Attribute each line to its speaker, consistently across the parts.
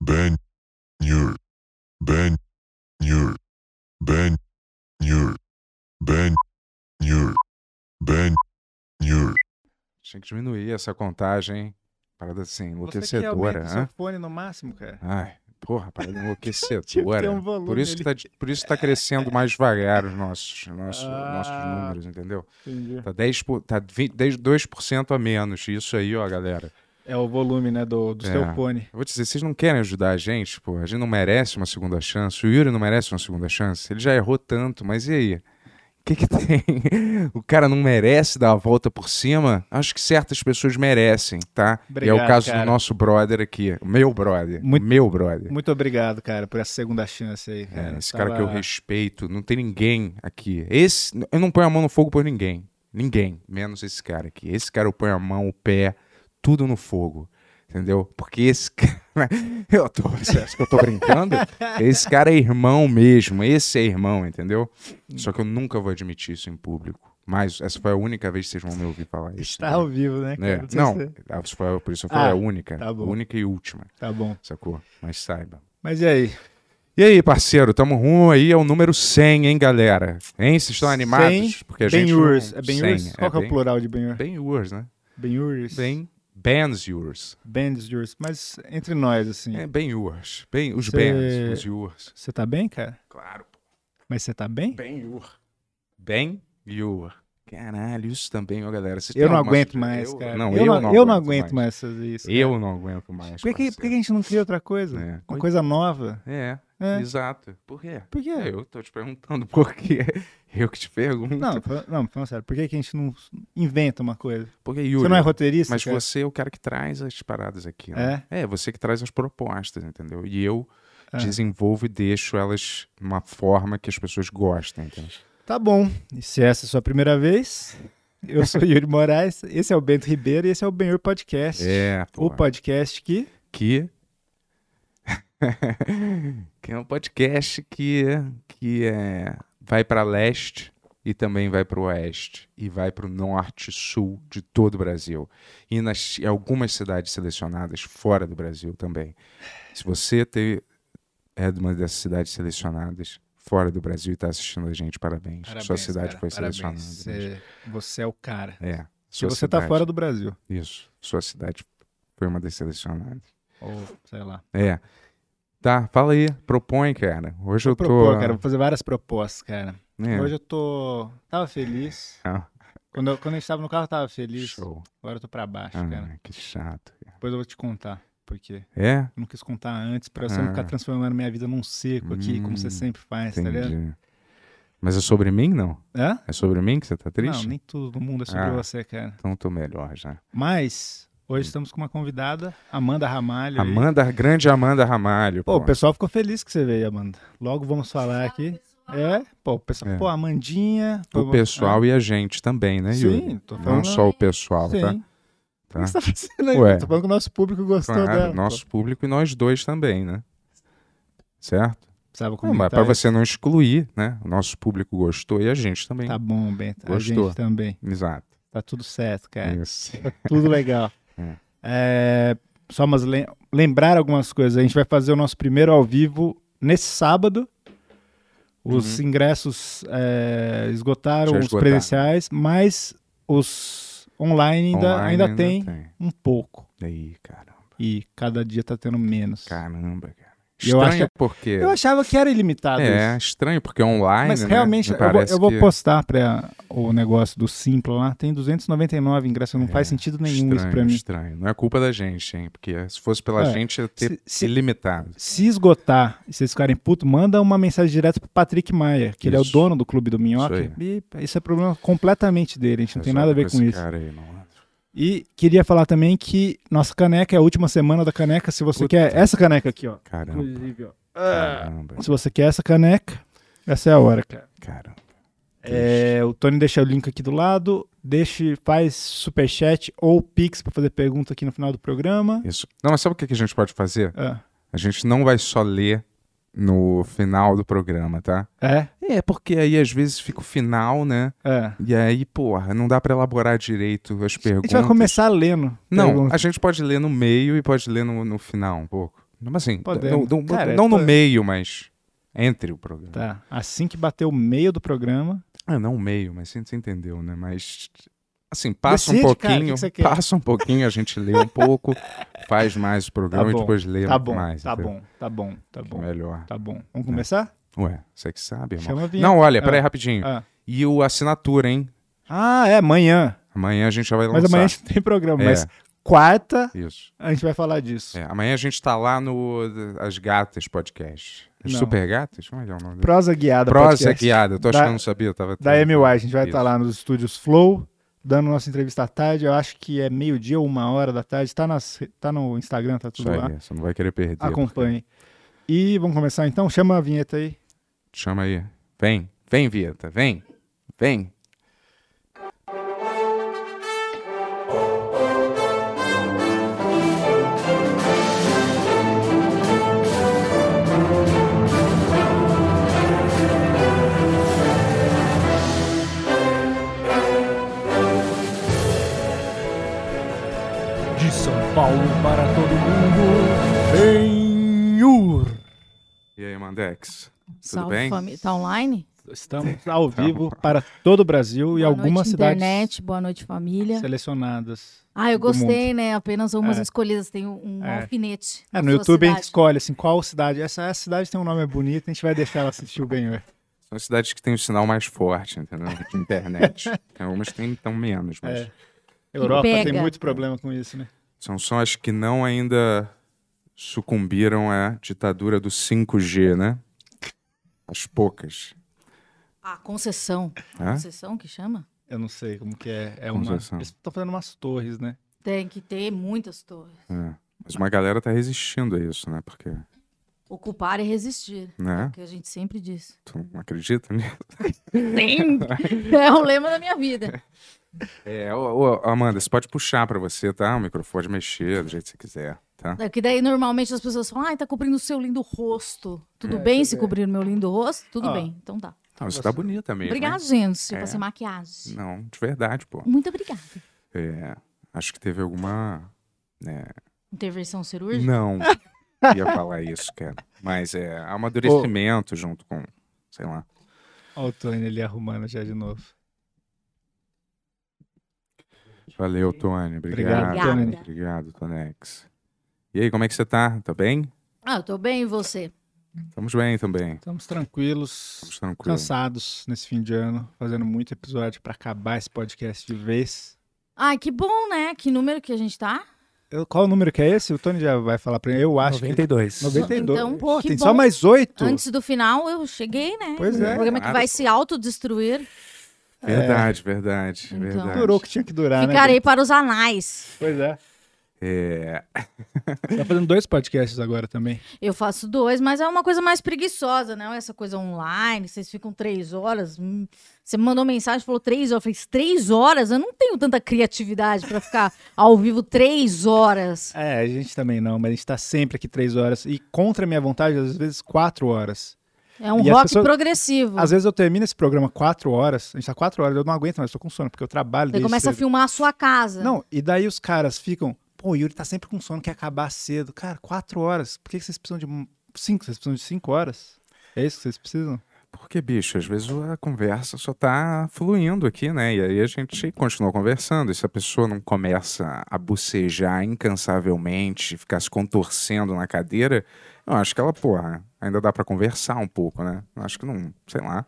Speaker 1: Ben Nur. Ben Nur. Ben Nur. Ben Nur. Ben Nur.
Speaker 2: Tinha que diminuir essa contagem. Parada assim,
Speaker 3: Você que aumenta
Speaker 2: enlouquecedora.
Speaker 3: o né?
Speaker 2: hã?
Speaker 3: seu fone no máximo, cara.
Speaker 2: Ai, porra, parada
Speaker 3: Tinha que ter
Speaker 2: enlouquecedora.
Speaker 3: um volume
Speaker 2: por, isso que tá, de- por isso que tá crescendo mais devagar os nossos, nossos, nossos
Speaker 3: Ah.
Speaker 2: números, entendeu?
Speaker 3: Entendi.
Speaker 2: Tá 10%, por- tá 20, 10 2% a menos. Isso aí, ó, galera.
Speaker 3: É o volume, né, do, do
Speaker 2: É.
Speaker 3: seu fone.
Speaker 2: Eu vou te dizer, vocês não querem ajudar a gente, pô. A gente não merece uma segunda chance. O Yuri não merece uma segunda chance. Ele já errou tanto, mas e aí? O que, que tem? O cara não merece dar a volta por cima? Acho que certas pessoas merecem, tá? e é o
Speaker 3: Obrigado,
Speaker 2: caso do
Speaker 3: cara.
Speaker 2: nosso brother aqui. O Meu brother.
Speaker 3: Muito-
Speaker 2: Meu brother.
Speaker 3: Muito obrigado, cara, por essa segunda chance aí, cara.
Speaker 2: É, esse cara que eu
Speaker 3: Tava-
Speaker 2: respeito, não tem ninguém aqui. Esse, eu não ponho a mão no fogo por ninguém. Ninguém, menos esse cara aqui. Esse cara eu ponho a mão, o pé, tudo no fogo. Entendeu? Porque esse cara. Eu tô, você acha que eu tô brincando? Esse cara é irmão mesmo. Esse é irmão, entendeu? Só que eu nunca vou admitir isso em público. Mas essa foi a única vez que vocês vão me ouvir falar isso.
Speaker 3: Está ao vivo, né,
Speaker 2: entendeu?
Speaker 3: cara?
Speaker 2: É,
Speaker 3: sei
Speaker 2: Não,
Speaker 3: se-
Speaker 2: ah, isso foi- por isso eu falei
Speaker 3: Ah,
Speaker 2: a única.
Speaker 3: tá bom.
Speaker 2: Única e última,
Speaker 3: Tá bom.
Speaker 2: sacou? Mas saiba.
Speaker 3: Mas e aí?
Speaker 2: E aí, parceiro, tamo rumo aí ao número 100, hein, galera? Hein, vocês estão animados?
Speaker 3: 100,
Speaker 2: Porque a gente
Speaker 3: Ben-Urs.
Speaker 2: não-
Speaker 3: É Ben-Urs?
Speaker 2: 100,
Speaker 3: Qual que é o
Speaker 2: bem-
Speaker 3: plural de Ben-Urs?
Speaker 2: Ben-Urs, né?
Speaker 3: Ben-Urs?
Speaker 2: Ben... Bans-Urs.
Speaker 3: Bands-Urs. Mas entre nós, assim,
Speaker 2: É, Ben-Urs. Ben... Os
Speaker 3: Cê-
Speaker 2: Bans, os Urs.
Speaker 3: você tá bem, cara?
Speaker 2: Claro.
Speaker 3: Mas você tá bem?
Speaker 2: Ben-Ur. Ben-Ur. Caralho, isso também, ó, galera. Vocês
Speaker 3: Eu
Speaker 2: têm
Speaker 3: não
Speaker 2: alguma
Speaker 3: aguento
Speaker 2: suge-
Speaker 3: mais,
Speaker 2: Eu-
Speaker 3: cara.
Speaker 2: Não,
Speaker 3: eu, não, eu não aguento
Speaker 2: mais.
Speaker 3: mais fazer isso. cara.
Speaker 2: Eu não aguento mais,
Speaker 3: Por que, por que a
Speaker 2: parceiro.
Speaker 3: gente não cria outra coisa?
Speaker 2: É.
Speaker 3: Uma coisa nova?
Speaker 2: É,
Speaker 3: É.
Speaker 2: exato. Por quê? É,
Speaker 3: Por quê?
Speaker 2: Eu tô te perguntando por quê. Eu que te pergunto.
Speaker 3: Não, fa- não, falando sério, por que, que a gente não inventa uma coisa?
Speaker 2: Porque, Yuri,
Speaker 3: você não é roteirista?
Speaker 2: Mas
Speaker 3: cara?
Speaker 2: você é o cara que traz as paradas aqui, né? É, você que traz as propostas, entendeu? E eu
Speaker 3: É.
Speaker 2: desenvolvo e deixo elas de uma forma que as pessoas gostem, entendeu?
Speaker 3: Tá bom. E se essa é a sua primeira vez, eu sou Yuri Moraes, esse é o Bento Ribeiro e esse é o Benhur Podcast.
Speaker 2: É, pô.
Speaker 3: O podcast que
Speaker 2: Que... que é um podcast que, que é... vai para leste e também vai para o oeste e vai para o norte, sul de todo o Brasil e nas em algumas cidades selecionadas fora do Brasil também. Se você te- é de uma dessas cidades selecionadas fora do Brasil e está assistindo a gente, parabéns. Sua cidade
Speaker 3: cara,
Speaker 2: foi
Speaker 3: parabéns.
Speaker 2: selecionada. mesmo.
Speaker 3: Você, você é o cara.
Speaker 2: É.
Speaker 3: Se
Speaker 2: sua
Speaker 3: você tá
Speaker 2: cidade.
Speaker 3: fora do Brasil.
Speaker 2: Isso. Sua cidade foi uma das selecionadas.
Speaker 3: Ou, sei lá.
Speaker 2: É. Tá, fala aí. Propõe, cara. Hoje eu, tô.
Speaker 3: Propor, cara, vou fazer várias propostas, cara.
Speaker 2: É.
Speaker 3: Hoje eu tô. Tava feliz.
Speaker 2: Ah,
Speaker 3: Quando eu, quando a gente tava no carro, eu tava feliz.
Speaker 2: show.
Speaker 3: Agora eu tô pra baixo, cara.
Speaker 2: Ah, que chato. cara.
Speaker 3: Depois eu vou te contar. Por quê?
Speaker 2: É?
Speaker 3: Eu não quis contar antes pra você não ficar
Speaker 2: Ah.
Speaker 3: transformando minha vida num seco aqui, como você
Speaker 2: Hum,
Speaker 3: sempre faz, tá ligado?
Speaker 2: Entendi. Mas é sobre mim, não?
Speaker 3: Hã?
Speaker 2: É sobre mim que você tá triste?
Speaker 3: Não, nem tudo no mundo é sobre
Speaker 2: Ah.
Speaker 3: você, cara.
Speaker 2: Então tô melhor já.
Speaker 3: Mas hoje estamos com uma convidada, Amanda Ramalho. aí.
Speaker 2: Amanda, grande Amanda Ramalho.
Speaker 3: Pô,
Speaker 2: Pô,
Speaker 3: o pessoal ficou feliz que você veio, Amanda. Logo vamos falar aqui. É, pô, o pessoal,
Speaker 2: É.
Speaker 3: pô, Amandinha. pô,
Speaker 2: o pessoal e a gente também, né, Yuri?
Speaker 3: é. Sim, tô falando.
Speaker 2: Não só o pessoal,
Speaker 3: Sim.
Speaker 2: tá?
Speaker 3: O que
Speaker 2: Tá.
Speaker 3: você tá fazendo aí?
Speaker 2: Ué.
Speaker 3: Tô falando que o nosso público gostou
Speaker 2: Claro,
Speaker 3: dela.
Speaker 2: nosso público e nós dois também, né? Certo?
Speaker 3: Sabe
Speaker 2: Não,
Speaker 3: como
Speaker 2: mas é pra você não excluir, né? O nosso público gostou e a gente também.
Speaker 3: Tá bom, Bento. A
Speaker 2: Gostou.
Speaker 3: gente também.
Speaker 2: Exato.
Speaker 3: Tá tudo certo, cara.
Speaker 2: Isso.
Speaker 3: Tudo legal.
Speaker 2: É.
Speaker 3: É, só umas lem- lembrar algumas coisas. A gente vai fazer o nosso primeiro ao vivo nesse sábado. Os ingressos é,
Speaker 2: Uhum.
Speaker 3: esgotaram,
Speaker 2: Já
Speaker 3: os
Speaker 2: esgotaram.
Speaker 3: presenciais, mas os online ainda,
Speaker 2: Online
Speaker 3: ainda, tem,
Speaker 2: tem.
Speaker 3: um pouco.
Speaker 2: Aí, caramba.
Speaker 3: E cada dia tá tendo menos.
Speaker 2: Caramba, cara.
Speaker 3: E eu
Speaker 2: Estranho
Speaker 3: acho- é-
Speaker 2: porque.
Speaker 3: Eu achava que era ilimitado
Speaker 2: é,
Speaker 3: isso.
Speaker 2: estranho porque é online.
Speaker 3: Mas
Speaker 2: né?
Speaker 3: realmente,
Speaker 2: Me
Speaker 3: eu vou,
Speaker 2: parece
Speaker 3: eu vou
Speaker 2: que-
Speaker 3: postar para o negócio do Simpla lá. Tem 299 ingressos, não
Speaker 2: É,
Speaker 3: faz sentido nenhum
Speaker 2: estranho,
Speaker 3: isso pra mim.
Speaker 2: Estranho. Não é culpa da gente, hein? Porque se fosse pela
Speaker 3: É,
Speaker 2: gente, ia ter
Speaker 3: se- se-
Speaker 2: ilimitado.
Speaker 3: Se esgotar e vocês ficarem puto, manda uma mensagem direto pro Patrick Maia, que ele é o
Speaker 2: Isso.
Speaker 3: dono do clube do Minhoca.
Speaker 2: Isso
Speaker 3: e isso é problema completamente dele, a gente não tem nada a ver com
Speaker 2: esse
Speaker 3: isso.
Speaker 2: Cara aí, não.
Speaker 3: E queria falar também que nossa caneca é a última semana da caneca. Se você
Speaker 2: Puta. É,
Speaker 3: quer essa caneca aqui, ó.
Speaker 2: Caramba,
Speaker 3: Inclusive, ó.
Speaker 2: um caramba,
Speaker 3: Se você quer essa caneca, essa é a hora, cara.
Speaker 2: caramba.
Speaker 3: É, o Tony deixa o link aqui do lado. Deixe, faz superchat ou pix pra fazer pergunta aqui no final do programa.
Speaker 2: Isso. Não, mas sabe o que que a gente pode fazer?
Speaker 3: Ah,
Speaker 2: A gente não vai só ler no final do programa, tá?
Speaker 3: é,
Speaker 2: É, porque aí às vezes fica o final, né?
Speaker 3: é.
Speaker 2: E aí, porra, não dá pra elaborar direito as
Speaker 3: A
Speaker 2: perguntas.
Speaker 3: gente vai começar lendo.
Speaker 2: Não,
Speaker 3: perguntas.
Speaker 2: a gente pode ler no meio e pode ler no, no final um pouco. Não, mas assim,
Speaker 3: Podemos.
Speaker 2: não, não-
Speaker 3: Cara,
Speaker 2: não no
Speaker 3: tô-
Speaker 2: meio, mas entre o programa.
Speaker 3: Tá. Assim que bater o meio do programa.
Speaker 2: Ah, não o meio, mas você você entendeu, né? Mas assim, passa um
Speaker 3: Decide, cara, o que
Speaker 2: pouquinho,
Speaker 3: que você quer?
Speaker 2: passa um pouquinho, a gente lê um pouco, faz mais o programa
Speaker 3: Tá
Speaker 2: e
Speaker 3: bom,
Speaker 2: depois lê
Speaker 3: Tá bom,
Speaker 2: mais.
Speaker 3: tá
Speaker 2: entendeu? É.
Speaker 3: bom, tá bom, tá
Speaker 2: Que
Speaker 3: bom,
Speaker 2: Melhor.
Speaker 3: tá bom. Vamos começar?
Speaker 2: Ué, você que sabe, irmão.
Speaker 3: Chama a vinheta.
Speaker 2: Não, olha,
Speaker 3: Ah.
Speaker 2: peraí rapidinho.
Speaker 3: Ah.
Speaker 2: E o assinatura, hein?
Speaker 3: Ah, é amanhã.
Speaker 2: Amanhã a gente já vai lançar.
Speaker 3: Mas amanhã a gente tá- não tem programa,
Speaker 2: É.
Speaker 3: mas quarta
Speaker 2: Isso.
Speaker 3: a gente vai falar disso.
Speaker 2: É, amanhã a gente tá lá no As Gatas Podcast. As
Speaker 3: Não.
Speaker 2: Super Gatas? Como é que é o nome dele?
Speaker 3: Prosa guiada
Speaker 2: Prosa
Speaker 3: podcast
Speaker 2: guiada. é Eu tô achando
Speaker 3: Da-
Speaker 2: que eu não sabia. eu Tava
Speaker 3: da
Speaker 2: tentando.
Speaker 3: MY. A gente vai
Speaker 2: Isso.
Speaker 3: estar lá nos estúdios Flow, dando nossa entrevista à tarde. Eu acho que é meio-dia ou uma hora da tarde. Tá, nas, tá no Instagram, tá
Speaker 2: Isso
Speaker 3: tudo lá.
Speaker 2: aí, você não vai querer perder.
Speaker 3: Acompanhe. E vamos começar então? Chama a vinheta aí.
Speaker 2: Te Chama aí. Vem, vem, Vieta, vem, vem.
Speaker 3: De São Paulo para todo mundo, Benhur.
Speaker 2: E aí, Mandex? Tudo
Speaker 4: Salve
Speaker 2: bem?
Speaker 4: família. Tá online?
Speaker 3: Estamos ao vivo para todo o Brasil e
Speaker 4: boa
Speaker 3: algumas
Speaker 4: noite,
Speaker 3: cidades
Speaker 4: internet, boa noite, família.
Speaker 3: selecionadas.
Speaker 4: Ah, eu
Speaker 3: do mundo.
Speaker 4: gostei, né? Apenas umas
Speaker 3: É.
Speaker 4: escolhidas. Tem um
Speaker 3: É.
Speaker 4: alfinete.
Speaker 3: É,
Speaker 4: na
Speaker 3: no
Speaker 4: sua
Speaker 3: YouTube a gente
Speaker 4: cidade.
Speaker 3: escolhe assim, qual cidade. Essa, essa cidade tem um nome bonito, a gente vai deixar ela assistir o Benhur.
Speaker 2: São cidades que têm o sinal mais forte, entendeu? De internet. Tem algumas que têm tão menos, mas
Speaker 3: É. Europa tem
Speaker 4: pega.
Speaker 3: muito problema com isso, né?
Speaker 2: são só as que não ainda sucumbiram à ditadura do 5G, né? As poucas. né?
Speaker 4: Ah, concessão.
Speaker 2: Hã?
Speaker 4: Concessão que chama?
Speaker 3: Eu não sei como que é. É
Speaker 2: Com
Speaker 3: uma.
Speaker 2: certeza.
Speaker 3: Eles estão fazendo umas torres, né?
Speaker 4: Tem que ter muitas torres.
Speaker 2: É. Mas uma galera tá resistindo a isso, né? Porque,
Speaker 4: Ocupar e resistir.
Speaker 2: né?
Speaker 4: Que a gente sempre diz.
Speaker 2: Tu não acredita nisso?
Speaker 4: Sim! é o lema da minha vida.
Speaker 2: É, ô, ô, Amanda, você pode puxar pra você, tá? O microfone pode mexer do jeito que você quiser, tá?
Speaker 4: É que daí normalmente as pessoas falam, ai, tá cobrindo o seu lindo rosto. Tudo bem se cobrir o meu lindo rosto? Tudo
Speaker 3: Ó.
Speaker 4: bem, então tá.
Speaker 3: Ah,
Speaker 2: Não, você tá bonita mesmo. hein?
Speaker 4: Obrigada, gente.
Speaker 2: É.
Speaker 4: Eu passei maquiagem.
Speaker 2: Não, de verdade, pô.
Speaker 4: Muito obrigada.
Speaker 2: É, acho que teve alguma. né?
Speaker 4: Intervenção cirúrgica?
Speaker 2: Não ia falar isso, cara. Mas é amadurecimento junto com, sei lá.
Speaker 3: Olha o Tony ali arrumando já de novo.
Speaker 2: Valeu, Tony. Obrigado.
Speaker 3: Obrigado,
Speaker 4: Tony.
Speaker 2: Obrigado, Tonex. E aí, como é que você tá? Tá bem?
Speaker 4: Ah, eu tô bem, e você?
Speaker 2: Estamos bem também.
Speaker 3: Estamos tranquilos,
Speaker 2: Estamos tranquilos.
Speaker 3: cansados nesse fim de ano, fazendo muito episódio pra acabar esse podcast de vez.
Speaker 4: Ai, que bom, né? Que número que a gente tá?
Speaker 3: Eu- qual o número que é esse? O Tony já vai falar pra mim. Eu acho
Speaker 5: 92.
Speaker 3: que 92.
Speaker 4: Então,
Speaker 3: Pô,
Speaker 4: que
Speaker 3: tem
Speaker 4: bom.
Speaker 3: só mais oito.
Speaker 4: Antes do final eu cheguei, né?
Speaker 3: Pois é.
Speaker 4: Um programa que
Speaker 2: Claro.
Speaker 4: vai se autodestruir.
Speaker 2: Verdade, verdade,
Speaker 4: Então.
Speaker 2: verdade.
Speaker 3: Durou o que tinha que durar,
Speaker 4: Ficarei
Speaker 3: né?
Speaker 4: para os anais.
Speaker 3: Pois é.
Speaker 2: É,
Speaker 3: Tá fazendo dois podcasts agora também.
Speaker 4: Eu faço dois, mas é uma coisa mais preguiçosa, né? Essa coisa online, vocês ficam três horas. hum. Você me mandou mensagem, falou três horas. Eu falei, três horas? Eu não tenho tanta criatividade pra ficar ao vivo três horas.
Speaker 3: É, a gente também não, mas a gente tá sempre aqui três horas. E contra a minha vontade, às vezes quatro horas.
Speaker 4: É um
Speaker 3: E as
Speaker 4: rock
Speaker 3: pessoas-
Speaker 4: progressivo.
Speaker 3: Às vezes eu termino esse programa quatro horas, a gente tá quatro horas, eu não aguento mais, tô com sono, porque eu trabalho
Speaker 4: Você
Speaker 3: desde
Speaker 4: começa a
Speaker 3: cedo.
Speaker 4: filmar né? a sua casa.
Speaker 3: Não, e daí os caras ficam, pô, o Yuri tá sempre com sono, quer acabar cedo. Cara, quatro horas, por que que vocês precisam de um- cinco? Vocês precisam de cinco horas? É isso que vocês precisam?
Speaker 2: porque, bicho, às vezes a conversa só tá fluindo aqui, né? E aí a gente continua conversando. E se a pessoa não começa a bucejar incansavelmente, ficar se contorcendo na cadeira, eu acho que ela, porra, ainda dá pra conversar um pouco, né? Eu acho que não, sei lá.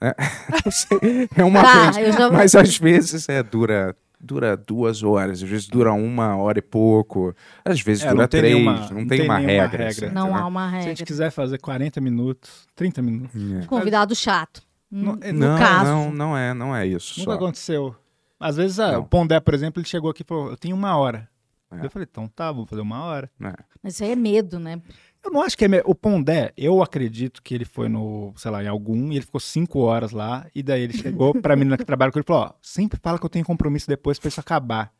Speaker 2: né? Não sei, É uma
Speaker 4: Tá,
Speaker 2: vez.
Speaker 4: eu já-
Speaker 2: Mas às vezes é, dura, dura duas horas, às vezes dura uma hora e pouco, às vezes
Speaker 3: É,
Speaker 2: dura
Speaker 3: não tem
Speaker 2: três,
Speaker 3: nenhuma-
Speaker 2: não, tem uma
Speaker 3: nenhuma
Speaker 2: regra.
Speaker 3: regra.
Speaker 2: assim,
Speaker 4: Não
Speaker 2: né?
Speaker 4: há uma
Speaker 3: Se a
Speaker 4: regra.
Speaker 3: gente quiser fazer 40 minutos, 30 minutos.
Speaker 2: É.
Speaker 4: Convidado chato.
Speaker 3: Não,
Speaker 4: Hum,
Speaker 3: é,
Speaker 4: um no
Speaker 2: não,
Speaker 4: caso.
Speaker 2: não, não é, não é isso.
Speaker 3: Nunca
Speaker 2: só.
Speaker 3: aconteceu. Às vezes ah,
Speaker 2: Não.
Speaker 3: o Pondé, por exemplo, ele chegou aqui e falou, eu tenho uma hora.
Speaker 2: É.
Speaker 3: Eu falei, então tá, vou fazer uma hora.
Speaker 2: né?
Speaker 4: Mas isso aí é medo, né?
Speaker 3: Eu não acho que é. me- O Pondé, eu acredito que ele foi no, sei lá, em algum, e ele ficou cinco horas lá, e daí ele chegou pra menina que trabalha com ele e falou: ó, sempre fala que eu tenho compromisso depois pra isso acabar.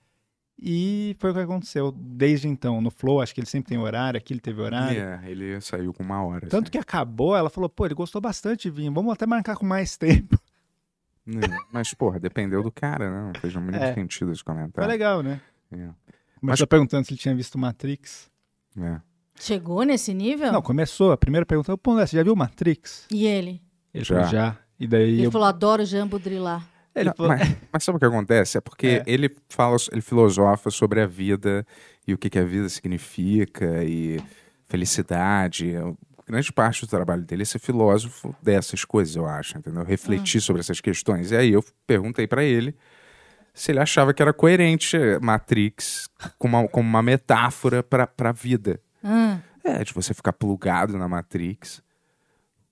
Speaker 3: E foi o que aconteceu desde então. No Flow, acho que ele sempre tem horário, aqui ele teve horário.
Speaker 2: É, ele saiu com uma hora.
Speaker 3: Tanto que acabou, ela falou: pô, ele gostou bastante de vir, vamos até marcar com mais tempo.
Speaker 2: assim. É, Mas, porra, dependeu do cara, né? Não fez o mínimo
Speaker 3: É.
Speaker 2: sentido esse
Speaker 3: Foi
Speaker 2: comentário.
Speaker 3: legal, né?
Speaker 2: É,
Speaker 3: Começou perguntando se ele tinha visto Matrix.
Speaker 2: é.
Speaker 4: Chegou nesse nível?
Speaker 3: Não, começou. A primeira pergunta, ô Pondé, você já viu Matrix?
Speaker 4: E ele?
Speaker 3: Ele
Speaker 2: Já.
Speaker 3: falou, já. E daí
Speaker 4: Ele
Speaker 3: eu...
Speaker 4: falou, adoro Jambodrilar.
Speaker 3: Ele
Speaker 2: Não,
Speaker 3: falou-
Speaker 2: mas, mas sabe o que acontece? É porque
Speaker 3: É.
Speaker 2: ele fala, ele filosofa sobre a vida e o que, que a vida significa e felicidade. É, Grande parte do trabalho dele é ser filósofo dessas coisas, eu acho, entendeu?
Speaker 3: Ah.
Speaker 2: Refletir sobre essas questões. E aí eu perguntei pra ele se ele achava que era coerente eh, Matrix como uma, como uma metáfora pra pra vida.
Speaker 4: Hum.
Speaker 2: É, de você ficar plugado na Matrix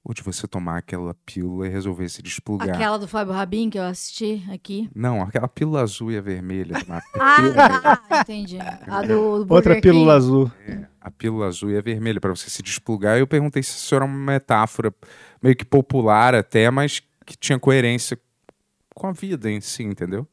Speaker 2: ou de você tomar aquela pílula e resolver se desplugar.
Speaker 4: Aquela do Fábio Rabin que eu assisti aqui.
Speaker 2: Não, aquela pílula azul e a vermelha. Uma pílula-
Speaker 4: Ah, tá, entendi. A do, do
Speaker 3: Outra
Speaker 4: Burger
Speaker 3: pílula
Speaker 4: King.
Speaker 3: azul.
Speaker 2: a pílula azul e a vermelha, pra você se desplugar. Eu perguntei se isso era uma metáfora meio que popular até, mas que tinha coerência com a vida em si, entendeu?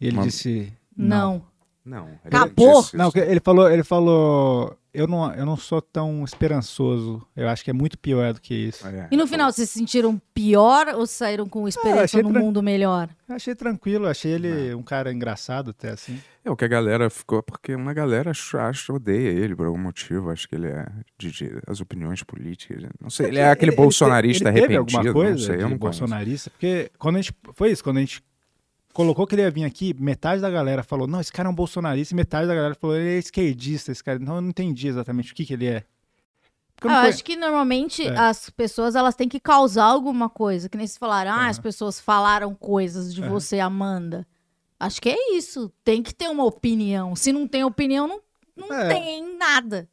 Speaker 3: E ele
Speaker 2: Uma-
Speaker 3: disse...
Speaker 4: Não.
Speaker 2: Não. ele
Speaker 4: Acabou?
Speaker 2: disse isso.
Speaker 3: Não, que ele falou, ele falou, eu não, eu não sou tão esperançoso. Eu acho que é muito pior do que isso.
Speaker 2: É.
Speaker 4: E no final, vocês se sentiram pior ou saíram com experiência
Speaker 3: Ah, achei
Speaker 4: num
Speaker 3: tran-
Speaker 4: mundo melhor?
Speaker 3: Eu achei tranquilo, achei ele um cara engraçado até assim.
Speaker 2: É o que a galera ficou, porque uma galera acha, acha- odeia ele por algum motivo. Acho que ele é de, de- as opiniões políticas. Não sei, ele é aquele
Speaker 3: Ele- ele
Speaker 2: bolsonarista
Speaker 3: te- ele teve
Speaker 2: arrependido.
Speaker 3: alguma coisa
Speaker 2: não sei, eu
Speaker 3: de
Speaker 2: não conheço.
Speaker 3: bolsonarista, porque quando a gente foi isso, quando a gente colocou que ele ia vir aqui, metade da galera falou: "Não, esse cara é um bolsonarista", e metade da galera falou: "Ele é esquerdista, esse cara". Então eu não entendi exatamente o que que ele é. Porque eu
Speaker 4: Ah,
Speaker 3: não
Speaker 4: eu
Speaker 3: conhe-
Speaker 4: acho que normalmente
Speaker 3: É.
Speaker 4: as pessoas elas têm que causar alguma coisa. Que nem se falaram, ah, as
Speaker 3: Aham. É.
Speaker 4: pessoas falaram coisas de
Speaker 3: Aham.
Speaker 4: você, Amanda. Acho que é isso. Tem que ter uma opinião. Se não tem opinião, não, não
Speaker 3: É.
Speaker 4: tem nada.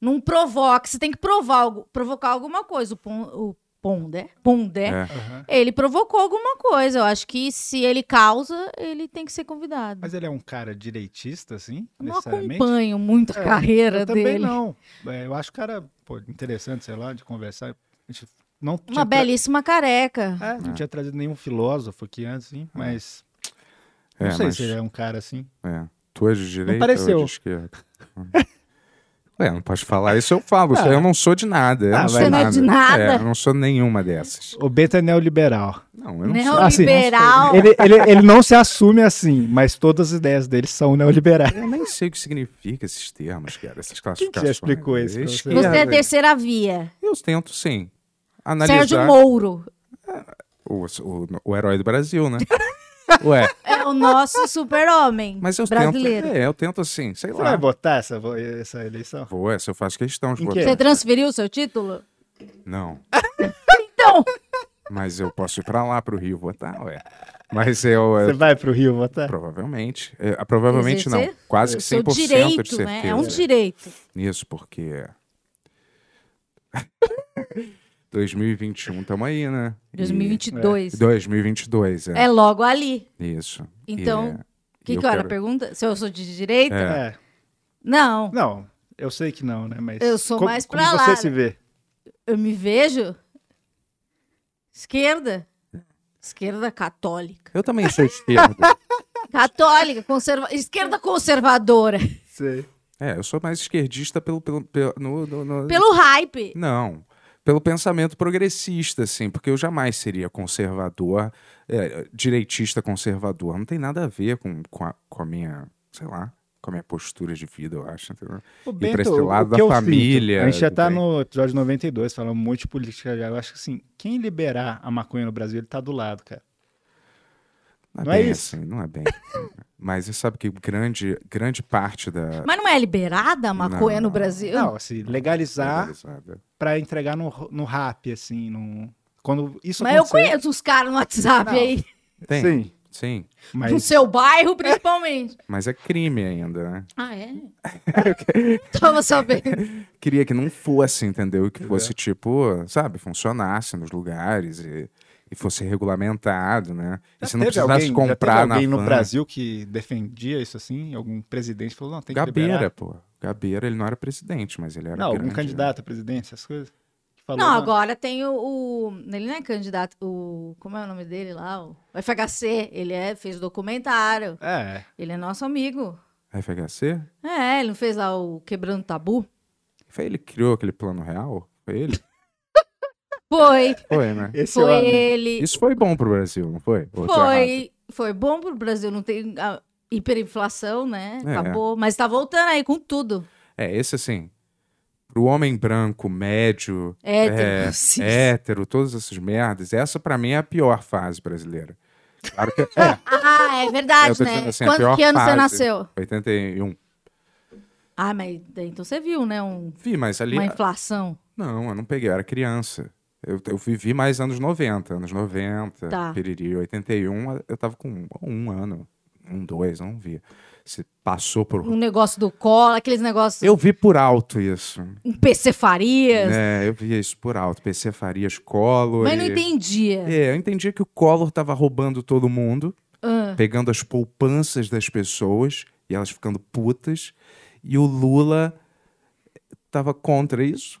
Speaker 4: Não provoca. Você tem que provar algo, provocar alguma coisa. O, pon, o Pondé, Pondé
Speaker 2: É.
Speaker 3: Aham.
Speaker 4: ele provocou alguma coisa. Eu acho que se ele causa, ele tem que ser convidado.
Speaker 3: Mas ele é um cara direitista assim,
Speaker 4: Eu não
Speaker 3: necessariamente?
Speaker 4: acompanho muito a
Speaker 3: É,
Speaker 4: carreira
Speaker 3: Eu também
Speaker 4: dele.
Speaker 3: não. É, eu acho o cara, pô, interessante, sei lá, de conversar. A gente não
Speaker 4: Uma
Speaker 3: tinha tra-
Speaker 4: belíssima careca.
Speaker 3: É, não
Speaker 2: É.
Speaker 3: tinha trazido nenhum filósofo aqui antes, assim, mas não
Speaker 2: É,
Speaker 3: sei
Speaker 2: mas-
Speaker 3: se ele é um cara assim.
Speaker 2: É. Tu é de direita
Speaker 3: pareceu.
Speaker 2: ou de esquerda? Ué, não pode falar isso, eu falo. Isso aí eu não sou de nada. Eu
Speaker 3: Ah,
Speaker 2: não sou
Speaker 3: vai. Você
Speaker 4: não é de nada.
Speaker 2: É, eu não sou nenhuma dessas.
Speaker 3: O Bento é neoliberal.
Speaker 2: Não, eu não sou.
Speaker 4: Neoliberal.
Speaker 3: Assim, Ele, ele, ele não se assume assim, mas todas as ideias dele são neoliberais.
Speaker 2: Eu nem sei o que significa esses termos, cara, essas
Speaker 3: Quem que
Speaker 2: classificações.
Speaker 3: já explicou isso pra você?
Speaker 2: Esquerda.
Speaker 4: Você é terceira via.
Speaker 2: Eu tento, sim. Analisar
Speaker 4: Sérgio Mouro
Speaker 2: o, o, o herói do Brasil, né? Ué,
Speaker 4: é o nosso super-homem
Speaker 2: mas eu
Speaker 4: brasileiro.
Speaker 2: tento. É, eu tento assim, sei
Speaker 3: Você vai
Speaker 2: lá.
Speaker 3: votar essa, vo- essa eleição?
Speaker 2: Vou, essa eu faço questão de
Speaker 3: Em
Speaker 2: votar.
Speaker 3: quê?
Speaker 4: Você transferiu o seu título?
Speaker 2: Não.
Speaker 4: Então,
Speaker 2: Mas eu posso ir pra lá, pro Rio, votar, ué. Mas eu.
Speaker 3: Você vai pro Rio votar?
Speaker 2: Provavelmente. É, ah, provavelmente não.
Speaker 4: Exercer
Speaker 2: Quase que 100%
Speaker 4: seu
Speaker 2: de
Speaker 4: direito,
Speaker 2: certeza.
Speaker 4: né? É um direito.
Speaker 2: Isso, porque... 2021, tamo aí, né? E-
Speaker 4: 2022.
Speaker 2: 2022, é.
Speaker 4: É logo ali.
Speaker 2: Isso. E
Speaker 4: Então,
Speaker 2: é-
Speaker 4: O que,
Speaker 2: eu
Speaker 4: que eu era a
Speaker 2: quero-
Speaker 4: pergunta? Se eu sou de direita?
Speaker 2: É.
Speaker 3: É.
Speaker 4: Não.
Speaker 3: Não, eu sei que não, né? Mas
Speaker 4: Eu sou
Speaker 3: como,
Speaker 4: mais
Speaker 3: como
Speaker 4: pra lá.
Speaker 3: você se vê?
Speaker 4: Eu me vejo esquerda. Esquerda católica.
Speaker 2: Eu também sou esquerda.
Speaker 4: Católica, conserva... esquerda conservadora.
Speaker 3: Você-
Speaker 2: é, eu sou mais esquerdista pelo... pelo, pelo- no, no- no-
Speaker 4: Pelo hype.
Speaker 2: Não. Pelo pensamento progressista, assim, porque eu jamais seria conservador, é, direitista conservador. Não tem nada a ver com, com, a, com a minha, sei lá, com a minha postura de vida, eu acho, entendeu?
Speaker 3: O
Speaker 2: pra esse lado
Speaker 3: o
Speaker 2: da
Speaker 3: que eu
Speaker 2: família,
Speaker 3: sinto- A gente já
Speaker 2: do
Speaker 3: tá
Speaker 2: bem.
Speaker 3: no episódio 92, falando muito de política já. Eu acho que assim, quem liberar a maconha no Brasil, ele tá do lado, cara.
Speaker 2: Não é,
Speaker 3: Não é
Speaker 2: bem
Speaker 3: isso?
Speaker 2: assim, não é bem. assim. Mas você sabe que grande, grande parte da.
Speaker 4: Mas não é liberada a maconha
Speaker 2: Não.
Speaker 4: no Brasil?
Speaker 3: Não, assim, legalizar
Speaker 2: legalizada-
Speaker 3: pra entregar no, no rap, assim, no... quando isso
Speaker 4: Mas eu
Speaker 3: acontecer-
Speaker 4: conheço uns caras no WhatsApp
Speaker 3: Não.
Speaker 4: aí,
Speaker 2: Tem,
Speaker 3: Sim,
Speaker 2: Sim,
Speaker 3: mas...
Speaker 4: no seu bairro principalmente.
Speaker 2: mas é crime ainda, né?
Speaker 4: ah, é? Tava sabendo.
Speaker 2: Queria que não fosse, entendeu? Que fosse
Speaker 3: é.
Speaker 2: tipo, sabe, funcionasse nos lugares e, e fosse regulamentado, né? E você não
Speaker 3: teve
Speaker 2: precisasse
Speaker 3: alguém, já
Speaker 2: comprar
Speaker 3: teve
Speaker 2: na
Speaker 3: alguém no
Speaker 2: Fan.
Speaker 3: Brasil que defendia isso assim? Algum presidente falou, não, tem que
Speaker 2: Gabeira,
Speaker 3: liberar.
Speaker 2: pô. Gabeira, ele não era presidente, mas ele era
Speaker 3: Não, algum
Speaker 2: grande, né?
Speaker 3: candidato à presidência, essas coisas. que falou,
Speaker 4: Não, agora tem o, o- Ele não é candidato. O. Como é o nome dele lá? O FHC. Ele é, fez documentário.
Speaker 3: É,
Speaker 4: Ele é nosso amigo.
Speaker 2: né? FHC?
Speaker 4: É, ele não fez lá o Quebrando Tabu?
Speaker 2: Foi ele que criou aquele plano real? Foi ele?
Speaker 4: Foi.
Speaker 2: Foi, né?
Speaker 3: esse
Speaker 4: foi
Speaker 3: homem.
Speaker 4: ele.
Speaker 2: Isso foi bom pro Brasil, não foi? Ou eu tô errado?
Speaker 4: Foi, foi bom pro Brasil, não tem a hiperinflação, né?
Speaker 2: É.
Speaker 4: Acabou. Mas tá voltando aí com tudo.
Speaker 2: É, esse assim. pro homem branco, médio,
Speaker 4: Hétero.
Speaker 2: é,
Speaker 4: cis.
Speaker 2: hétero, todas essas merdas, essa pra mim é a pior fase brasileira. Claro que é,
Speaker 4: Ah, é
Speaker 2: Eu
Speaker 4: verdade,
Speaker 2: tô
Speaker 4: né?
Speaker 2: dizendo assim, a
Speaker 4: Quanto,
Speaker 2: pior
Speaker 4: que ano você
Speaker 2: fase.
Speaker 4: nasceu?
Speaker 2: 81.
Speaker 4: Ah, mas então você viu, né? um-
Speaker 2: Vi, mas ali. ah,
Speaker 4: uma inflação.
Speaker 2: Não, eu não peguei, eu era criança. Eu, eu vivi mais anos 90, anos 90,
Speaker 4: Tá.
Speaker 2: piriri, 81, eu tava com um, um ano, um, dois, eu não vi. Se passou por.
Speaker 4: Um negócio do cola, aqueles negócios.
Speaker 2: Eu vi por alto isso.
Speaker 4: Um PC Farias.
Speaker 2: É, eu via isso por alto. PC Farias, Collor.
Speaker 4: Mas não
Speaker 2: e-
Speaker 4: entendia.
Speaker 2: É, eu entendia que o Collor tava roubando todo mundo,
Speaker 4: Ah,
Speaker 2: pegando as poupanças das pessoas e elas ficando putas, e o Lula tava contra isso.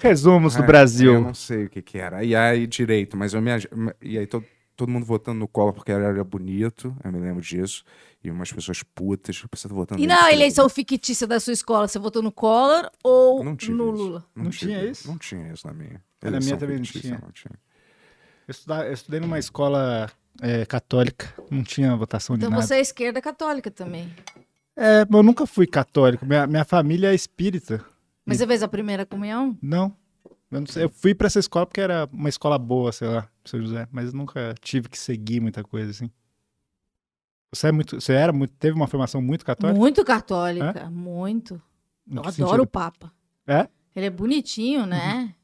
Speaker 3: Resumos do
Speaker 2: Ah, Eu
Speaker 3: Brasil.
Speaker 2: não sei o que que era. E aí, direito, mas eu me... ag- E aí, todo, todo mundo votando no Collor porque ele era bonito, eu me lembro disso. E umas pessoas putas, pessoas votando
Speaker 4: E é
Speaker 2: nele
Speaker 4: na
Speaker 2: porque-
Speaker 4: eleição fictícia um da sua escola, você votou no Collor ou
Speaker 2: Não tive
Speaker 4: no
Speaker 2: isso.
Speaker 4: Lula?
Speaker 3: Não
Speaker 2: tive.
Speaker 3: tinha isso?
Speaker 2: Não tinha isso na minha.
Speaker 3: Na minha
Speaker 2: Eleição
Speaker 3: também não
Speaker 2: fictícia,
Speaker 3: tinha.
Speaker 2: Não tinha.
Speaker 3: Eu, estuda- eu estudei numa escola é, católica, não tinha votação de
Speaker 4: Então
Speaker 3: nada.
Speaker 4: você é esquerda católica também.
Speaker 3: É, mas eu nunca fui católico. Minha, minha família é espírita.
Speaker 4: Mas você fez a primeira comunhão?
Speaker 3: Não. Eu, não sei, eu fui pra essa escola porque era uma escola boa, sei lá, São José, mas nunca tive que seguir muita coisa assim. Você é muito, você era muito, teve uma formação muito católica?
Speaker 4: Muito católica,
Speaker 2: É?
Speaker 4: muito.
Speaker 3: Em
Speaker 4: Eu
Speaker 3: que
Speaker 4: adoro
Speaker 3: sentido?
Speaker 4: o Papa.
Speaker 3: É?
Speaker 4: Ele é bonitinho,
Speaker 2: Uhum.
Speaker 4: né?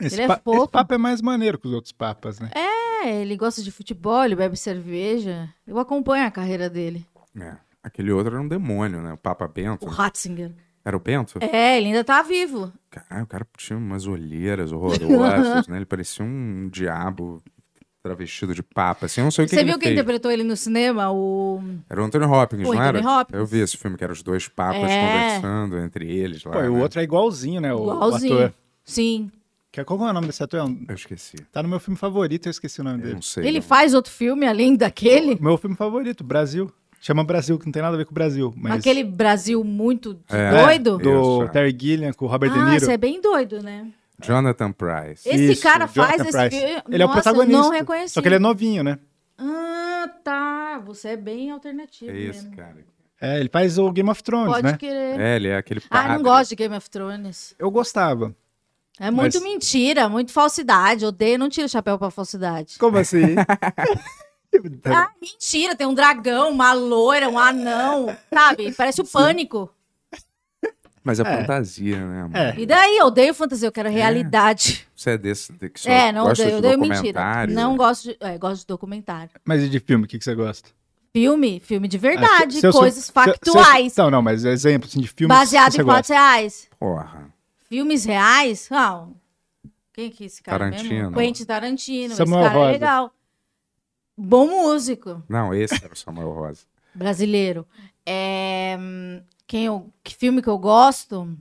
Speaker 3: Esse,
Speaker 4: ele é
Speaker 3: pa- esse
Speaker 4: fofo.
Speaker 3: papa é mais maneiro que os outros papas, né?
Speaker 4: É, ele gosta de futebol, ele bebe cerveja. Eu acompanho a carreira dele.
Speaker 2: É. Aquele outro era um demônio, né? O Papa Bento.
Speaker 4: O Ratzinger.
Speaker 2: Era o Bento?
Speaker 4: É, ele ainda tá vivo.
Speaker 2: Caralho, o cara tinha umas olheiras horrorosas, né? Ele parecia um diabo travestido de papa, assim. Eu não sei o que
Speaker 4: Você
Speaker 2: que
Speaker 4: viu
Speaker 2: ele
Speaker 4: quem
Speaker 2: fez.
Speaker 4: interpretou ele no cinema? O.
Speaker 2: Era o Anthony Hopkins,
Speaker 4: O
Speaker 2: não
Speaker 4: Anthony
Speaker 2: era?
Speaker 4: Hopkins.
Speaker 2: Eu vi esse filme que eram os dois papas
Speaker 4: É.
Speaker 2: conversando entre eles lá.
Speaker 3: Pô, e o
Speaker 2: né?
Speaker 3: outro é igualzinho, né? O, o
Speaker 4: Igualzinho.
Speaker 3: ator.
Speaker 4: Sim.
Speaker 3: Que é- Qual que é o nome desse ator? É um-
Speaker 2: Eu esqueci.
Speaker 3: Tá no meu filme favorito, eu esqueci o nome
Speaker 2: Eu
Speaker 3: dele.
Speaker 2: não sei.
Speaker 4: Ele
Speaker 2: Eu-
Speaker 4: faz outro filme além daquele?
Speaker 3: Meu filme favorito, Brasil. Chama Brasil, que não tem nada a ver com o Brasil. Mas...
Speaker 4: Aquele Brasil muito
Speaker 2: É.
Speaker 4: doido?
Speaker 3: Do
Speaker 2: Isso, é.
Speaker 3: Terry Gilliam com o Robert De
Speaker 4: Ah,
Speaker 3: Niro.
Speaker 4: isso é bem doido, né?
Speaker 2: Jonathan Price.
Speaker 4: Esse
Speaker 3: Isso,
Speaker 4: cara faz
Speaker 3: Jonathan
Speaker 4: esse
Speaker 3: Pryce.
Speaker 4: filme.
Speaker 3: Ele é o
Speaker 4: Nossa, eu
Speaker 3: protagonista.
Speaker 4: não reconheci.
Speaker 3: Só que ele é novinho, né?
Speaker 4: Ah, tá. Você é bem alternativo
Speaker 2: É esse
Speaker 4: mesmo.
Speaker 2: cara.
Speaker 3: É, ele faz o Game of Thrones,
Speaker 4: Pode
Speaker 3: né?
Speaker 4: querer.
Speaker 2: É, ele é aquele padre.
Speaker 4: Ah, não gosto de Game of Thrones.
Speaker 3: Eu gostava.
Speaker 4: É muito
Speaker 3: Mas-
Speaker 4: mentira, muito falsidade. Odeio, não tiro o chapéu pra falsidade.
Speaker 3: Como assim? É.
Speaker 4: Ah, mentira, tem um dragão, uma loira, um anão, sabe? Parece o pânico.
Speaker 2: Mas é,
Speaker 3: É.
Speaker 2: fantasia, né? amor?
Speaker 3: É.
Speaker 4: E daí, eu odeio fantasia, eu quero realidade.
Speaker 2: Você é desse de- que É. só
Speaker 4: É, não
Speaker 2: gosta
Speaker 4: odeio,
Speaker 2: de né?
Speaker 4: odeio mentira.
Speaker 2: documentário.
Speaker 4: Não gosto de. É, gosto de documentário.
Speaker 3: Mas e de filme, o que, que você gosta?
Speaker 4: Filme, filme de
Speaker 3: Ah,
Speaker 4: verdade,
Speaker 3: se- se eu sou-
Speaker 4: coisas
Speaker 3: se- se eu-
Speaker 4: factuais.
Speaker 3: Não, não, mas exemplo assim, de filme
Speaker 4: baseado
Speaker 3: que você
Speaker 4: em fatos
Speaker 3: gosta.
Speaker 4: reais.
Speaker 2: Porra.
Speaker 4: Filmes reais? Não. Quem que é esse cara mesmo?
Speaker 2: Tarantino.
Speaker 4: Quentin Tarantino.
Speaker 3: Samuel
Speaker 4: esse cara
Speaker 3: Rosa.
Speaker 4: é legal. Bom músico
Speaker 2: Não, esse era o Samuel Rosa.
Speaker 4: brasileiro. É, hum, quem eu, que filme que eu gosto?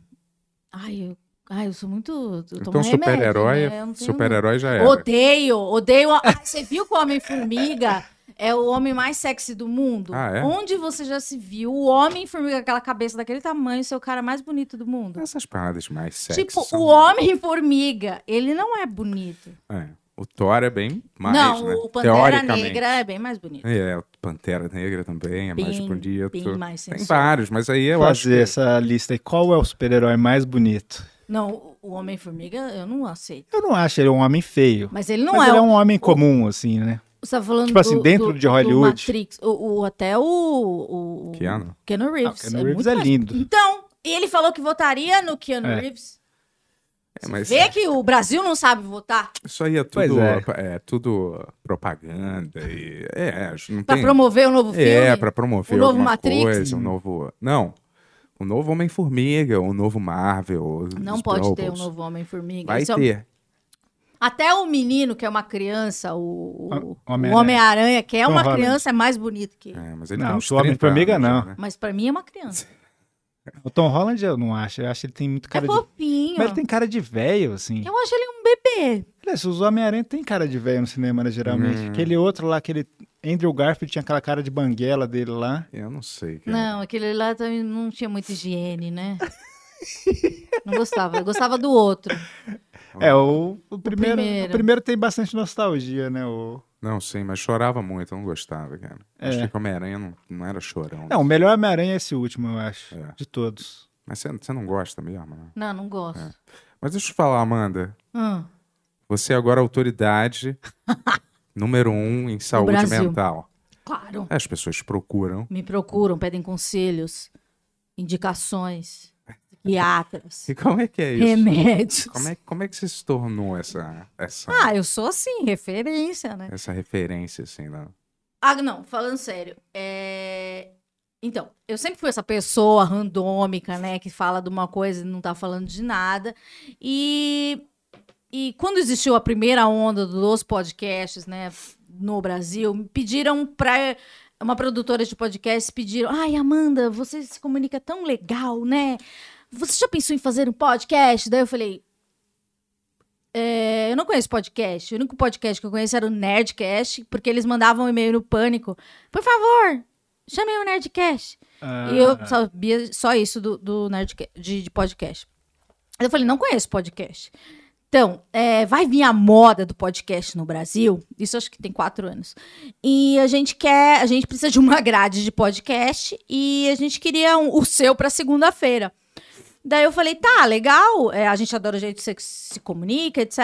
Speaker 4: Ai, eu, ai, eu sou muito... Eu tomo
Speaker 2: Então,
Speaker 4: remédio,
Speaker 2: super-herói
Speaker 4: né? Eu não tenho-
Speaker 2: super-herói já era.
Speaker 4: Odeio, odeio. a- Ah, você viu que o Homem-Formiga é o homem mais sexy do mundo?
Speaker 2: Ah, é?
Speaker 4: Onde você já se viu? O Homem-Formiga, aquela cabeça daquele tamanho, ser o cara mais bonito do mundo.
Speaker 2: Essas paradas mais sexy.
Speaker 4: Tipo,
Speaker 2: são-
Speaker 4: o Homem-Formiga, ele não é bonito.
Speaker 2: É. O Thor é bem mais,
Speaker 4: não,
Speaker 2: né?
Speaker 4: o Pantera
Speaker 2: Teoricamente.
Speaker 4: Negra é bem mais bonito.
Speaker 2: É, o Pantera Negra também é mais
Speaker 4: Bem-
Speaker 2: bonito.
Speaker 4: Bem mais
Speaker 2: Tem
Speaker 4: sensual.
Speaker 2: vários, mas aí eu acho
Speaker 3: Fazer
Speaker 2: que...
Speaker 3: essa lista aí. Qual é o super-herói mais bonito?
Speaker 4: Não, o- o Homem-Formiga eu não aceito.
Speaker 3: Eu não acho ele um homem feio.
Speaker 4: Mas ele não
Speaker 3: mas
Speaker 4: é.
Speaker 3: ele é
Speaker 4: o-
Speaker 3: um homem comum, assim, né?
Speaker 4: Você tá falando
Speaker 3: tipo assim,
Speaker 4: do-
Speaker 3: dentro
Speaker 4: do,
Speaker 3: de Hollywood.
Speaker 4: do Matrix. O, o- até o, o. o-
Speaker 2: Keanu?
Speaker 4: Keanu Reeves.
Speaker 3: Ah, o Keanu Reeves
Speaker 4: muito
Speaker 3: é
Speaker 4: mais-
Speaker 3: lindo.
Speaker 4: Então, e ele falou que votaria no Keanu
Speaker 3: É.
Speaker 4: Reeves.
Speaker 2: É, mas
Speaker 4: Vê que o Brasil não sabe votar
Speaker 2: isso aí é
Speaker 3: Pois
Speaker 2: tudo,
Speaker 3: é.
Speaker 2: é tudo propaganda e... É, acho que não
Speaker 4: pra
Speaker 2: tem...
Speaker 4: promover o novo filme.
Speaker 2: É, pra promover
Speaker 4: O novo
Speaker 2: alguma
Speaker 4: Matrix?
Speaker 2: coisa, um novo... Não, o novo Homem-Formiga, o novo Marvel... os-
Speaker 4: Não
Speaker 2: os
Speaker 4: pode ter um
Speaker 2: Globals.
Speaker 4: novo Homem-Formiga.
Speaker 2: Vai
Speaker 4: Esse é o-
Speaker 2: ter.
Speaker 4: Até o menino, que é uma criança, o, o-
Speaker 3: O-
Speaker 4: o
Speaker 3: Ah, Homem-Aranha.
Speaker 4: Homem-aranha, que é
Speaker 3: Tom
Speaker 4: uma
Speaker 3: Holland.
Speaker 4: criança, é mais bonito que ele.
Speaker 2: É, mas ele
Speaker 3: Não,
Speaker 2: tem uns
Speaker 3: o Homem-Formiga
Speaker 2: 30 anos,
Speaker 3: não.
Speaker 2: né?
Speaker 4: Mas pra mim é uma criança.
Speaker 3: O Tom Holland eu não acho. Eu acho que ele tem muito cara
Speaker 4: é
Speaker 3: de.
Speaker 4: fofinho.
Speaker 3: Mas ele tem cara de velho, assim.
Speaker 4: Eu acho ele um bebê.
Speaker 3: Olha, Os Homem-Aranha tem cara de velho no cinema, né, geralmente. Aquele outro lá, aquele Andrew Garfield tinha aquela cara de banguela dele lá.
Speaker 2: Eu não sei. cara.
Speaker 4: Não, aquele lá também não tinha muita higiene, né? não gostava. Eu gostava do outro.
Speaker 3: É, o, o primeiro, o primeiro.
Speaker 4: primeiro.
Speaker 3: tem bastante nostalgia, né? O...
Speaker 2: Não, sim, mas chorava muito, eu não gostava, cara.
Speaker 3: É.
Speaker 2: Achei que Homem-Aranha não, não era chorão.
Speaker 3: Não, o melhor Homem-Aranha é esse último, eu acho.
Speaker 2: É.
Speaker 3: De todos.
Speaker 2: Mas você- você não gosta mesmo, né?
Speaker 4: Não, não gosto.
Speaker 2: Mas deixa eu te falar, Amanda.
Speaker 4: Ah,
Speaker 2: Você é agora a autoridade número um em saúde
Speaker 4: Brasil.
Speaker 2: mental.
Speaker 4: claro.
Speaker 2: As pessoas procuram.
Speaker 4: Me procuram, pedem conselhos, indicações, psiquiatras,
Speaker 2: E como é que é isso?
Speaker 4: remédios.
Speaker 2: Como é, como é que você se tornou essa, essa,
Speaker 4: Ah, eu sou assim, referência, né?
Speaker 2: essa referência, assim, né?
Speaker 4: Ah, não, falando sério. é, Então, eu sempre fui essa pessoa randômica, né? Que fala de uma coisa e não tá falando de nada. E, e quando existiu a primeira onda dos podcasts, né? No Brasil, me pediram pra. Uma produtora de podcasts pediram: Ai, Amanda, você se comunica tão legal, né? Você já pensou em fazer um podcast? Daí eu falei: é, eu não conheço podcast. O único podcast que eu conheço era o Nerdcast, porque eles mandavam um e-mail no pânico. Por favor, chamei o Nerdcast.
Speaker 3: Ah,
Speaker 4: E eu sabia só isso do, do Nerdca- de, de podcast. Eu falei, não conheço podcast. Então, é, vai vir a moda do podcast no Brasil. Isso acho que tem quatro anos. E a gente quer, a gente precisa de uma grade de podcast e a gente queria um- o seu para segunda-feira. Daí eu falei, tá, legal, é, a gente adora o jeito que você se comunica, etc.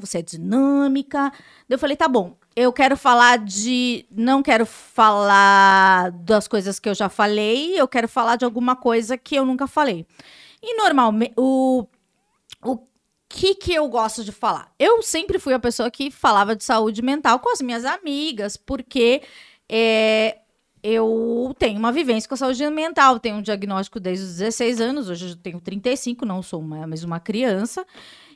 Speaker 4: Você é dinâmica. Daí eu falei, tá bom, eu quero falar de. Não quero falar das coisas que eu já falei, eu quero falar de alguma coisa que eu nunca falei. E normalmente, o, o que que eu gosto de falar? Eu sempre fui a pessoa que falava de saúde mental com as minhas amigas, porque é, eu tenho uma vivência com a saúde mental, tenho um diagnóstico desde os 16 anos, hoje eu tenho 35, não sou uma- mais uma criança.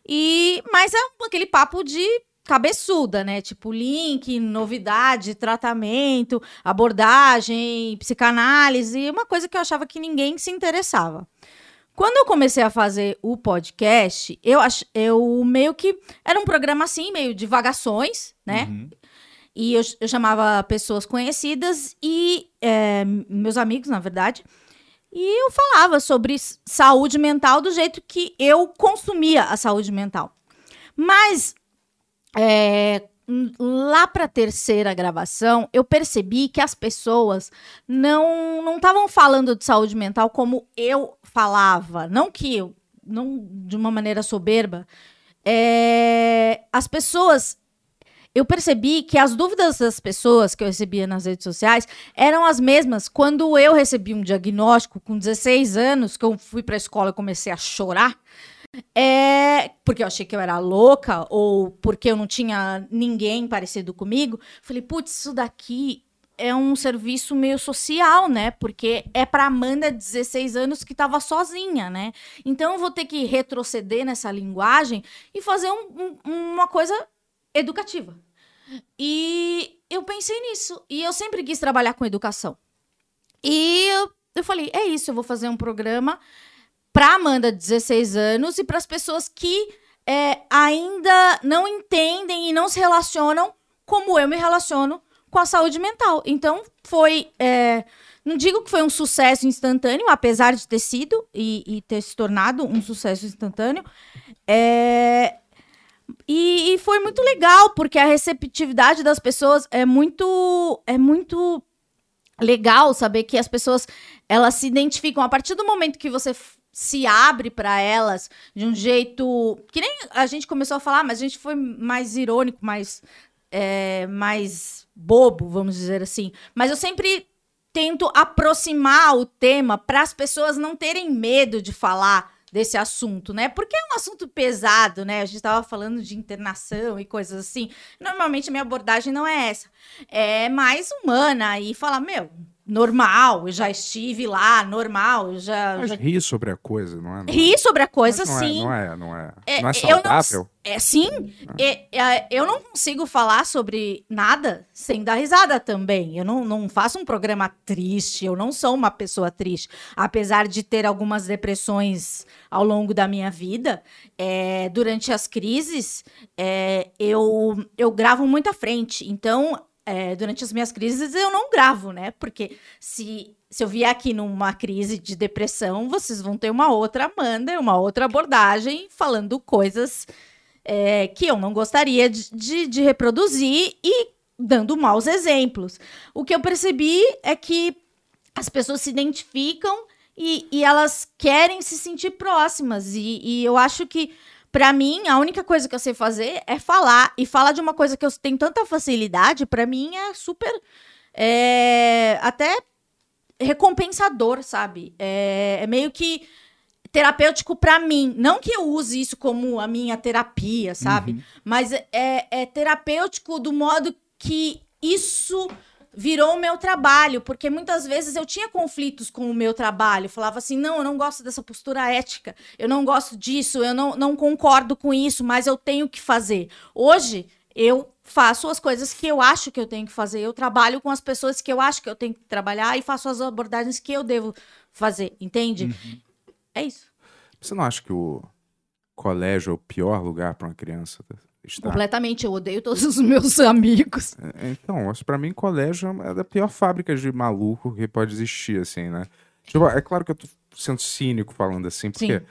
Speaker 4: E mas é um- aquele papo de cabeçuda, né? Tipo link, novidade, tratamento, abordagem, psicanálise, uma coisa que eu achava que ninguém se interessava. Quando eu comecei a fazer o podcast, eu ach... eu meio que era um programa assim, meio de vagações, né?
Speaker 3: uhum.
Speaker 4: E eu, eu chamava pessoas conhecidas e é, meus amigos, na verdade. E eu falava sobre s- saúde mental do jeito que eu consumia a saúde mental. Mas é, n- lá para a terceira gravação, eu percebi que as pessoas não não estavam falando de saúde mental como eu falava. Não que eu, não de uma maneira soberba. É, as pessoas eu percebi que as dúvidas das pessoas que eu recebia nas redes sociais eram as mesmas quando eu recebi um diagnóstico com 16 anos, que eu fui pra escola e comecei a chorar. É, porque eu achei que eu era louca ou porque eu não tinha ninguém parecido comigo. Falei, putz, isso daqui é um serviço meio social, né? Porque é pra Amanda, 16 anos, que tava sozinha, né? Então eu vou ter que retroceder nessa linguagem e fazer um- um- uma coisa educativa. E eu pensei nisso. E eu sempre quis trabalhar com educação. E eu, eu falei: é isso, eu vou fazer um programa para Amanda, 16 anos, e para as pessoas que é, ainda não entendem e não se relacionam como eu me relaciono com a saúde mental. Então, foi. é, não digo que foi um sucesso instantâneo, apesar de ter sido e, e ter se tornado um sucesso instantâneo. É, e, e foi muito legal, porque a receptividade das pessoas é muito. É muito legal saber que as pessoas elas se identificam a partir do momento que você f- se abre para elas de um jeito que nem a gente começou a falar, mas a gente foi mais irônico, mais é, mais bobo, vamos dizer assim. Mas eu sempre tento aproximar o tema para as pessoas não terem medo de falar desse assunto, né? Porque é um assunto pesado, né? A gente tava falando de internação e coisas assim. Normalmente minha abordagem não é essa. É mais humana e falar, meu, normal, eu já estive lá, normal, eu já,
Speaker 2: Mas
Speaker 4: já
Speaker 2: rir sobre a coisa, não é? Não é?
Speaker 4: ri sobre a coisa,
Speaker 2: Mas não
Speaker 4: sim.
Speaker 2: É, não é, não é.
Speaker 4: É,
Speaker 2: não é
Speaker 4: eu não-
Speaker 2: saudável?
Speaker 4: É sim, é, é, eu não consigo falar sobre nada sem dar risada também. Eu não, não faço um programa triste, eu não sou uma pessoa triste. Apesar de ter algumas depressões ao longo da minha vida, é, durante as crises, é, eu, eu gravo muito à frente. Então, é, durante as minhas crises, eu não gravo, né? Porque se, se eu vier aqui numa crise de depressão, vocês vão ter uma outra Amanda, uma outra abordagem, falando coisas é, que eu não gostaria de, de- de reproduzir e dando maus exemplos. O que eu percebi é que as pessoas se identificam e, e elas querem se sentir próximas. E, e eu acho que, pra mim, a única coisa que eu sei fazer é falar. E falar de uma coisa que eu tenho tanta facilidade, pra mim é super. é, até recompensador, sabe? É, é meio que terapêutico pra mim. Não que eu use isso como a minha terapia, sabe? Mas é, é terapêutico do modo que isso virou o meu trabalho, porque muitas vezes eu tinha conflitos com o meu trabalho, falava assim, não, eu não gosto dessa postura ética, eu não gosto disso, eu não, não concordo com isso, mas eu tenho que fazer. Hoje, eu faço as coisas que eu acho que eu tenho que fazer, eu trabalho com as pessoas que eu acho que eu tenho que trabalhar e faço as abordagens que eu devo fazer, entende? É isso,
Speaker 2: Você não acha que o colégio é o pior lugar pra uma criança estar?
Speaker 4: completamente, eu odeio todos os meus amigos.
Speaker 2: Então, acho pra mim colégio é da pior fábrica de maluco que pode existir, assim, né? Tipo, é claro que eu tô sendo cínico falando assim, porque
Speaker 4: Sim.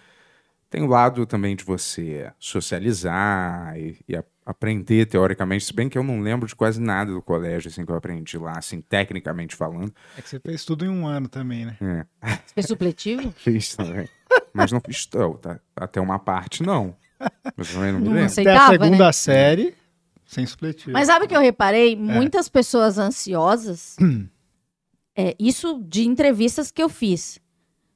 Speaker 2: tem o lado também de você socializar e, e a- aprender teoricamente, se bem que eu não lembro de quase nada do colégio, assim, que eu aprendi lá, assim, tecnicamente falando.
Speaker 3: É que você fez tudo em um ano também, né?
Speaker 4: É supletivo?
Speaker 2: Fiz também. Mas não fiz, tão, tá? até uma parte, não. Mas também não me
Speaker 4: Não
Speaker 2: lembro.
Speaker 4: sei.
Speaker 3: Até a
Speaker 4: Aceitava,
Speaker 3: segunda
Speaker 4: né?
Speaker 3: série, sem supletivo.
Speaker 4: Mas sabe o que eu reparei? Muitas pessoas ansiosas, é, isso de entrevistas que eu fiz,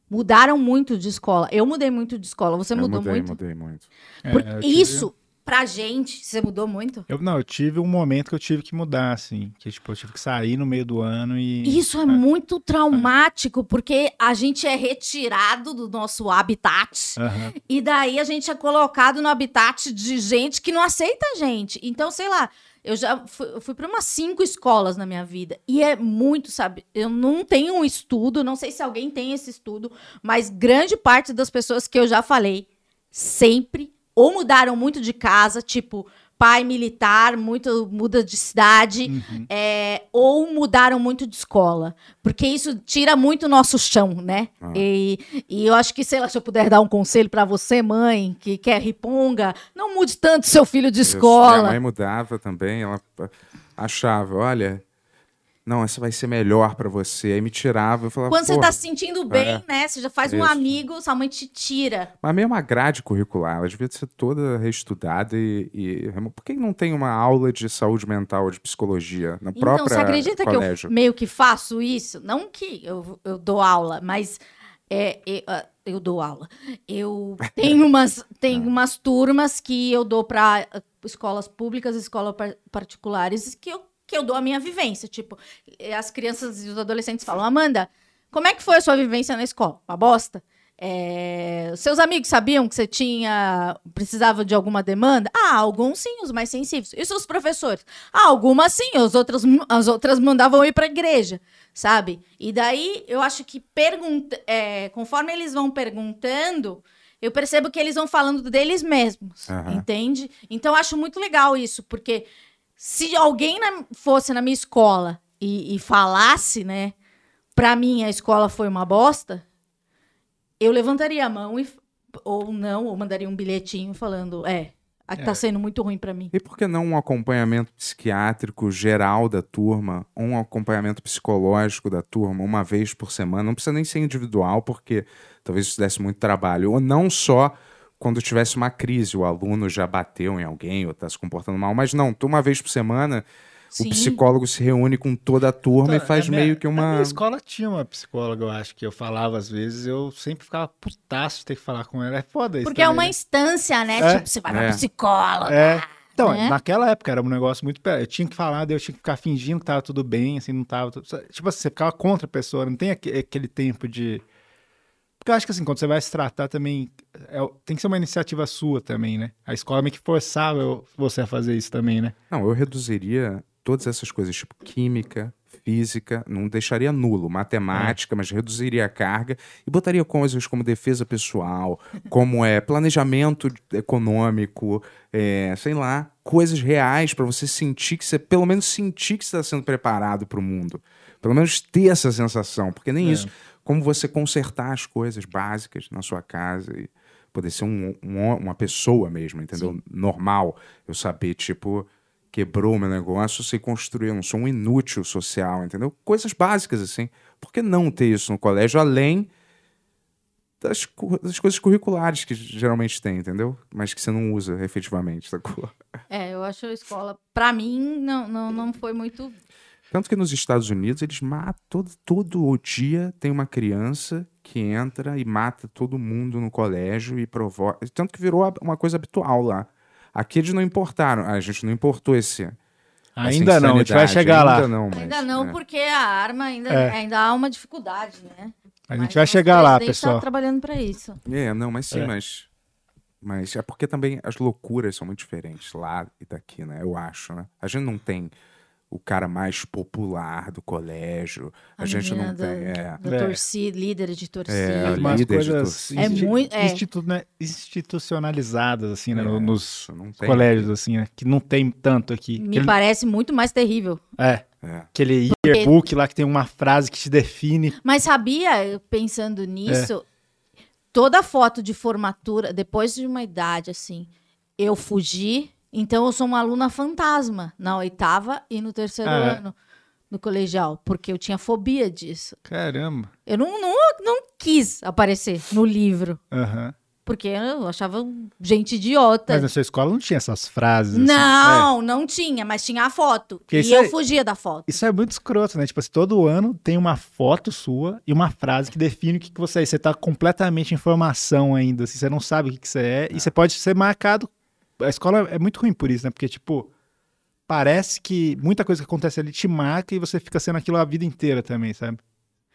Speaker 4: mudaram muito de escola. Eu mudei muito de escola. Você
Speaker 2: Eu
Speaker 4: mudou
Speaker 2: mudei,
Speaker 4: muito?
Speaker 2: mudei muito.
Speaker 3: É,
Speaker 4: Porque
Speaker 3: eu tive-
Speaker 4: isso, pra gente, você mudou muito?
Speaker 3: Eu, não, eu tive um momento que eu tive que mudar, assim. Que, tipo, eu tive que sair no meio do ano e...
Speaker 4: Isso é muito traumático, porque a gente é retirado do nosso habitat.
Speaker 3: Aham.
Speaker 4: E daí a gente é colocado no habitat de gente que não aceita a gente. Então, sei lá, eu já fui, fui para umas cinco escolas na minha vida. E é muito, sabe? Eu não tenho um estudo, não sei se alguém tem esse estudo, mas grande parte das pessoas que eu já falei sempre ou mudaram muito de casa, tipo pai militar, muito muda de cidade,
Speaker 3: Uhum.
Speaker 4: é, ou mudaram muito de escola. Porque isso tira muito o nosso chão, né?
Speaker 2: Ah.
Speaker 4: E, e eu acho que, sei lá, se eu puder dar um conselho pra você, mãe, que quer riponga, não mude tanto seu filho de
Speaker 2: Isso. Minha
Speaker 4: escola.
Speaker 2: mãe mudava também, ela achava, olha, não, essa vai ser melhor pra você. Aí me tirava, eu falava,
Speaker 4: Quando você
Speaker 2: "Porra."
Speaker 4: tá se sentindo bem,
Speaker 2: É.
Speaker 4: né? Você já faz um
Speaker 2: Isso.
Speaker 4: amigo, sua mãe te tira.
Speaker 2: Mas mesmo a grade curricular, ela devia ser toda reestudada e... e remo- Por que não tem uma aula de saúde mental, de psicologia, na própria
Speaker 4: então, você acredita
Speaker 2: colégio?
Speaker 4: que eu meio que faço isso? Não que eu, eu dou aula, mas é, é, ah, eu, dou aula. Eu tenho umas,
Speaker 2: Ah.
Speaker 4: tenho umas turmas que eu dou para escolas públicas, escolas par- particulares, que eu, que eu dou a minha vivência. Tipo, eh, as crianças e os adolescentes falam, Amanda, como é que foi a sua vivência na escola? Uma bosta? É, seus amigos sabiam que você tinha precisava de alguma demanda? Ah, alguns sim, os mais sensíveis. E seus professores? Ah, algumas sim, as outras, as outras mandavam ir para a igreja, sabe? E daí eu acho que pergunta, é, conforme eles vão perguntando, eu percebo que eles vão falando deles mesmos,
Speaker 2: Aham.
Speaker 4: entende? Então eu acho muito legal isso, porque se alguém na- fosse na minha escola e, e falasse, né, pra mim a escola foi uma bosta, eu levantaria a mão e, ou não, ou mandaria um bilhetinho falando, é, a que tá sendo muito ruim pra mim.
Speaker 2: E por que não um acompanhamento psiquiátrico geral da turma, um acompanhamento psicológico da turma, uma vez por semana? Não precisa nem ser individual, porque talvez isso desse muito trabalho. Ou não só quando tivesse uma crise, o aluno já bateu em alguém ou está se comportando mal, mas não, tu uma vez por semana, o
Speaker 4: Sim.
Speaker 2: psicólogo se reúne com toda a turma e
Speaker 3: Na
Speaker 2: faz
Speaker 3: é minha-
Speaker 2: meio que
Speaker 3: Na
Speaker 2: uma.
Speaker 3: minha escola tinha uma psicóloga, eu acho, que eu falava às vezes, eu sempre ficava putaço de ter que falar com ela. É foda isso.
Speaker 4: Porque é uma
Speaker 3: também,
Speaker 4: instância, né?
Speaker 3: É.
Speaker 4: Tipo, você vai
Speaker 2: É.
Speaker 4: pra psicóloga.
Speaker 3: né? É. Então,
Speaker 4: né?
Speaker 3: naquela época era um negócio muito. pe- Eu tinha que falar, daí eu tinha que ficar fingindo que tava tudo bem, assim, não tava. tudo- Tipo assim, você ficava contra a pessoa, não tem aque- aquele tempo de. Porque eu acho que assim, quando você vai se tratar também. é o- tem que ser uma iniciativa sua também, né? A escola meio que forçava eu- você a fazer isso também, né?
Speaker 2: Não, eu reduziria todas essas coisas, tipo química, física, não deixaria nulo, matemática, mas reduziria a carga e botaria coisas como defesa pessoal, como é planejamento econômico, é, sei lá, coisas reais pra você sentir que você, pelo menos sentir que você está sendo preparado pro mundo. Pelo menos ter essa sensação, porque nem
Speaker 3: É.
Speaker 2: isso. Como você consertar as coisas básicas na sua casa e poder ser um- um- uma pessoa mesmo, entendeu? Normal. Eu saber, tipo, quebrou meu negócio, sei construir, eu não sou um inútil social, entendeu? Coisas básicas, assim. Por que não ter isso no colégio, além das, cu- das coisas curriculares que geralmente tem, entendeu? Mas que você não usa efetivamente, sacou?
Speaker 4: É, eu acho a escola, pra mim, não, não, não foi muito.
Speaker 2: Tanto que nos Estados Unidos eles matam todo, todo o dia tem uma criança que entra e mata todo mundo no colégio e provoca. Tanto que virou a- uma coisa habitual lá. Aqui eles não importaram, a gente não importou esse. essa
Speaker 3: Ainda não, a gente vai
Speaker 2: insanidade,
Speaker 3: chegar lá.
Speaker 2: Ainda não, mas,
Speaker 4: ainda não,
Speaker 2: é.
Speaker 4: porque a arma ainda,
Speaker 3: É.
Speaker 4: ainda há uma dificuldade, né?
Speaker 3: A gente vai chegar lá, pessoal.
Speaker 4: Tá trabalhando pra isso.
Speaker 2: É, não, mas sim,
Speaker 3: É.
Speaker 2: mas. Mas é porque também as loucuras são muito diferentes lá e daqui, né? Eu acho, né? A gente não tem o cara mais popular do colégio. A, gente não
Speaker 4: menina da-
Speaker 2: tem. É,
Speaker 4: Da
Speaker 3: É.
Speaker 4: torcida, líder de
Speaker 2: É,
Speaker 4: torcida.
Speaker 2: ali-
Speaker 3: Umas
Speaker 2: líder de
Speaker 3: coisas
Speaker 2: torcida.
Speaker 4: É
Speaker 3: insti-
Speaker 4: muito- é.
Speaker 3: institu- né, institucionalizadas, assim, né,
Speaker 2: É,
Speaker 3: no- nos
Speaker 2: isso, não tem.
Speaker 3: colégios, assim, né, que não tem tanto aqui.
Speaker 4: Me
Speaker 3: Aquele,
Speaker 4: parece muito mais terrível.
Speaker 3: é,
Speaker 2: É.
Speaker 3: aquele yearbook lá que tem uma frase que te define.
Speaker 4: Mas sabia, eu pensando nisso, toda foto de formatura, depois de uma idade, assim, eu fugi, então eu sou uma aluna fantasma na oitava e no terceiro
Speaker 3: Ah, é?
Speaker 4: ano do colegial, porque eu tinha fobia disso.
Speaker 3: Caramba.
Speaker 4: Eu não, não, não quis aparecer no livro,
Speaker 3: Aham.
Speaker 4: porque eu achava gente idiota.
Speaker 3: Mas na sua escola não tinha essas frases. assim. É.
Speaker 4: Tá. não, não tinha, mas tinha a foto.
Speaker 3: Porque
Speaker 4: e
Speaker 3: isso
Speaker 4: eu
Speaker 3: é-
Speaker 4: fugia da foto.
Speaker 3: Isso é muito escroto, né? Tipo assim, todo ano tem uma foto sua e uma frase que define o que, que você é. Você tá completamente em formação ainda, assim, você não sabe o que, que você é. E você pode ser marcado. A escola é muito ruim por isso, né? Porque, tipo, parece que muita coisa que acontece ali te marca e você fica sendo aquilo a vida inteira também, sabe?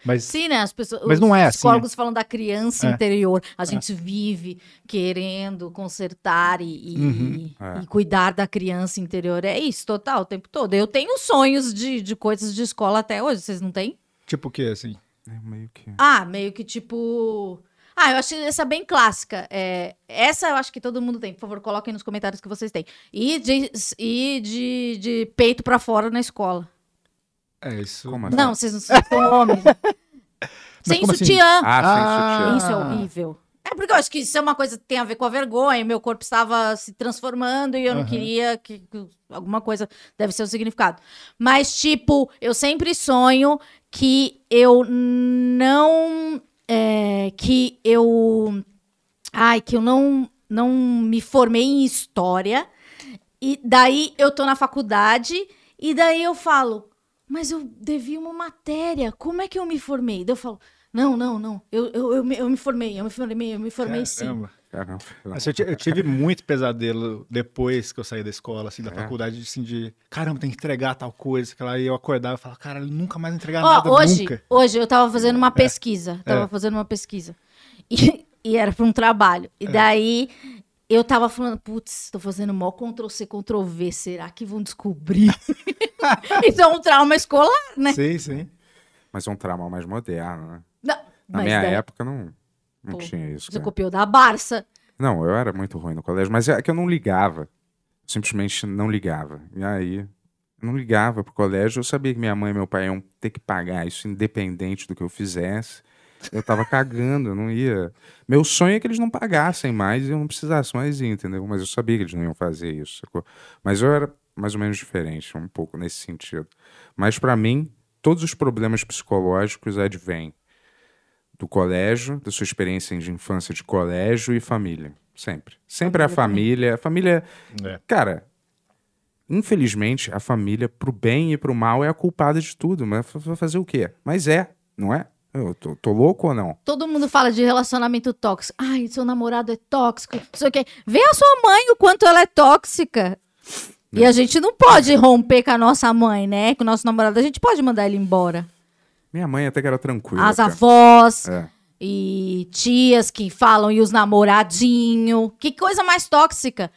Speaker 3: Mas
Speaker 4: Sim, né? As pessoas,
Speaker 3: Mas
Speaker 4: os
Speaker 3: não é assim,
Speaker 4: psicólogos falam da criança
Speaker 3: É.
Speaker 4: interior. A gente vive querendo consertar e, e-
Speaker 3: Uhum.
Speaker 2: É.
Speaker 4: e cuidar da criança interior. É isso, total, o tempo todo. Eu tenho sonhos de, de coisas de escola até hoje, vocês não têm?
Speaker 3: tipo o quê, assim?
Speaker 2: É meio que.
Speaker 4: Ah, meio que tipo. Ah, eu achei essa bem clássica. É, essa eu acho que todo mundo tem. Por favor, coloquem nos comentários que vocês têm. E de, e de, de peito pra fora na escola.
Speaker 3: É isso.
Speaker 2: Como assim?
Speaker 4: Não, vocês não vocês são homens. Sem
Speaker 3: como assim?
Speaker 4: sutiã.
Speaker 2: Ah, sem sutiã.
Speaker 4: Isso é
Speaker 3: Ah.
Speaker 4: horrível. É porque eu acho que isso é uma coisa que tem a ver com a vergonha. Meu corpo estava se transformando e eu não
Speaker 3: Aham.
Speaker 4: queria que, que alguma coisa deve ser o significado. Mas tipo, eu sempre sonho que eu não é, que eu ai que eu não não me formei em história e daí eu tô na faculdade e daí eu falo, mas eu devia uma matéria, como é que eu me formei? Daí eu falo, não, não, não, eu, eu, eu, me, eu me formei, eu me formei, eu me formei sim.
Speaker 3: Caramba.
Speaker 2: Caramba.
Speaker 3: Assim, eu, ti- eu tive muito pesadelo depois que eu saí da escola, assim, da
Speaker 2: É?
Speaker 3: faculdade, assim, de caramba, tem que entregar tal coisa, que lá, e eu acordava e falava, cara, nunca mais entregar nada,
Speaker 4: Ó, hoje,
Speaker 3: nunca.
Speaker 4: hoje eu tava fazendo uma pesquisa, tava
Speaker 3: É.
Speaker 4: fazendo uma pesquisa. E, e era pra um trabalho.
Speaker 3: É.
Speaker 4: E daí eu tava falando, putz, tô fazendo mó Ctrl C, Ctrl V, será que vão descobrir? Isso é um trauma escolar, né?
Speaker 3: Sim, sim.
Speaker 2: Mas é um trauma mais moderno, né?
Speaker 4: Não,
Speaker 2: Na
Speaker 4: mas
Speaker 2: minha
Speaker 4: daí
Speaker 2: época não, não
Speaker 4: Pô,
Speaker 2: tinha isso. é.
Speaker 4: você
Speaker 2: cara.
Speaker 4: copiou da Barça.
Speaker 2: Não, eu era muito ruim no colégio, mas é que eu não ligava. Simplesmente não ligava. E aí, eu não ligava pro colégio. Eu sabia que minha mãe e meu pai iam ter que pagar isso, independente do que eu fizesse. Eu tava cagando, eu não ia. Meu sonho é que eles não pagassem mais e eu não precisasse mais ir, entendeu? Mas eu sabia que eles não iam fazer isso, sacou? Mas eu era mais ou menos diferente, um pouco nesse sentido. Mas pra mim, todos os problemas psicológicos advêm do colégio, da sua experiência de infância de colégio e família. Sempre. Sempre a família. A família.
Speaker 3: É.
Speaker 2: Cara, infelizmente, a família, pro bem e pro mal, é a culpada de tudo. Mas fa- fa- fazer o quê? Mas é, não é? Eu tô, tô louco ou não?
Speaker 4: Todo mundo fala de relacionamento tóxico. Ai, seu namorado é tóxico, não sei o quê. Vê a sua mãe o quanto ela é tóxica. E a gente não pode romper com a nossa mãe, né? Com o nosso namorado. A gente pode mandar ele embora.
Speaker 2: Minha mãe até que era tranquila.
Speaker 4: As
Speaker 2: cara.
Speaker 4: avós
Speaker 2: É.
Speaker 4: e tias que falam e os namoradinhos. Que coisa mais tóxica.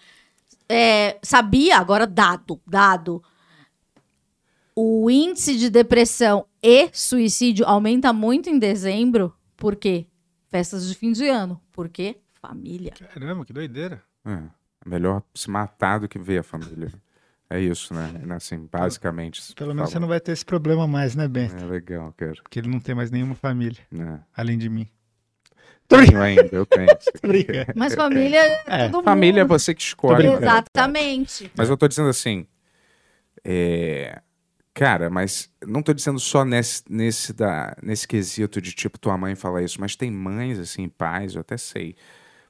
Speaker 4: É, sabia? Agora, dado, dado. O índice de depressão e suicídio aumenta muito em dezembro. Por quê? Festas de fim de ano. Por quê? Família.
Speaker 3: Caramba, que doideira.
Speaker 2: É. Melhor se matar do que ver a família. É isso, né? Assim, basicamente.
Speaker 3: Pelo menos você não vai ter esse problema mais, né, Ben?
Speaker 2: É legal, cara.
Speaker 3: Porque ele não tem mais nenhuma família,
Speaker 2: É.
Speaker 3: além de mim.
Speaker 2: Tenho ainda, eu tenho.
Speaker 3: Briga.
Speaker 4: Mas família é,
Speaker 3: É,
Speaker 4: todo mundo.
Speaker 2: Família é você que
Speaker 3: Tô
Speaker 2: escolhe.
Speaker 3: brincando.
Speaker 2: cara.
Speaker 4: Exatamente.
Speaker 2: Mas eu tô dizendo assim. é, Cara, mas não tô dizendo só nesse, nesse, da, nesse quesito de tipo tua mãe falar isso, mas tem mães, assim, pais, eu até sei.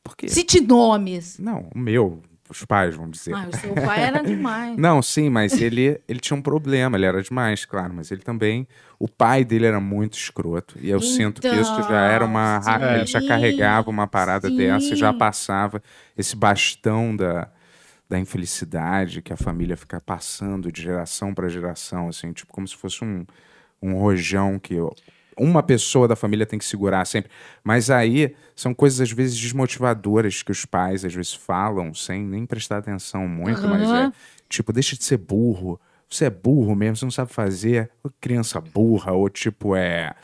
Speaker 2: Porque.
Speaker 4: Cite nomes.
Speaker 2: Não, o meu, os pais, vão dizer.
Speaker 4: Ah, o seu pai era demais.
Speaker 2: Não, sim, mas ele, ele tinha um problema, ele era demais, claro, mas ele também. O pai dele era muito escroto. E eu sinto que isso já era uma.
Speaker 4: Então,
Speaker 2: ra- Ele já
Speaker 4: sim,
Speaker 2: carregava uma parada dessa e já
Speaker 4: sim.
Speaker 2: passava esse bastão da, da infelicidade que a família fica passando de geração para geração, assim, tipo, como se fosse um, um rojão que eu- uma pessoa da família tem que segurar sempre. Mas aí são coisas, às vezes, desmotivadoras que os pais, às vezes, falam sem nem prestar atenção muito, mas é
Speaker 4: Aham.
Speaker 2: tipo, deixa de ser burro. Você é burro mesmo, você não sabe fazer. Ou criança burra, ou tipo, é.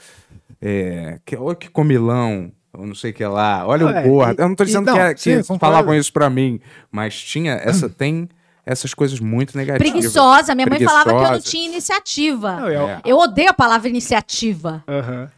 Speaker 2: é que, ou que comilão, ou não sei o que lá. Olha
Speaker 3: É,
Speaker 2: o gordo.
Speaker 3: e-
Speaker 2: Eu não tô
Speaker 3: e
Speaker 2: dizendo
Speaker 3: não,
Speaker 2: que, é- que
Speaker 3: sim, eu concordo.
Speaker 2: falavam isso pra mim, mas tinha essa. tem essas coisas muito negativas.
Speaker 4: Preguiçosa. Minha mãe falava que eu não
Speaker 2: é Preguiçosa.
Speaker 4: tinha iniciativa.
Speaker 3: Não, eu-
Speaker 2: É.
Speaker 4: Eu odeio a palavra iniciativa,
Speaker 3: Aham.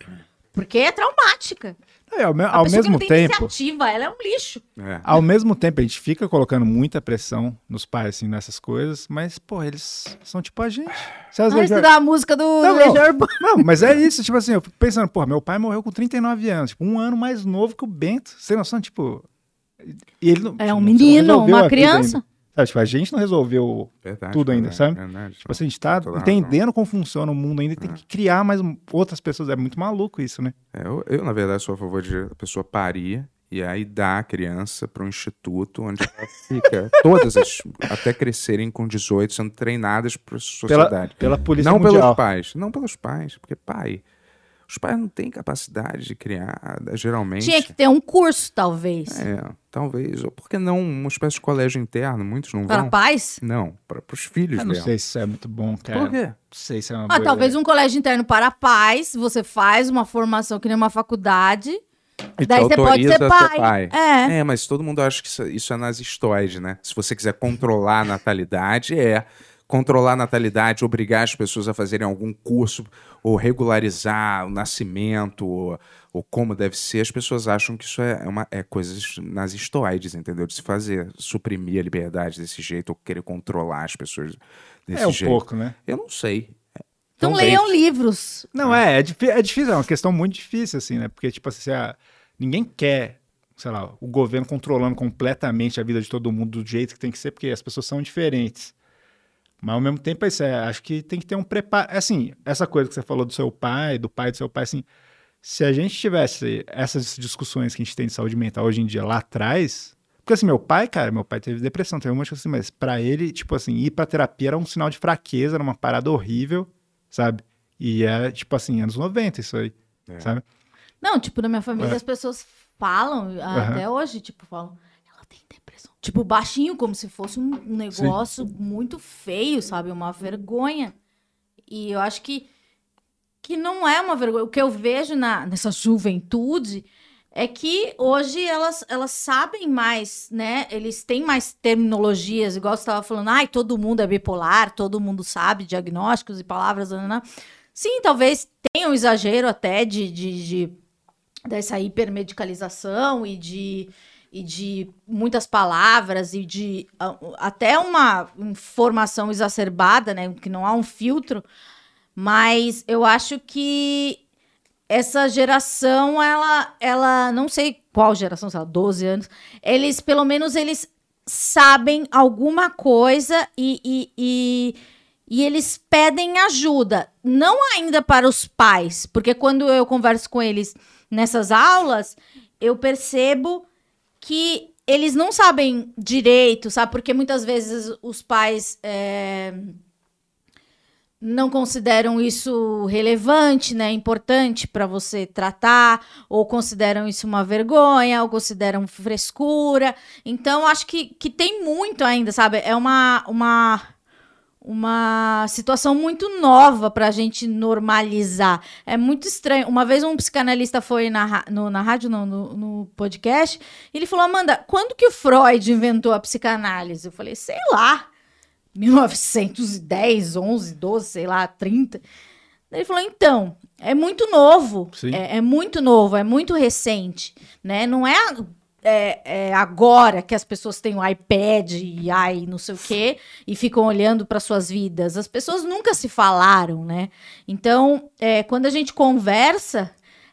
Speaker 4: porque é traumática.
Speaker 3: Não, e ao me-
Speaker 4: A
Speaker 3: ao
Speaker 4: pessoa que
Speaker 3: mesmo
Speaker 4: não tem
Speaker 3: tempo.
Speaker 4: iniciativa, ela é um lixo.
Speaker 2: É.
Speaker 3: Ao mesmo tempo, a gente fica colocando muita pressão nos pais, assim, nessas coisas, mas, pô, eles são tipo a gente. Se elas
Speaker 4: Não
Speaker 3: legiam-
Speaker 4: estudar a música do
Speaker 3: Não, não.
Speaker 4: Legião Urbana.
Speaker 3: Não, mas é isso, tipo assim, eu fico pensando, pô, meu pai morreu com 39 anos, tipo, um ano mais novo que o Bento, sem noção, tipo... E ele não- tipo,
Speaker 4: É um
Speaker 3: não- não
Speaker 4: menino,
Speaker 3: resolveu a
Speaker 4: uma
Speaker 3: vida
Speaker 4: criança.
Speaker 3: ainda. Sabe, tipo, a gente não resolveu...
Speaker 2: Verdade,
Speaker 3: Tudo ainda,
Speaker 2: verdade,
Speaker 3: sabe?
Speaker 2: verdade.
Speaker 3: Tipo assim, a gente tá
Speaker 2: Toda
Speaker 3: entendendo como funciona o mundo ainda e tem que criar mais um- outras pessoas. É muito maluco isso, né?
Speaker 2: É, eu, eu, na verdade, sou a favor de a pessoa parir e aí dar a criança para um instituto onde ela fica, todas as, até crescerem com 18, sendo treinadas para
Speaker 3: Pela,
Speaker 2: sociedade.
Speaker 3: pela polícia
Speaker 2: não
Speaker 3: mundial.
Speaker 2: pelos pais, não pelos pais, porque pai, os pais não têm capacidade de criar, geralmente.
Speaker 4: Tinha que ter um curso, talvez.
Speaker 2: É, talvez, ou por que não uma espécie de colégio interno, muitos não
Speaker 4: Para
Speaker 2: vão.
Speaker 4: paz?
Speaker 2: Não, para os filhos
Speaker 3: Eu não
Speaker 2: dela.
Speaker 3: sei se isso é muito bom, cara.
Speaker 2: Por
Speaker 3: Não
Speaker 2: quê?
Speaker 3: sei se é uma
Speaker 4: Ah,
Speaker 3: boa
Speaker 4: talvez
Speaker 3: ideia.
Speaker 4: um colégio interno para pais, você faz uma formação que nem uma faculdade,
Speaker 2: E te
Speaker 4: daí você pode
Speaker 2: autoriza
Speaker 4: ser
Speaker 2: a
Speaker 4: pai. É.
Speaker 2: É, mas todo mundo acha que isso, isso é nazistoide, né? Se você quiser controlar a natalidade, é. Controlar a natalidade, obrigar as pessoas a fazerem algum curso, ou regularizar o nascimento, ou, ou como deve ser, as pessoas acham que isso é, uma, é coisas nazistoides, entendeu? De se fazer, suprimir a liberdade desse jeito, ou querer controlar as pessoas desse
Speaker 3: É um
Speaker 2: jeito.
Speaker 3: pouco, né?
Speaker 2: Eu não sei.
Speaker 4: Então
Speaker 2: Talvez.
Speaker 4: leiam livros.
Speaker 3: Não, é, é, difí- é difícil, é uma questão muito difícil, assim, né? Porque, tipo assim, a- ninguém quer, sei lá, o governo controlando completamente a vida de todo mundo do jeito que tem que ser, porque as pessoas são diferentes. Mas ao mesmo tempo, é isso, é, acho que tem que ter um preparo. Assim, essa coisa que você falou do seu pai, do pai do seu pai, assim, se a gente tivesse essas discussões que a gente tem de saúde mental hoje em dia lá atrás. Porque assim, meu pai, cara, meu pai teve depressão, teve um monte de coisa assim, mas pra ele, tipo assim, ir pra terapia era um sinal de fraqueza, era uma parada horrível, sabe? E é, tipo assim, anos 90 isso aí,
Speaker 2: É.
Speaker 3: sabe?
Speaker 4: Não, tipo, na minha família
Speaker 3: É.
Speaker 4: as pessoas falam, até hoje, tipo, falam, ela tem depressão. Tipo, baixinho, como se fosse um um negócio muito feio, sabe? Uma vergonha. E eu acho que, que não é uma vergonha. O que eu vejo na, nessa juventude é que hoje elas, elas sabem mais, né? Eles têm mais terminologias, igual você estava falando, ai, todo mundo é bipolar, todo mundo sabe diagnósticos e palavras. Nanana. Sim, talvez tenha um exagero até de, de, de- dessa hipermedicalização e de, e de muitas palavras e de ah, até uma informação exacerbada, né? Que não há um filtro, mas eu acho que essa geração, ela, ela não sei qual geração, sei lá, 12 anos, eles, pelo menos, eles sabem alguma coisa e, e, e, e eles pedem ajuda. Não ainda para os pais, porque quando eu converso com eles nessas aulas, eu percebo que eles não sabem direito, sabe? Porque muitas vezes os pais. é, não consideram isso relevante, né, importante para você tratar, ou consideram isso uma vergonha, ou consideram frescura. Então, acho que, que tem muito ainda, sabe? É uma, uma, uma situação muito nova para a gente normalizar. É muito estranho. Uma vez um psicanalista foi na, ra- no, na rádio, não, no, no podcast, e ele falou, Amanda, quando que o Freud inventou a psicanálise? Eu falei, sei lá. 1910, 11, 12, sei lá, 30. Daí Ele falou, então, é muito novo.
Speaker 3: Sim.
Speaker 4: É, é muito novo, é muito recente, né? Não é... é, é, agora que as pessoas têm o iPad e ai não sei o quê e ficam olhando para suas vidas. As pessoas nunca se falaram, né? Então, é, quando a gente conversa,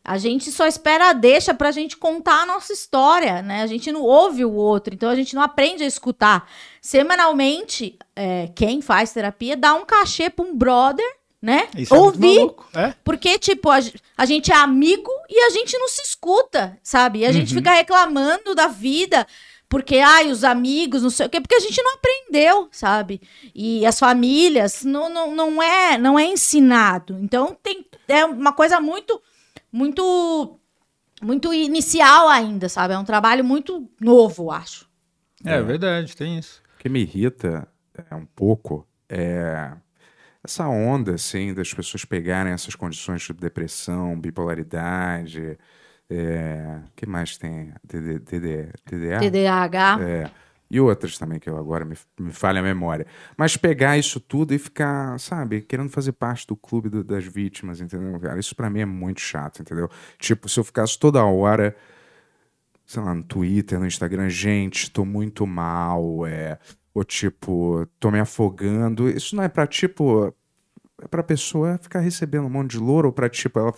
Speaker 4: a gente só espera a deixa para a gente contar a nossa história, né? A gente não ouve o outro, então a gente não aprende a escutar. Semanalmente, é, quem faz terapia dá um cachê para um brother, né?
Speaker 3: Isso é muito maluco, é?
Speaker 4: Porque, tipo, a, ge- a gente é amigo e a gente não se escuta, sabe? E a
Speaker 2: Uhum.
Speaker 4: gente fica reclamando da vida. Porque, ai, os amigos, não sei o quê, porque a gente não aprendeu, sabe? E as famílias não, não, não, é, não é ensinado. Então tem, é uma coisa muito, muito, muito inicial ainda, sabe? É um trabalho muito novo, eu acho.
Speaker 3: É verdade, tem isso.
Speaker 2: O que me irrita é, um pouco é essa onda assim das pessoas pegarem essas condições de depressão, bipolaridade, é, que mais tem DD, DD, DDA
Speaker 4: TDAH.
Speaker 2: É, e outras também que eu agora me, me falha a memória. Mas pegar isso tudo e ficar, sabe, querendo fazer parte do clube do- das vítimas, entendeu, cara? Isso pra mim é muito chato, entendeu? Tipo, se eu ficasse toda hora, sei lá, no Twitter, no Instagram, gente, tô muito mal, é. Ou tipo, tô me afogando. Isso não é pra, tipo. É pra pessoa ficar recebendo um monte de louro, ou pra, tipo, ela,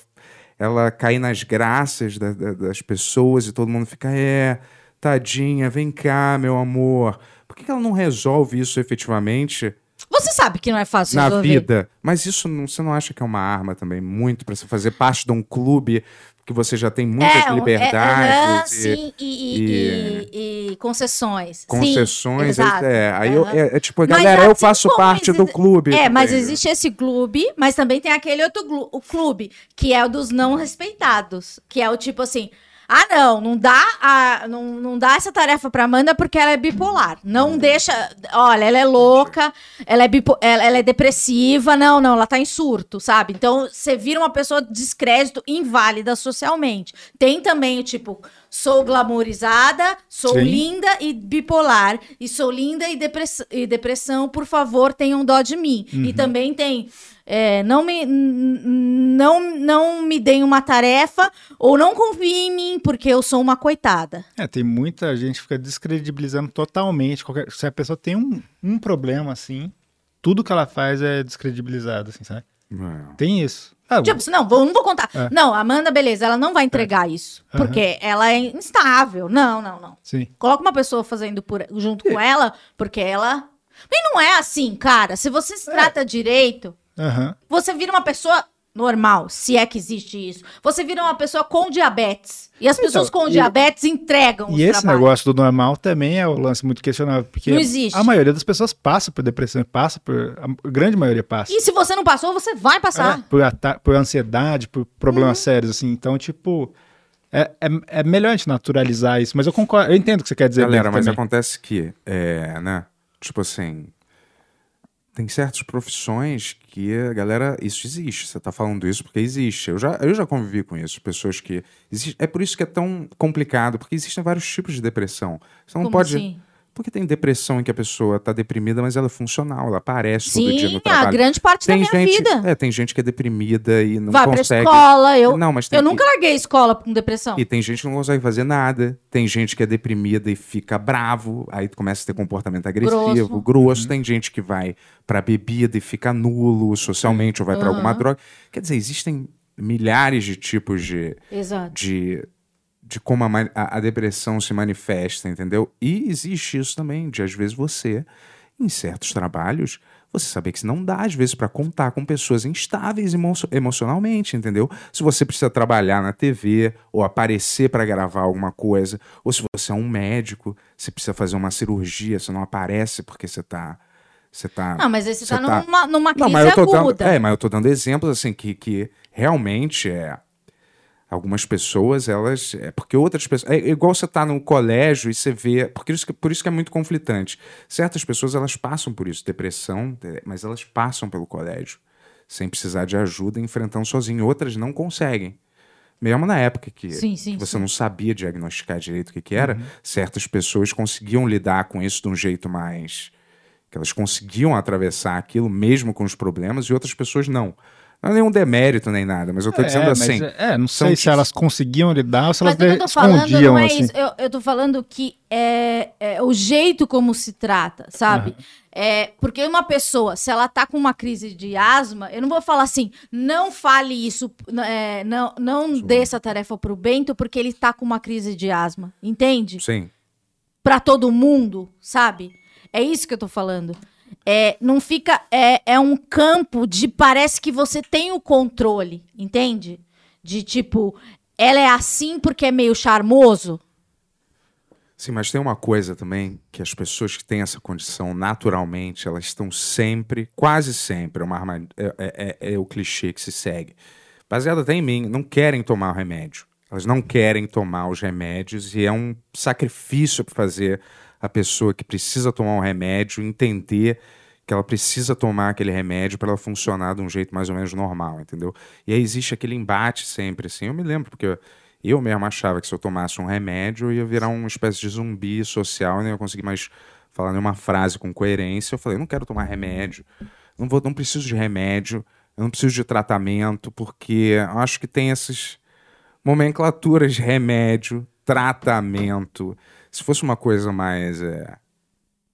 Speaker 2: ela cair nas graças da- da- das pessoas e todo mundo ficar, é. Tadinha, vem cá, meu amor. Por que que ela não resolve isso efetivamente
Speaker 4: Você sabe que não é fácil
Speaker 2: na
Speaker 4: resolver.
Speaker 2: vida? Mas isso não, você não acha que é uma arma também muito pra você fazer parte de um clube que você já tem muitas
Speaker 4: é, É, aham,
Speaker 2: liberdades e é.
Speaker 4: sim, e, e- e- e concessões. Sim,
Speaker 2: concessões?
Speaker 4: exato.
Speaker 2: é, aí eu-
Speaker 4: Aham.
Speaker 2: é, é tipo,
Speaker 4: Mas
Speaker 2: galera, eu
Speaker 4: assim
Speaker 2: faço
Speaker 4: como
Speaker 2: parte do
Speaker 4: existe-
Speaker 2: clube.
Speaker 4: É, mas
Speaker 2: também. né?
Speaker 4: existe esse clube, mas também tem aquele outro glu- o clube, que é o dos não respeitados. Que é o tipo assim. Ah, não, não dá, a, não, não dá essa tarefa pra Amanda porque ela é bipolar. Não deixa. Olha, ela é louca, ela é, bipo, ela, ela é depressiva, não, não, ela tá em surto, sabe? Então você vira uma pessoa de descrédito, inválida socialmente. Tem também o tipo, sou glamourizada, sou
Speaker 3: Sim.
Speaker 4: linda e bipolar, e sou linda e, depress- e depressão, por favor, tenham dó de mim. E também tem, é, não, me, n- n- não, não me deem uma tarefa, ou não confiem em mim, porque eu sou uma coitada.
Speaker 3: É, tem muita gente que fica descredibilizando totalmente. qualquer- Se a pessoa tem um, um problema assim, tudo que ela faz é descredibilizado, assim, sabe?
Speaker 2: É.
Speaker 3: Tem isso. Ah,
Speaker 4: Tipo, assim, não, vou, não vou contar.
Speaker 3: É.
Speaker 4: Não, Amanda, beleza, ela não vai entregar isso,
Speaker 3: Aham.
Speaker 4: porque ela é instável. Não, não, não.
Speaker 3: Sim.
Speaker 4: Coloca uma pessoa fazendo por- junto com ela, porque ela... E não é assim, cara. Se você
Speaker 3: É.
Speaker 4: se trata direito,
Speaker 3: Aham.
Speaker 4: Você vira uma pessoa normal, se é que existe isso. Você vira uma pessoa com diabetes. E as pessoas com
Speaker 3: Então, e-
Speaker 4: diabetes entregam os
Speaker 3: E esse
Speaker 4: trabalhos.
Speaker 3: negócio do normal também é um lance muito questionável, porque
Speaker 4: Não existe.
Speaker 3: a maioria das pessoas passa por depressão, passa por. A grande maioria passa.
Speaker 4: E se você não passou, você vai
Speaker 3: É,
Speaker 4: passar. Uhum.
Speaker 3: por, ata- por ansiedade, por problemas sérios, assim. Então, tipo, é, é, é melhor a gente naturalizar isso, mas eu concordo, eu entendo o que você quer dizer.
Speaker 2: Galera,
Speaker 3: Bento,
Speaker 2: mas
Speaker 3: também.
Speaker 2: acontece que, é, né? Tipo assim, tem certas profissões que a galera, isso existe. Você tá falando isso porque existe. Eu já, eu já convivi com isso. Pessoas que. existe- é por isso que é tão complicado, porque existem vários tipos de depressão. Você não
Speaker 4: Como
Speaker 2: pode.
Speaker 4: assim?
Speaker 2: Porque tem depressão em que a pessoa tá deprimida, mas ela é funcional, ela aparece todo dia
Speaker 4: Sim,
Speaker 2: no
Speaker 4: a
Speaker 2: trabalho.
Speaker 4: grande parte
Speaker 2: tem
Speaker 4: da minha
Speaker 2: gente,
Speaker 4: vida.
Speaker 2: É, tem gente que é deprimida e não
Speaker 4: vai pra
Speaker 2: consegue.
Speaker 4: escola. Eu,
Speaker 2: não, mas tem,
Speaker 4: eu nunca larguei a escola com depressão.
Speaker 2: e tem gente que não consegue fazer nada. Tem gente que é deprimida e fica bravo. Aí começa a ter comportamento agressivo,
Speaker 4: Grosso.
Speaker 2: grosso. Tem gente que vai pra bebida e fica nulo socialmente ou vai pra alguma
Speaker 4: Aham.
Speaker 2: droga. Quer dizer, existem milhares de tipos de,
Speaker 4: Exato.
Speaker 2: de, de como a, ma- a- a depressão se manifesta, entendeu? E existe isso também, de às vezes você, em certos trabalhos, você saber que isso não dá, às vezes, para contar com pessoas instáveis emo- emocionalmente, entendeu? Se você precisa trabalhar na TV, ou aparecer para gravar alguma coisa, ou se você é um médico, você precisa fazer uma cirurgia, você não aparece porque você tá. Você tá
Speaker 4: Não, mas esse
Speaker 2: Você
Speaker 4: tá,
Speaker 2: tá-
Speaker 4: numa, numa crise
Speaker 2: mas eu tô
Speaker 4: aguda.
Speaker 2: dando, é, mas eu tô dando exemplos assim que, que realmente é algumas pessoas elas é porque outras pessoas é igual você tá no colégio e você vê porque isso que- por isso que é muito conflitante certas pessoas elas passam por isso depressão é, mas elas passam pelo colégio sem precisar de ajuda enfrentando sozinho outras não conseguem mesmo na época que
Speaker 4: Sim, sim,
Speaker 2: que você
Speaker 4: sim.
Speaker 2: não sabia diagnosticar direito o que, que era,
Speaker 3: Uhum.
Speaker 2: certas pessoas conseguiam lidar com isso de um jeito mais. que elas conseguiam atravessar aquilo mesmo com os problemas e outras pessoas não. Não é nenhum demérito nem nada, mas eu tô dizendo
Speaker 3: mas
Speaker 2: assim.
Speaker 3: é, é, não
Speaker 2: são
Speaker 3: sei se
Speaker 2: tipos-
Speaker 3: elas conseguiam lidar ou se elas
Speaker 4: Mas o que eu tô falando
Speaker 3: escondiam,
Speaker 4: não é
Speaker 3: assim.
Speaker 4: isso. Eu, eu tô falando que é, é o jeito como se trata, sabe? É, porque uma pessoa, se ela tá com uma crise de asma, eu não vou falar assim, não fale isso, n- é, não, não dê essa tarefa pro Bento, porque ele tá com uma crise de asma. Entende?
Speaker 2: Sim.
Speaker 4: Pra todo mundo, sabe? É isso que eu tô falando. É, não fica. É, é um campo de parece que você tem o controle, entende? De tipo, ela é assim porque é meio charmoso.
Speaker 2: Sim, mas tem uma coisa também que as pessoas que têm essa condição naturalmente, elas estão sempre, quase sempre, é, uma arma- é- é- é- é o clichê que se segue. Baseado até em mim, não querem tomar o remédio. Elas não querem tomar os remédios e é um sacrifício para fazer a pessoa que precisa tomar um remédio entender que ela precisa tomar aquele remédio para ela funcionar de um jeito mais ou menos normal, entendeu? E aí existe aquele embate sempre, assim. Eu me lembro, porque eu- eu mesmo achava que se eu tomasse um remédio, eu ia virar uma espécie de zumbi social, e não ia conseguir mais falar nenhuma frase com coerência. Eu falei, eu não quero tomar remédio, não, vou, não preciso de remédio, eu não preciso de tratamento, porque eu acho que tem essas nomenclaturas de remédio, tratamento. Se fosse uma coisa mais. é,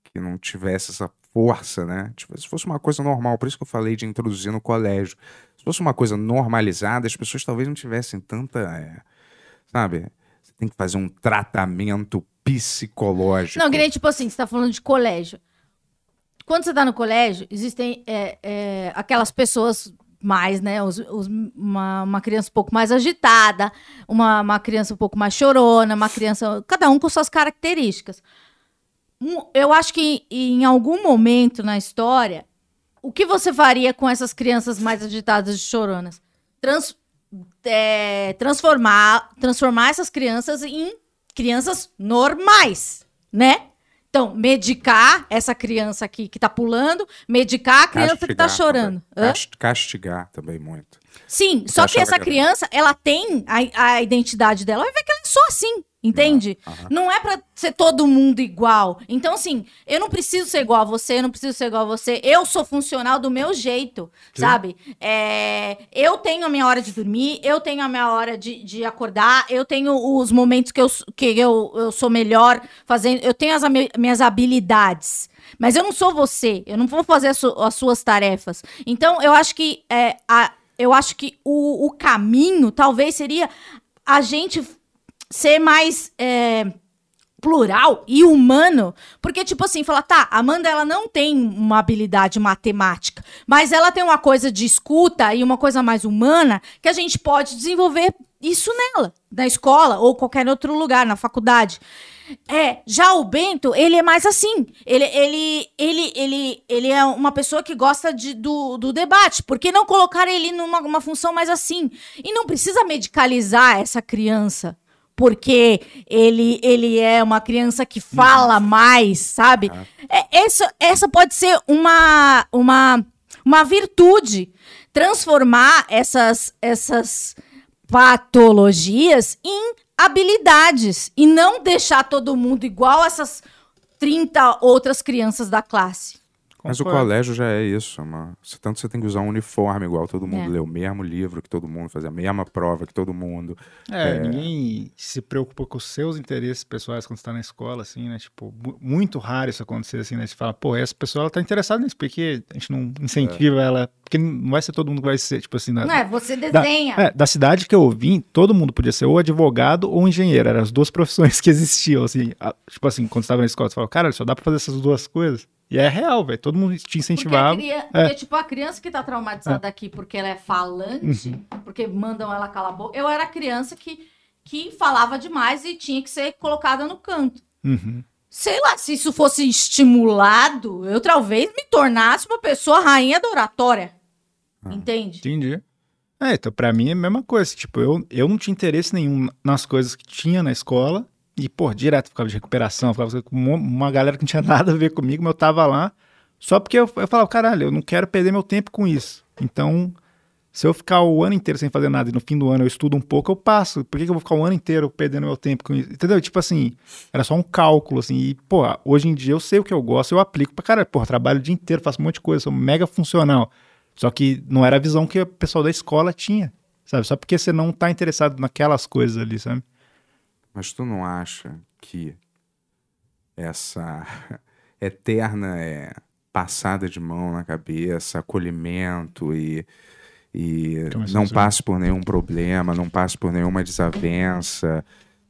Speaker 2: que não tivesse essa força, né? Tipo, se fosse uma coisa normal, por isso que eu falei de introduzir no colégio. Se fosse uma coisa normalizada, as pessoas talvez não tivessem tanta. é, sabe? Você tem que fazer um tratamento psicológico.
Speaker 4: Não, que nem tipo assim, você tá falando de colégio. Quando você tá no colégio, existem é, é, aquelas pessoas mais, né? os- os- uma, uma criança um pouco mais agitada, uma, uma criança um pouco mais chorona, uma criança. Cada um com suas características. Um- Eu acho que em algum momento na história, o que você faria com essas crianças mais agitadas e choronas? Trans- é, transformar, transformar essas crianças em crianças normais, né? Então, medicar essa criança aqui que tá pulando, medicar a criança que tá
Speaker 2: Castigar
Speaker 4: chorando.
Speaker 2: também.
Speaker 4: Hã?
Speaker 2: Cast- Castigar também muito.
Speaker 4: Sim, só que
Speaker 2: né? É. achava
Speaker 4: essa
Speaker 2: que era-
Speaker 4: criança, ela tem a, a identidade dela, vai ver que ela é só assim, entende?
Speaker 2: Ah, Aham.
Speaker 4: Não é pra ser todo mundo igual. Então, assim, eu não preciso ser igual a você, eu não preciso ser igual a você. Eu sou funcional do meu jeito, sabe? É, eu tenho a minha hora de dormir, eu tenho a minha hora de, de acordar, eu tenho os momentos que, eu, s- que eu, eu sou melhor fazendo, eu tenho as ami- minhas habilidades. Mas eu não sou você, eu não vou fazer as, su- as suas tarefas. Então, eu acho que é, a- eu acho que o, o caminho talvez seria a gente ser mais é, plural e humano. Porque, tipo assim, falar, tá, a Amanda, ela não tem uma habilidade matemática, mas ela tem uma coisa de escuta e uma coisa mais humana que a gente pode desenvolver isso nela, na escola ou qualquer outro lugar, na faculdade. É, já o Bento, ele é mais assim. Ele, ele, ele, ele, ele é uma pessoa que gosta de- do, do debate. Por que não colocar ele numa uma função mais assim? E não precisa medicalizar essa criança. Porque ele, ele é uma criança que fala mais, sabe? É, essa, essa pode ser uma, uma, uma virtude. Transformar essas, essas patologias em habilidades e não deixar todo mundo igual essas 30 outras crianças da classe.
Speaker 2: Mas o
Speaker 3: Concordo.
Speaker 2: colégio já é isso, mano. Você- Tanto você tem que usar um uniforme igual todo mundo,
Speaker 4: É.
Speaker 2: ler o mesmo livro que todo mundo, fazer a mesma prova que todo mundo.
Speaker 3: É, ninguém se preocupa com os seus interesses pessoais quando está na escola, assim, né? Tipo, mu- muito raro isso acontecer, assim, né? Você fala, pô, essa pessoa ela tá interessada nisso, porque a gente
Speaker 2: É.
Speaker 3: não incentiva ela, porque não vai ser todo mundo que vai ser, tipo assim, na,
Speaker 4: Não é? Você
Speaker 3: da,
Speaker 4: desenha.
Speaker 3: é, da cidade que eu vim, todo mundo podia ser ou advogado ou engenheiro. Eram as duas profissões que existiam, assim. A- tipo assim, quando você tava na escola, você falava, cara, só dá pra fazer essas duas coisas. E é real, velho. Todo mundo te
Speaker 4: Porque, a
Speaker 3: incentivava.
Speaker 4: cria-
Speaker 2: É.
Speaker 4: porque, tipo, a criança que tá traumatizada aqui porque ela é falante,
Speaker 2: Uhum.
Speaker 4: porque mandam ela calar a boca. Eu era criança que, que falava demais e tinha que ser colocada no canto.
Speaker 3: Uhum.
Speaker 4: Sei lá, se isso fosse estimulado, eu talvez me tornasse uma pessoa rainha da oratória.
Speaker 2: Ah.
Speaker 4: Entende?
Speaker 3: Entendi. É, então pra mim é a mesma coisa. Tipo, eu, eu não tinha interesse nenhum nas coisas que tinha na escola. E, pô, direto ficava de recuperação, ficava com uma- uma galera que não tinha nada a ver comigo, mas eu tava lá. Só porque eu, eu falava, caralho, eu não quero perder meu tempo com isso. Então, se eu ficar o ano inteiro sem fazer nada e no fim do ano eu estudo um pouco, eu passo. Por que, que eu vou ficar o ano inteiro perdendo meu tempo com isso? Entendeu? Tipo assim, era só um cálculo, assim. E, pô, hoje em dia eu sei o que eu gosto, eu aplico pra caralho. Pô, eu trabalho o dia inteiro, faço um monte de coisa, sou mega funcional. Só que não era a visão que o pessoal da escola tinha, sabe? Só porque você não tá interessado naquelas coisas ali, sabe?
Speaker 2: Mas tu não acha que essa eterna é, passada de mão na cabeça, acolhimento e, e
Speaker 3: Calma, só um
Speaker 2: não
Speaker 3: segundo.
Speaker 2: passe por nenhum problema, não passe por nenhuma desavença,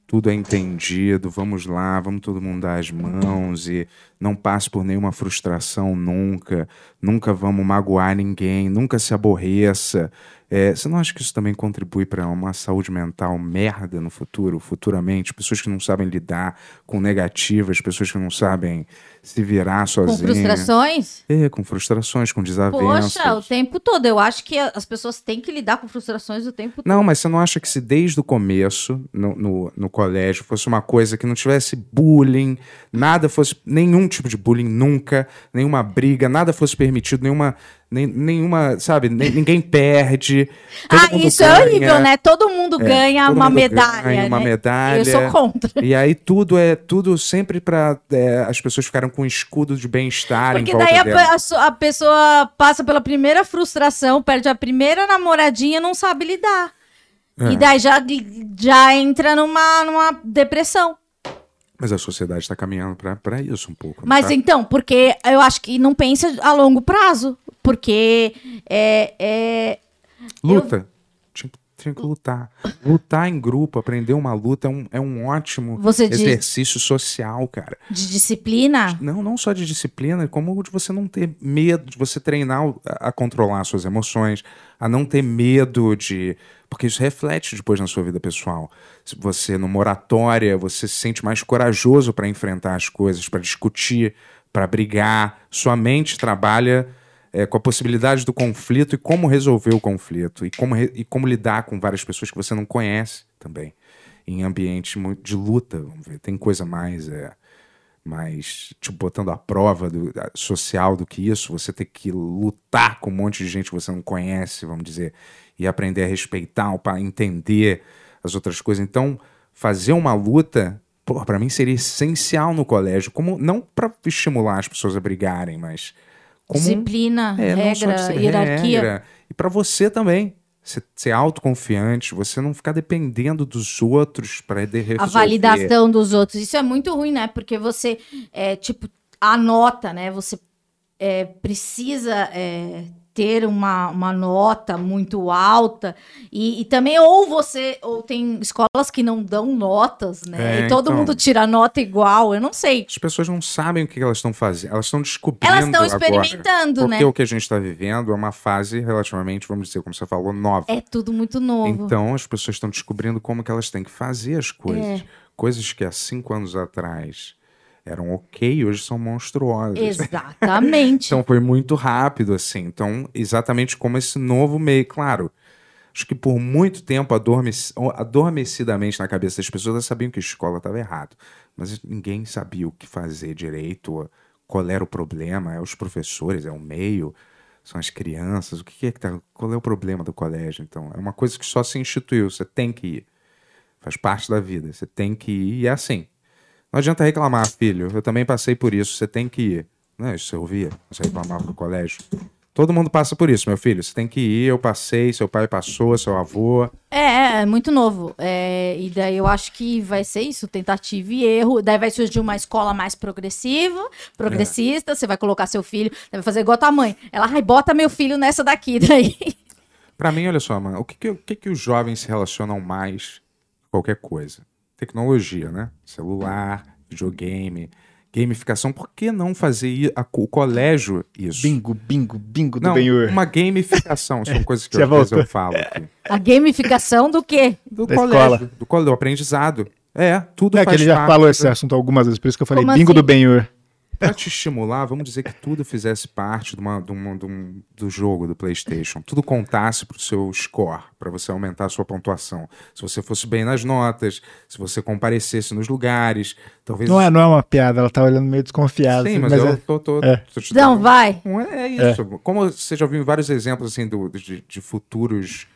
Speaker 2: tudo é entendido, vamos lá, vamos todo mundo dar as mãos e não passe por nenhuma frustração nunca, nunca vamos magoar ninguém, nunca se aborreça. É, você não acha que isso também contribui para uma saúde mental merda no futuro, futuramente? Pessoas que não sabem lidar com negativas, pessoas que não sabem se virar
Speaker 4: Com
Speaker 2: sozinhas.
Speaker 4: frustrações?
Speaker 2: É, com frustrações, com desavenças.
Speaker 4: Poxa, o tempo todo. Eu acho que as pessoas têm que lidar com frustrações o tempo
Speaker 2: Não, mas você não acha que se desde o começo, no, no, no colégio, fosse uma coisa que não tivesse bullying, nada fosse. nenhum tipo de bullying nunca, nenhuma briga, nada fosse permitido, nenhuma. nem- nenhuma, sabe, nem- ninguém perde. todo
Speaker 4: Ah,
Speaker 2: mundo
Speaker 4: isso é
Speaker 2: ganha, É,
Speaker 4: horrível, né? Todo mundo ganha
Speaker 2: todo
Speaker 4: uma
Speaker 2: mundo
Speaker 4: medalha.
Speaker 2: ganha uma
Speaker 4: né?
Speaker 2: medalha.
Speaker 4: Eu sou contra.
Speaker 2: E aí tudo é tudo sempre pra. é, as pessoas ficaram com um escudo de bem-estar em
Speaker 4: Porque
Speaker 2: volta
Speaker 4: daí a,
Speaker 2: dela.
Speaker 4: pe- a so- a pessoa passa pela primeira frustração, perde a primeira namoradinha e não sabe lidar.
Speaker 2: É.
Speaker 4: E daí já, já entra numa, numa depressão.
Speaker 2: Mas a sociedade tá caminhando pra, pra isso um pouco. não
Speaker 4: Mas
Speaker 2: tá?
Speaker 4: então, porque eu acho que não pensa a longo prazo. Porque é- é,
Speaker 2: Luta. Tinha, que- tinha que lutar. Lutar em grupo, aprender uma luta é um, é um ótimo
Speaker 4: Você diz-
Speaker 2: exercício social, cara.
Speaker 4: de disciplina.
Speaker 2: Tipo, Não, não só de disciplina, como de você não ter medo, de você treinar o- a a controlar suas emoções, a não ter medo de. Porque isso reflete depois na sua vida pessoal. Se você, numa oratória, você se sente mais corajoso para enfrentar as coisas, para discutir, para brigar. Sua mente trabalha é, com a possibilidade do conflito e como resolver o conflito, e como, re- e como lidar com várias pessoas que você não conhece também. Em ambiente mu- de luta, vamos ver. Tem coisa mais. é, mas, tipo, botando a prova do- da- social do que isso, você ter que lutar com um monte de gente que você não conhece, vamos dizer, e aprender a respeitar, para entender as outras coisas. Então, fazer uma luta, porra, pra mim seria essencial no colégio, como não para estimular as pessoas a brigarem, mas como um-
Speaker 4: Disciplina,
Speaker 2: é, não só
Speaker 4: regra,
Speaker 2: de ser
Speaker 4: hierarquia.
Speaker 2: regra. E pra você também. Ser, ser autoconfiante, você não ficar dependendo dos outros para resolver.
Speaker 4: a validação dos outros. Isso é muito ruim, né? Porque você, é, tipo, anota, né? Você é, precisa é, ter uma, uma nota muito alta. E, e também, ou você, ou tem escolas que não dão notas,
Speaker 2: É,
Speaker 4: né? e todo
Speaker 2: então.
Speaker 4: mundo tira nota igual. Eu não sei.
Speaker 2: As pessoas não sabem o que elas estão fazendo, elas estão descobrindo
Speaker 4: Elas estão
Speaker 2: agora.
Speaker 4: experimentando,
Speaker 2: Porque
Speaker 4: né?
Speaker 2: o que a gente está vivendo é uma fase relativamente, vamos dizer, como você falou, nova.
Speaker 4: É tudo muito novo.
Speaker 2: Então as pessoas estão descobrindo como que elas têm que fazer as coisas.
Speaker 4: É.
Speaker 2: Coisas que há cinco anos atrás eram ok, hoje são monstruosas.
Speaker 4: Exatamente.
Speaker 2: Então foi muito rápido, assim. Então, exatamente como esse novo meio, claro. Acho que por muito tempo adormec- adormecidamente na cabeça das pessoas, elas sabiam que a escola estava errado. Mas ninguém sabia o que fazer direito, ou qual era o problema, é os professores, é o meio, são as crianças, o que que é que tá. Qual é o problema do colégio? Então, é uma coisa que só se instituiu, você tem que ir. Faz parte da vida, você tem que ir e é assim. Não adianta reclamar, filho. Eu também passei por isso, você tem que ir. Não, é isso você ouvia? Você reclamava no colégio. Todo mundo passa por isso, meu filho. Você tem que ir, eu passei, seu pai passou, seu avô.
Speaker 4: É, é, é muito novo. É, e daí eu acho que vai ser isso, tentativa e erro. Daí vai surgir uma escola mais progressiva, progressista. Você vai colocar seu filho, vai fazer igual a tua mãe. Ela, ai, bota meu filho nessa daqui. Daí
Speaker 2: Pra mim, olha só, mano, o que que, o que que os jovens se relacionam mais com qualquer coisa? Tecnologia, né? Celular, videogame, gamificação. Por que não fazer i- a co- o colégio isso?
Speaker 3: Bingo, bingo, bingo do
Speaker 2: Não,
Speaker 3: Benhur.
Speaker 2: uma gamificação. São coisas que
Speaker 3: você
Speaker 2: às vezes
Speaker 3: voltou.
Speaker 2: eu falo aqui.
Speaker 4: a gamificação do quê?
Speaker 2: Do
Speaker 3: Da
Speaker 2: colégio,
Speaker 3: escola.
Speaker 2: do colégio, do aprendizado. É, tudo
Speaker 3: É que
Speaker 2: faz
Speaker 3: ele já
Speaker 2: parte
Speaker 3: falou
Speaker 2: da-
Speaker 3: esse assunto algumas vezes, por isso que eu falei
Speaker 4: Como
Speaker 3: bingo
Speaker 4: assim?
Speaker 3: do Benhur.
Speaker 2: Pra te estimular, vamos dizer que tudo fizesse parte de uma- de uma- de um- do jogo do PlayStation. Tudo contasse pro seu score, pra você aumentar a sua pontuação. Se você fosse bem nas notas, se você comparecesse nos lugares, talvez.
Speaker 3: Não é, não é uma piada, ela tá olhando meio desconfiada.
Speaker 2: Sim,
Speaker 3: assim,
Speaker 2: mas, eu
Speaker 3: é-
Speaker 2: tô, tô,
Speaker 3: é.
Speaker 2: tô te
Speaker 4: Não,
Speaker 2: dando-
Speaker 4: vai.
Speaker 2: Não é- é isso. Como você já viu em vários exemplos assim do- de, de futuros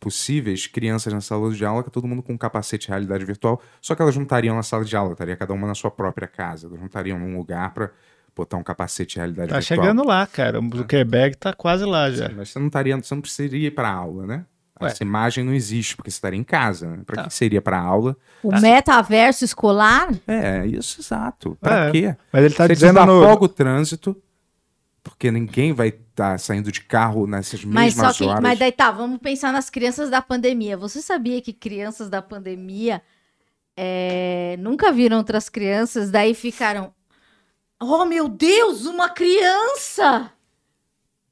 Speaker 2: possíveis, crianças na sala de aula, que todo mundo com um capacete de realidade virtual, só que elas não estariam na sala de aula, estaria cada uma na sua própria casa, elas não estariam num lugar para botar um capacete de realidade
Speaker 3: Tá
Speaker 2: virtual.
Speaker 3: chegando lá, cara. O Zuckerberg tá quase lá já.
Speaker 2: Sim, mas você não estaria, você não precisaria ir para aula, né?
Speaker 3: Ué.
Speaker 2: Essa imagem não existe, porque você estaria em casa. Né? Para
Speaker 3: Tá.
Speaker 2: que seria para aula?
Speaker 4: O metaverso escolar?
Speaker 2: É, isso exato. Para
Speaker 3: É,
Speaker 2: quê?
Speaker 3: Mas ele tá
Speaker 2: você
Speaker 3: dizendo no...
Speaker 2: desafoga o trânsito, porque ninguém vai estar saindo de carro nessas
Speaker 4: Mas
Speaker 2: mesmas
Speaker 4: só que,
Speaker 2: horas.
Speaker 4: mas daí tá, vamos pensar nas crianças da pandemia. Você sabia que crianças da pandemia é, nunca viram outras crianças, daí ficaram, oh meu Deus, uma criança!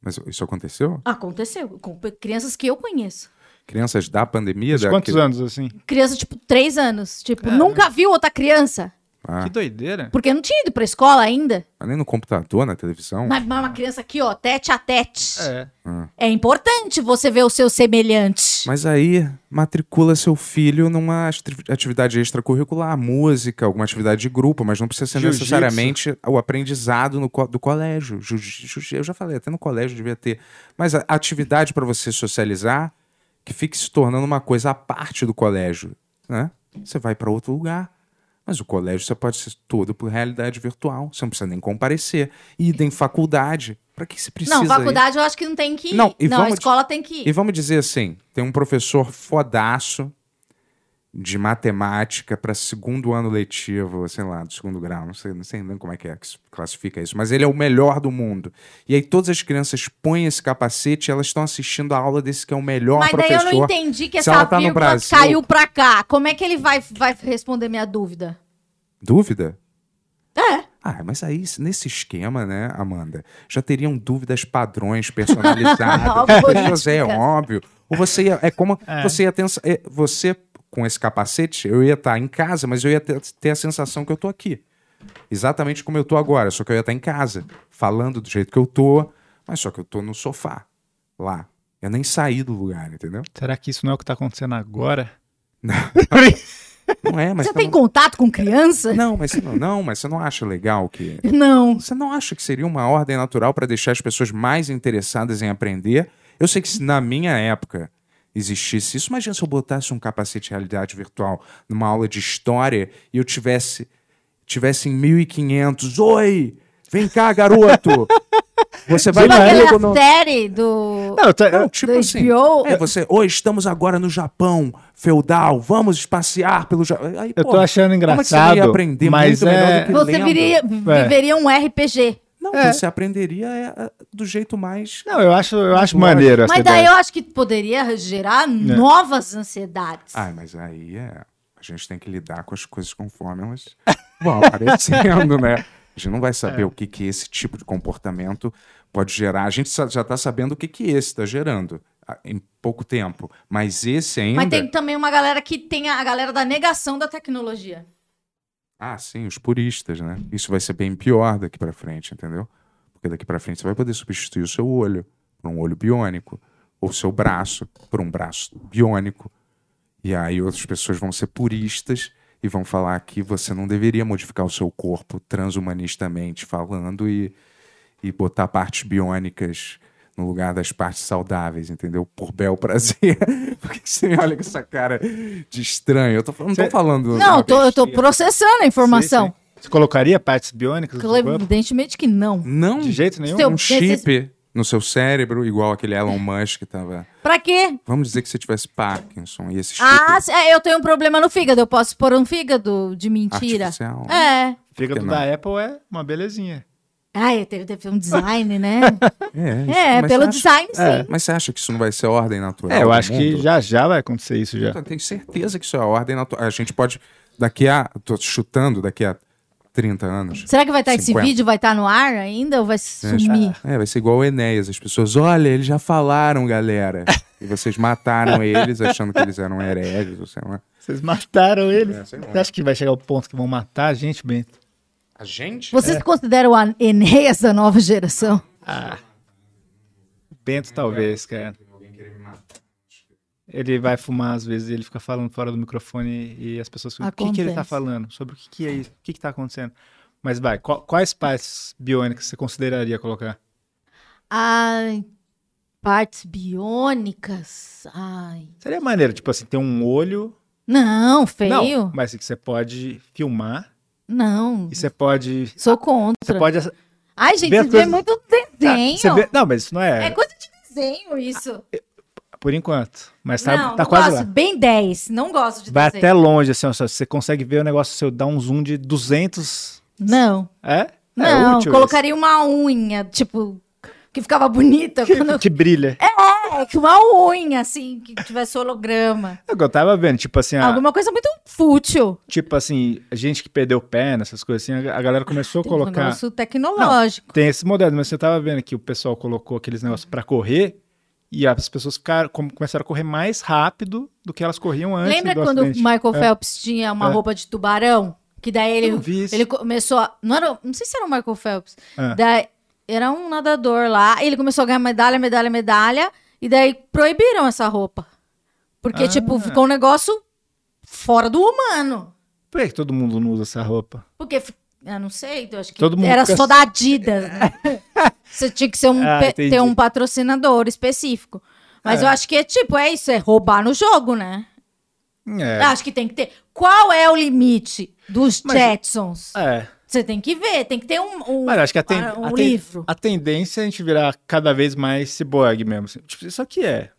Speaker 2: Mas isso aconteceu?
Speaker 4: Aconteceu, com pe- crianças que eu conheço.
Speaker 2: Crianças da pandemia?
Speaker 3: Mas
Speaker 2: da-
Speaker 3: Quantos anos, assim?
Speaker 4: Criança, tipo, três anos. Tipo,
Speaker 2: É.
Speaker 3: Caramba.
Speaker 4: nunca viu outra criança.
Speaker 2: Ah,
Speaker 3: Que doideira.
Speaker 4: Porque não tinha ido pra escola ainda.
Speaker 2: mas Ah, nem no computador, na televisão?
Speaker 4: Mas mas uma criança aqui, ó, tete a tete. É,
Speaker 3: É.
Speaker 4: importante você ver o seu semelhante.
Speaker 2: Mas aí matricula seu filho numa ati- atividade extracurricular, música, alguma atividade de grupo, mas não precisa ser
Speaker 3: Jiu-jitsu.
Speaker 2: necessariamente o aprendizado no co- do colégio. Jiu- jiu- eu já falei, até no colégio devia ter. Mas a atividade para você socializar que fique se tornando uma coisa à parte do colégio, né? Você vai para outro lugar. Mas o colégio você pode ser todo por realidade virtual. Você não precisa nem comparecer. Ida em faculdade. Para que você precisa?
Speaker 4: não,
Speaker 2: ir?
Speaker 4: faculdade eu acho que não tem que ir.
Speaker 2: Não,
Speaker 4: Não,
Speaker 2: e
Speaker 4: a
Speaker 2: vamos-
Speaker 4: escola tem que ir.
Speaker 2: E vamos dizer assim, tem um professor fodaço de matemática para segundo ano letivo, sei lá, do segundo grau, não sei, não sei nem como é que é que se classifica isso, mas ele é o melhor do mundo. E aí todas as crianças põem esse capacete, e elas estão assistindo a aula desse que é o melhor
Speaker 4: Mas daí eu
Speaker 2: professor.
Speaker 4: não entendi que
Speaker 2: se
Speaker 4: essa
Speaker 2: ela tá no
Speaker 4: vírgula
Speaker 2: Brasil-
Speaker 4: caiu pra cá. Como é que ele vai, vai responder minha dúvida?
Speaker 2: Dúvida?
Speaker 4: É.
Speaker 2: Ah, mas aí, nesse esquema, né, Amanda, já teriam dúvidas padrões personalizadas.
Speaker 4: Algorítmicas.
Speaker 2: é óbvio. Ou você ia, é como
Speaker 3: É.
Speaker 2: você ia ter, é, você com esse capacete, eu ia estar em casa, mas eu ia ter, ter a sensação que eu tô aqui. Exatamente como eu tô agora, só que eu ia estar em casa, falando do jeito que eu tô, mas só que eu tô no sofá, lá. Eu nem saí do lugar, entendeu?
Speaker 3: Será que isso não é o que tá acontecendo agora?
Speaker 2: Não é, mas
Speaker 4: você
Speaker 2: tá
Speaker 4: tem
Speaker 2: no-
Speaker 4: contato com criança?
Speaker 2: não, mas você não, não, mas você não acha legal que
Speaker 4: Não.
Speaker 2: Você não acha que seria uma ordem natural para deixar as pessoas mais interessadas em aprender? Eu sei que se na minha época existisse isso, imagina se eu botasse um capacete de realidade virtual numa aula de história e eu tivesse tivesse em 1500. Oi! Vem cá, garoto. Você vai
Speaker 4: Tipo aquela
Speaker 2: comigo no
Speaker 4: série do...
Speaker 3: Não, eu tô-
Speaker 2: não,
Speaker 3: eu-
Speaker 2: tipo
Speaker 4: do
Speaker 2: assim.
Speaker 4: HBO.
Speaker 2: É, você, hoje estamos agora no Japão feudal, vamos passear pelo Japão. Aí,
Speaker 3: eu
Speaker 2: pô,
Speaker 3: tô achando
Speaker 2: como é que você não
Speaker 3: engraçado.
Speaker 2: ia aprender
Speaker 3: mas
Speaker 2: muito melhor do
Speaker 3: é...
Speaker 2: que
Speaker 4: Você
Speaker 2: Tá lendo? É.
Speaker 4: viria- viveria um RPG.
Speaker 2: Não,
Speaker 3: É.
Speaker 2: você aprenderia é, é, do jeito mais
Speaker 3: Não, eu acho, eu acho maneiro essa
Speaker 4: Mas daí
Speaker 3: ideia.
Speaker 4: eu acho que poderia
Speaker 2: É.
Speaker 4: gerar novas ansiedades.
Speaker 2: Ah, mas aí é. A gente tem que lidar com as coisas conforme elas vão aparecendo, né? A gente não vai saber o que, que esse tipo de comportamento pode gerar. A gente sa- já está sabendo o que, que esse está gerando ah, em pouco tempo. Mas esse ainda.
Speaker 4: Mas tem também uma galera que tem a a galera da negação da tecnologia.
Speaker 2: Ah, sim, os puristas, né? Isso vai ser bem pior daqui para frente, entendeu? Porque daqui para frente você vai poder substituir o seu olho por um olho biônico, ou o seu braço por um braço biônico. E aí outras pessoas vão ser puristas e vão falar que você não deveria modificar o seu corpo transhumanistamente falando e, e botar partes biônicas no lugar das partes saudáveis, entendeu? Por bel prazer. Por que que você me olha com essa cara de estranho? Eu tô, não tô
Speaker 3: Você-
Speaker 2: falando...
Speaker 4: Não,
Speaker 2: uma
Speaker 4: eu tô, eu tô
Speaker 2: besteira.
Speaker 4: processando a informação.
Speaker 3: Você colocaria partes biônicas no seu corpo?
Speaker 4: Evidentemente que não.
Speaker 2: Não,
Speaker 3: De jeito nenhum?
Speaker 4: Seu-
Speaker 2: um chip no seu cérebro, igual aquele Elon Musk que tava.
Speaker 4: Pra quê?
Speaker 2: Vamos dizer que você tivesse Parkinson e esse chip
Speaker 4: Ah, se- é, eu tenho um problema no fígado. Eu posso pôr um fígado de mentira.
Speaker 2: artificial.
Speaker 4: É.
Speaker 3: Fígado
Speaker 2: Por que
Speaker 3: da Apple é uma belezinha.
Speaker 4: Ai, teve, teve um design, né?
Speaker 2: É,
Speaker 4: é,
Speaker 2: mas
Speaker 4: pelo
Speaker 2: você acha-
Speaker 4: design, sim.
Speaker 3: É.
Speaker 2: Mas você acha que isso não vai ser ordem natural?
Speaker 3: É, eu
Speaker 2: do
Speaker 3: acho que
Speaker 2: mundo?
Speaker 3: já já vai acontecer isso já.
Speaker 2: Eu tenho certeza que isso é a ordem natural. A gente pode, daqui a. Tô chutando, daqui a 30
Speaker 3: É.
Speaker 2: anos.
Speaker 4: Será que vai estar esse
Speaker 2: 50.
Speaker 4: vídeo? Vai estar no ar ainda ou vai sumir?
Speaker 2: É, vai ser igual o Enéas. As pessoas, olha, eles já falaram, galera. E vocês mataram eles achando que eles eram hereges, ou sei lá.
Speaker 3: Vocês mataram ele.
Speaker 2: É, sei lá.
Speaker 3: Você acha que vai chegar o ponto que vão matar a gente, Bento?
Speaker 2: A gente?
Speaker 4: Você
Speaker 3: É.
Speaker 4: se considera o An- Enéas da nova geração?
Speaker 3: Ah. Bento talvez, cara.
Speaker 2: Alguém querer me matar.
Speaker 3: Ele vai fumar às vezes e ele fica falando fora do microfone e as pessoas ficam, o que, que ele tá
Speaker 4: Acontece.
Speaker 3: falando? Sobre o que, que é isso? O que, que tá acontecendo? Mas vai, qual- quais partes biônicas você consideraria colocar?
Speaker 4: Ai, partes biônicas. Ai.
Speaker 3: Seria maneiro, tipo assim, ter um olho.
Speaker 4: Não, feio.
Speaker 3: Não, mas que você pode filmar
Speaker 4: Não.
Speaker 3: e você pode.
Speaker 4: Sou contra.
Speaker 3: Você pode ac-
Speaker 4: Ai, gente,
Speaker 3: Vê as
Speaker 4: você vê
Speaker 3: coisas-
Speaker 4: muito
Speaker 3: Ah,
Speaker 4: desenho.
Speaker 3: você vê- Não, mas isso não é,
Speaker 4: É coisa de desenho isso.
Speaker 3: por enquanto. Mas tá,
Speaker 4: não,
Speaker 3: tá
Speaker 4: não
Speaker 3: quase
Speaker 4: gosto.
Speaker 3: lá.
Speaker 4: Bem 10. Não gosto de
Speaker 3: Vai
Speaker 4: desenho.
Speaker 3: até longe, assim, ó, só- você consegue ver o negócio seu, dá um zoom de 200.
Speaker 4: Não.
Speaker 3: É? é
Speaker 4: Não,
Speaker 3: útil
Speaker 4: colocaria uma unha, tipo, que ficava bonita
Speaker 3: isso.
Speaker 4: quando.
Speaker 3: Que brilha.
Speaker 4: É, que uma unha, assim, que tivesse holograma.
Speaker 3: É o que eu tava vendo, tipo assim, a,
Speaker 4: Alguma coisa muito fútil.
Speaker 3: tipo assim, a gente que perdeu perna, essas coisas assim, a a galera começou a
Speaker 4: Tem um
Speaker 3: colocar.
Speaker 4: negócio tecnológico.
Speaker 3: Tem esse modelo, mas você tava vendo que o pessoal colocou aqueles negócios pra correr e as pessoas ficaram, com- começaram a correr mais rápido do que elas corriam antes.
Speaker 4: Lembra
Speaker 3: do
Speaker 4: quando o
Speaker 3: acidente.
Speaker 4: Michael Phelps tinha uma
Speaker 3: É.
Speaker 4: roupa de tubarão? Que daí
Speaker 3: Eu
Speaker 4: ele,
Speaker 3: não vi isso.
Speaker 4: ele começou a. Não, era, não sei se era o Michael Phelps.
Speaker 3: É.
Speaker 4: Daí, era um nadador lá. e Ele começou a ganhar medalha, medalha, medalha. E daí proibiram essa roupa. Porque,
Speaker 3: Ah.
Speaker 4: tipo, ficou um negócio fora do humano.
Speaker 3: Por que todo mundo não usa essa roupa?
Speaker 4: Porque, fi- eu não sei, então, eu acho que
Speaker 3: Todo mundo
Speaker 4: era
Speaker 3: fica- assim.
Speaker 4: só da Adidas. né? Você tinha que ser um,
Speaker 3: Ah,
Speaker 4: pe-
Speaker 3: entendi.
Speaker 4: ter um patrocinador específico. Mas
Speaker 3: É.
Speaker 4: eu acho que é tipo, é isso, é roubar no jogo, né?
Speaker 3: É.
Speaker 4: Eu Acho que tem que ter. Qual é o limite dos
Speaker 3: Mas-
Speaker 4: Jetsons?
Speaker 3: É.
Speaker 4: Você tem que ver, tem que ter um, um,
Speaker 3: Mas acho que a, ten-
Speaker 4: ah, um
Speaker 3: a ten-
Speaker 4: livro.
Speaker 3: a tendência é a gente virar cada vez mais ciborgue mesmo. assim. Tipo, isso aqui é.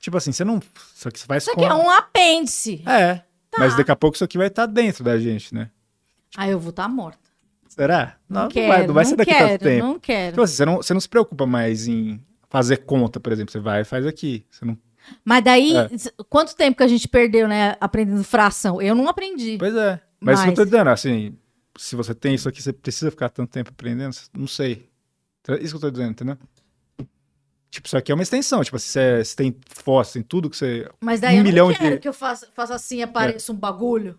Speaker 3: Tipo assim, você não. Isso aqui você faz
Speaker 4: Isso
Speaker 3: com.
Speaker 4: aqui é um Tá. apêndice.
Speaker 3: É. Mas daqui a pouco isso aqui vai estar dentro da gente, né?
Speaker 4: Aí Ah, eu vou estar morta.
Speaker 3: Será?
Speaker 4: Não,
Speaker 3: vai-
Speaker 4: quero,
Speaker 3: vai, ser
Speaker 4: não
Speaker 3: daqui a
Speaker 4: quero,
Speaker 3: tanto tempo.
Speaker 4: Não quero.
Speaker 3: Tipo assim, você não, você não se preocupa mais em fazer conta, por exemplo. Você vai e faz aqui. Você não...
Speaker 4: Mas daí,
Speaker 3: É.
Speaker 4: s- quanto tempo que a gente perdeu, né, aprendendo fração? Eu não aprendi.
Speaker 3: Pois é. Mas, isso
Speaker 4: Mas-
Speaker 3: não tô dizendo, assim, se você tem isso aqui, você precisa ficar tanto tempo aprendendo? Não sei. Tá- Isso que eu tô dizendo, entendeu? Tipo, isso aqui é uma extensão. Tipo, se você, você tem fóssil, tem tudo que você.
Speaker 4: Mas daí
Speaker 3: um
Speaker 4: eu
Speaker 3: milhão
Speaker 4: não quero
Speaker 3: de-
Speaker 4: que eu faça, faça assim e apareça um bagulho.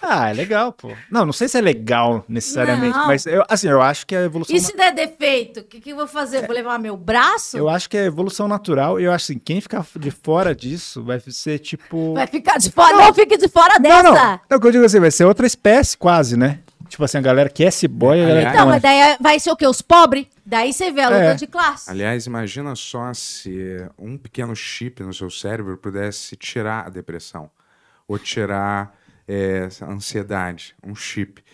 Speaker 3: Ah, é legal, pô. Não, não sei se é legal necessariamente,
Speaker 4: Não.
Speaker 3: mas eu, assim, eu acho que é a evolução.
Speaker 4: E se der defeito, o que, que eu vou fazer? Vou levar meu braço?
Speaker 3: É. Eu acho que é evolução natural. E eu acho assim, quem ficar de fora disso vai ser tipo.
Speaker 4: Vai ficar de fora? Não, fique de fora dessa!
Speaker 3: não, não. Não, o que eu digo assim, vai ser outra espécie quase, né? Tipo assim, a galera que é ciboia, a galera que
Speaker 4: Então,
Speaker 3: não é.
Speaker 4: mas daí vai ser o quê? Os pobres? Daí você vê a luta
Speaker 3: É.
Speaker 4: de classe.
Speaker 2: Aliás, imagina só se um pequeno chip no seu cérebro pudesse tirar a depressão ou tirar é, essa ansiedade, um chip.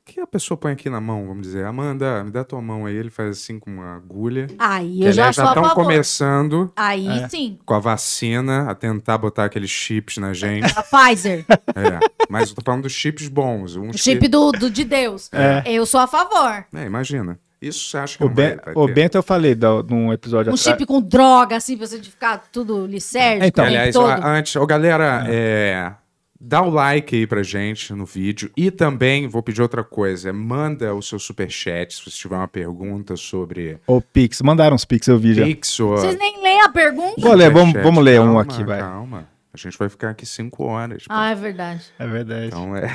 Speaker 2: O que a pessoa põe aqui na mão, vamos dizer? Amanda, me dá tua mão aí. Ele faz assim com uma agulha.
Speaker 4: Aí
Speaker 2: Que,
Speaker 4: eu já
Speaker 2: aliás,
Speaker 4: sou a
Speaker 2: estão
Speaker 4: favor.
Speaker 2: começando
Speaker 4: Aí
Speaker 3: tá um É.
Speaker 4: sim,
Speaker 2: com a vacina a tentar botar aqueles chips na gente.
Speaker 4: a Pfizer,
Speaker 2: É, Mas eu tô falando dos chips bons. Um
Speaker 4: o chip do, do- de Deus.
Speaker 3: É.
Speaker 4: Eu sou a favor.
Speaker 2: É, imagina. Isso você acha que
Speaker 3: O,
Speaker 2: não
Speaker 3: Ben-
Speaker 2: vai, vai
Speaker 3: o
Speaker 2: ter?
Speaker 3: Bento eu falei da- num episódio
Speaker 4: é Um
Speaker 2: tá.
Speaker 3: atrás.
Speaker 4: chip com droga, assim, pra você ficar tudo licérgico.
Speaker 3: Então,
Speaker 4: o tempo
Speaker 2: Aliás,
Speaker 4: todo.
Speaker 2: a- antes, ô galera, é, dá o like aí pra gente no vídeo. E também, vou pedir outra coisa: manda o seu superchat se você tiver uma pergunta sobre
Speaker 3: Ou Pix, mandaram uns Pix, eu vi já.
Speaker 2: Pixel.
Speaker 4: Vocês nem leem a
Speaker 2: Tipo,
Speaker 4: pergunta?
Speaker 3: Vou ler, vamos, vamos ler um aqui, vai.
Speaker 2: Calma, a gente vai ficar aqui cinco horas. pô.
Speaker 4: Ah, é verdade.
Speaker 3: É verdade.
Speaker 2: Então é.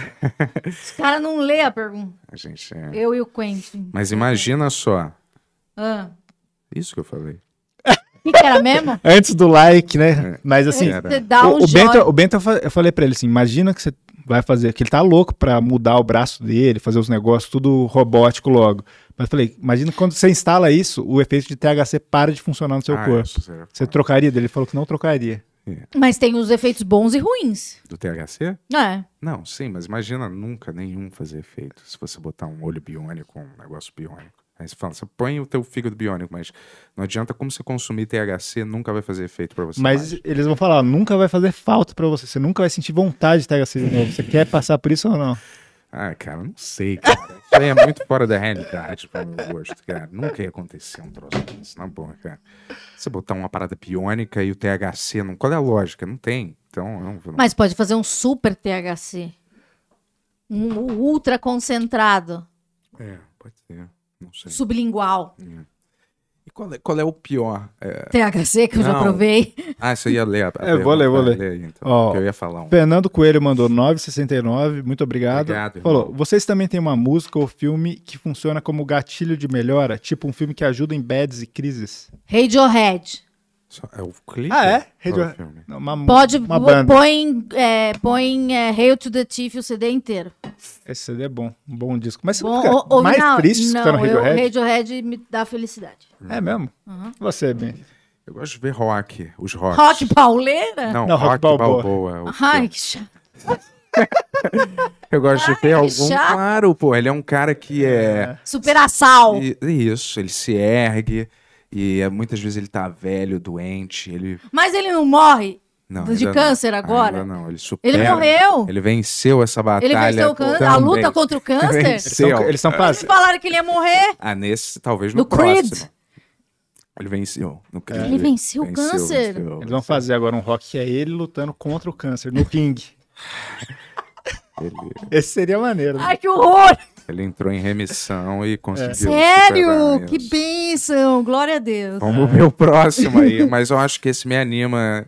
Speaker 4: Os caras não lê a pergunta.
Speaker 2: A gente é.
Speaker 4: Eu e o Quentin.
Speaker 2: Mas imagina só.
Speaker 4: Ah,
Speaker 2: Isso que eu falei.
Speaker 4: O que, que era mesmo?
Speaker 3: Antes do like, né? Mas assim,
Speaker 2: É.
Speaker 4: Você dá um
Speaker 3: o, o
Speaker 4: joinha.
Speaker 3: Bento, o Bento eu fa- eu falei pra ele assim, imagina que você vai fazer, que ele tá louco pra mudar o braço dele, fazer os negócios tudo robótico logo. Mas eu falei, imagina quando você instala isso, o efeito de THC para de funcionar no seu
Speaker 2: Ah,
Speaker 3: corpo.
Speaker 2: isso, será?
Speaker 3: Você trocaria dele? Ele falou que não trocaria.
Speaker 4: Mas tem os efeitos bons e ruins.
Speaker 2: Do THC?
Speaker 4: É.
Speaker 2: Não, sim, mas imagina nunca nenhum fazer efeito. Se você botar um olho biônico, um negócio biônico. Aí você fala, você põe o teu fígado biônico, mas não adianta como você consumir THC, nunca vai fazer efeito pra você.
Speaker 3: Mas
Speaker 2: mais.
Speaker 3: eles vão falar, nunca vai fazer falta pra você, você nunca vai sentir vontade de THC de novo. Você quer passar por isso ou não?
Speaker 2: Ah, cara, não sei, cara. Isso aí é muito fora da realidade para meu gosto, cara. Nunca ia acontecer um troço desse, na boa, cara. Você botar uma parada biônica e o THC, não... qual é a lógica? Não tem. Então, eu não, eu não...
Speaker 4: Mas pode fazer um super THC. Um ultra concentrado.
Speaker 2: É, pode ser. Não sei.
Speaker 4: Sublingual.
Speaker 2: E qual é, qual é o pior? É,
Speaker 4: THC que eu já
Speaker 2: Não.
Speaker 4: provei.
Speaker 2: Ah, você ia ler. a- a
Speaker 3: É, vou ler, vou
Speaker 2: pergunta,
Speaker 3: ler.
Speaker 2: aí, então,
Speaker 3: Ó,
Speaker 2: que eu ia falar um.
Speaker 3: Fernando Coelho mandou 9,69, muito obrigado.
Speaker 2: Obrigado, irmão.
Speaker 3: Falou, vocês também têm uma música ou filme que funciona como gatilho de melhora? Tipo um filme que ajuda em bads e crises?
Speaker 4: Radiohead.
Speaker 2: Só- É o clipe?
Speaker 3: Ah, é?
Speaker 2: Ou é o
Speaker 3: Radio-
Speaker 2: filme?
Speaker 3: Não, Uma, mu-
Speaker 4: Pode,
Speaker 3: uma
Speaker 4: bo-
Speaker 3: banda.
Speaker 4: põe, é, põe é, Hail to the Chief o CD inteiro.
Speaker 3: Esse CD é bom, um bom disco. Mas você
Speaker 4: Bom,
Speaker 3: não
Speaker 4: ou-
Speaker 3: fica
Speaker 4: ou-
Speaker 3: mais
Speaker 4: não,
Speaker 3: triste
Speaker 4: não,
Speaker 3: escutando Radiohead?
Speaker 4: Eu, Radiohead me dá felicidade.
Speaker 3: É mesmo?
Speaker 4: Uhum.
Speaker 3: Você, bem.
Speaker 2: Eu gosto de ver rock, os rocks.
Speaker 4: Rock pauleira?
Speaker 2: Não,
Speaker 3: Não,
Speaker 2: rock,
Speaker 3: Rock
Speaker 2: Balboa. é o
Speaker 4: Ai,
Speaker 2: filme.
Speaker 4: que chato.
Speaker 2: Eu gosto de ter
Speaker 4: Ai,
Speaker 2: algum.
Speaker 4: chato.
Speaker 2: Claro, pô. Ele é um cara que é.
Speaker 4: Superassal.
Speaker 2: E- Isso, ele se ergue. E é, muitas vezes ele tá velho, doente. Ele.
Speaker 4: Mas ele não morre.
Speaker 2: Não,
Speaker 4: Tá De
Speaker 2: ainda não.
Speaker 4: câncer agora?
Speaker 2: Ainda não, ele supera.
Speaker 4: Ele morreu.
Speaker 2: É. Ele venceu essa batalha.
Speaker 4: Ele venceu o câncer, a
Speaker 2: também.
Speaker 4: luta contra o câncer.
Speaker 2: Venceu.
Speaker 3: Eles são, eles são
Speaker 2: é.
Speaker 4: Eles
Speaker 3: fáceis.
Speaker 4: falaram que ele ia morrer.
Speaker 2: Ah, nesse, talvez no
Speaker 4: Do Creed.
Speaker 2: próximo. Ele venceu. no Creed.
Speaker 4: Ele venceu o câncer.
Speaker 2: venceu.
Speaker 3: Eles vão fazer agora um rock que é ele lutando contra o câncer no ringue.
Speaker 2: Ele,
Speaker 3: Esse seria maneiro. né?
Speaker 4: Ai, que horror!
Speaker 2: ele entrou em remissão e conseguiu.
Speaker 4: Sério?
Speaker 2: superar
Speaker 4: Que
Speaker 2: isso.
Speaker 4: bênção! Glória a Deus.
Speaker 2: Vamos
Speaker 3: É.
Speaker 2: ver o próximo aí. Mas eu acho que esse me anima.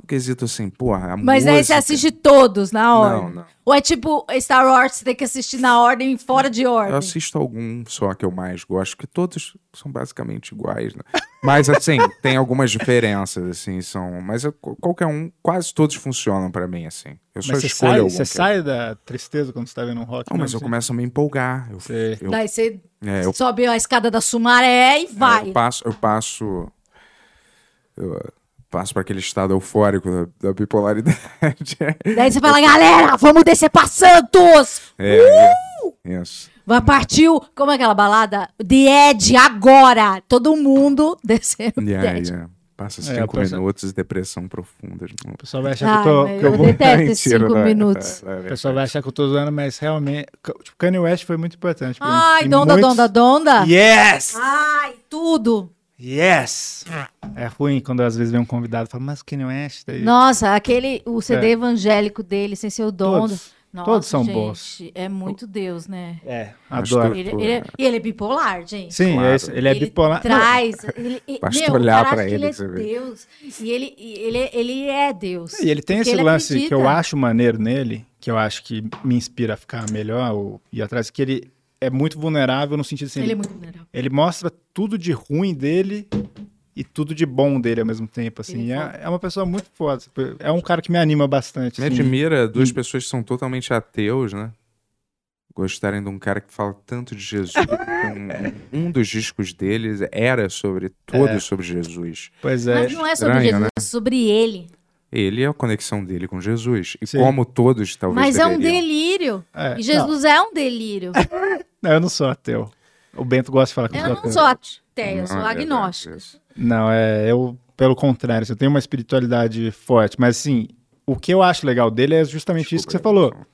Speaker 2: No quesito assim, porra. A
Speaker 4: Mas
Speaker 2: música...
Speaker 4: aí você assiste todos na hora.
Speaker 2: Não, não.
Speaker 4: Ou é tipo Star Wars, você tem que assistir na ordem e fora de
Speaker 2: Eu
Speaker 4: ordem.
Speaker 2: assisto algum só que eu mais gosto, que todos são basicamente iguais, né? Mas assim, tem algumas diferenças, assim, são. Mas eu- qualquer um, quase todos funcionam pra mim, assim. Eu só
Speaker 3: Mas você
Speaker 2: escolho
Speaker 3: sai,
Speaker 2: algum.
Speaker 3: você
Speaker 2: que eu-
Speaker 3: sai da tristeza quando você tá vendo um rock.
Speaker 2: Não, mas eu
Speaker 3: mesmo,
Speaker 2: começo a me empolgar. Eu,
Speaker 3: Sei.
Speaker 2: eu,
Speaker 4: Daí você
Speaker 2: é, eu, É,
Speaker 4: sobe a escada da Sumaré e vai.
Speaker 2: eu passo, eu passo. Eu passo para aquele estado eufórico da, da bipolaridade.
Speaker 4: Daí você fala, galera, vamos descer pra Santos!
Speaker 2: É, é,
Speaker 4: Uh!
Speaker 2: isso.
Speaker 4: Vai partiu, como é aquela balada? The Edge, agora! Todo mundo desceu pro
Speaker 2: Yeah,
Speaker 4: The Edge.
Speaker 2: yeah. Passa
Speaker 3: É, eu
Speaker 2: cinco
Speaker 3: penso-
Speaker 2: minutos e depressão profunda. de novo.
Speaker 3: O pessoal vai achar
Speaker 4: Ai,
Speaker 3: que eu tô.
Speaker 4: mas
Speaker 3: que eu
Speaker 4: eu
Speaker 3: vou-
Speaker 4: detesto esses
Speaker 2: Mentira,
Speaker 4: cinco
Speaker 2: não é,
Speaker 4: minutos.
Speaker 2: não é, não
Speaker 3: O
Speaker 2: é.
Speaker 3: pessoal vai achar que eu tô zoando, mas realmente. Tipo, Kanye West foi muito importante. Pra mim.
Speaker 4: Ai,
Speaker 3: E
Speaker 4: donda,
Speaker 3: muitos-
Speaker 4: donda, donda!
Speaker 2: é
Speaker 3: Yes!
Speaker 4: Ai, tudo!
Speaker 3: Yes! É ruim quando às vezes vem um convidado e fala, mas o Kanye West. Daí...
Speaker 4: Nossa, aquele, o CD evangélico dele, sem ser o donda.
Speaker 3: É. Todos.
Speaker 4: Nossa,
Speaker 3: Todos são
Speaker 4: gente,
Speaker 3: bons.
Speaker 4: É muito Deus, né?
Speaker 3: É,
Speaker 2: Mas
Speaker 3: adoro.
Speaker 2: tudo-
Speaker 4: Ele, ele é, e ele é bipolar, gente.
Speaker 3: Sim,
Speaker 2: Claro.
Speaker 3: é isso, ele é bipolar. Não,
Speaker 4: Traz. Ele, e-
Speaker 2: Basta
Speaker 4: meu, o
Speaker 2: olhar
Speaker 4: cara
Speaker 2: pra
Speaker 4: acha que
Speaker 2: ele,
Speaker 4: ele é
Speaker 2: você vê.
Speaker 4: Deus. E ele, e ele, ele é Deus.
Speaker 3: E ele tem
Speaker 4: Porque
Speaker 3: esse
Speaker 4: ele
Speaker 3: lance que eu
Speaker 4: acredita.
Speaker 3: acho maneiro nele, que eu acho que me inspira a ficar melhor ou ir atrás, que ele é muito vulnerável no sentido assim,
Speaker 4: Ele
Speaker 3: ele,
Speaker 4: é muito vulnerável.
Speaker 3: ele mostra tudo de ruim dele e tudo de bom dele ao mesmo tempo, assim.
Speaker 4: Ele é
Speaker 3: E
Speaker 4: foda.
Speaker 3: É, é uma pessoa muito foda. tipo, É um cara que me anima bastante,
Speaker 2: Me
Speaker 3: assim.
Speaker 2: admira duas pessoas que são totalmente ateus, né? Gostarem de um cara que fala tanto de Jesus. porque um, um dos discos deles era sobre todo sobre Jesus.
Speaker 3: Pois é.
Speaker 4: Mas não é sobre
Speaker 2: estranho,
Speaker 4: Jesus,
Speaker 2: né?
Speaker 4: é sobre ele.
Speaker 2: Ele é a conexão dele com Jesus. E
Speaker 3: Sim.
Speaker 2: como todos, talvez.
Speaker 4: Mas é um
Speaker 2: deveriam.
Speaker 4: delírio.
Speaker 3: é,
Speaker 4: E Jesus é um delírio.
Speaker 3: Não, não, eu não sou ateu. O Bento gosta de falar que eu,
Speaker 4: Eu não
Speaker 3: ateu.
Speaker 4: sou ateia, eu sou
Speaker 2: Não, é,
Speaker 4: agnóstica.
Speaker 2: é, é.
Speaker 3: Não, é, eu, pelo contrário, assim, eu tenho uma espiritualidade forte, mas assim, o que eu acho legal dele é justamente isso que você
Speaker 2: Desculpa,
Speaker 3: falou.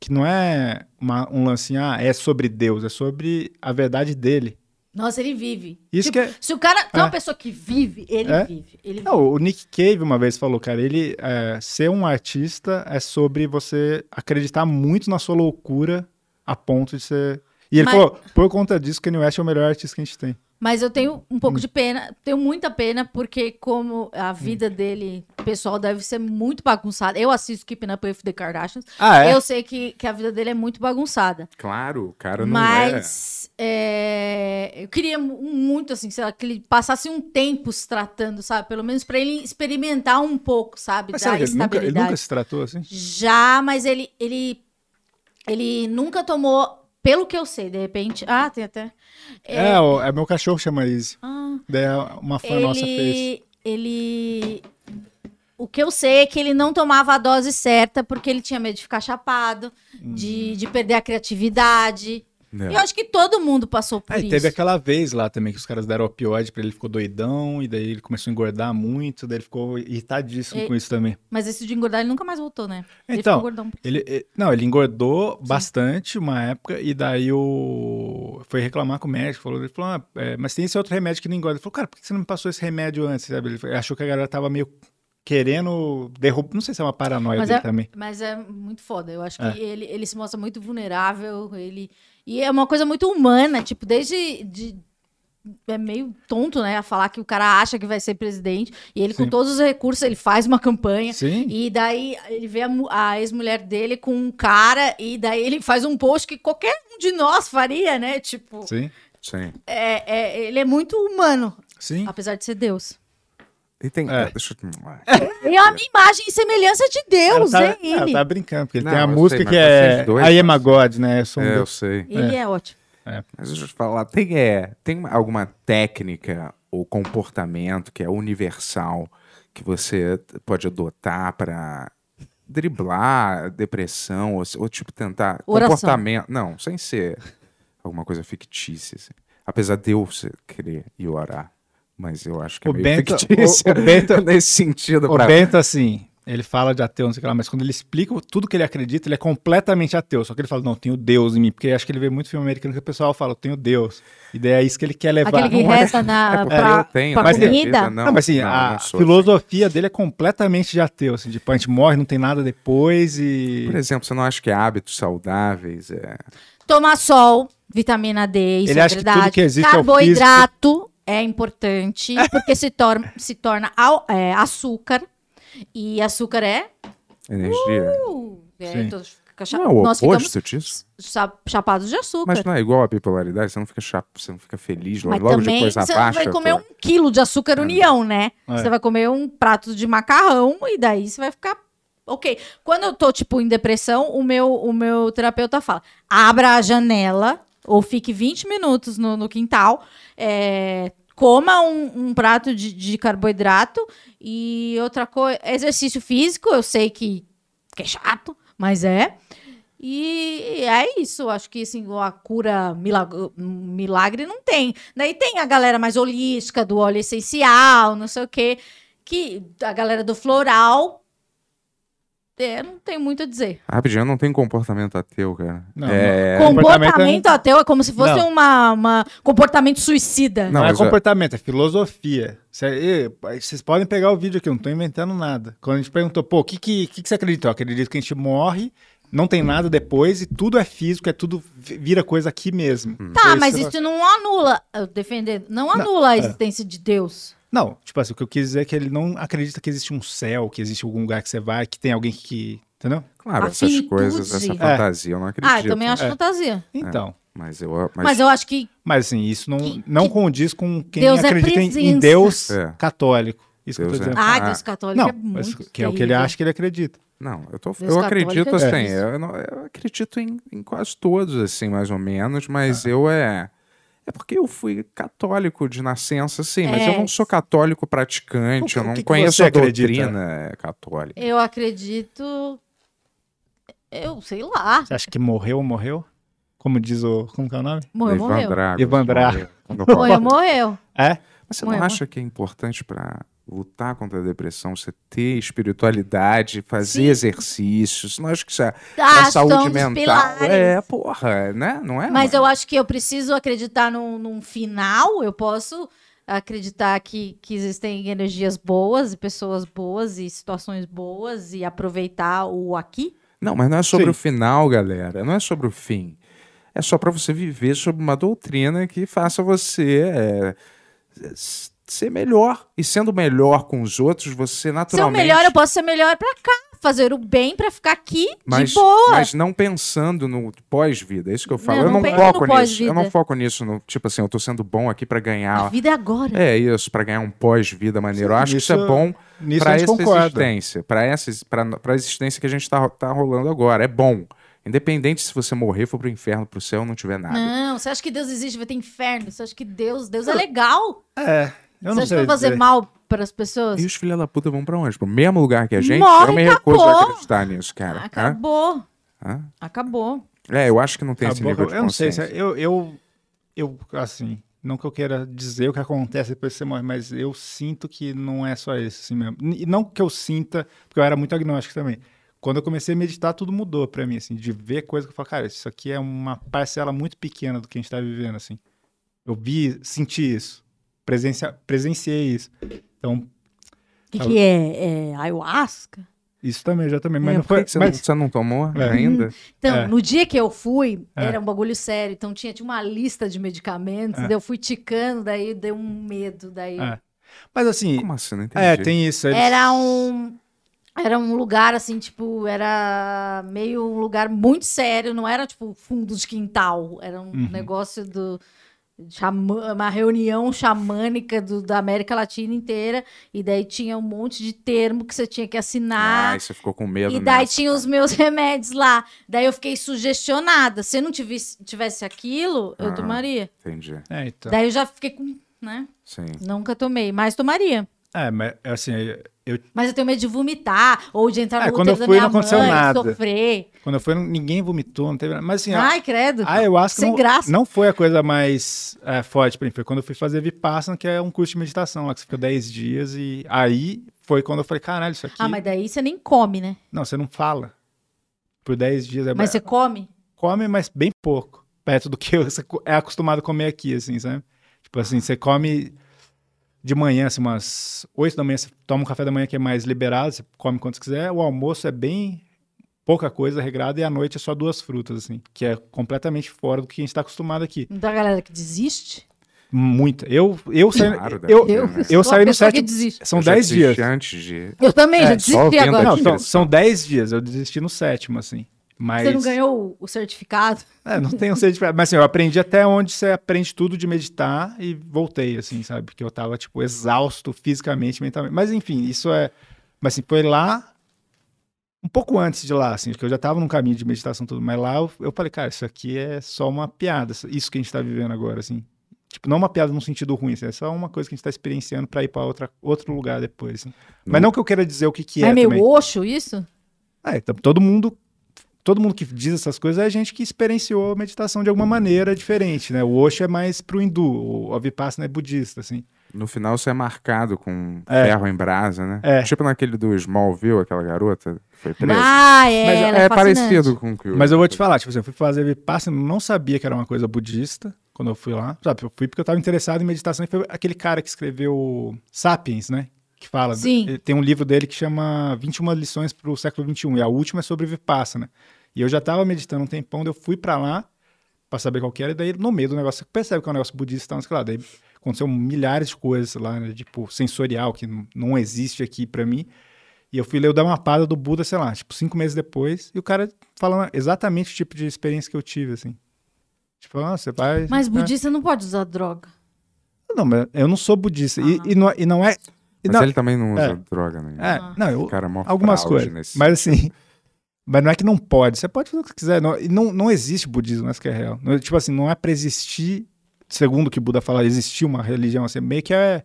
Speaker 3: Que não é uma- um lance assim, ah, é sobre Deus, é sobre a verdade dele.
Speaker 4: Nossa, ele vive.
Speaker 3: Isso que é-
Speaker 4: Se o cara
Speaker 3: É.
Speaker 4: é uma pessoa que vive, ele
Speaker 3: É.
Speaker 4: vive. Ele vive.
Speaker 3: Não, o Nick Cave uma vez falou, cara, ele é, ser um artista é sobre você acreditar muito na sua loucura a ponto de ser. E ele
Speaker 4: Mas-
Speaker 3: falou, por conta disso, Kanye West é o melhor artista que a gente tem.
Speaker 4: Mas eu tenho um
Speaker 3: Hum.
Speaker 4: pouco de pena, tenho muita pena, porque como a vida dele, pessoal, deve ser muito bagunçada. Eu assisto Keeping Up with the Kardashians.
Speaker 3: Ah,
Speaker 4: Eu sei que, que a vida dele é muito bagunçada.
Speaker 2: Claro, o cara não
Speaker 4: mas é, eu queria mu- muito, assim, sei lá, que ele passasse um tempo se tratando, sabe? Pelo menos pra ele experimentar um pouco, sabe?
Speaker 3: Mas
Speaker 4: da
Speaker 3: será que ele nunca, ele
Speaker 4: estabilidade.
Speaker 3: nunca se tratou assim?
Speaker 4: Já, mas ele, ele, ele nunca tomou, pelo que eu sei, de repente. Ah, tem até. eh,
Speaker 3: É, o, é meu cachorro chama Izzy.
Speaker 4: Ah.
Speaker 3: Daí uma fã nossa fez.
Speaker 4: ele, ele. O que eu sei é que ele não tomava a dose certa porque ele tinha medo de ficar chapado,
Speaker 3: Hum.
Speaker 4: de, de perder a criatividade.
Speaker 2: é. É.
Speaker 4: E eu acho que todo mundo passou por
Speaker 3: Ah, e
Speaker 4: isso.
Speaker 3: teve aquela vez lá também que os caras deram opioide pra ele, ele ficou doidão, e daí ele começou a engordar muito, daí ele ficou irritadíssimo
Speaker 4: E-
Speaker 3: com isso também.
Speaker 4: Mas esse de engordar ele nunca mais voltou, né? ele
Speaker 3: Então,
Speaker 4: ficou gordão.
Speaker 3: Ele, ele- não, ele engordou bastante uma época, e daí o foi reclamar com o médico, falou, ele falou, ah, é, mas tem esse outro remédio que não engorda. Ele falou, cara, por que você não me passou esse remédio antes? Sabe? Ele achou que a galera tava meio querendo derrubar, não sei se é uma paranoia
Speaker 4: Mas
Speaker 3: dele
Speaker 4: é-
Speaker 3: também.
Speaker 4: Mas é muito foda. Eu acho
Speaker 3: É.
Speaker 4: que ele, ele se mostra muito vulnerável. Ele... E é uma coisa muito humana, tipo, desde. de- É meio tonto, né? A falar que o cara acha que vai ser presidente. E ele, com
Speaker 3: Sim.
Speaker 4: todos os recursos, ele faz uma campanha.
Speaker 3: Sim.
Speaker 4: E daí ele vê a, mu- a ex-mulher dele com um cara, e daí ele faz um post que qualquer um de nós faria, né? Tipo,
Speaker 3: Sim.
Speaker 2: Sim.
Speaker 4: é, é- ele é muito humano,
Speaker 3: Sim.
Speaker 4: apesar de ser Deus.
Speaker 2: E tem.
Speaker 3: É.
Speaker 2: Deixa eu.
Speaker 4: E a minha imagem e semelhança de Deus,
Speaker 3: Ela
Speaker 4: é
Speaker 3: tá, ela
Speaker 4: ele.
Speaker 3: tá brincando, porque ele
Speaker 2: Não,
Speaker 3: tem a
Speaker 2: eu sei,
Speaker 3: música
Speaker 2: mas
Speaker 3: que
Speaker 2: vocês
Speaker 3: é
Speaker 2: dois-
Speaker 3: I Am a God, né? Eu sou um
Speaker 2: É, eu
Speaker 3: Deus.
Speaker 2: sei.
Speaker 4: Ele é ótimo.
Speaker 2: Mas deixa eu te falar, tem, é, tem uma- alguma técnica ou comportamento que é universal que você t- pode adotar para driblar depressão, ou, se- ou, tipo tentar.
Speaker 4: Oração.
Speaker 2: Comportamento. Não, sem ser alguma coisa fictícia. assim. Apesar de eu ser- querer e orar. Mas eu acho que é
Speaker 3: O
Speaker 2: meio
Speaker 3: Bento-
Speaker 2: fictícia
Speaker 3: o- o Bento-
Speaker 2: nesse sentido.
Speaker 3: O
Speaker 2: pra-
Speaker 3: Bento, assim, ele fala de ateu, não sei o que lá, mas quando ele explica o- tudo que ele acredita, ele é completamente ateu. Só que ele fala, não, tenho Deus em mim. Porque acho que ele vê muito filme americano que o pessoal fala, eu tenho Deus. E daí é isso que ele quer levar.
Speaker 4: Aquele que
Speaker 3: não, é-
Speaker 4: resta na,
Speaker 2: porque
Speaker 4: pra,
Speaker 2: eu tenho
Speaker 4: pra
Speaker 2: na minha
Speaker 4: comida.
Speaker 2: vida,
Speaker 3: Não, mas assim,
Speaker 2: não,
Speaker 3: a
Speaker 2: não sou assim.
Speaker 3: filosofia dele é completamente de ateu. Assim, tipo, a gente morre, não tem nada depois e...
Speaker 2: Por exemplo, você não acha que hábitos saudáveis é.
Speaker 4: Tomar sol, vitamina D, isso
Speaker 3: Ele
Speaker 4: é
Speaker 3: acha que
Speaker 4: verdade.
Speaker 3: tudo que existe é o
Speaker 4: Carboidrato é importante, porque se torna, se torna al- é, açúcar. E açúcar é.
Speaker 2: Energia.
Speaker 4: Uh, é
Speaker 3: Sim.
Speaker 4: tô- fica cha-
Speaker 2: Não é o
Speaker 4: Nós
Speaker 2: oposto
Speaker 4: ficamos
Speaker 2: disso?
Speaker 4: cha- chapados de açúcar.
Speaker 2: Mas não é igual a bipolaridade, você não fica chato, você não fica feliz logo,
Speaker 4: Mas
Speaker 2: logo
Speaker 4: também
Speaker 2: depois
Speaker 4: você
Speaker 2: abaixa.
Speaker 4: vai comer
Speaker 2: pô.
Speaker 4: um quilo de açúcar união, né?
Speaker 3: É.
Speaker 4: Você vai comer um prato de macarrão e daí você vai ficar. Ok. Quando eu tô, tipo, em depressão, o meu, o meu terapeuta fala: abra a janela ou fique 20 minutos no, no quintal, é, coma um, um prato de, de carboidrato e outra coisa. Exercício físico, eu sei que, que é chato, mas é. E é isso, acho que assim, a cura milagre, milagre não tem. Daí Né? tem a galera mais holística, do óleo essencial, não sei o quê, que a galera do floral. É, não tem muito a dizer.
Speaker 2: Rapidinho, eu não tenho comportamento ateu, cara.
Speaker 3: Não,
Speaker 2: é...
Speaker 4: comportamento,
Speaker 3: comportamento
Speaker 4: ateu é como se fosse
Speaker 3: Não.
Speaker 4: uma, uma- comportamento suicida.
Speaker 2: Não,
Speaker 3: Não, é
Speaker 2: mas é-
Speaker 3: comportamento, é filosofia. Cê- e, pai, Vocês podem pegar o vídeo aqui, eu não tô inventando nada. Quando a gente perguntou, pô, o que, que, que, que você acredita? Eu acredito que a gente morre, não tem nada depois e tudo é físico, é tudo vi- vira coisa aqui mesmo.
Speaker 2: Hum.
Speaker 3: Então,
Speaker 4: Tá,
Speaker 3: Foi
Speaker 4: mas
Speaker 3: isso. é.
Speaker 4: isso não anula, eu defender, não anula a existência de Deus.
Speaker 3: Não, tipo assim, o que eu quis dizer é que ele não acredita que existe um céu, que existe algum lugar que você vai, que tem alguém que. Entendeu?
Speaker 2: Claro,
Speaker 4: A
Speaker 2: essas
Speaker 4: finitude.
Speaker 2: coisas, essa
Speaker 4: É.
Speaker 2: fantasia, eu não acredito. né?
Speaker 4: ah, eu também acho
Speaker 3: É.
Speaker 4: fantasia.
Speaker 3: Então.
Speaker 2: Mas eu.
Speaker 4: Mas...
Speaker 2: Mas,
Speaker 4: eu acho que
Speaker 3: Mas assim, isso não,
Speaker 4: Que-
Speaker 3: não
Speaker 4: que-
Speaker 3: condiz com quem
Speaker 4: Deus é
Speaker 3: acredita em- em,
Speaker 4: presença.
Speaker 3: Deus
Speaker 2: É.
Speaker 3: católico. Isso que
Speaker 2: Deus
Speaker 3: eu tô
Speaker 2: é-
Speaker 3: dizendo.
Speaker 4: ah,
Speaker 2: Ah,
Speaker 4: Deus católico
Speaker 3: não,
Speaker 4: é
Speaker 3: mas
Speaker 4: muito
Speaker 3: que é o que ele
Speaker 4: terrível.
Speaker 3: acha que ele acredita.
Speaker 2: Não, eu, tô,
Speaker 4: Deus
Speaker 2: eu acredito
Speaker 4: católico é
Speaker 2: assim.
Speaker 4: difícil.
Speaker 2: Eu, não- eu acredito em, em quase todos, assim, mais ou menos, mas eu é. É porque eu fui católico de nascença, sim, mas
Speaker 4: É.
Speaker 2: eu não sou católico praticante,
Speaker 3: O que-
Speaker 2: eu
Speaker 3: o
Speaker 2: não
Speaker 3: que que
Speaker 2: conheço
Speaker 3: você
Speaker 2: a
Speaker 3: acredita?
Speaker 2: doutrina católica.
Speaker 4: Eu acredito. Eu sei lá.
Speaker 3: Você acha que morreu, morreu? Como diz o. Como que é o nome?
Speaker 4: Morreu,
Speaker 2: Ivan
Speaker 4: morreu.
Speaker 2: Drago.
Speaker 3: Ivan Drago.
Speaker 2: morreu. Quando eu
Speaker 4: Morreu, morreu.
Speaker 3: É?
Speaker 2: Mas você
Speaker 4: Ué,
Speaker 2: não
Speaker 4: mas-
Speaker 2: acha que é importante para lutar contra a depressão você ter espiritualidade, fazer
Speaker 4: Sim.
Speaker 2: exercícios? Você Não acho que isso é pra
Speaker 4: Ah,
Speaker 2: saúde
Speaker 4: são dos
Speaker 2: mental.
Speaker 4: pilares.
Speaker 2: É, porra, né? Não é?
Speaker 4: Mas
Speaker 2: mano?
Speaker 4: eu acho que eu preciso acreditar num, num final. Eu posso acreditar que, que existem energias boas e pessoas boas e situações boas e aproveitar o aqui.
Speaker 2: Não, mas não é sobre
Speaker 3: Sim.
Speaker 2: o final, galera. Não é sobre o fim. É só para você viver sob uma doutrina que faça você é, s- ser melhor. E sendo melhor com os outros, você
Speaker 4: Se eu
Speaker 2: naturalmente.
Speaker 4: melhor, é eu posso ser melhor pra cá. Fazer o bem pra ficar aqui
Speaker 2: Mas,
Speaker 4: de boa.
Speaker 2: mas não pensando no pós-vida, é isso que eu falo.
Speaker 4: Não,
Speaker 2: eu
Speaker 4: não
Speaker 2: não
Speaker 4: penso no
Speaker 2: foco nisso.
Speaker 4: pós-vida.
Speaker 2: Eu não foco nisso, no, tipo assim, eu tô sendo bom aqui pra
Speaker 4: A
Speaker 2: ganhar.
Speaker 4: vida é agora.
Speaker 2: É isso, pra ganhar um pós-vida maneiro. Eu acho que isso
Speaker 3: Isso-
Speaker 2: é bom
Speaker 3: Nisso
Speaker 2: pra
Speaker 3: a gente
Speaker 2: essa
Speaker 3: concorda.
Speaker 2: existência, pra essa pra, pra existência que a gente tá, tá rolando agora. É bom. Independente se você morrer, for pro inferno, pro céu, não tiver nada.
Speaker 4: Não, você acha que Deus existe? Vai ter inferno. Você acha que Deus, Deus é legal?
Speaker 3: É. Eu
Speaker 4: você
Speaker 3: não
Speaker 4: acha
Speaker 3: sei.
Speaker 4: que vai fazer
Speaker 3: dizer.
Speaker 4: mal para as pessoas?
Speaker 2: E os filha da puta vão pra onde? Pro mesmo lugar que a gente?
Speaker 4: Morre,
Speaker 2: eu me recuso a
Speaker 4: acabou. Ah,
Speaker 2: acreditar nisso, cara. é. Hã?
Speaker 4: Acabou.
Speaker 2: Hã?
Speaker 4: Acabou.
Speaker 2: É, eu acho que não tem
Speaker 3: A
Speaker 2: esse
Speaker 3: boca-
Speaker 2: nível de
Speaker 3: Tá eu não sei. se- é-
Speaker 2: consciência.
Speaker 3: Eu, eu, eu, assim, não que eu queira dizer o que acontece depois que você morre, mas eu sinto que não é só isso, assim mesmo. E não que eu sinta, porque eu era muito agnóstico também. Quando eu comecei a meditar, tudo mudou pra mim, assim, de ver coisa que eu falo, cara, isso aqui é uma parcela muito pequena do que a gente tá vivendo, assim. Eu vi, senti isso, presencia, presenciei isso. Então,
Speaker 4: O que,
Speaker 3: Tá-
Speaker 4: que é, é ayahuasca?
Speaker 3: isso também, eu já também, mas
Speaker 2: É,
Speaker 3: não
Speaker 2: por que
Speaker 3: foi...
Speaker 2: que você,
Speaker 3: mas-
Speaker 2: não, você não tomou
Speaker 3: É.
Speaker 2: ainda?
Speaker 4: Então,
Speaker 3: É.
Speaker 4: no dia que eu fui,
Speaker 3: É.
Speaker 4: era um bagulho sério. Então tinha, tinha uma lista de medicamentos.
Speaker 3: É.
Speaker 4: daí eu fui ticando, daí deu um medo. Daí...
Speaker 3: É. Mas assim,
Speaker 2: Como assim? Não entendi.
Speaker 3: é, tem isso. eles-
Speaker 4: Era um. Era um lugar assim, tipo, era meio um lugar muito sério, não era tipo fundo de quintal, era um
Speaker 3: Uhum.
Speaker 4: negócio do xamã- uma reunião xamânica do- da América Latina inteira, e daí tinha um monte de termo que você tinha que assinar.
Speaker 2: Ai, Ah, você ficou com medo
Speaker 4: Ah, E daí
Speaker 2: mesmo.
Speaker 4: tinha os meus remédios lá. Daí eu fiquei sugestionada. Se eu não tivesse, tivesse aquilo, eu
Speaker 2: Ah.
Speaker 4: tomaria.
Speaker 2: Entendi,
Speaker 3: É, então.
Speaker 4: Daí eu já fiquei com. né?
Speaker 2: sim.
Speaker 4: Nunca tomei, mas tomaria.
Speaker 3: É, mas assim,
Speaker 4: Mas eu tenho medo de vomitar, ou de entrar
Speaker 3: É,
Speaker 4: no
Speaker 3: quando
Speaker 4: útero
Speaker 3: eu fui,
Speaker 4: da minha
Speaker 3: não aconteceu
Speaker 4: mãe,
Speaker 3: nada.
Speaker 4: sofrer.
Speaker 3: Quando eu fui, não- ninguém vomitou, não teve nada. Mas assim, a-
Speaker 4: Ai, credo.
Speaker 3: a ayahuasca
Speaker 4: sem
Speaker 3: não,
Speaker 4: graça.
Speaker 3: não foi a coisa mais é, forte pra mim. Foi quando eu fui fazer Vipassana, que é um curso de meditação lá, que você fica 10 dias. E aí foi quando eu falei, caralho, isso aqui...
Speaker 4: Ah, mas daí você nem come, né?
Speaker 3: Não, você não fala. Por 10 dias é...
Speaker 4: Mas você come?
Speaker 3: come, mas bem pouco. Perto do que você co- é acostumado a comer aqui, assim, sabe? Tipo assim, você come de manhã, assim, umas 8 da manhã, você toma um café da manhã que é mais liberado, você come quanto você quiser. O almoço é bem pouca coisa regrada e à noite é só duas frutas, assim, que é completamente fora do que a gente tá acostumado aqui.
Speaker 4: Não tem a galera que desiste?
Speaker 3: Muita. Eu, eu saí.
Speaker 2: Claro, deve
Speaker 3: eu,
Speaker 2: ter,
Speaker 3: eu,
Speaker 2: né?
Speaker 4: sou a
Speaker 3: saí no
Speaker 4: pessoa que
Speaker 3: set.
Speaker 4: desiste.
Speaker 3: São
Speaker 2: Eu já
Speaker 3: 10
Speaker 2: desisti
Speaker 3: dias.
Speaker 2: Antes de...
Speaker 4: Eu também,
Speaker 3: É,
Speaker 4: já
Speaker 2: só
Speaker 4: desisti
Speaker 2: vendo
Speaker 4: agora.
Speaker 3: Não,
Speaker 2: aqui.
Speaker 3: são, são 10 dias. Eu desisti no sétimo, assim. Mas...
Speaker 4: Você não ganhou o- o certificado?
Speaker 3: É, não tenho sede pra... Mas assim, eu aprendi até onde você aprende tudo de meditar e voltei, assim, sabe? Porque eu tava, tipo, exausto fisicamente, mentalmente. Mas enfim, isso é. Mas assim, foi lá. Um pouco antes de lá, assim, porque eu já tava num caminho de meditação e tudo, mas lá eu, eu falei, cara, isso aqui é só uma piada, isso- isso que a gente tá vivendo agora, assim. Tipo, não uma piada num sentido ruim, assim, é só uma coisa que a gente tá experienciando pra ir pra outra, outro lugar depois, assim. Mas não que eu queira dizer o que que é
Speaker 4: é meio
Speaker 3: também.
Speaker 4: oxo isso?
Speaker 3: É, então, todo mundo todo mundo que diz essas coisas é gente que experienciou a meditação de alguma maneira diferente, né? O Osho é mais pro hindu, o- a Vipassana é budista, assim.
Speaker 2: No final você é marcado com
Speaker 3: É.
Speaker 2: ferro em brasa, né?
Speaker 3: É.
Speaker 2: Tipo naquele do Smallville, aquela garota que foi presa.
Speaker 4: Ah, é.
Speaker 2: Mas
Speaker 4: ela
Speaker 2: é,
Speaker 4: é fascinante.
Speaker 2: parecido com o que o-
Speaker 3: Mas eu vou te falar, tipo assim, eu fui fazer Vipassana, eu não sabia que era uma coisa budista quando eu fui lá. Sabe, eu fui porque eu tava interessado em meditação e foi aquele cara que escreveu Sapiens, né? Que fala,
Speaker 4: Sim.
Speaker 3: ele tem um livro dele que chama 21 lições para o século 21 e a última é sobre Vipassana. E eu já tava meditando um tempão, daí eu fui pra lá pra saber qual que era, e daí no meio do negócio você percebe que é um negócio budista, não sei o que lá, daí aconteceu milhares de coisas lá, né, tipo sensorial, que n- não existe aqui pra mim, e eu fui ler o Dhammapada do Buda, sei lá, tipo cinco meses depois, e o cara falando exatamente o tipo de experiência que eu tive, assim. Tipo, ah, você vai...
Speaker 4: Mas
Speaker 3: né?
Speaker 4: budista não pode usar droga.
Speaker 3: Não, mas eu não sou budista, e, e não, e não é... e
Speaker 2: Mas
Speaker 3: não,
Speaker 2: ele também não usa
Speaker 3: É.
Speaker 2: droga, né?
Speaker 3: é, não, eu,
Speaker 2: O cara é mó
Speaker 3: algumas
Speaker 2: fraude
Speaker 3: coisas.
Speaker 2: nesse-
Speaker 3: Mas assim, mas não é que não pode. Você pode fazer o que você quiser. Não, e não, não existe budismo, essa que é real. Não- tipo assim, não é pra existir, segundo o que Buda fala, existir uma religião assim. Meio que é.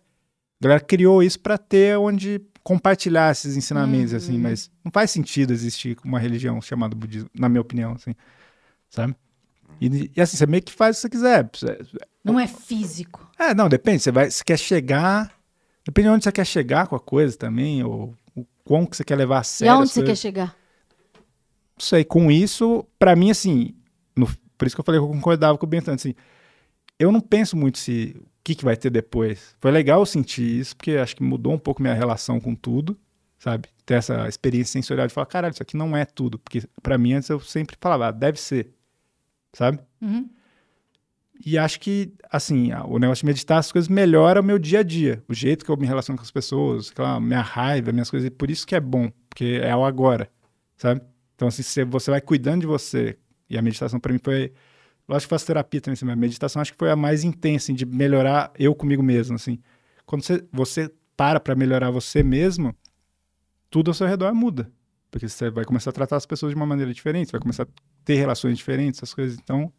Speaker 3: A galera criou isso pra ter onde compartilhar esses ensinamentos, assim,
Speaker 4: Uhum.
Speaker 3: mas não faz sentido existir uma religião chamada budismo, na minha opinião, assim. Sabe? E, e assim, você meio que faz o que você quiser. Você-
Speaker 4: Não é físico.
Speaker 3: é, não, depende. Você, vai, você quer chegar. Depende de onde você quer chegar com a coisa também, ou o quão que você quer levar a
Speaker 4: E
Speaker 3: sério.
Speaker 4: aonde
Speaker 3: as
Speaker 4: você quer
Speaker 3: coisas.
Speaker 4: chegar?
Speaker 3: Não sei. Com isso, pra mim, assim. no- por isso que eu falei que eu concordava com o Bento antes. Assim, eu não penso muito se o que, que vai ter depois. Foi legal eu sentir isso, porque acho que mudou um pouco minha relação com tudo, sabe? Ter essa experiência sensorial de falar, caralho, isso aqui não é tudo. Porque pra mim, antes eu sempre falava, ah, deve ser, sabe?
Speaker 4: Uhum.
Speaker 3: E acho que, assim, a- o negócio de meditar, as coisas melhoram o meu dia a dia. O jeito que eu me relaciono com as pessoas, sei lá, minha raiva, minhas coisas. E por isso que é bom, porque é o agora, sabe? Então, assim, você, você vai cuidando de você. E a meditação, pra mim, foi... Eu acho que faço terapia também, assim, mas a meditação acho que foi a mais intensa, assim, de melhorar eu comigo mesmo, assim. Quando você, você para pra melhorar você mesmo, tudo ao seu redor muda. Porque você vai começar a tratar as pessoas de uma maneira diferente, você vai começar a ter relações diferentes, essas coisas. Então,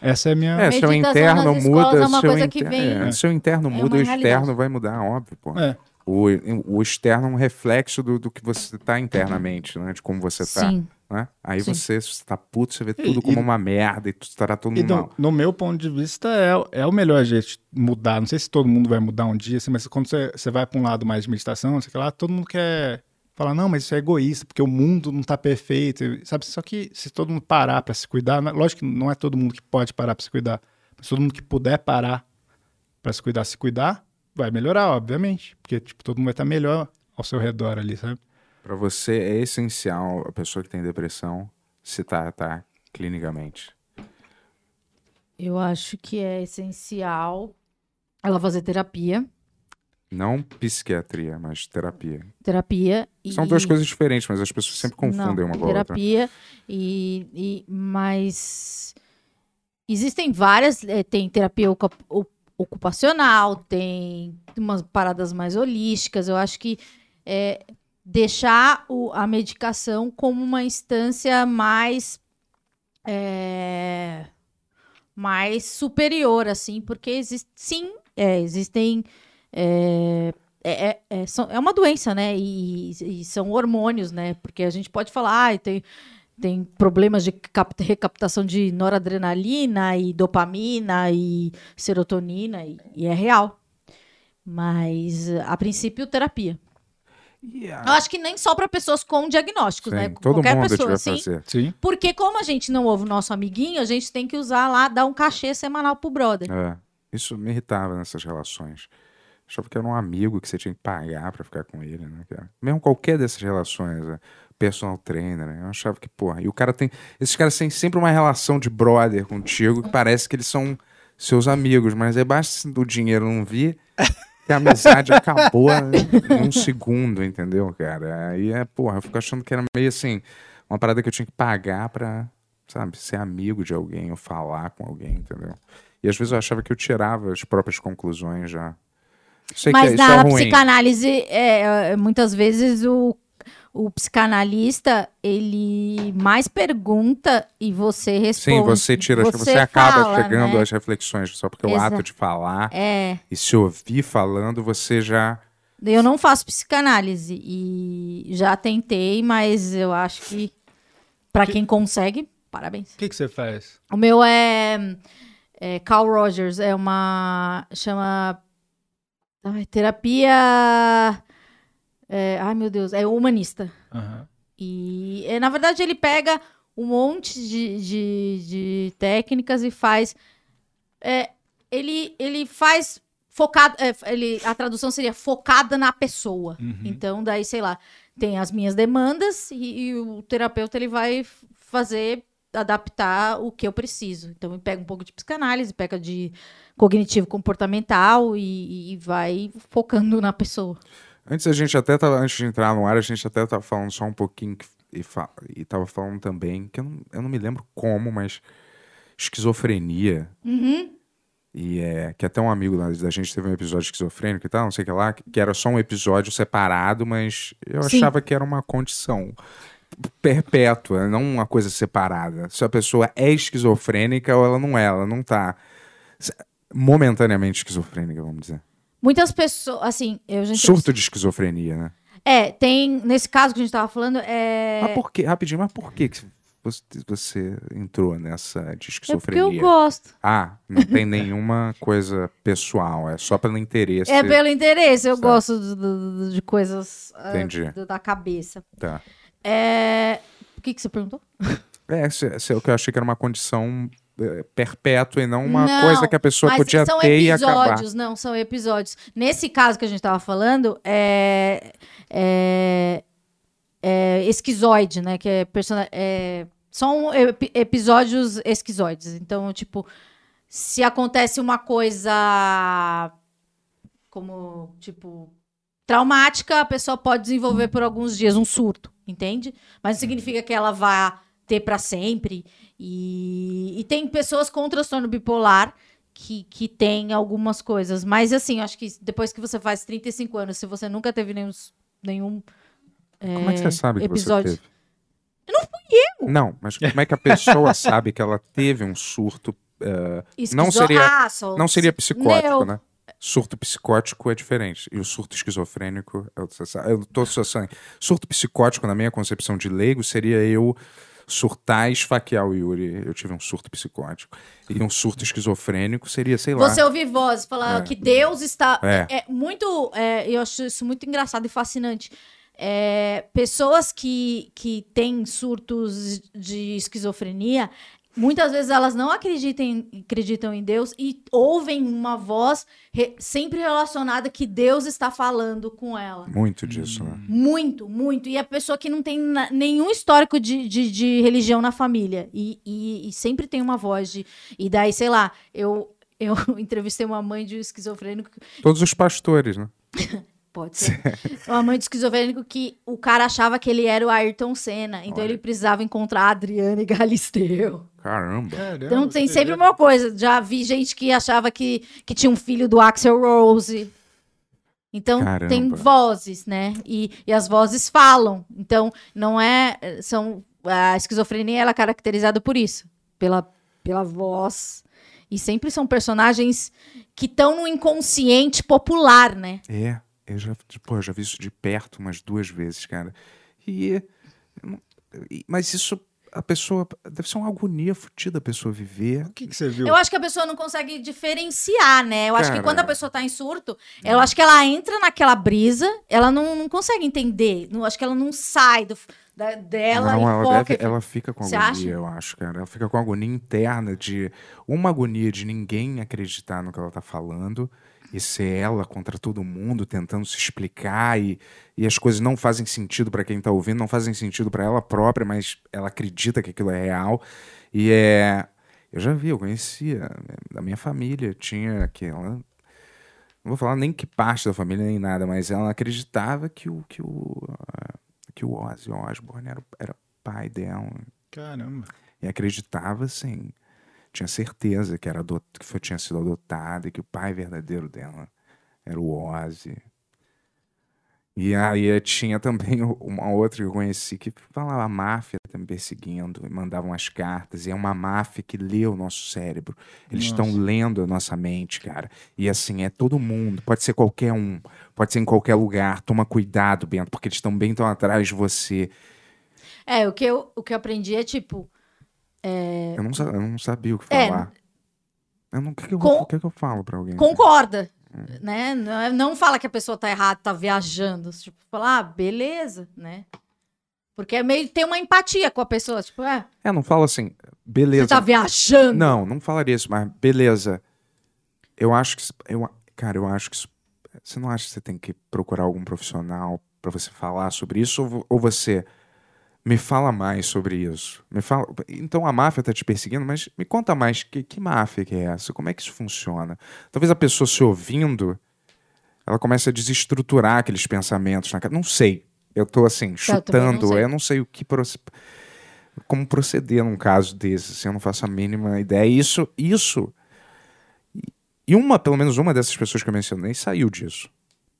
Speaker 3: essa é a minha...
Speaker 2: É, seu
Speaker 4: Meditação
Speaker 2: interno
Speaker 4: nas escolas
Speaker 2: muda,
Speaker 4: é uma
Speaker 2: seu,
Speaker 4: coisa que
Speaker 2: inter-
Speaker 4: vem-
Speaker 2: é, seu interno
Speaker 4: É
Speaker 2: muda,
Speaker 4: uma
Speaker 2: o
Speaker 4: realidade.
Speaker 2: externo vai mudar, óbvio, pô.
Speaker 3: É.
Speaker 2: O, o externo é um reflexo do, do que você tá internamente, né? De como você tá.
Speaker 4: Sim.
Speaker 2: né? Aí
Speaker 4: Sim.
Speaker 2: você, se você tá puto, você vê tudo
Speaker 3: e-
Speaker 2: como uma merda e tu estará todo mundo
Speaker 3: Então,
Speaker 2: mal.
Speaker 3: no meu ponto de vista, é, é o melhor jeito de mudar. Não sei se todo mundo vai mudar um dia, assim, mas quando você, você vai para um lado mais de meditação, não sei o que lá, todo mundo quer falar, não, mas isso é egoísta, porque o mundo não tá perfeito, e- sabe? Só que se todo mundo parar para se cuidar, né, lógico que não é todo mundo que pode parar para se cuidar, mas todo mundo que puder parar para se cuidar, se cuidar, vai melhorar, obviamente, porque tipo, todo mundo vai estar melhor ao seu redor ali, sabe?
Speaker 2: Pra você é essencial a pessoa que tem depressão se tratar clinicamente.
Speaker 4: Eu acho que é essencial ela fazer terapia.
Speaker 2: Não psiquiatria, mas terapia.
Speaker 4: Terapia e...
Speaker 2: São duas coisas diferentes, mas as pessoas sempre confundem
Speaker 4: Não,
Speaker 2: uma com a outra.
Speaker 4: terapia e, e mas existem várias eh, tem terapia ocu- o- ocupacional tem umas paradas mais holísticas eu acho que eh, deixar o- a medicação como uma instância mais eh, mais superior assim porque existe sim é, eh, existem eh, é, é, é, são- é uma doença, né? E, e são hormônios, né? Porque a gente pode falar, ah, tem, tem problemas de cap- recaptação de noradrenalina e dopamina e serotonina, e, e é real. Mas, a princípio, terapia. Eu acho que nem só para pessoas com diagnósticos, né?
Speaker 2: Sim, todo
Speaker 4: Qualquer
Speaker 2: mundo tipo, é tiver
Speaker 4: pessoa, sim.
Speaker 2: fazer.
Speaker 3: Sim.
Speaker 4: Porque como a gente não ouve o nosso amiguinho, a gente tem que usar lá, dar um cachê semanal pro brother.
Speaker 2: É. Isso me irritava nessas relações. Achava que era um amigo que você tinha que pagar pra ficar com ele, né, cara? Mesmo qualquer dessas relações, né? personal trainer, né? Eu achava que, porra, e o cara tem. Esses caras têm sempre uma relação de brother contigo que parece que eles são seus amigos, mas aí basta do dinheiro não vir. que A amizade acabou em um segundo, entendeu, cara? Aí é, porra, eu fico achando que era meio assim, uma parada que eu tinha que pagar pra, sabe, ser amigo de alguém ou falar com alguém, entendeu? E às vezes eu achava que eu tirava as próprias conclusões já. Sei
Speaker 4: Mas
Speaker 2: que isso é
Speaker 4: na
Speaker 2: ruim.
Speaker 4: psicanálise, é, é, muitas vezes o, o psicanalista, ele mais pergunta e você responde.
Speaker 2: Sim, você tira, você,
Speaker 4: Você
Speaker 2: você acaba
Speaker 4: fala,
Speaker 2: chegando
Speaker 4: né?
Speaker 2: às reflexões, só porque
Speaker 4: Exato.
Speaker 2: o ato de falar
Speaker 4: É,
Speaker 2: e se ouvir falando, você já.
Speaker 4: eu não faço psicanálise e já tentei, mas eu acho que para quem consegue, parabéns.
Speaker 3: O que, que você faz?
Speaker 4: O meu é, é Carl Rogers, é uma. chama. ai, terapia. é, ai, meu Deus, é humanista.
Speaker 3: Aham.
Speaker 4: E é, na verdade ele pega um monte de, de, de técnicas e faz. é, ele, ele faz focado. é, ele, a tradução seria focada na pessoa.
Speaker 3: Uhum.
Speaker 4: Então, daí, sei lá, tem as minhas demandas e, e o terapeuta ele vai f- fazer, adaptar o que eu preciso. Então, ele pega um pouco de psicanálise, pega de cognitivo comportamental e, e vai focando na pessoa.
Speaker 2: Antes a gente até tava, antes de entrar no ar, a gente até tava falando só um pouquinho que- e, fa... e tava falando também, que eu não, eu não me lembro como, mas esquizofrenia.
Speaker 4: Uhum.
Speaker 2: E é que até um amigo lá da gente teve um episódio esquizofrênico e tal, não sei o que lá, que era só um episódio separado, mas eu
Speaker 4: Sim.
Speaker 2: achava que era uma condição perpétua, não uma coisa separada. Se a pessoa é esquizofrênica ou ela não é, ela não tá se- momentaneamente esquizofrênica, vamos dizer.
Speaker 4: Muitas pessoas, assim, eu já entrevistei-
Speaker 2: Surto de esquizofrenia, né?
Speaker 4: É, tem, nesse caso que a gente tava falando, é.
Speaker 2: Mas por que, rapidinho, mas por que que você, você entrou nessa de
Speaker 4: É porque eu
Speaker 2: esquizofrenia?
Speaker 4: gosto.
Speaker 2: ah, não tem nenhuma coisa pessoal, é só pelo interesse.
Speaker 4: É pelo interesse, eu
Speaker 2: Certo.
Speaker 4: gosto do- do- do- de coisas ah,
Speaker 2: Entendi.
Speaker 4: do- da cabeça.
Speaker 2: Tá.
Speaker 4: É, O que, que você perguntou?
Speaker 2: É, isso, é- isso é o que eu achei que era uma condição eh, perpétua e não uma
Speaker 4: Não,
Speaker 2: coisa que a pessoa
Speaker 4: Mas
Speaker 2: podia
Speaker 4: são
Speaker 2: ter e acabar.
Speaker 4: episódios, não, são episódios. Nesse caso que a gente tava falando, é, é, é esquizoide, né? Que é, persona, é são ep- episódios esquizoides. Então, tipo, se acontece uma coisa como, tipo, traumática, a pessoa pode desenvolver por alguns dias um surto, entende? Mas não significa que ela vá ter pra sempre. E, e tem pessoas com transtorno bipolar que, que tem algumas coisas. Mas, assim, eu acho que depois que você faz 35 anos, se você nunca teve nenhum. s- nenhum
Speaker 2: Como é que você sabe que
Speaker 4: episódio.
Speaker 2: você teve? Eu não fui eu! Não, mas como é que a pessoa sabe que ela teve um surto? eh, Não seria-
Speaker 4: Ah, só-
Speaker 2: não seria psicótico,
Speaker 4: Não.
Speaker 2: né? Surto psicótico é diferente. E o surto esquizofrênico, eu, você sabe- eu tô só assim. Surto psicótico, na minha concepção de leigo, seria eu surtar e esfaquear o Yuri. Eu tive um surto psicótico. E um surto esquizofrênico seria, sei lá.
Speaker 4: Você ouvir vozes, falar
Speaker 2: É.
Speaker 4: que Deus está.
Speaker 2: É.
Speaker 4: É, muito. é, eu acho isso muito engraçado e fascinante. É, pessoas que, que têm surtos de esquizofrenia, muitas vezes elas não acreditem, acreditam em Deus e ouvem uma voz re- sempre relacionada que Deus está falando com ela.
Speaker 2: Muito disso, né?
Speaker 4: Muito, muito. E a pessoa que não tem na- nenhum histórico de, de, de religião na família. E, e, e sempre tem uma voz de. E daí, sei lá, eu, eu entrevistei uma mãe de um esquizofrênico. que-
Speaker 2: Todos os pastores, né?
Speaker 4: Pode ser. uma mãe de um esquizofrênico que o cara achava que ele era o Ayrton Senna. Então
Speaker 2: Olha.
Speaker 4: ele precisava encontrar a Adriana e Galisteu.
Speaker 2: Caramba.
Speaker 4: Então tem sempre uma coisa. Já vi gente que achava que, que tinha um filho do Axel Rose. Então
Speaker 2: Caramba.
Speaker 4: tem vozes, né? E, e as vozes falam. Então não é são a esquizofrenia ela é caracterizada por isso, pela pela voz. E sempre são personagens que estão no inconsciente popular, né?
Speaker 2: É, Eu já, pô, eu já vi isso de perto umas duas vezes, cara. E, eu não- e- mas isso, a pessoa, deve ser uma agonia fodida a pessoa viver.
Speaker 3: O que, que você viu?
Speaker 4: Eu acho que a pessoa não consegue diferenciar, né? Eu acho que
Speaker 2: Cara. Uhum.
Speaker 4: quando a pessoa tá em surto, eu acho que ela entra naquela brisa, ela não, não consegue entender. Não, acho que ela não sai do, da- dela
Speaker 2: não,
Speaker 4: e
Speaker 2: ela,
Speaker 4: foca.
Speaker 2: deve- ela fica com
Speaker 4: Você
Speaker 2: agonia,
Speaker 4: acha?
Speaker 2: eu acho, cara. Ela fica com agonia interna de uma agonia de ninguém acreditar no que ela tá falando e ser ela contra todo mundo tentando se explicar e, e as coisas não fazem sentido pra quem tá ouvindo, não fazem sentido pra ela própria, mas ela acredita que aquilo é real. E é. Eu já vi, eu conhecia né, da minha família, tinha aquela. Não vou falar nem que parte da família nem nada, mas ela acreditava que o que o ah, que o Ozzy Osbourne era, o- era pai dela
Speaker 3: Caramba.
Speaker 2: e acreditava assim, tinha certeza que era adot- que foi, tinha sido adotada e que o pai verdadeiro dela era o Ozzy. E aí eh, tinha também o- uma outra que eu conheci que falava a máfia tá me perseguindo e mandavam as cartas. E é uma máfia que lê o nosso cérebro. Eles
Speaker 3: Nossa.
Speaker 2: estão lendo a nossa mente, cara. E assim, é todo mundo. Pode ser qualquer um. Pode ser em qualquer lugar. Toma cuidado, Bento, porque eles também estão atrás de você.
Speaker 4: É, o que, eu, o que eu aprendi é tipo,
Speaker 2: Eu, não, sa- eu não sabia o que
Speaker 4: É,
Speaker 2: falar. eu não, o que, que eu,
Speaker 4: com-
Speaker 2: vou- o que que eu falo pra alguém?
Speaker 4: concorda.
Speaker 2: Uhum.
Speaker 4: Né? Não, é- não fala que a pessoa tá errada, tá viajando. Tipo, fala, ah, beleza, né? Porque é meio ter uma empatia com a pessoa. Tipo, é,
Speaker 2: É, não fala assim,
Speaker 4: você
Speaker 2: beleza.
Speaker 4: tá viajando.
Speaker 2: Não, não falaria isso, mas beleza. Eu acho que. isso- Eu, a- cara, eu acho que. isso- Você não acha que você tem que procurar algum profissional pra você falar sobre isso? Ou, vo- ou você. Me fala mais sobre isso. Me fala. Então a máfia tá te perseguindo, mas me conta mais que, que máfia que é essa? Como é que isso funciona? Talvez a pessoa se ouvindo, ela comece a desestruturar aqueles pensamentos na cara. Não sei. Eu tô assim, chutando.
Speaker 4: sei.
Speaker 2: eu não sei o que. proce- como proceder num caso desse, assim, eu não faço a mínima ideia. Isso, isso. E uma, pelo menos uma dessas pessoas que eu mencionei saiu disso.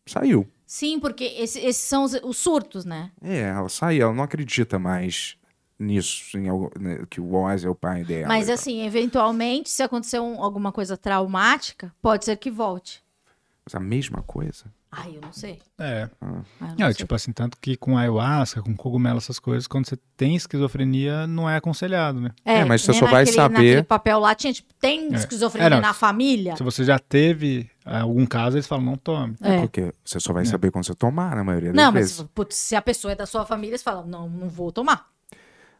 Speaker 2: Saiu.
Speaker 4: Sim, porque esse- esses são os, os surtos, né?
Speaker 2: É, ela saiu, ela não acredita mais nisso, em algo, né, que o Oz é o pai dela.
Speaker 4: Mas
Speaker 2: e
Speaker 4: assim, eventualmente, se acontecer um- alguma coisa traumática, pode ser que volte.
Speaker 2: tal. Mas a mesma coisa.
Speaker 4: Ai, eu não sei.
Speaker 3: É.
Speaker 4: Ai, eu não
Speaker 3: Não,
Speaker 4: sei.
Speaker 3: tipo assim, tanto que com ayahuasca, com cogumelo, essas coisas, quando você tem esquizofrenia, não é aconselhado, né?
Speaker 2: é, mas
Speaker 4: que
Speaker 2: você
Speaker 4: nem
Speaker 2: só vai
Speaker 4: naquele-
Speaker 2: saber-
Speaker 4: Naquele papel lá tinha, tipo, tem
Speaker 3: É.
Speaker 4: esquizofrenia
Speaker 3: É, não.
Speaker 4: na
Speaker 2: tipo,
Speaker 4: família?
Speaker 3: Se você já teve ah, algum caso, eles falam, não tome.
Speaker 4: É.
Speaker 2: Porque você só vai saber quando você tomar, na maioria das
Speaker 4: Não, mas
Speaker 2: vezes.
Speaker 4: putz, se a pessoa é da sua família, você fala, não, não vou tomar.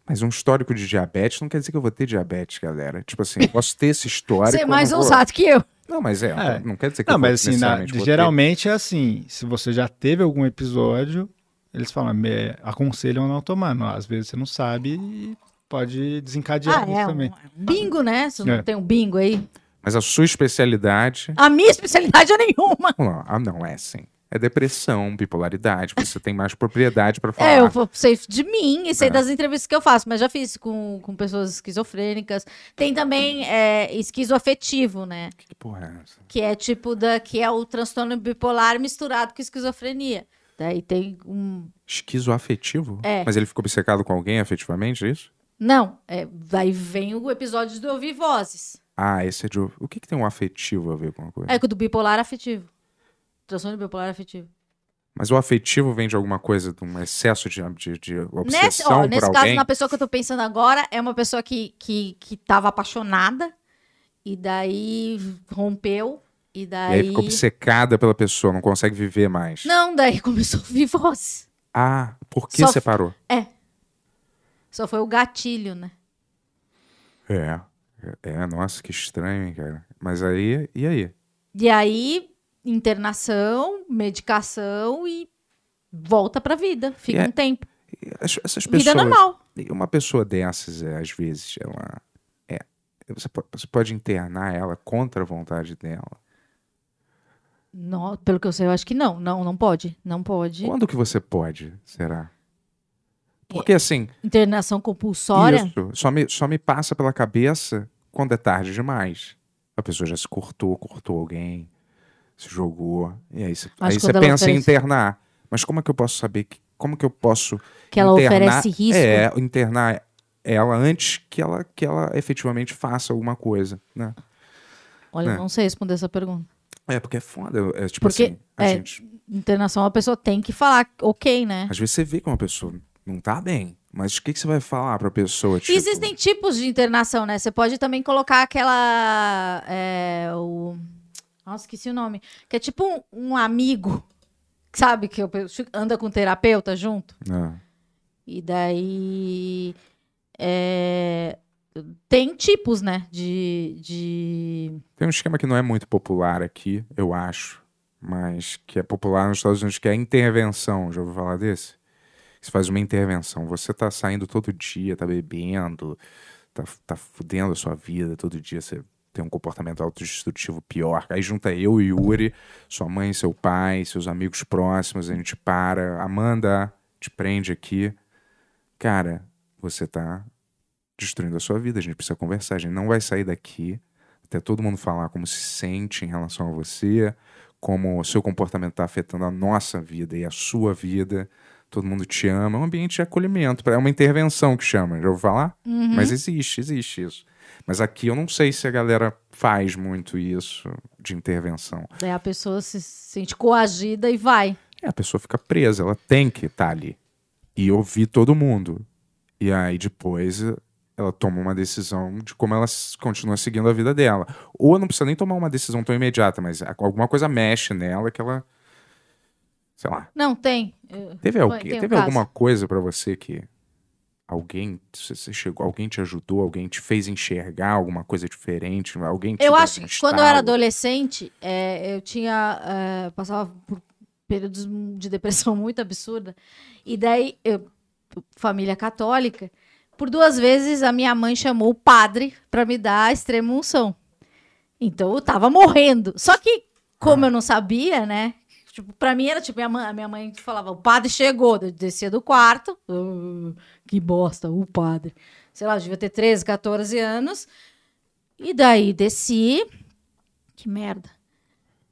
Speaker 2: Mas um histórico de diabetes não quer dizer que eu vou ter diabetes, galera. Tipo assim, eu posso ter esse histórico.
Speaker 4: Você é
Speaker 2: eu
Speaker 4: mais
Speaker 2: não vou-
Speaker 4: ousado que eu.
Speaker 2: Não, mas é,
Speaker 3: É.
Speaker 2: não quer dizer que
Speaker 3: Não,
Speaker 2: eu vou
Speaker 3: mas assim, na-
Speaker 2: necessariamente vou ter.
Speaker 3: geralmente é assim, se você já teve algum episódio, eles falam, "Me- aconselham a não tomar. Não, às vezes você não sabe e pode desencadear
Speaker 4: Ah,
Speaker 3: isso
Speaker 4: é, um,
Speaker 3: também.
Speaker 4: um bingo, né? Você não
Speaker 3: É.
Speaker 4: tem um bingo aí.
Speaker 2: Mas a sua especialidade
Speaker 4: A minha especialidade é nenhuma.
Speaker 2: Não, ah, não, é assim. É depressão, bipolaridade. Você tem mais propriedade pra falar.
Speaker 4: É, eu vou- sei de mim e sei
Speaker 2: É.
Speaker 4: das entrevistas que eu faço, mas já fiz com, com pessoas esquizofrênicas. Tem também é, esquizoafetivo, né?
Speaker 2: Que porra é essa?
Speaker 4: que é tipo da que é o transtorno bipolar misturado com esquizofrenia. Daí tem um
Speaker 2: Esquizoafetivo?
Speaker 4: É.
Speaker 2: Mas ele ficou obcecado com alguém afetivamente, é isso?
Speaker 4: não, é, daí vem o episódio do ouvir vozes.
Speaker 2: Ah, esse é de. O que, que tem um afetivo a ver com uma coisa?
Speaker 4: É que o do bipolar afetivo. Transtorno bipolar afetivo.
Speaker 2: Mas o afetivo vem de alguma coisa, de um excesso de, de, de obsessão
Speaker 4: Nesse, ó,
Speaker 2: por
Speaker 4: nesse caso,
Speaker 2: alguém?
Speaker 4: na pessoa que eu tô pensando agora, é uma pessoa que, que, que tava apaixonada e daí rompeu e
Speaker 2: E
Speaker 4: daí.
Speaker 2: aí fica obcecada pela pessoa, não consegue viver mais.
Speaker 4: não, daí começou a ouvir vozes.
Speaker 2: Ah, por que
Speaker 4: Só f-
Speaker 2: separou?
Speaker 4: Só foi o gatilho, né?
Speaker 2: É. É, nossa, que estranho, hein, cara. Mas aí, e aí?
Speaker 4: E aí, internação, medicação e volta pra vida. Fica
Speaker 2: E é-
Speaker 4: um tempo.
Speaker 2: E as- Essas
Speaker 4: Vida
Speaker 2: pessoas.
Speaker 4: normal.
Speaker 2: E Uma pessoa dessas, é, às vezes, ela é. Você po- você pode internar ela contra a vontade dela.
Speaker 4: Não, pelo que eu sei, eu acho que não. Não, não pode. Não pode.
Speaker 2: Quando que você pode, será?
Speaker 4: É,
Speaker 2: Porque assim,
Speaker 4: Internação compulsória.
Speaker 2: isso só me, só me passa pela cabeça quando é tarde demais. A pessoa já se cortou, cortou alguém, se jogou. E aí você, aí
Speaker 4: quando
Speaker 2: você
Speaker 4: ela
Speaker 2: pensa em
Speaker 4: oferece-
Speaker 2: internar. Mas como é que eu posso saber? Que, como que eu posso
Speaker 4: Que ela
Speaker 2: internar-
Speaker 4: oferece risco.
Speaker 2: É, internar ela antes que ela, que ela efetivamente faça alguma coisa, né?
Speaker 4: Olha, eu
Speaker 2: né?
Speaker 4: não sei responder essa pergunta.
Speaker 2: É, porque é foda. É, tipo
Speaker 4: Porque,
Speaker 2: assim, a
Speaker 4: é,
Speaker 2: gente
Speaker 4: internacional, a pessoa tem que falar ok, né?
Speaker 2: Às vezes você vê que uma pessoa não tá bem, mas o que, que você vai falar pra pessoa?
Speaker 4: E
Speaker 2: Tipo,
Speaker 4: Existem tipos de internação, né? Você pode também colocar aquela. É, o... Nossa, esqueci o nome. Que é tipo um, um amigo, sabe? Que eu- anda com um terapeuta junto.
Speaker 2: né?
Speaker 4: E daí. é, tem tipos, né? De. de...
Speaker 2: Tem um esquema que não é muito popular aqui, eu acho, mas que é popular nos Estados Unidos, que é a intervenção. Já ouviu falar desse? Você faz uma intervenção. Você tá saindo todo dia, tá bebendo, tá, tá fudendo a sua vida todo dia, você tem um comportamento autodestrutivo pior. Aí junta eu e Yuri, sua mãe, seu pai, seus amigos próximos, a gente para. Amanda, te prende aqui. Cara, você tá destruindo a sua vida, a gente precisa conversar, a gente não vai sair daqui até todo mundo falar como se sente em relação a você, como o seu comportamento está afetando a nossa vida e a sua vida. Todo mundo te ama, é um ambiente de acolhimento, é uma intervenção que chama, já ouviu falar?
Speaker 4: Uhum.
Speaker 2: Mas existe, existe isso. Mas aqui eu não sei se a galera faz muito isso de intervenção.
Speaker 4: Daí né, a pessoa se sente coagida e vai.
Speaker 2: É, a pessoa fica presa, ela tem que estar ali e ouvir todo mundo. E aí depois eh, ela toma uma decisão de como ela s- continua seguindo a vida dela. Ou não precisa nem tomar uma decisão tão imediata, mas a- alguma coisa mexe nela que ela. Sei lá.
Speaker 4: Não, tem. Eu-
Speaker 2: Teve,
Speaker 4: Foi,
Speaker 2: alguém,
Speaker 4: tem um
Speaker 2: teve
Speaker 4: caso.
Speaker 2: alguma coisa pra você que. Alguém, você você chegou, alguém te ajudou, alguém te fez enxergar alguma coisa diferente, alguém te
Speaker 4: Eu
Speaker 2: deu
Speaker 4: acho
Speaker 2: um
Speaker 4: que quando eu era
Speaker 2: estalo?
Speaker 4: adolescente, é, eu tinha. é, passava por períodos de depressão muito absurda. E daí, eu, família católica, por duas vezes a minha mãe chamou o padre para me dar a extrema unção. Então eu tava morrendo. Só que,
Speaker 2: Ah.
Speaker 4: como eu não sabia, né? Tipo, pra mim era tipo, minha mãe, a minha mãe falava, o padre chegou, eu descia do quarto. "Ah, que bosta, o padre. Sei lá, eu devia ter 13, 14 anos. E daí desci. Que merda.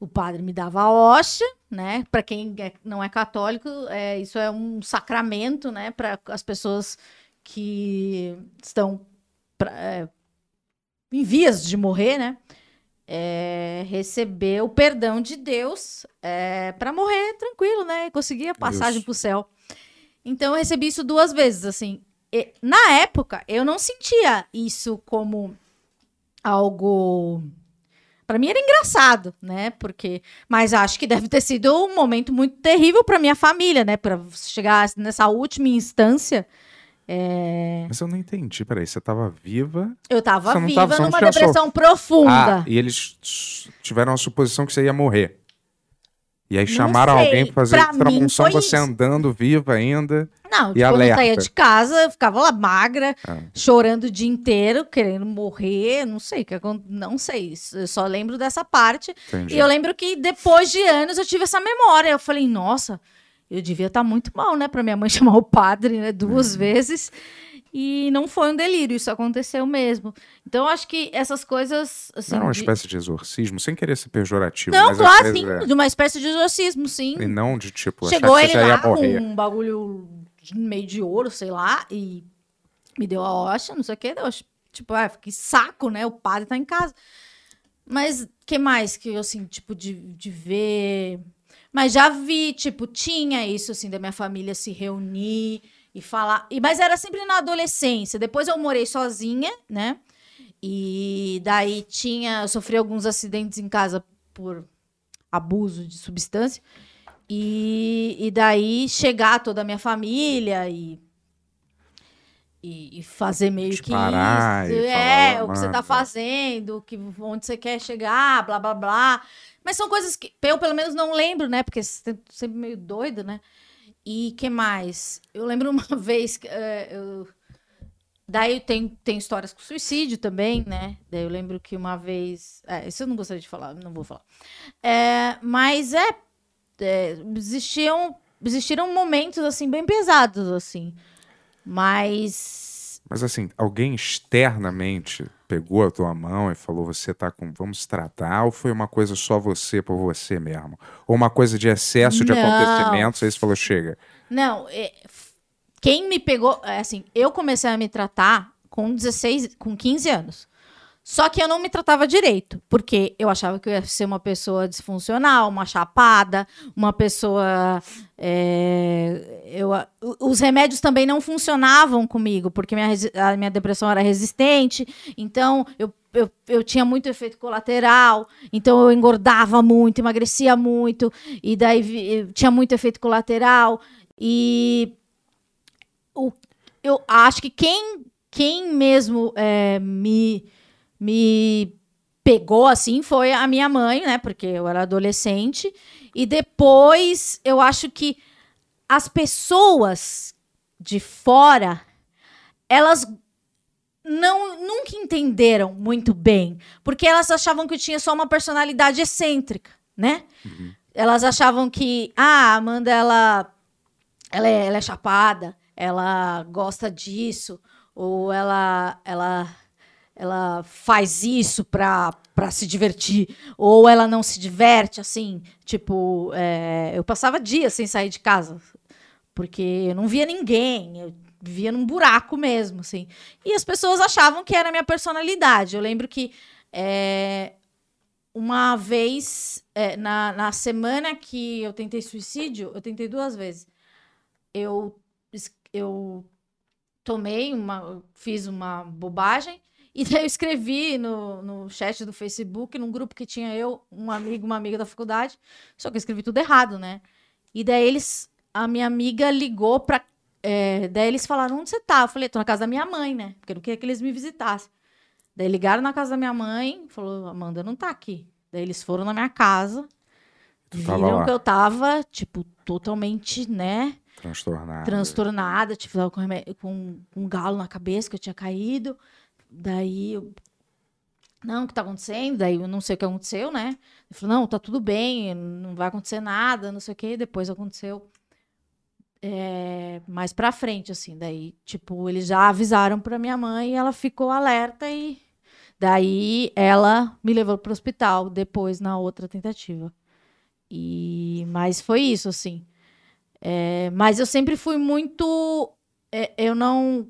Speaker 4: O padre me dava a hóstia, né? Para quem é- não é católico, é, isso é um sacramento, né? Para as pessoas que estão pra- é, em vias de morrer, né? É, receber o perdão de Deus para morrer tranquilo, né? Conseguir a passagem
Speaker 2: Isso.
Speaker 4: para o céu. Então eu recebi isso duas vezes, assim. E, na época, eu não sentia isso como algo. Pra mim era engraçado, né? Porque, mas acho que deve ter sido um momento muito terrível pra minha família, né? Para chegar nessa última instância, é,
Speaker 2: Mas eu não entendi, peraí, você tava viva
Speaker 4: eu tava
Speaker 2: Você não
Speaker 4: viva
Speaker 2: tava- você não
Speaker 4: numa
Speaker 2: pensou.
Speaker 4: depressão profunda.
Speaker 2: Ah, e eles s- tiveram a suposição que você ia morrer. E aí
Speaker 4: Não
Speaker 2: chamaram
Speaker 4: sei,
Speaker 2: alguém pra fazer
Speaker 4: pra
Speaker 2: extramunção,
Speaker 4: mim foi
Speaker 2: você
Speaker 4: isso.
Speaker 2: andando viva ainda.
Speaker 4: Não,
Speaker 2: E
Speaker 4: tipo, eu não
Speaker 2: alerta.
Speaker 4: saía de casa, eu ficava lá magra,
Speaker 2: Ah.
Speaker 4: chorando o dia inteiro, querendo morrer, não sei o que acon- não sei, isso, eu só lembro dessa parte.
Speaker 2: Entendi.
Speaker 4: E eu lembro que depois de anos eu tive essa memória, eu falei, nossa, eu devia estar muito mal, né, Pra minha mãe chamar o padre, né, duas vezes. E não foi um delírio, isso aconteceu mesmo. Então eu acho que essas coisas assim,
Speaker 2: Não era uma
Speaker 4: de-
Speaker 2: espécie de exorcismo, sem querer ser pejorativo.
Speaker 4: Não,
Speaker 2: mas
Speaker 4: claro,
Speaker 2: às
Speaker 4: sim,
Speaker 2: vezes
Speaker 4: de uma espécie de exorcismo, sim.
Speaker 2: é. E não de tipo,
Speaker 4: Chegou
Speaker 2: achar que
Speaker 4: ele
Speaker 2: você já ia
Speaker 4: lá com
Speaker 2: morrer.
Speaker 4: um bagulho de- meio de ouro, sei lá, e me deu a hoxa, não sei o que, deu, tipo, ah, que saco, né? O padre tá em casa. Mas que mais que eu, assim, tipo, de, de ver. Mas já vi, tipo, tinha isso, assim, da minha família se reunir e falar. E, mas era sempre na adolescência. Depois eu morei sozinha, né? E daí tinha. Eu sofri alguns acidentes em casa por abuso de substância. E, e daí chegar toda a minha família e. E, e fazer meio
Speaker 2: Te
Speaker 4: que
Speaker 2: parar
Speaker 4: isso.
Speaker 2: e
Speaker 4: é,
Speaker 2: falar,
Speaker 4: o que você tá
Speaker 2: mano.
Speaker 4: fazendo, o que, onde você quer chegar, blá blá blá. Mas são coisas que eu, pelo menos, não lembro, né? Porque você é sempre meio doido, né? E que mais? Eu lembro uma vez que eh, eu... Daí tem, tem histórias com suicídio também, né? Daí eu lembro que uma vez... É, isso eu não gostaria de falar, não vou falar. É, mas é, é... Existiam... Existiram momentos, assim, bem pesados, assim. Mas...
Speaker 2: Mas assim, alguém externamente pegou a tua mão e falou: você tá com. Vamos tratar? Ou foi uma coisa só você por você mesmo? Ou uma coisa de excesso de
Speaker 4: Não.
Speaker 2: acontecimentos? Aí você falou: chega.
Speaker 4: Não, é, f- quem me pegou... é, assim, eu comecei a me tratar com 16... Com 15 anos. Só que eu não me tratava direito, porque eu achava que eu ia ser uma pessoa disfuncional, uma chapada, uma pessoa. é, eu, a- o- os remédios também não funcionavam comigo, porque minha, resi- a minha depressão era resistente, então eu, eu, eu tinha muito efeito colateral, então eu engordava muito, emagrecia muito, e daí vi- eu tinha muito efeito colateral. E o, eu acho que quem, quem mesmo é, me, me pegou assim foi a minha mãe, né? Porque eu era adolescente. E depois eu acho que as pessoas de fora, elas não nunca entenderam muito bem, porque elas achavam que eu tinha só uma personalidade excêntrica, né? Elas achavam que ah, a Amanda ela ela é, ela é chapada, ela gosta disso, ou ela ela ela faz isso pra, pra se divertir, ou ela não se diverte, assim, tipo, é, eu passava dias sem sair de casa, porque eu não via ninguém, eu via num buraco mesmo, assim. E as pessoas achavam que era a minha personalidade. Eu lembro que é, uma vez, é, na, na semana que eu tentei suicídio, eu tentei duas vezes, eu, es- eu tomei uma, eu fiz uma bobagem, e daí eu escrevi no, no chat do Facebook, num grupo que tinha eu, um amigo, uma amiga da faculdade, só que eu escrevi tudo errado, né? E daí eles, a minha amiga ligou pra. é, daí eles falaram: onde você tá? Eu falei: tô na casa da minha mãe, né? Porque eu não queria que eles me visitassem. Daí ligaram na casa da minha mãe, falou: Amanda não tá aqui. Daí eles foram na minha casa,
Speaker 2: Tu tava
Speaker 4: viram
Speaker 2: lá.
Speaker 4: que eu tava, tipo, totalmente, né?
Speaker 2: Transtornado.
Speaker 4: transtornada, tipo, tava com, remé- com- com um galo na cabeça que eu tinha caído. Daí eu. Não, o que tá acontecendo? Daí eu não sei o que aconteceu, né? Ele falou: não, tá tudo bem, não vai acontecer nada, não sei o que. Depois aconteceu é, mais pra frente, assim. Daí, tipo, eles já avisaram pra minha mãe e ela ficou alerta e. Daí ela me levou pro hospital depois na outra tentativa. E mas foi isso assim. É, mas eu sempre fui muito. é, eu não.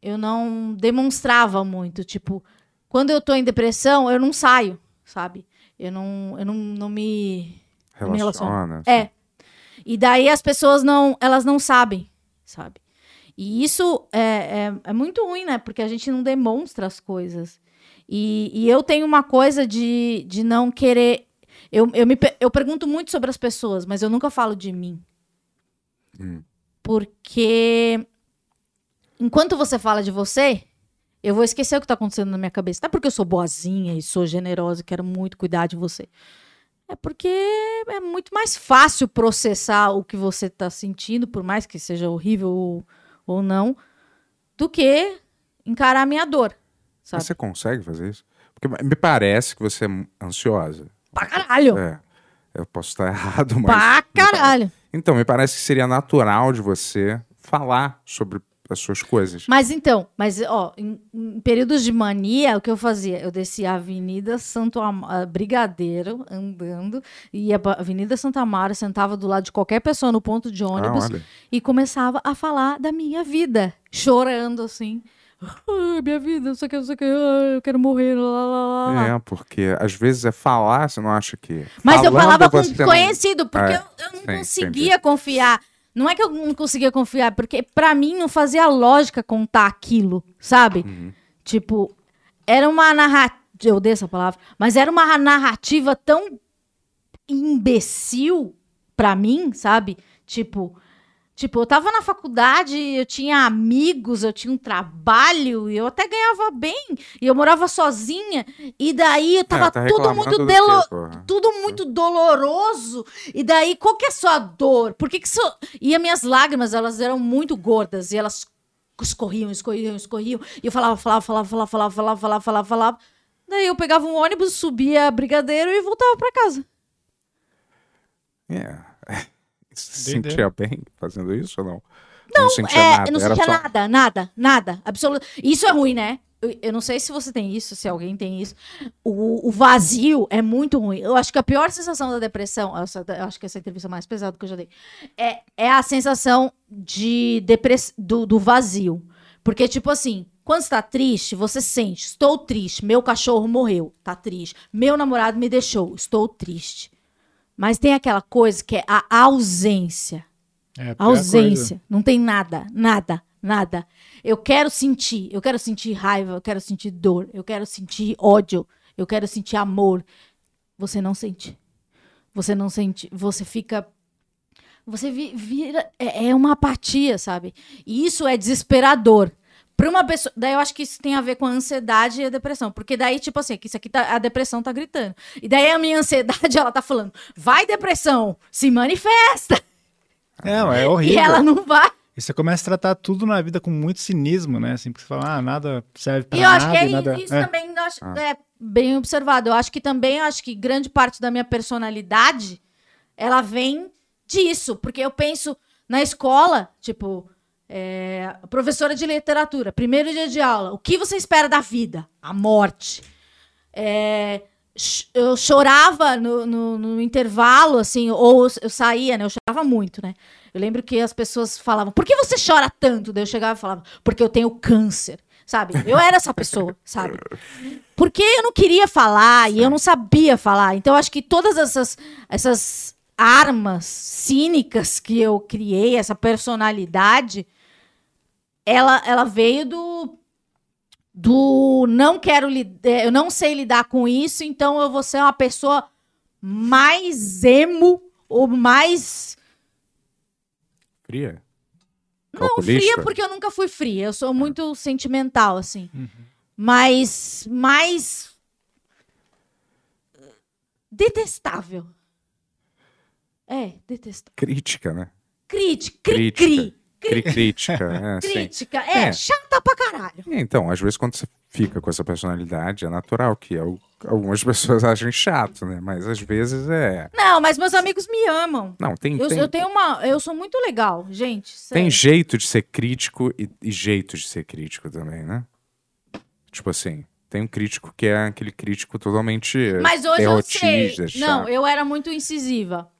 Speaker 4: Eu não demonstrava muito. Tipo, quando eu tô em depressão, eu não saio, sabe? Eu não, eu não, não me. não me relaciono.
Speaker 2: Relaciona.
Speaker 4: É. E daí as pessoas não, elas não sabem, sabe? E isso é, é, é muito ruim, né? Porque a gente não demonstra as coisas. E, e eu tenho uma coisa de, de não querer. Eu, eu, me, pe- eu pergunto muito sobre as pessoas, mas eu nunca falo de mim.
Speaker 2: Hum.
Speaker 4: Porque enquanto você fala de você, eu vou esquecer o que tá acontecendo na minha cabeça. Não é porque eu sou boazinha e sou generosa e quero muito cuidar de você. É porque é muito mais fácil processar o que você está sentindo, por mais que seja horrível ou, ou não, do que encarar a minha dor. Sabe?
Speaker 2: Mas você consegue fazer isso? Porque me parece que você é ansiosa.
Speaker 4: Pra caralho!
Speaker 2: É. Eu posso estar errado, mas. tá.
Speaker 4: pra caralho!
Speaker 2: Então, me parece que seria natural de você falar sobre as suas coisas.
Speaker 4: Mas então, mas ó, em, em períodos de mania, o que eu fazia? Eu descia a Avenida Santo Am ah, Brigadeiro andando, ia pra Avenida Santa Amaro, sentava do lado de qualquer pessoa no ponto de ônibus
Speaker 2: Ah, olha.
Speaker 4: e começava a falar da minha vida, chorando assim. "Ah, minha vida, não sei o que, não sei o que, ah, eu quero morrer, lá, lá, lá, lá.
Speaker 2: É, porque às vezes é falar, você não acha que.
Speaker 4: Mas eu
Speaker 2: falando
Speaker 4: falava com
Speaker 2: você não-
Speaker 4: desconhecido, porque
Speaker 2: É,
Speaker 4: eu, eu não
Speaker 2: sim,
Speaker 4: conseguia confiar. Não é que eu não conseguia confiar, porque pra mim não fazia lógica contar aquilo, sabe?
Speaker 2: Uhum.
Speaker 4: Tipo, era uma narrativa. Eu odeio essa palavra, mas era uma narrativa tão imbecil pra mim, sabe? Tipo, tipo, eu tava na faculdade, eu tinha amigos, eu tinha um trabalho, e eu até ganhava bem, e eu morava sozinha, e daí eu tava
Speaker 2: É, tá
Speaker 4: tudo
Speaker 2: reclamando
Speaker 4: muito
Speaker 2: do
Speaker 4: delo
Speaker 2: quê, porra?
Speaker 4: tudo muito doloroso. E daí, qual que é a sua dor? Por que que isso... E as minhas lágrimas, elas eram muito gordas. E elas escorriam, escorriam, escorriam. E eu falava, falava, falava, falava, falava, falava, falava, falava, falava. Daí eu pegava um ônibus, subia a Brigadeiro e voltava pra casa.
Speaker 2: É. Você se
Speaker 3: Doideira.
Speaker 2: sentia bem fazendo isso ou não? Não, não sentia
Speaker 4: é,
Speaker 2: nada.
Speaker 4: eu não
Speaker 2: era
Speaker 4: sentia
Speaker 2: só...
Speaker 4: nada, nada, nada. Absoluto. Isso é ruim, né? Eu, eu não sei se você tem isso, se alguém tem isso. O, o vazio é muito ruim. Eu acho que a pior sensação da depressão, essa- eu acho que essa entrevista é a mais pesada que eu já dei, é, é a sensação de depress, do, do vazio. Porque, tipo assim, Quando está triste, você sente, estou triste, meu cachorro morreu, tá triste, meu namorado me deixou, estou triste. Mas tem aquela coisa que é a ausência.
Speaker 3: É,
Speaker 4: A ausência. Não tem nada, nada, nada. Eu quero sentir, eu quero sentir raiva, eu quero sentir dor, eu quero sentir ódio, eu quero sentir amor. Você não sente. Você não sente. Você fica. Você vi- vira. É, é uma apatia, sabe? E isso é desesperador. Pra uma pessoa. Daí eu acho que isso tem a ver com a ansiedade e a depressão. Porque daí, tipo assim, que isso aqui tá. A depressão tá gritando. E daí a minha ansiedade, ela tá falando: vai, depressão, se manifesta!
Speaker 3: Não, é
Speaker 4: E
Speaker 3: horrível.
Speaker 4: ela não vai.
Speaker 3: E você começa a tratar tudo na vida com muito cinismo, né? Assim, porque você fala, ah, nada serve pra
Speaker 4: E eu
Speaker 3: nada.
Speaker 4: acho que é
Speaker 3: nada...
Speaker 4: isso
Speaker 3: é.
Speaker 4: também eu acho-
Speaker 2: Ah.
Speaker 4: é bem observado. Eu acho que também acho que grande parte da minha personalidade ela vem disso, porque eu penso na escola, tipo, é, professora de literatura, primeiro dia de aula, o que você espera da vida? A morte. É, ch- eu chorava no, no- no intervalo, assim, ou eu, eu saía, né? Eu chorava muito, né? Eu lembro que as pessoas falavam, por que você chora tanto? Daí eu chegava e falava, porque eu tenho câncer, sabe? Eu era essa pessoa, sabe? Porque eu não queria falar e eu não sabia falar. Então, eu acho que todas essas, essas armas cínicas que eu criei, essa personalidade, ela, ela veio do. Do não quero lidar, eu não sei lidar com isso, então eu vou ser uma pessoa mais emo ou mais
Speaker 2: Fria?
Speaker 4: Não, fria porque eu nunca fui fria. Eu
Speaker 2: Tá.
Speaker 4: sou muito sentimental, assim. Mas mais detestável. É, detestável.
Speaker 2: Crítica, né?
Speaker 4: Crítica, cri, cri.
Speaker 2: Cri crítica, é, sim.
Speaker 4: Crítica. É,
Speaker 2: É.
Speaker 4: chata pra caralho.
Speaker 2: Então, às vezes quando você fica com essa personalidade, é natural que al- algumas pessoas acham chato, né? Mas às vezes é...
Speaker 4: Não, mas meus amigos me amam.
Speaker 2: Não, tem...
Speaker 4: Eu,
Speaker 2: tem...
Speaker 4: eu tenho uma. Eu sou muito legal, gente.
Speaker 2: Tem
Speaker 4: sério.
Speaker 2: jeito de ser crítico e, e jeito de ser crítico também, né? Tipo assim, tem um crítico que é aquele crítico totalmente eh,
Speaker 4: Mas hoje eu sei.
Speaker 2: derrotista,
Speaker 4: Não,
Speaker 2: chato.
Speaker 4: eu era muito incisiva.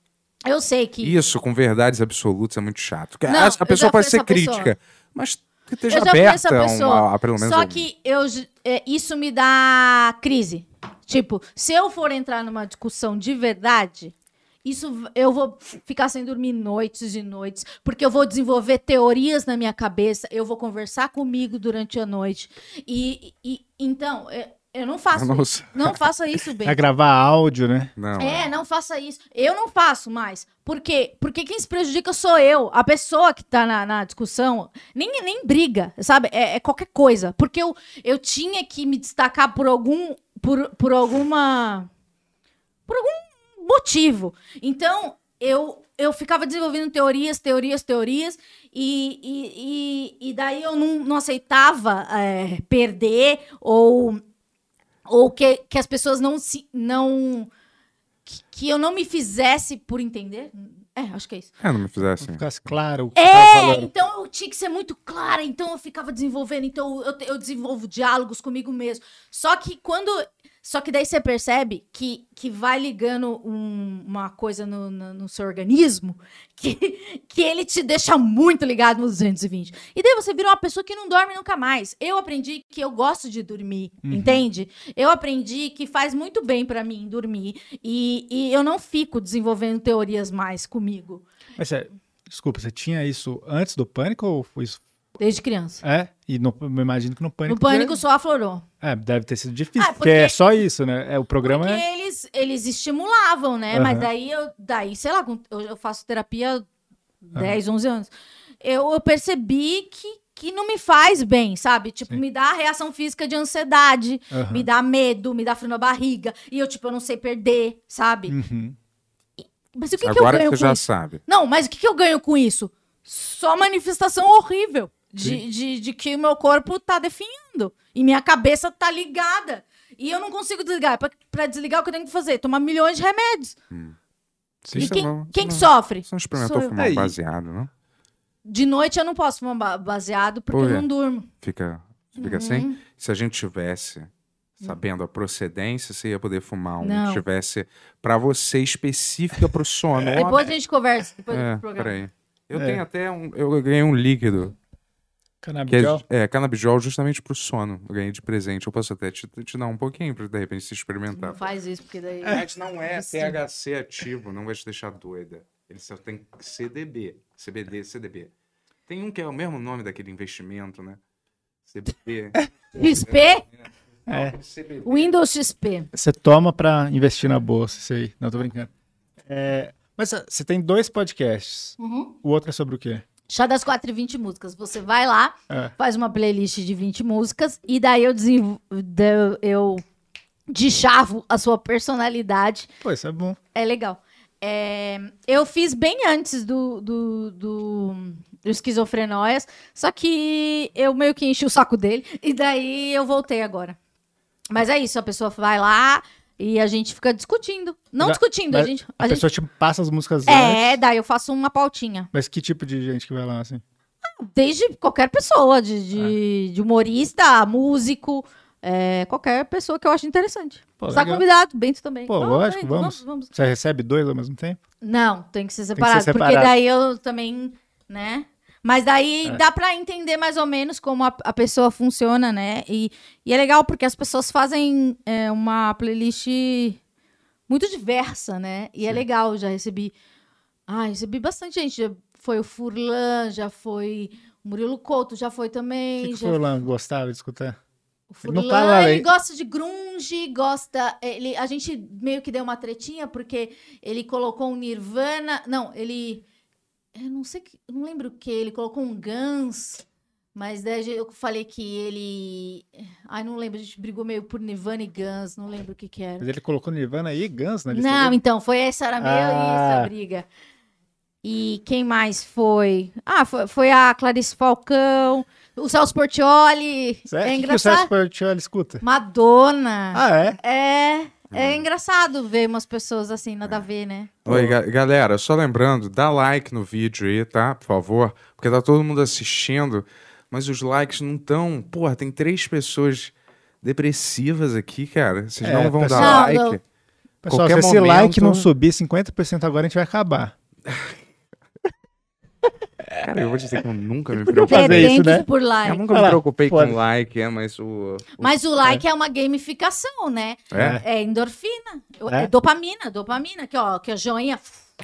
Speaker 4: Eu sei que.
Speaker 2: Isso, com verdades absolutas é muito chato.
Speaker 4: Não,
Speaker 2: a, a
Speaker 4: eu já
Speaker 2: pessoa pode
Speaker 4: fui
Speaker 2: ser
Speaker 4: essa pessoa.
Speaker 2: crítica, mas que esteja
Speaker 4: Eu já fui essa
Speaker 2: aberta a,
Speaker 4: pessoa.
Speaker 2: uma, a pelo menos...
Speaker 4: Só
Speaker 2: um-
Speaker 4: que eu, j- é, isso me dá crise. Tipo, se eu for entrar numa discussão de verdade, isso v- eu vou f- ficar sem dormir noites e noites, porque eu vou desenvolver teorias na minha cabeça, eu vou conversar comigo durante a noite. E, e- então, é, eu não faço
Speaker 2: Não
Speaker 4: isso.
Speaker 2: sei.
Speaker 4: Não faça isso, Ben.
Speaker 3: É gravar áudio, né?
Speaker 2: Não,
Speaker 4: É, não faça isso. Eu não faço mais. Por quê? Porque quem se prejudica sou eu. A pessoa que tá na, na discussão nem, nem briga, sabe? É, é qualquer coisa. Porque eu, eu tinha que me destacar por algum. Por, por alguma. Por algum motivo. Então, eu, eu ficava desenvolvendo teorias, teorias, teorias. E, e, e, e daí eu não, não aceitava é, perder ou. Ou que, que as pessoas não se. Não, que, que eu não me fizesse por entender. É, acho que é isso.
Speaker 2: É, não me fizesse.
Speaker 3: Ficasse claro o que tava
Speaker 4: É,
Speaker 3: falando.
Speaker 4: então eu tinha que ser muito clara, então eu ficava desenvolvendo, então eu, te- eu desenvolvo diálogos comigo mesmo. Só que quando. Só que daí você percebe que, que vai ligando um- uma coisa no, no- no seu organismo que, que ele te deixa muito ligado nos 220. E daí você vira uma pessoa que não dorme nunca mais. Eu aprendi que eu gosto de dormir, entende? Eu aprendi que faz muito bem pra mim dormir. E, e eu não fico desenvolvendo teorias mais comigo,
Speaker 3: Mas, é, desculpa, você tinha isso antes do pânico ou foi isso?
Speaker 4: desde criança.
Speaker 3: É, e no, eu imagino que no pânico.
Speaker 4: No pânico só aflorou.
Speaker 3: É, deve ter sido difícil,
Speaker 4: Ah,
Speaker 3: porque...
Speaker 4: porque-
Speaker 3: é só isso, né? É, o programa
Speaker 4: Porque
Speaker 3: é.
Speaker 4: eles, eles estimulavam, né?
Speaker 3: Aham.
Speaker 4: Mas daí eu, daí, sei lá, com- eu, eu faço terapia há 10, 11 anos. Eu, eu percebi que, que não me faz bem, sabe? Tipo,
Speaker 3: Sim.
Speaker 4: me dá reação física de ansiedade,
Speaker 3: Aham.
Speaker 4: me dá medo, me dá frio na barriga. E eu, tipo, eu não sei perder, sabe?
Speaker 3: Uhum.
Speaker 4: Mas o que, que eu
Speaker 2: Agora que
Speaker 4: ganho
Speaker 2: você
Speaker 4: com
Speaker 2: já
Speaker 4: isso?
Speaker 2: sabe.
Speaker 4: Não, mas o que, que eu ganho com isso? Só manifestação horrível de, de, de que o meu corpo tá definhando. E minha cabeça tá ligada. E eu não consigo desligar. Pra, pra desligar, o que eu tenho que fazer? Tomar milhões de remédios. e
Speaker 2: Isso é
Speaker 4: quem,
Speaker 2: não-
Speaker 4: quem que
Speaker 2: não-
Speaker 4: sofre?
Speaker 2: Você não experimentou
Speaker 4: Sou eu.
Speaker 2: um fumar
Speaker 3: Aí.
Speaker 2: baseado, não?
Speaker 4: De noite eu não posso fumar ba- baseado porque
Speaker 2: Por
Speaker 4: eu
Speaker 2: quê?
Speaker 4: não durmo.
Speaker 2: Fica, fica
Speaker 4: Uhum.
Speaker 2: assim? se a gente tivesse sabendo a procedência, você ia poder fumar um
Speaker 4: Não.
Speaker 2: que tivesse pra você específica pro sono. Ó,
Speaker 4: Depois a gente conversa. Depois É do
Speaker 2: é,
Speaker 4: programa.
Speaker 2: peraí. Eu
Speaker 3: É.
Speaker 2: tenho até um, eu ganhei um líquido Que é,
Speaker 3: Canabidiol?
Speaker 2: é, canabidiol justamente pro sono. Eu ganhei de presente. Eu posso até te, te dar um pouquinho pra, de repente, se experimentar.
Speaker 4: Não faz isso, porque daí.
Speaker 2: Mas não tá. é
Speaker 4: Sim.
Speaker 2: THC ativo, não vai te deixar doida. Ele só tem CDB. CBD, CDB. Tem um que é o mesmo nome daquele investimento, né? CBD.
Speaker 4: XP?
Speaker 2: Não,
Speaker 3: É.
Speaker 2: aquele CBD.
Speaker 4: Windows XP.
Speaker 3: Você toma pra investir na bolsa, isso aí. Não, tô brincando. É, mas ah, você tem dois podcasts.
Speaker 4: Uhum.
Speaker 3: O outro é sobre o quê?
Speaker 4: Chá das 4 e 20 músicas. Você vai lá,
Speaker 3: É.
Speaker 4: faz uma playlist de 20 músicas e daí eu desenvolvo. Eu deschavo a sua personalidade.
Speaker 3: Pô, isso é bom.
Speaker 4: É legal. É, eu fiz bem antes do, do, do, do Esquizofrenóias, só que eu meio que enchi o saco dele, e daí eu voltei agora. Mas é isso, a pessoa vai lá e a gente fica discutindo. Não
Speaker 3: Mas a-
Speaker 4: discutindo, a
Speaker 3: mas
Speaker 4: gente.
Speaker 3: A,
Speaker 4: a gente-
Speaker 3: pessoa te passa as músicas antes.
Speaker 4: É, daí eu faço uma pautinha.
Speaker 3: Mas que tipo de gente que vai lá, assim?
Speaker 4: Desde qualquer pessoa, de,
Speaker 3: É.
Speaker 4: de, de humorista, músico, é, qualquer pessoa que eu acho interessante.
Speaker 3: Pô,
Speaker 4: Está
Speaker 3: legal.
Speaker 4: convidado, Bento também.
Speaker 3: Pô,
Speaker 4: Ah,
Speaker 3: lógico,
Speaker 4: Bento,
Speaker 3: vamos.
Speaker 4: vamos.
Speaker 3: Você recebe dois ao mesmo tempo?
Speaker 4: Não, tem que ser
Speaker 3: que ser
Speaker 4: separado, porque
Speaker 3: separado.
Speaker 4: daí eu também, né? Mas daí
Speaker 3: É.
Speaker 4: dá pra entender mais ou menos como a, a pessoa funciona, né? E, e é legal porque as pessoas fazem é, uma playlist muito diversa, né? E é legal, eu já recebi. Ah, recebi bastante gente. Já foi o Furlan, já foi o Murilo Couto, já foi
Speaker 3: O
Speaker 4: também.
Speaker 3: que, que
Speaker 4: já
Speaker 3: foi lá gostava de escutar?
Speaker 4: o
Speaker 3: Ele não
Speaker 4: Furlan,
Speaker 3: tá lá,
Speaker 4: ele
Speaker 3: ele-
Speaker 4: gosta de grunge, gosta. Ele, a gente meio que deu uma tretinha porque ele colocou um Nirvana. Não, ele. Eu não sei, que- eu não lembro o que. Ele colocou um Guns, mas daí eu falei que ele. Ai, não lembro, a gente brigou meio por Nirvana e Guns, não lembro o que que era.
Speaker 3: Mas ele colocou Nirvana e Guns na lista
Speaker 4: Não,
Speaker 3: dele?
Speaker 4: então, foi essa era meio
Speaker 3: Ah.
Speaker 4: isso a briga. E quem mais foi? Ah, foi, foi a Clarice Falcão, o Celso
Speaker 3: Sério?
Speaker 4: Portioli. É
Speaker 3: O que, que o Sérgio
Speaker 4: engraçado.
Speaker 3: Portiolli escuta?
Speaker 4: Madonna.
Speaker 3: Ah, é?
Speaker 4: É, é engraçado ver umas pessoas assim, nada a ver, né?
Speaker 2: Oi, ga- galera, só lembrando, dá like no vídeo aí, tá? Por favor, porque tá todo mundo assistindo, mas os likes não estão. Porra, tem três pessoas depressivas aqui, cara. Vocês
Speaker 3: É,
Speaker 2: não vão
Speaker 3: pessoal.
Speaker 2: dar
Speaker 4: Não,
Speaker 2: like.
Speaker 3: Pessoal,
Speaker 2: Qualquer
Speaker 3: se esse
Speaker 2: momento-
Speaker 3: like não subir 50% agora, a gente vai acabar.
Speaker 2: Cara, eu vou dizer que eu nunca me
Speaker 3: Vou
Speaker 2: preocupei.
Speaker 3: fazer
Speaker 4: Depende
Speaker 3: isso, né?
Speaker 4: por like.
Speaker 2: Eu nunca
Speaker 3: Olha
Speaker 2: me
Speaker 3: lá,
Speaker 2: preocupei
Speaker 3: foda-se.
Speaker 2: com like, é, mas o. o-
Speaker 4: Mas o like é. uma gamificação, né?
Speaker 2: É?
Speaker 4: É endorfina,
Speaker 3: É?
Speaker 4: é, dopamina, dopamina, que ó, que a joinha.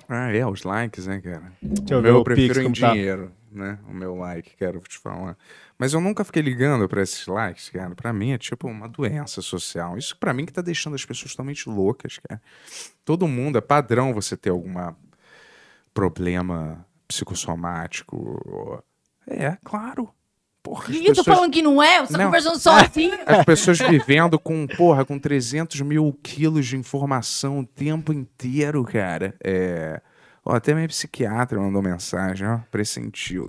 Speaker 2: Ah, é, os likes, né, cara?
Speaker 3: Deixa eu
Speaker 2: o
Speaker 3: ver
Speaker 2: meu
Speaker 3: o
Speaker 2: eu prefiro
Speaker 3: Pix
Speaker 2: em
Speaker 3: como tá.
Speaker 2: dinheiro, né? O meu like, quero te falar. Mas eu nunca fiquei ligando pra esses likes, cara. Pra mim é tipo uma doença social. Isso pra mim que tá deixando as pessoas totalmente loucas, cara. Todo mundo é padrão você ter alguma problema psicossomático. ou- É, claro. Porra, as
Speaker 4: E eu tô
Speaker 2: pessoas-
Speaker 4: falando que não é? Você tá
Speaker 2: Não. É.
Speaker 4: conversando sozinho?
Speaker 2: as pessoas vivendo com, porra, com 300 mil quilos de informação o tempo inteiro, cara. É. Ó, até minha psiquiatra mandou mensagem, ó. Pressentiu.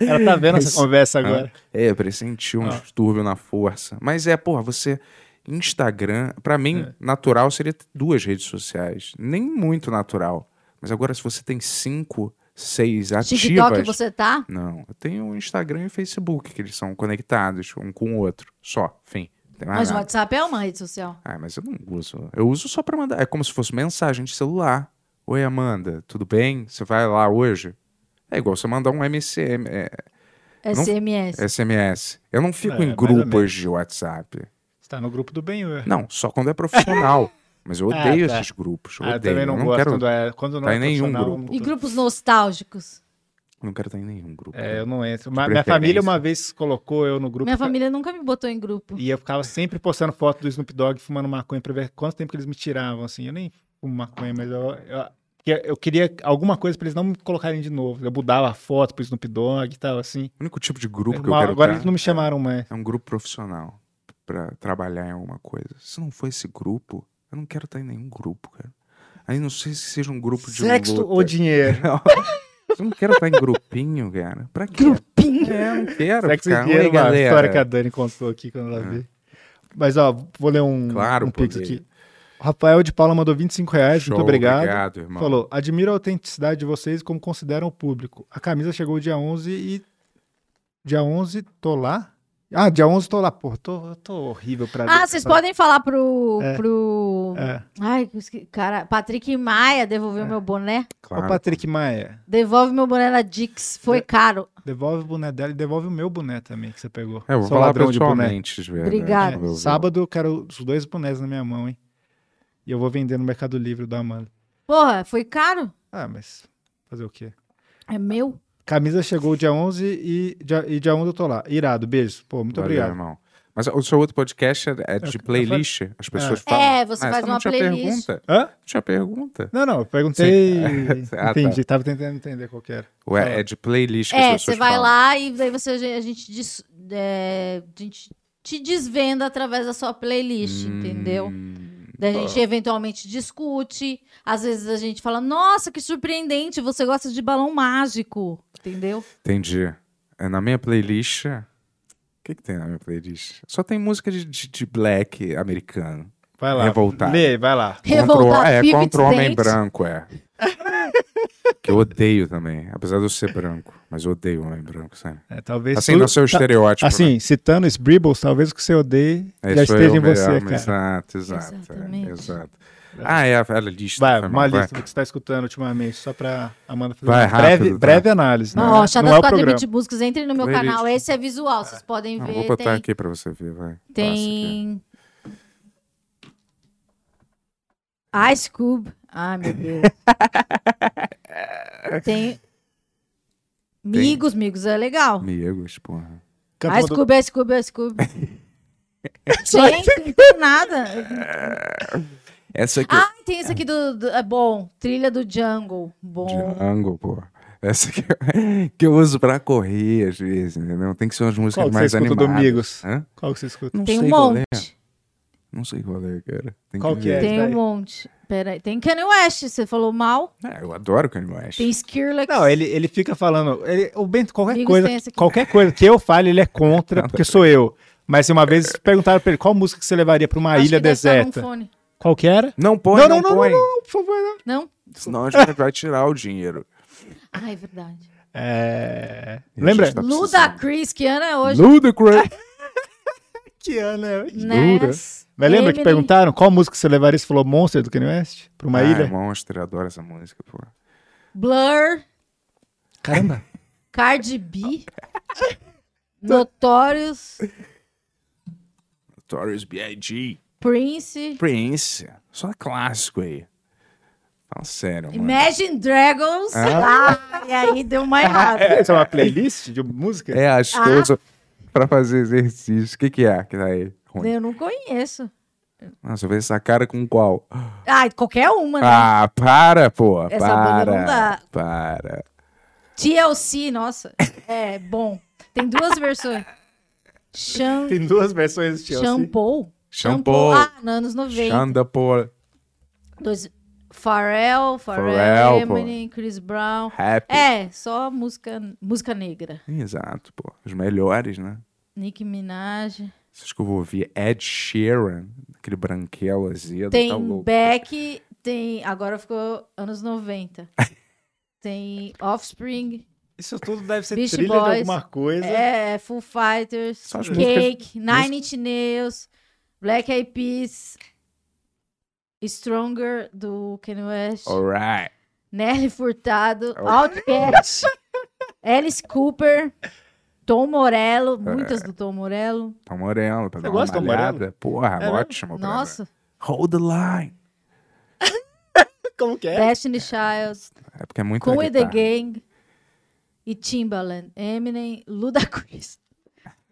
Speaker 3: Ela tá vendo essa conversa agora.
Speaker 2: É, pressentiu um
Speaker 3: Ah.
Speaker 2: distúrbio na força. Mas é, porra, você. Instagram, pra mim, natural seria ter duas redes sociais. Nem muito natural. Mas agora, se você tem cinco, seis É ativas.
Speaker 4: TikTok você tá?
Speaker 2: Não, eu tenho Instagram e Facebook, que eles são conectados um com o outro. Só, fim. Ah, Não tem mais
Speaker 4: Mas o
Speaker 2: nada.
Speaker 4: WhatsApp é uma rede social.
Speaker 2: Ah, mas eu não uso. Eu uso só pra mandar. É como se fosse mensagem de celular. Oi, Amanda, tudo bem? Você vai lá hoje? É igual você mandar um MCM, é,
Speaker 4: SMS.
Speaker 2: SMS. Eu não fico
Speaker 3: É, mais
Speaker 2: em
Speaker 3: ou
Speaker 2: grupos
Speaker 3: menos.
Speaker 2: de WhatsApp.
Speaker 3: Você tá no grupo do Benhur.
Speaker 2: Não, só quando é profissional. mas eu
Speaker 3: Ah,
Speaker 2: odeio
Speaker 3: tá.
Speaker 2: esses grupos. Eu
Speaker 3: Ah, eu
Speaker 2: odeio.
Speaker 3: também não,
Speaker 2: eu não
Speaker 3: gosto
Speaker 2: quero,
Speaker 3: quando é. Quando não
Speaker 2: Tá
Speaker 3: é
Speaker 2: em nenhum
Speaker 3: profissional,
Speaker 2: grupo.
Speaker 3: não-
Speaker 4: E grupos nostálgicos.
Speaker 2: não quero estar em nenhum grupo.
Speaker 3: É, eu não entro.
Speaker 2: De
Speaker 3: Ma- minha
Speaker 2: preferência.
Speaker 3: família uma vez colocou eu no grupo. é.
Speaker 4: Minha família nunca me botou em grupo.
Speaker 3: E eu ficava sempre postando foto do Snoop Dogg fumando maconha pra ver quanto tempo que eles me tiravam, assim. Eu nem fumo maconha, mas eu, eu, porque eu queria alguma coisa pra eles não me colocarem de novo. Eu mudava a foto pro Snoop Dogg e tal, assim.
Speaker 2: O único tipo de grupo que eu
Speaker 3: Uma-
Speaker 2: quero
Speaker 3: agora
Speaker 2: estar
Speaker 3: eles não me chamaram mais.
Speaker 2: é um grupo profissional pra trabalhar em alguma coisa. Se não for esse grupo, eu não quero estar em nenhum grupo, cara. Aí não sei se seja um grupo de
Speaker 3: Sexo
Speaker 2: luta.
Speaker 3: ou dinheiro?
Speaker 2: Eu não quero estar em grupinho, cara. Pra quê?
Speaker 4: Grupinho.
Speaker 2: É, eu não quero.
Speaker 3: Sexo
Speaker 2: ficar.
Speaker 3: e dinheiro, é
Speaker 2: Oi,
Speaker 3: uma
Speaker 2: galera. É.
Speaker 3: história que a Dani contou aqui quando ela veio. Mas, ó, vou ler um,
Speaker 2: Claro,
Speaker 3: um pix
Speaker 2: poder.
Speaker 3: aqui. O Rafael de Paula mandou 25 reais,
Speaker 2: Show,
Speaker 3: muito obrigado.
Speaker 2: irmão.
Speaker 3: Falou, admiro a autenticidade de vocês e como consideram o público. A camisa chegou dia 11 e... Dia 11, tô lá? Ah, dia 11 tô lá. Pô, tô, tô horrível pra
Speaker 4: Ah, vocês podem falar pro. pro...
Speaker 3: É.
Speaker 4: Ai, eu esque- cara, Patrick Maia devolveu meu boné.
Speaker 3: Ô,
Speaker 2: Claro.
Speaker 3: Patrick Maia,
Speaker 4: Devolve meu boné na Dix. Foi caro.
Speaker 3: devolve o boné dela e devolve o meu boné também que você pegou.
Speaker 2: É, eu vou
Speaker 3: Sou
Speaker 2: falar
Speaker 3: ladrão de boné.
Speaker 2: pessoalmente, velho.
Speaker 4: Obrigada.
Speaker 2: Eu vou-
Speaker 3: Sábado eu quero os dois bonés na minha mão, hein? E eu vou vender no Mercado Livre da Amanda.
Speaker 4: Porra, foi caro?
Speaker 3: Ah, mas fazer o quê?
Speaker 4: É meu?
Speaker 3: Camisa chegou dia 11 e dia, e dia 11 eu tô lá. Irado, beijo. Pô, muito
Speaker 2: Valeu,
Speaker 3: obrigado.
Speaker 2: irmão. Mas o seu outro podcast é- é de
Speaker 3: eu
Speaker 2: playlist? As pessoas falam.
Speaker 4: É, você
Speaker 2: Ah,
Speaker 4: faz
Speaker 2: essa não
Speaker 4: uma
Speaker 2: tinha
Speaker 4: playlist.
Speaker 2: Pergunta?
Speaker 3: Hã?
Speaker 2: Não tinha pergunta.
Speaker 3: Não, não, eu perguntei.
Speaker 2: Ah, tá.
Speaker 3: Entendi, tava tentando entender qual que era.
Speaker 2: Ué, é de playlist que as
Speaker 4: É,
Speaker 2: pessoas
Speaker 4: você vai
Speaker 2: falam.
Speaker 4: lá e daí você, a gente, des- é, a gente te desvenda através da sua playlist, entendeu?
Speaker 2: Hum,
Speaker 4: Daí a gente eventualmente discute. Às vezes a gente fala, nossa, que surpreendente, você gosta de balão mágico, entendeu?
Speaker 2: Entendi. É, na minha playlist... O que, que tem na minha playlist? Só tem música de, de- de black americano.
Speaker 3: Vai lá.
Speaker 2: Revoltado.
Speaker 3: Lê, vai lá.
Speaker 2: Contra,
Speaker 4: Revoltado,
Speaker 2: é,
Speaker 4: Fifth
Speaker 2: contra o homem
Speaker 4: Dente.
Speaker 2: branco, é. que eu odeio também. Apesar de eu ser branco. Mas eu odeio um homem branco, sabe?
Speaker 3: É, talvez.
Speaker 2: Assim,
Speaker 3: tudo-
Speaker 2: no seu
Speaker 3: ta-
Speaker 2: estereótipo. né?
Speaker 3: Assim, citando os Bribbles, talvez o que você odeie
Speaker 2: É,
Speaker 3: já
Speaker 2: isso
Speaker 3: esteja
Speaker 2: eu
Speaker 3: em você,
Speaker 2: mesmo,
Speaker 3: cara.
Speaker 2: Exato, exato. é,
Speaker 4: Exatamente.
Speaker 2: exato. Ah, é a, a lista.
Speaker 3: Vai,
Speaker 2: foi
Speaker 3: uma
Speaker 2: mal,
Speaker 3: lista do que você está escutando ultimamente, só para Amanda fazer
Speaker 2: Vai,
Speaker 3: uma breve,
Speaker 2: rápido, tá?
Speaker 3: breve análise. Né?
Speaker 4: Não, ó, Chá
Speaker 3: Não
Speaker 4: das
Speaker 3: é o
Speaker 4: Quadrilha
Speaker 3: programa.
Speaker 4: de Músicas, entre no meu
Speaker 2: Playlist.
Speaker 4: canal. Esse é visual, vocês podem
Speaker 2: Não,
Speaker 4: ver.
Speaker 2: Ah, vou botar
Speaker 4: tem
Speaker 2: aqui pra você ver, vai.
Speaker 4: tem Ice Cube. Ai, meu Deus. tem. Migos, Migos é legal.
Speaker 2: Amigos, porra.
Speaker 3: Campo
Speaker 4: Ice
Speaker 3: do-
Speaker 4: Cube, Ice Cube, Ice Cube. Gente, não tem nada.
Speaker 2: Essa aqui.
Speaker 4: Ah, tem esse aqui do, do- É bom. Trilha do Jungle. Bom.
Speaker 2: Django, porra. Essa que eu, que eu uso pra correr, às vezes, entendeu? Tem que ser umas músicas
Speaker 3: Qual que você
Speaker 2: mais
Speaker 3: escuta
Speaker 2: animadas.
Speaker 3: Domingos?
Speaker 2: Hã?
Speaker 3: Qual que você escuta?
Speaker 2: Não
Speaker 4: Tem
Speaker 2: sei
Speaker 4: um
Speaker 2: qual
Speaker 4: monte.
Speaker 2: é. Não sei qual é, cara. Tem
Speaker 3: Qual que é?
Speaker 2: ver.
Speaker 4: Tem
Speaker 3: Daí.
Speaker 4: um monte. Peraí. Tem Kanye West, você falou mal.
Speaker 2: É, eu adoro Kanye West.
Speaker 4: Tem Skrillex.
Speaker 3: Não, ele, ele fica falando. ele- o Bento, qualquer
Speaker 4: Amigos
Speaker 3: coisa,
Speaker 4: tem esse aqui.
Speaker 3: qualquer coisa que eu fale, ele é contra, porque sou eu. Mas uma vez perguntaram pra ele qual música que você levaria pra uma
Speaker 4: Acho
Speaker 3: é ilha
Speaker 4: que deve estar num
Speaker 3: deserta.
Speaker 4: fone.
Speaker 3: Qual que era?
Speaker 2: Não põe,
Speaker 3: Não,
Speaker 2: não,
Speaker 3: não, não,
Speaker 2: põe.
Speaker 3: Por favor, não.
Speaker 4: Não?
Speaker 2: Senão a gente vai tirar o dinheiro.
Speaker 4: Ah, é verdade.
Speaker 3: É.
Speaker 2: E a
Speaker 3: Lembra?
Speaker 2: gente tá
Speaker 4: Luda
Speaker 2: precisando.
Speaker 4: Chris, que ano é hoje?
Speaker 2: Ludacris.
Speaker 3: Que ano é hoje?
Speaker 4: Né?
Speaker 3: Mas lembra que
Speaker 4: Emily.
Speaker 3: perguntaram qual música você levaria? Você falou Monster do Kanye West? Pra uma
Speaker 2: Ah,
Speaker 3: ilha?
Speaker 2: é monstro, eu adoro essa música, porra.
Speaker 4: Blur,
Speaker 3: Caramba.
Speaker 4: Cardi B, Notorious,
Speaker 2: Notorious B.I.G.
Speaker 4: Prince,
Speaker 2: Prince. Só clássico aí. Fala sério, mano.
Speaker 4: Imagine Dragons. Ah, e aí deu uma errada.
Speaker 3: Isso é uma playlist de música?
Speaker 2: É as
Speaker 4: Ah.
Speaker 2: coisas pra fazer exercício. O que que é que tá aí? Ruim.
Speaker 4: Eu não conheço.
Speaker 2: Nossa, eu vejo essa cara com qual?
Speaker 4: Ah, qualquer uma, né?
Speaker 2: Ah, para, pô.
Speaker 4: Essa banda não
Speaker 2: para.
Speaker 4: dá.
Speaker 2: Para.
Speaker 4: TLC, nossa. É, bom. Tem duas versões. Chan...
Speaker 3: Tem duas versões de Chelsea.
Speaker 4: Shampoo?
Speaker 2: Shampoo.
Speaker 4: Ah, nos anos 90.
Speaker 2: Chanda por
Speaker 4: Dois... Pharrell, Pharrell,
Speaker 2: Pharrell, pô.
Speaker 4: Eminem, Chris Brown.
Speaker 2: Happy.
Speaker 4: É, só música, música negra.
Speaker 2: Exato, pô. Os melhores, né?
Speaker 4: Nicki Minaj.
Speaker 2: Vocês que eu vou ouvir Ed Sheeran, aquele branquelo azedo,
Speaker 4: Tem
Speaker 2: tá louco.
Speaker 4: Beck, tem. Agora ficou anos 90. tem Offspring,
Speaker 3: Isso tudo deve ser
Speaker 4: Beastie
Speaker 3: trilha de
Speaker 4: Boys.
Speaker 3: alguma coisa.
Speaker 4: é, Full Fighters,
Speaker 2: Só as
Speaker 4: Cake, Nine Inch Nails, Black Eyed Peas, Stronger do Kanye West,
Speaker 2: Alright.
Speaker 4: Nelly Furtado,
Speaker 2: Oh.
Speaker 4: Outcast, Alice Cooper, Tom Morello,
Speaker 2: É.
Speaker 4: muitas do Tom Morello.
Speaker 2: Tom Morello, tá pra dar uma
Speaker 3: gosta tá do Tom
Speaker 2: malhada. Porra,
Speaker 3: mesmo?
Speaker 2: ótimo. brother.
Speaker 4: É, né? Nossa,
Speaker 2: Hold the line.
Speaker 3: Como que é?
Speaker 4: Destiny Childs,
Speaker 2: É porque é muito
Speaker 4: Cool
Speaker 2: na
Speaker 4: and the
Speaker 2: guitarra.
Speaker 4: Gang e Timbaland, Eminem, Ludacris.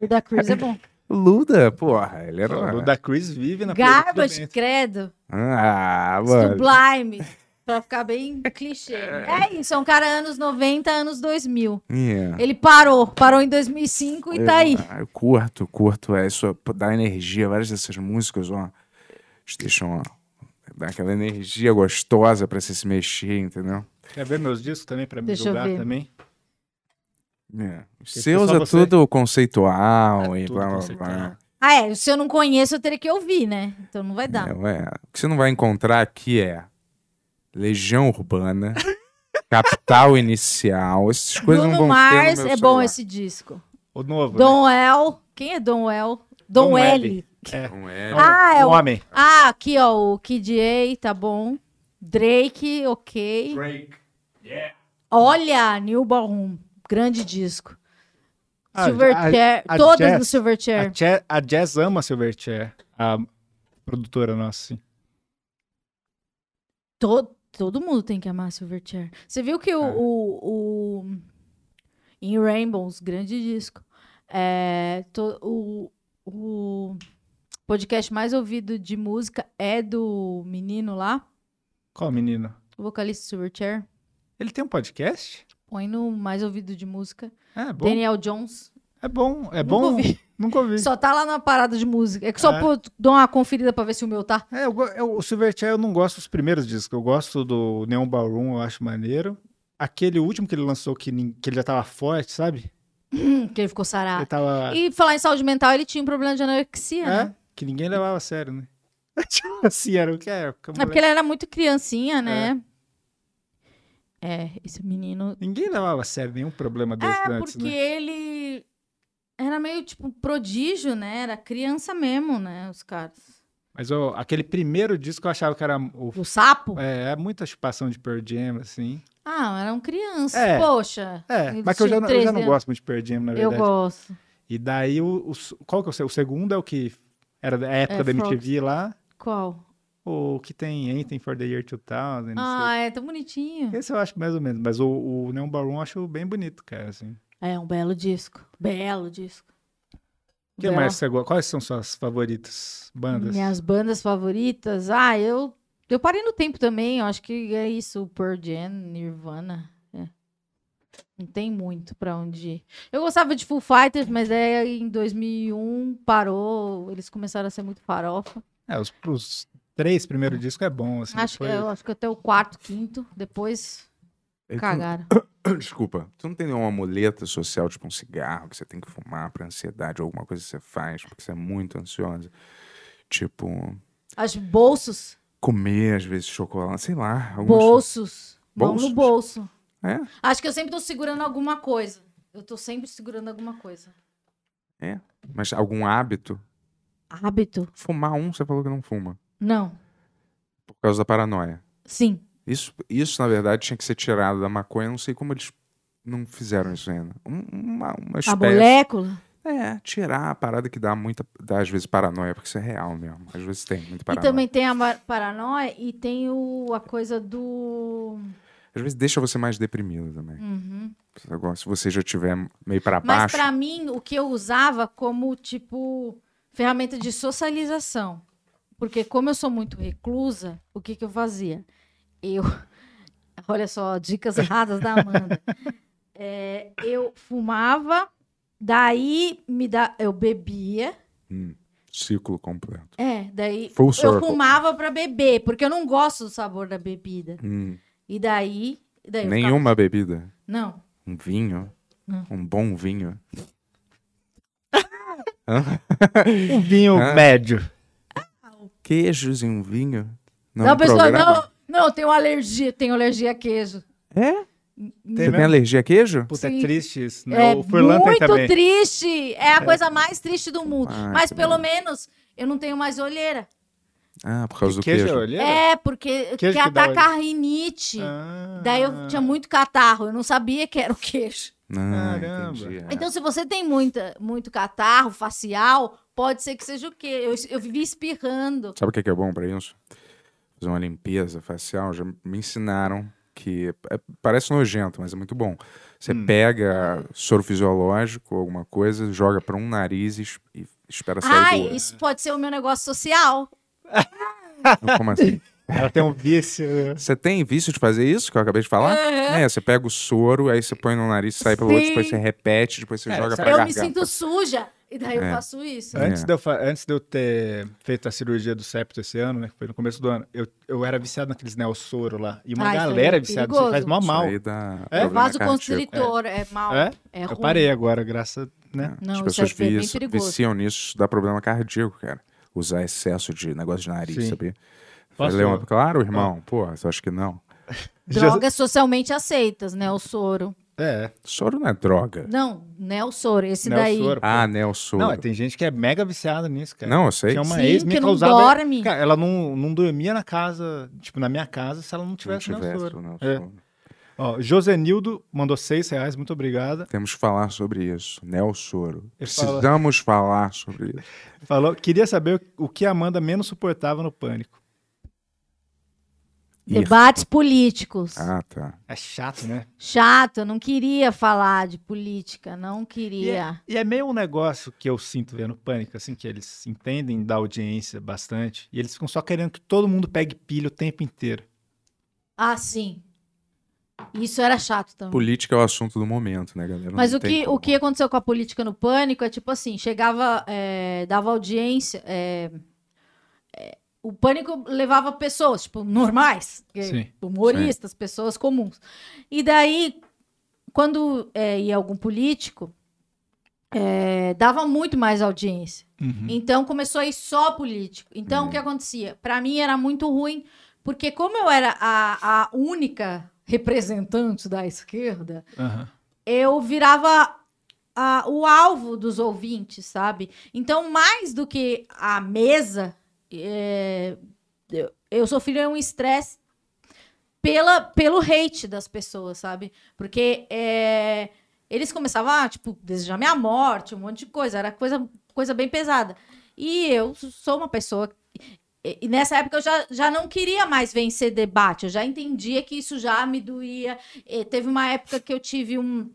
Speaker 4: Ludacris é bom.
Speaker 2: Luda, porra, ele era. um
Speaker 3: O da Chris vive na playlist do
Speaker 4: Garbage,
Speaker 3: Bento.
Speaker 4: credo,
Speaker 2: Ah, mano.
Speaker 4: Sublime. Pra ficar bem clichê. né? É isso, é um cara anos 90, anos 2000.
Speaker 2: Yeah. Ah,
Speaker 4: Ele parou, parou em 2005 e tá aí.
Speaker 2: Eu, eu curto, curto. É, isso dá energia. Várias dessas músicas, ó. Te deixam, ó. Dá aquela energia gostosa pra você se mexer, entendeu?
Speaker 3: Quer ver meus discos também pra me
Speaker 4: Deixa eu
Speaker 3: julgar
Speaker 4: ver.
Speaker 3: também?
Speaker 2: Yeah. O
Speaker 3: Esse
Speaker 2: seu
Speaker 3: é só
Speaker 2: usa
Speaker 3: você?
Speaker 2: tudo conceitual
Speaker 3: É
Speaker 2: e
Speaker 3: tudo
Speaker 2: blá blá blá.
Speaker 3: conceitual.
Speaker 4: Ah, é, se eu não conheço, eu teria que ouvir, né? Então não vai dar.
Speaker 2: É, ué. O que você não vai encontrar aqui é Legião Urbana, Capital Inicial, essas coisas
Speaker 4: Bruno
Speaker 2: não vão ter no
Speaker 4: Mars,
Speaker 2: meu
Speaker 4: é bom
Speaker 2: celular.
Speaker 4: esse disco.
Speaker 3: O novo. né?
Speaker 4: Dom El. Quem é Dom El? Dom,
Speaker 3: Dom
Speaker 4: L.
Speaker 3: L. É.
Speaker 2: Não é.
Speaker 3: É
Speaker 4: Ah,
Speaker 3: um,
Speaker 4: é
Speaker 3: um
Speaker 4: o-
Speaker 3: homem.
Speaker 4: Ah, aqui, ó. O Kid A, tá bom. Drake, ok. Olha, New Ballroom. Grande disco.
Speaker 3: Ah,
Speaker 4: Silverchair.
Speaker 3: a- a
Speaker 4: Todas
Speaker 3: Jazz-
Speaker 4: do
Speaker 3: A,
Speaker 4: Silverchair.
Speaker 3: Jazz, a Jazz ama Silverchair, a produtora nossa. assim. sim.
Speaker 4: To- todo mundo tem que amar Silverchair. Você viu que o,
Speaker 3: É.
Speaker 4: o, o- Em Rainbows, grande disco. é, to- o, o podcast mais ouvido de música é do menino lá,
Speaker 3: Qual menino?
Speaker 4: o vocalista Silverchair.
Speaker 3: Ele tem um podcast?
Speaker 4: Põe no mais ouvido de música.
Speaker 3: É bom.
Speaker 4: Daniel Jones.
Speaker 3: É bom, é
Speaker 4: Nunca
Speaker 3: bom.
Speaker 4: ouvi.
Speaker 3: Nunca ouvi.
Speaker 4: Só tá lá na parada de música. É que só
Speaker 3: É.
Speaker 4: pô, dou uma conferida pra ver se o meu tá.
Speaker 3: É, eu go- eu- o Silverchair eu não gosto dos primeiros discos. Eu gosto do Neon Ballroom, eu acho maneiro. Aquele último que ele lançou, que, nin- que ele já tava forte, sabe?
Speaker 4: Hum, que ele ficou sarado.
Speaker 3: Ele tava.
Speaker 4: E falar em saúde mental, ele tinha um problema de anorexia, né?
Speaker 3: É, que ninguém levava a sério, né? Tipo assim, era o que era. que
Speaker 4: É
Speaker 3: moleque-
Speaker 4: porque ele era muito criancinha, né? É, esse menino.
Speaker 3: Ninguém levava a sério nenhum problema desse
Speaker 4: É,
Speaker 3: antes,
Speaker 4: porque
Speaker 3: né?
Speaker 4: ele era meio tipo prodígio, né? Era criança mesmo, né? Os caras.
Speaker 3: Mas ó, aquele primeiro disco eu achava que era o
Speaker 4: O sapo?
Speaker 3: É, é muita chupação de Pearl Jam, assim.
Speaker 4: Ah, eram crianças.
Speaker 3: É.
Speaker 4: Poxa.
Speaker 3: É,
Speaker 4: Eles
Speaker 3: mas que eu já,
Speaker 4: tinham
Speaker 3: não- eu já
Speaker 4: 13
Speaker 3: não
Speaker 4: anos.
Speaker 3: gosto muito de Pearl Jam, na
Speaker 4: Eu
Speaker 3: verdade.
Speaker 4: gosto.
Speaker 3: E daí, o, o s- qual que é o, seu- o segundo? É o que era da época
Speaker 4: É,
Speaker 3: da MTV lá?
Speaker 4: Qual?
Speaker 3: O que tem Anthem for the Year 2000, não
Speaker 4: Ah, é tão bonitinho.
Speaker 3: sei. Esse eu acho mais ou menos, mas o, o Neon Ballroom eu acho bem bonito, cara, assim.
Speaker 4: É um belo disco. Belo disco.
Speaker 3: O que
Speaker 4: Belo.
Speaker 3: mais você gosta? Quais são suas favoritas bandas?
Speaker 4: Minhas bandas favoritas. Ah, eu. Eu parei no tempo também, eu acho que é isso, Pearl Jam, Nirvana. é. Não tem muito pra onde ir. Eu gostava de Full Fighters, mas é em 2001 parou, eles começaram a ser muito farofa.
Speaker 3: É, os, os três primeiros discos é bom, assim.
Speaker 4: Acho que,
Speaker 3: depois-
Speaker 4: eu acho que até o quarto, quinto, depois
Speaker 2: É que-
Speaker 4: cagaram.
Speaker 2: Desculpa, tu não tem nenhuma muleta social, tipo um cigarro que você tem que fumar pra ansiedade, ou alguma coisa que você faz porque você é muito ansiosa. Tipo,
Speaker 4: As bolsos,
Speaker 2: comer às vezes chocolate, sei lá. algumas-
Speaker 4: bolsos, mão
Speaker 2: Bolsos?
Speaker 4: no bolso.
Speaker 2: É?
Speaker 4: Acho que eu sempre tô segurando alguma coisa. Eu tô sempre segurando alguma coisa.
Speaker 2: Mas algum hábito?
Speaker 4: Hábito?
Speaker 2: Fumar um, você falou que não fuma,
Speaker 4: Não.
Speaker 2: por causa da paranoia.
Speaker 4: Sim.
Speaker 2: Isso, isso na verdade, tinha que ser tirado da maconha. Não sei como eles não fizeram isso ainda. Um- Uma, uma
Speaker 4: A
Speaker 2: espécie.
Speaker 4: molécula?
Speaker 2: É, tirar a parada que dá muita. Dá às vezes paranoia, porque isso é real mesmo. Às vezes tem muito
Speaker 4: E
Speaker 2: paranoia.
Speaker 4: também tem a ma- paranoia e tem o, a coisa do.
Speaker 2: Às vezes deixa você mais deprimido também.
Speaker 4: Uhum.
Speaker 2: Agora, se você já tiver meio pra
Speaker 4: Mas
Speaker 2: baixo.
Speaker 4: pra mim, o que eu usava como, tipo, ferramenta de socialização. Porque como eu sou muito reclusa, o que, que eu fazia? Eu. Olha só, dicas erradas da Amanda. É, eu fumava, daí me da... eu bebia.
Speaker 2: Hum, ciclo completo.
Speaker 4: É, daí
Speaker 2: Full
Speaker 4: eu
Speaker 2: circle.
Speaker 4: fumava pra beber, porque eu não gosto do sabor da bebida.
Speaker 2: Hum,
Speaker 4: E daí. e daí eu
Speaker 2: nenhuma bebida.
Speaker 4: ficava- Não.
Speaker 2: Um vinho.
Speaker 4: Não.
Speaker 2: Um bom vinho.
Speaker 3: Um vinho
Speaker 2: Ah.
Speaker 3: médio.
Speaker 2: Queijos e um vinho.
Speaker 4: Não, pessoal,
Speaker 2: programa?
Speaker 4: não, não, eu tenho alergia, tenho alergia a queijo.
Speaker 2: É?
Speaker 3: Tem
Speaker 2: Você tem
Speaker 3: mesmo?
Speaker 2: alergia a queijo?
Speaker 3: Puta,
Speaker 4: Hum. Sim.
Speaker 3: é triste isso, né?
Speaker 4: é
Speaker 3: o Furlan tem
Speaker 4: muito
Speaker 3: também.
Speaker 4: triste. É a coisa mais triste do mundo.
Speaker 2: Ah,
Speaker 4: Mas
Speaker 2: que
Speaker 4: pelo menos eu não tenho mais olheira.
Speaker 2: Ah, por causa do
Speaker 3: Queijo
Speaker 2: queijo.
Speaker 3: é olheira?
Speaker 4: É, porque
Speaker 3: Queijo
Speaker 4: que
Speaker 3: que dá
Speaker 4: ataca a rinite.
Speaker 3: Ah.
Speaker 4: Daí eu tinha muito catarro, eu não sabia que era o queijo.
Speaker 2: Ah,
Speaker 3: Caramba.
Speaker 2: entendi. é.
Speaker 4: Então, se você tem muita, muito catarro facial, pode ser que seja o queijo. Eu, eu vivi espirrando.
Speaker 2: Sabe o que que é bom pra isso? Fazer uma limpeza facial. Já me ensinaram que é- parece nojento, mas é muito bom. Você
Speaker 4: Hum.
Speaker 2: pega soro fisiológico, alguma coisa, joga pra um nariz e, es- e espera
Speaker 4: Ai,
Speaker 2: sair do outro.
Speaker 4: isso pode ser o meu negócio social.
Speaker 2: Como assim?
Speaker 3: Ela tem um vício. né?
Speaker 2: Você tem vício de fazer isso que eu acabei de falar? É, você pega o soro, aí você põe no nariz, sai pelo outro,
Speaker 4: Sim.
Speaker 2: depois você repete, depois você
Speaker 3: É,
Speaker 2: joga
Speaker 3: sabe-
Speaker 2: pra
Speaker 4: Eu me
Speaker 2: garganta.
Speaker 4: sinto suja. E daí eu
Speaker 2: É.
Speaker 4: faço isso.
Speaker 2: É.
Speaker 3: Antes, de eu, fa- antes de eu ter feito a cirurgia do septo esse ano, né? Que foi no começo do ano, eu, eu era viciado naqueles neossoro lá. E uma
Speaker 4: Ah, isso aí
Speaker 3: galera
Speaker 4: é
Speaker 3: é viciada, isso faz
Speaker 4: perigoso.
Speaker 3: mó
Speaker 2: Isso
Speaker 3: mal.
Speaker 2: aí dá
Speaker 3: É?
Speaker 2: problema cardíaco.
Speaker 4: Vasoconstritor, é, mal.
Speaker 3: É?
Speaker 4: É, ruim.
Speaker 3: Eu parei agora, graças a. Né?
Speaker 4: Não,
Speaker 2: As
Speaker 4: isso
Speaker 2: pessoas
Speaker 4: é bem
Speaker 2: vici-
Speaker 4: perigoso.
Speaker 2: viciam nisso, dá problema cardíaco, cara. Usar excesso de negócio de nariz,
Speaker 3: Sim.
Speaker 2: sabia?
Speaker 3: Posso-
Speaker 2: Valeu, claro, irmão. Pô, você acha que não?
Speaker 4: Drogas socialmente aceitas, né? O soro.
Speaker 3: É.
Speaker 2: Soro não é droga.
Speaker 4: Não, Nelsor, esse daí.
Speaker 3: Nelsoro, pô.
Speaker 2: Ah, né, o soro.
Speaker 3: Não, tem gente que é mega viciada nisso, cara.
Speaker 2: Não, eu sei.
Speaker 3: Tinha uma
Speaker 4: Sim,
Speaker 3: ex minha
Speaker 4: que não
Speaker 3: causava-
Speaker 4: dorme.
Speaker 3: Cara, ela não, não dormia na casa, tipo, na minha casa, se ela não
Speaker 2: Não
Speaker 3: tivesse, não
Speaker 2: tivesse o Nelson.
Speaker 3: É. Ó, Josenildo mandou seis reais, muito obrigada.
Speaker 2: Temos que falar sobre isso. Nelsoro.
Speaker 3: Ele fala-
Speaker 2: Precisamos falar sobre isso.
Speaker 3: Falou, queria saber o que a Amanda menos suportava no pânico.
Speaker 2: Ir.
Speaker 4: Debates políticos.
Speaker 2: Ah, tá.
Speaker 3: É chato, né?
Speaker 4: Chato, eu não queria falar de política, não
Speaker 3: E é,
Speaker 4: queria.
Speaker 3: e é meio um negócio que eu sinto vendo o pânico, assim, que eles entendem da audiência bastante, e eles ficam só querendo que todo mundo pegue pilha o tempo inteiro.
Speaker 4: Ah, sim. Isso era chato também.
Speaker 2: Política é o assunto do momento, né, galera? Não
Speaker 4: Mas o
Speaker 2: tem
Speaker 4: que,
Speaker 2: como.
Speaker 4: o que é aconteceu com a política no pânico é tipo assim, chegava, é, dava audiência. é, é, o pânico levava pessoas, tipo, normais, que-
Speaker 3: Sim.
Speaker 4: humoristas, pessoas comuns. E daí, quando é, ia algum político, é, dava muito mais audiência.
Speaker 3: Uhum.
Speaker 4: Então começou a ir só político. Então o que acontecia? Para mim era muito ruim, porque como eu era a, a única representante da esquerda,
Speaker 3: Aham.
Speaker 4: eu virava ah, o alvo dos ouvintes, sabe? Então, mais do que a mesa, é, eu, eu sofria um estresse pela, pelo hate das pessoas, sabe? Porque é, eles começavam a, tipo, desejar minha morte, um monte de coisa. Era coisa, coisa bem pesada. E eu sou uma pessoa... E e nessa época eu já, já não queria mais vencer debate. Eu já entendia que isso já me doía. Eh, teve uma época que eu tive um,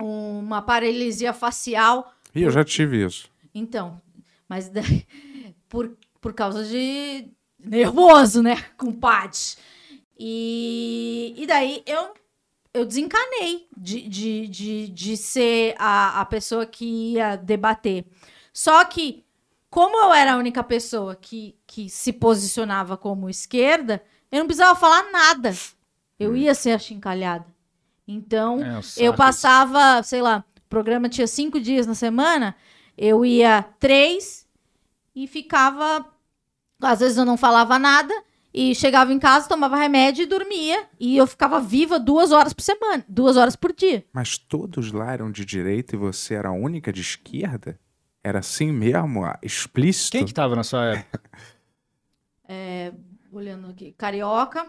Speaker 4: uma paralisia facial
Speaker 2: Ih, eu já tive isso.
Speaker 4: então, mas daí- por, por causa de nervoso, né, compadre? E, e daí eu, eu desencanei de, de, de, de ser a, a pessoa que ia debater. Só que, como eu era a única pessoa que, que se posicionava como esquerda, eu não precisava falar nada. Eu ia ser achincalhada. Então,
Speaker 3: É, um
Speaker 4: eu
Speaker 3: saco
Speaker 4: passava, sei lá, o programa tinha cinco dias na semana, eu ia três e ficava. Às vezes eu não falava nada e chegava em casa, tomava remédio e dormia. E eu ficava viva duas horas por semana, duas horas por dia.
Speaker 2: Mas todos lá eram de direita e você era a única de esquerda? Era assim mesmo? ah,
Speaker 3: isso.
Speaker 2: Explícito?
Speaker 3: Quem que tava na sua época?
Speaker 4: Olhando aqui, Carioca,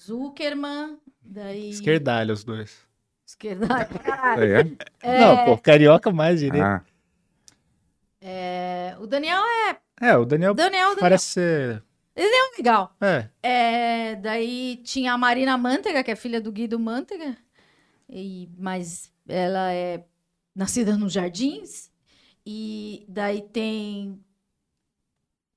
Speaker 4: Zuckerman, daí.
Speaker 3: Esquerdalha os dois.
Speaker 4: Esquerda.
Speaker 2: É?
Speaker 3: Não, pô, carioca mais direito.
Speaker 2: Ah,
Speaker 4: É, o Daniel é.
Speaker 3: É, o Daniel
Speaker 4: Daniel, Daniel
Speaker 3: parece ser...
Speaker 4: é legal.
Speaker 3: É,
Speaker 4: É, daí tinha a Marina Mantega, que é filha do Guido Mantega, e, mas ela é nascida nos Jardins. E daí tem.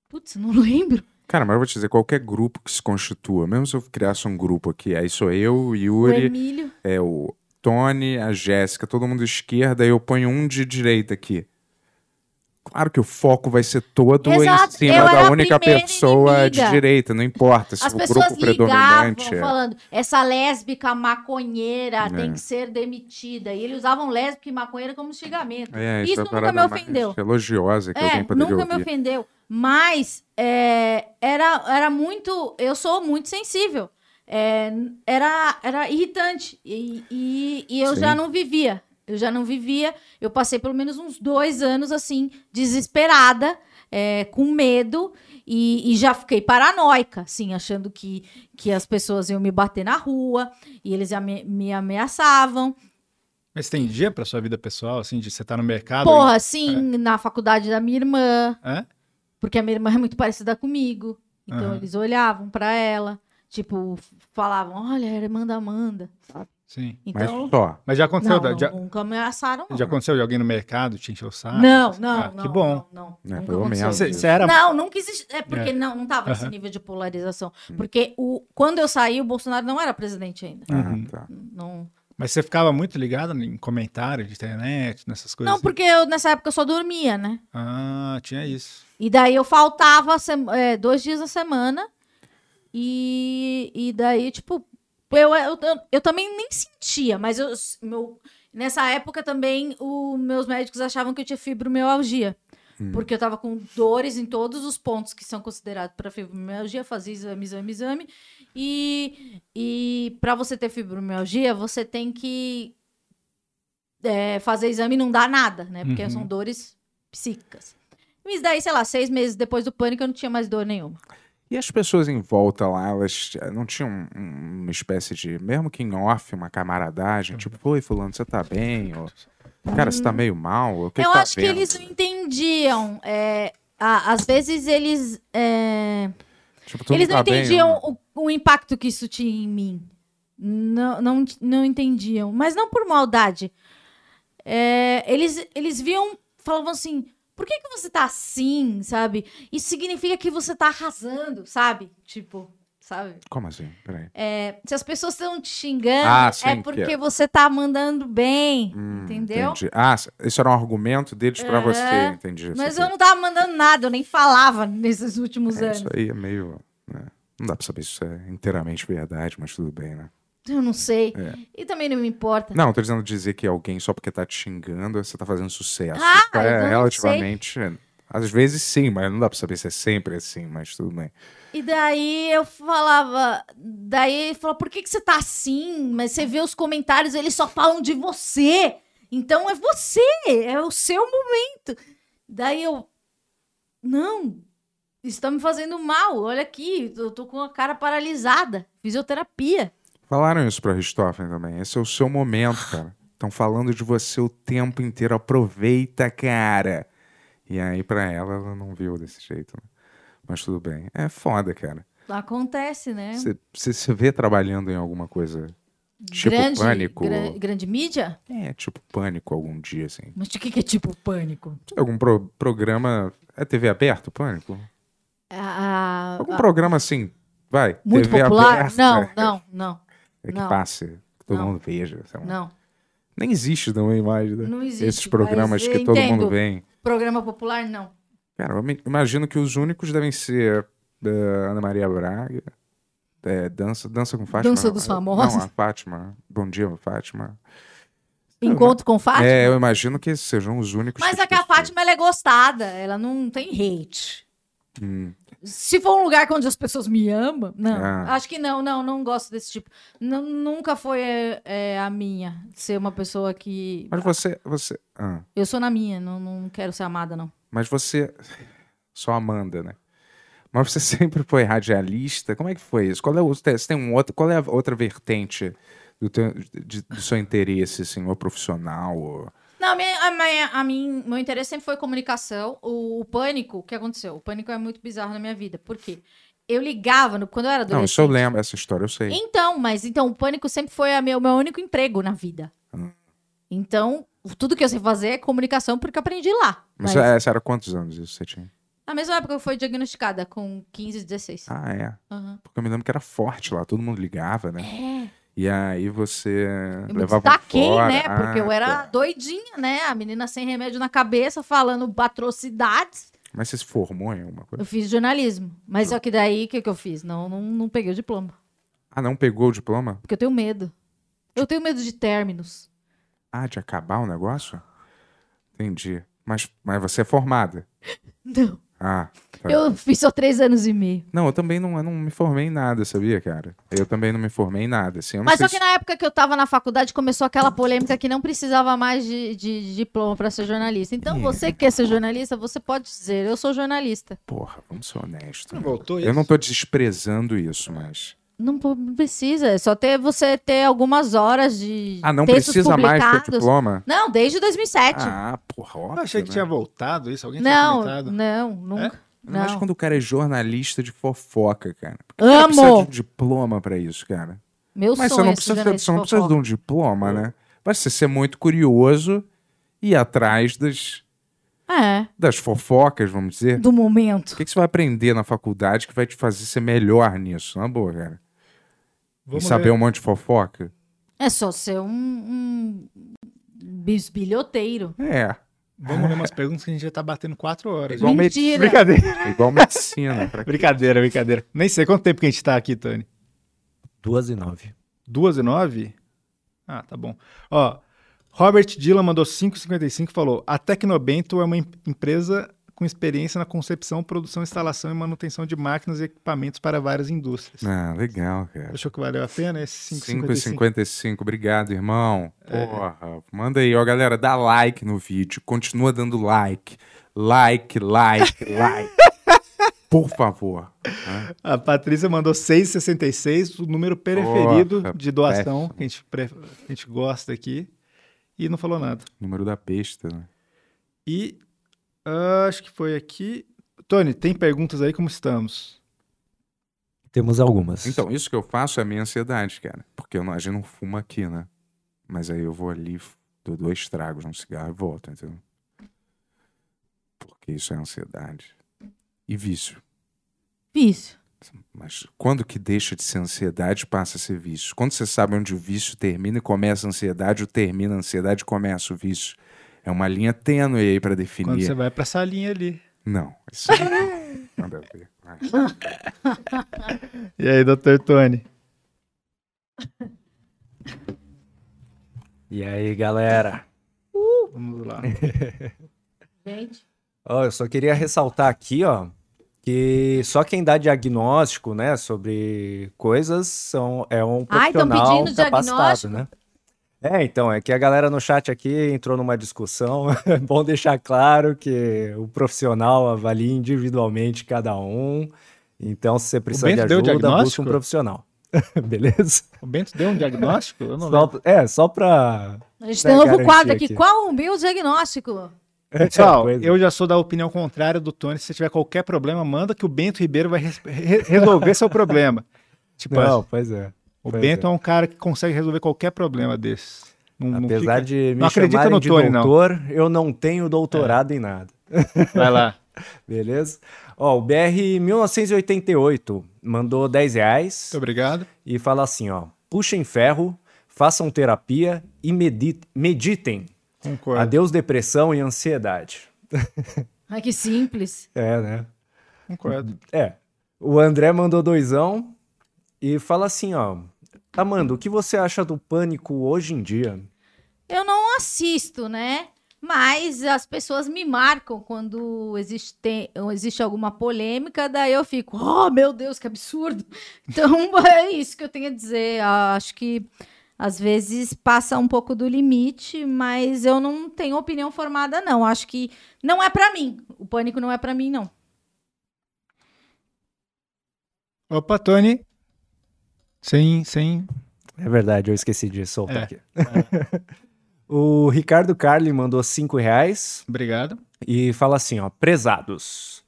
Speaker 4: Putz, não lembro.
Speaker 2: Cara, mas eu vou te dizer, qualquer grupo que se constitua, mesmo se eu criasse um grupo aqui, aí sou eu, o
Speaker 4: O
Speaker 2: Yuri,
Speaker 4: Emílio.
Speaker 2: é o Tony, a Jéssica, todo mundo esquerda, aí eu ponho um de direita aqui. Claro que o foco vai ser todo em
Speaker 4: Exato,
Speaker 2: cima
Speaker 4: eu era
Speaker 2: da
Speaker 4: a
Speaker 2: única
Speaker 4: primeira
Speaker 2: pessoa de
Speaker 4: inimiga.
Speaker 2: direita, não importa se
Speaker 4: As
Speaker 2: o
Speaker 4: pessoas
Speaker 2: grupo
Speaker 4: ligavam
Speaker 2: predominante é.
Speaker 4: falando, essa lésbica maconheira tem
Speaker 2: É.
Speaker 4: que ser demitida. E eles usavam lésbica e maconheira como xingamento.
Speaker 2: É,
Speaker 4: Isso
Speaker 2: é a
Speaker 4: nunca
Speaker 2: parada
Speaker 4: me
Speaker 2: mais
Speaker 4: ofendeu.
Speaker 2: elogiosa que
Speaker 4: É,
Speaker 2: alguém poderia
Speaker 4: nunca me
Speaker 2: ouvir.
Speaker 4: ofendeu. Mas é, era, era muito. Eu sou muito sensível. É, era, era irritante. E, e, e eu
Speaker 2: Sim.
Speaker 4: já não vivia. Eu já não vivia. Eu passei pelo menos uns dois anos assim, desesperada, é, com medo. E, e já fiquei paranoica, assim, achando que, que as pessoas iam me bater na rua e eles ame- me ameaçavam.
Speaker 3: mas tem dia pra sua vida pessoal, assim, de você tá no
Speaker 2: Ah,
Speaker 3: mercado...
Speaker 4: Porra,
Speaker 2: é.
Speaker 4: sim, na faculdade da minha irmã.
Speaker 3: Hã?
Speaker 4: Porque a minha irmã é muito parecida comigo. Então
Speaker 3: Aham.
Speaker 4: eles olhavam pra ela, tipo, falavam: olha, era irmã da Amanda.
Speaker 3: Sim.
Speaker 2: Mas
Speaker 4: Então.
Speaker 2: só,
Speaker 3: Mas já aconteceu,
Speaker 4: não,
Speaker 3: da-
Speaker 4: não,
Speaker 3: já,
Speaker 4: nunca ameaçaram. Não,
Speaker 3: já aconteceu de alguém no mercado te encher o saco?
Speaker 4: não, não,
Speaker 3: Ah,
Speaker 4: não.
Speaker 3: Que bom.
Speaker 4: Não, não,
Speaker 2: né,
Speaker 4: nunca
Speaker 2: pelo
Speaker 4: aconteceu.
Speaker 2: menos.
Speaker 3: Você você era...
Speaker 4: Não, nunca existe. É porque
Speaker 3: É.
Speaker 4: não, não tava nesse
Speaker 3: Aham.
Speaker 4: nível de polarização. Porque o, quando eu saí, o Bolsonaro não era presidente ainda.
Speaker 2: Ah, tá.
Speaker 4: Não,
Speaker 3: Mas você ficava muito ligado em comentário de internet, nessas coisas?
Speaker 4: não
Speaker 3: assim?
Speaker 4: porque eu, nessa época eu só dormia, né?
Speaker 3: Ah, tinha isso.
Speaker 4: E daí eu faltava sem- é, dois dias na semana. E, e daí, tipo, eu, eu, eu também nem sentia, mas eu, meu, nessa época também os meus médicos achavam que eu tinha fibromialgia. Porque eu tava com dores em todos os pontos que são considerados para fibromialgia, fazia exame, exame, exame. E, e para você ter fibromialgia, você tem que é, fazer exame e não dá nada, né? Porque
Speaker 3: Uhum.
Speaker 4: são dores psíquicas. Mas daí, sei lá, seis meses depois do pânico, eu não tinha mais dor nenhuma.
Speaker 2: E as pessoas em volta lá, elas eh, não tinham um- um- uma espécie de, mesmo que em off, uma camaradagem, tipo, oi fulano, você tá bem? Ou, cara, você tá meio mal? O que
Speaker 4: Hum. eu
Speaker 2: que tá
Speaker 4: acho que
Speaker 2: vendo?"
Speaker 4: eles não entendiam. é, a- às vezes eles. é,
Speaker 2: Tipo, "Tu
Speaker 4: Eles não
Speaker 2: tá bem?"
Speaker 4: entendiam o, o impacto que isso tinha em mim. Não, não, não entendiam. Mas não por maldade. É, eles, eles viam, falavam assim: por que, que você tá assim, sabe? Isso significa que você tá arrasando, sabe? Tipo, sabe?
Speaker 2: Como assim? Peraí.
Speaker 4: É, se as pessoas estão te xingando,
Speaker 2: Ah, sim,
Speaker 4: é
Speaker 2: que
Speaker 4: porque
Speaker 2: é.
Speaker 4: você tá mandando bem,
Speaker 2: Hum,
Speaker 4: entendeu?
Speaker 2: Entendi. Ah, c- isso era um argumento deles pra você, entendi. isso
Speaker 4: Mas
Speaker 2: aqui.
Speaker 4: eu não tava mandando nada, eu nem falava nesses últimos
Speaker 2: É,
Speaker 4: anos.
Speaker 2: Isso aí é meio. né, Não dá pra saber se isso é inteiramente verdade, mas tudo bem, né?
Speaker 4: Eu não sei.
Speaker 2: É.
Speaker 4: E também não me importa.
Speaker 2: Não, eu tô dizendo dizer que alguém só porque tá te xingando, você tá fazendo sucesso.
Speaker 4: Ah,
Speaker 2: Isso é
Speaker 4: eu não
Speaker 2: relativamente. Às vezes sim, mas não dá pra saber se é sempre assim, mas tudo bem.
Speaker 4: E daí eu falava, daí ele falou, por que, que você tá assim? Mas você vê os comentários, eles só falam de você. Então é você, é o seu momento. Daí eu, não, isso tá me fazendo mal. Olha aqui, eu tô com a cara paralisada. Fisioterapia.
Speaker 2: Falaram isso pra Ristoffen também. Esse é o seu momento, cara. Estão falando de você o tempo inteiro. Aproveita, cara. E aí, pra ela, ela não viu desse jeito, né? Mas tudo bem. É foda, cara.
Speaker 4: Acontece, né?
Speaker 2: Você se vê trabalhando em alguma coisa. Tipo pânico.
Speaker 4: gran- grande mídia?
Speaker 2: É, tipo pânico algum dia, assim.
Speaker 4: Mas o que, que é tipo pânico?
Speaker 2: Algum pro- programa. É TV aberto, pânico?
Speaker 4: Ah,
Speaker 2: Algum
Speaker 4: ah,
Speaker 2: programa assim, vai.
Speaker 4: muito
Speaker 2: TV
Speaker 4: popular?
Speaker 2: aberta.
Speaker 4: Não, não, não,
Speaker 2: É que
Speaker 4: não.
Speaker 2: passe, que todo
Speaker 4: Não.
Speaker 2: mundo veja. sei lá.
Speaker 4: não.
Speaker 2: Nem existe também mais, né?
Speaker 4: Não existe.
Speaker 2: Esses programas
Speaker 4: mas
Speaker 2: que
Speaker 4: eu
Speaker 2: todo
Speaker 4: entendo.
Speaker 2: mundo vê.
Speaker 4: Programa popular, não.
Speaker 2: Cara, eu me- imagino que os únicos devem ser eh, Ana Maria Braga, eh, dança, dança com Fátima.
Speaker 4: Dança dos
Speaker 2: não,
Speaker 4: Famosos?
Speaker 2: Não, a Fátima. Bom dia, Fátima.
Speaker 4: Encontro com Fátima?
Speaker 2: É, eu imagino que esses sejam os únicos.
Speaker 4: mas
Speaker 2: que
Speaker 4: é que a
Speaker 2: existem.
Speaker 4: Fátima ela é gostada, ela não tem hate.
Speaker 2: Hum.
Speaker 4: Se for um lugar onde as pessoas me amam, não.
Speaker 2: Ah.
Speaker 4: Acho que não, não, não gosto desse tipo. Não- nunca foi é, é, a minha ser uma pessoa que.
Speaker 2: Mas você. você ah.
Speaker 4: Eu sou na minha, não, não quero ser amada, não.
Speaker 2: Mas você. Só Amanda, né? Mas você sempre foi radialista? Como é que foi isso? Qual é o... Você tem um outro... Qual é a outra vertente do, teu... de- do seu interesse, assim, ou profissional? Ou...
Speaker 4: Não, minha- a minha- a mim- meu interesse sempre foi comunicação. O, o pânico, o que aconteceu? O pânico é muito bizarro na minha vida. Por quê? Eu ligava, no, quando eu era
Speaker 2: Não,
Speaker 4: adolescente.
Speaker 2: isso eu lembro, essa história eu sei.
Speaker 4: Então, mas então o pânico sempre foi o meu, meu único emprego na vida.
Speaker 2: Hum.
Speaker 4: Então, tudo que eu sei fazer é comunicação porque eu aprendi lá.
Speaker 2: Mas
Speaker 4: Então,
Speaker 2: é.
Speaker 4: Mas
Speaker 2: essa era quantos anos isso você tinha?
Speaker 4: Na mesma época que eu fui diagnosticada, com 15, 16.
Speaker 2: Ah, é.
Speaker 4: Aham.
Speaker 2: Porque eu me lembro que era forte lá, todo mundo ligava, né?
Speaker 4: É,
Speaker 2: E aí você
Speaker 4: eu me
Speaker 2: levava
Speaker 4: destaquei,
Speaker 2: fora.
Speaker 4: né?
Speaker 2: Ah,
Speaker 4: Porque eu era
Speaker 2: tá.
Speaker 4: doidinha, né? A menina sem remédio na cabeça, falando atrocidades.
Speaker 2: Mas você se formou em alguma coisa?
Speaker 4: Eu fiz jornalismo. Mas só que daí, o que, que eu fiz? Não, não, não peguei o diploma.
Speaker 2: Ah, não pegou o diploma?
Speaker 4: Porque eu tenho medo. Eu tenho medo de términos.
Speaker 2: Ah, de acabar o negócio? Entendi. Mas, mas você é formada.
Speaker 4: Não.
Speaker 2: Ah, tá.
Speaker 4: Eu fiz só três anos e meio.
Speaker 2: Não, eu também não, eu não me formei em nada, sabia, cara? Eu também não me formei em nada. Assim, eu não
Speaker 4: Mas
Speaker 2: sei
Speaker 4: só que na época que eu tava na faculdade começou aquela polêmica que não precisava mais de, de- de diploma pra ser jornalista. Então,
Speaker 2: É.
Speaker 4: você que quer ser jornalista, você pode dizer, eu sou jornalista.
Speaker 2: se... Porra, vamos ser honestos. né?
Speaker 3: Voltou
Speaker 2: Eu não tô desprezando isso, mas.
Speaker 4: Não po- não precisa, é só ter você ter algumas horas de
Speaker 2: Ah, não
Speaker 4: textos
Speaker 2: precisa mais ter
Speaker 4: publicados.
Speaker 2: diploma?
Speaker 4: Não, desde 2007.
Speaker 2: Ah, porra, óbvio.
Speaker 3: Eu achei que
Speaker 2: né?
Speaker 3: tinha voltado
Speaker 2: é
Speaker 3: isso, alguém tinha
Speaker 4: não,
Speaker 3: comentado.
Speaker 4: não, nunca.
Speaker 2: Ainda mais
Speaker 4: Não.
Speaker 2: quando o cara é jornalista de fofoca, cara. Por que o cara precisa de
Speaker 4: Amo!
Speaker 2: um diploma pra isso, cara.
Speaker 4: Meu
Speaker 2: Mas você
Speaker 4: sonho
Speaker 2: não
Speaker 4: é ser
Speaker 2: precisa,
Speaker 4: jornalista
Speaker 2: você não precisa de
Speaker 4: fofoca.
Speaker 2: um diploma, né? Mas você ser muito curioso e ir atrás das,
Speaker 4: É,
Speaker 2: das fofocas, vamos dizer.
Speaker 4: do
Speaker 2: O
Speaker 4: momento.
Speaker 2: que, que você vai aprender na faculdade que vai te fazer ser melhor nisso? Na boa, cara.
Speaker 3: Vamos
Speaker 2: e saber
Speaker 3: ver.
Speaker 2: um monte de fofoca?
Speaker 4: É só ser um, um bisbilhoteiro.
Speaker 2: É.
Speaker 3: Vamos ler umas perguntas que a gente já tá batendo quatro horas.
Speaker 2: Igual
Speaker 4: Mentira.
Speaker 3: Brincadeira.
Speaker 2: Igual medicina. pra-
Speaker 3: Brincadeira, brincadeira. Nem sei quanto tempo que a gente tá aqui, Tani.
Speaker 5: Duas e nove.
Speaker 3: Duas e nove? Ah, tá bom. Ó, Robert Dillon mandou 5,55 e falou: A Tecnobento é uma em- empresa com experiência na concepção, produção, instalação e manutenção de máquinas e equipamentos para várias indústrias.
Speaker 2: Ah, legal, cara.
Speaker 3: Achou que valeu a pena esse 5,55?
Speaker 2: 5,55. Obrigado, irmão.
Speaker 3: É.
Speaker 2: Porra. Manda aí, ó, galera. Dá like no vídeo. Continua dando like. Like, like, like. Por favor. né?
Speaker 3: A Patrícia mandou 6,66, o número preferido
Speaker 2: Porra, tá
Speaker 3: de doação
Speaker 2: péssimo.
Speaker 3: que a, gente pre- a gente gosta aqui. E não falou nada.
Speaker 2: Número da besta, né?
Speaker 3: E ah, acho que foi aqui. Tony, tem perguntas aí como estamos?
Speaker 5: Temos algumas.
Speaker 2: Então, isso que eu faço é a minha ansiedade, cara. Porque eu não- a gente não fuma aqui, né? Mas aí eu vou ali, f- dou dois tragos num cigarro e volto, entendeu? Porque isso é ansiedade. E vício.
Speaker 4: Vício.
Speaker 2: Mas quando que deixa de ser ansiedade e passa a ser vício? Quando você sabe onde o vício termina e começa a ansiedade, ou termina a ansiedade e começa o vício? É uma linha tênue aí pra
Speaker 3: Quando
Speaker 2: definir.
Speaker 3: você vai pra salinha ali.
Speaker 2: Não, isso não tem nada a ver. Vai.
Speaker 3: E aí, doutor Tony?
Speaker 5: E aí, galera?
Speaker 3: Vamos lá.
Speaker 4: Gente.
Speaker 5: Ó, eu só queria ressaltar aqui, ó, que só quem dá diagnóstico, né, sobre coisas são, é um
Speaker 4: Ah, então
Speaker 5: profissional
Speaker 4: pedindo diagnóstico?
Speaker 5: capacitado, né? É, então, é que a galera no chat aqui entrou numa discussão. É bom deixar claro que o profissional avalia individualmente cada um. Então, se você precisa de
Speaker 3: Bento deu
Speaker 5: ajuda, busca
Speaker 3: diagnóstico?
Speaker 5: um profissional. Beleza?
Speaker 3: O Bento deu um diagnóstico? Eu não lembro.
Speaker 5: Só- é, só pra.
Speaker 4: A gente
Speaker 5: Pra
Speaker 4: tem um novo
Speaker 5: garantir
Speaker 4: quadro aqui.
Speaker 5: aqui.
Speaker 4: Qual o meu diagnóstico?
Speaker 3: Pessoal,
Speaker 5: Pois é.
Speaker 3: eu já sou da opinião contrária do Tony. Se você tiver qualquer problema, manda que o Bento Ribeiro vai res- re- resolver seu problema. Tipo,
Speaker 5: Não, pois é.
Speaker 3: o
Speaker 5: pois
Speaker 3: Bento é. um cara que consegue resolver qualquer problema desse. Não- não
Speaker 5: Apesar
Speaker 3: fica-
Speaker 5: de me
Speaker 3: não acredita
Speaker 5: chamarem
Speaker 3: no
Speaker 5: de
Speaker 3: Tony, não. É.
Speaker 5: doutor, eu não tenho doutorado em nada,
Speaker 3: Vai lá.
Speaker 5: beleza? Ó, o BR 1988 mandou 10 reais
Speaker 3: Muito obrigado.
Speaker 5: e fala assim, ó, puxem ferro, façam terapia e medi- meditem.
Speaker 3: Concordo.
Speaker 5: Adeus depressão e ansiedade.
Speaker 4: Ai, que simples.
Speaker 5: É, né?
Speaker 3: Concordo.
Speaker 5: É. O André mandou doisão e fala assim, ó, Amanda, o que você acha do pânico hoje em dia?
Speaker 4: Eu não assisto, né? Mas as pessoas me marcam quando existe, existe alguma polêmica, daí eu fico, oh meu Deus, que absurdo. Então é isso que eu tenho a dizer. Ah, Acho que às vezes passa um pouco do limite, mas eu não tenho opinião formada, não. Acho que não é pra mim. O pânico não é pra mim, não.
Speaker 3: Opa, Tony. Sem, sem.
Speaker 5: É verdade, eu esqueci de soltar
Speaker 3: É.
Speaker 5: aqui. o Ricardo Carli mandou 5 reais
Speaker 3: Obrigado.
Speaker 5: e fala assim, ó, prezados.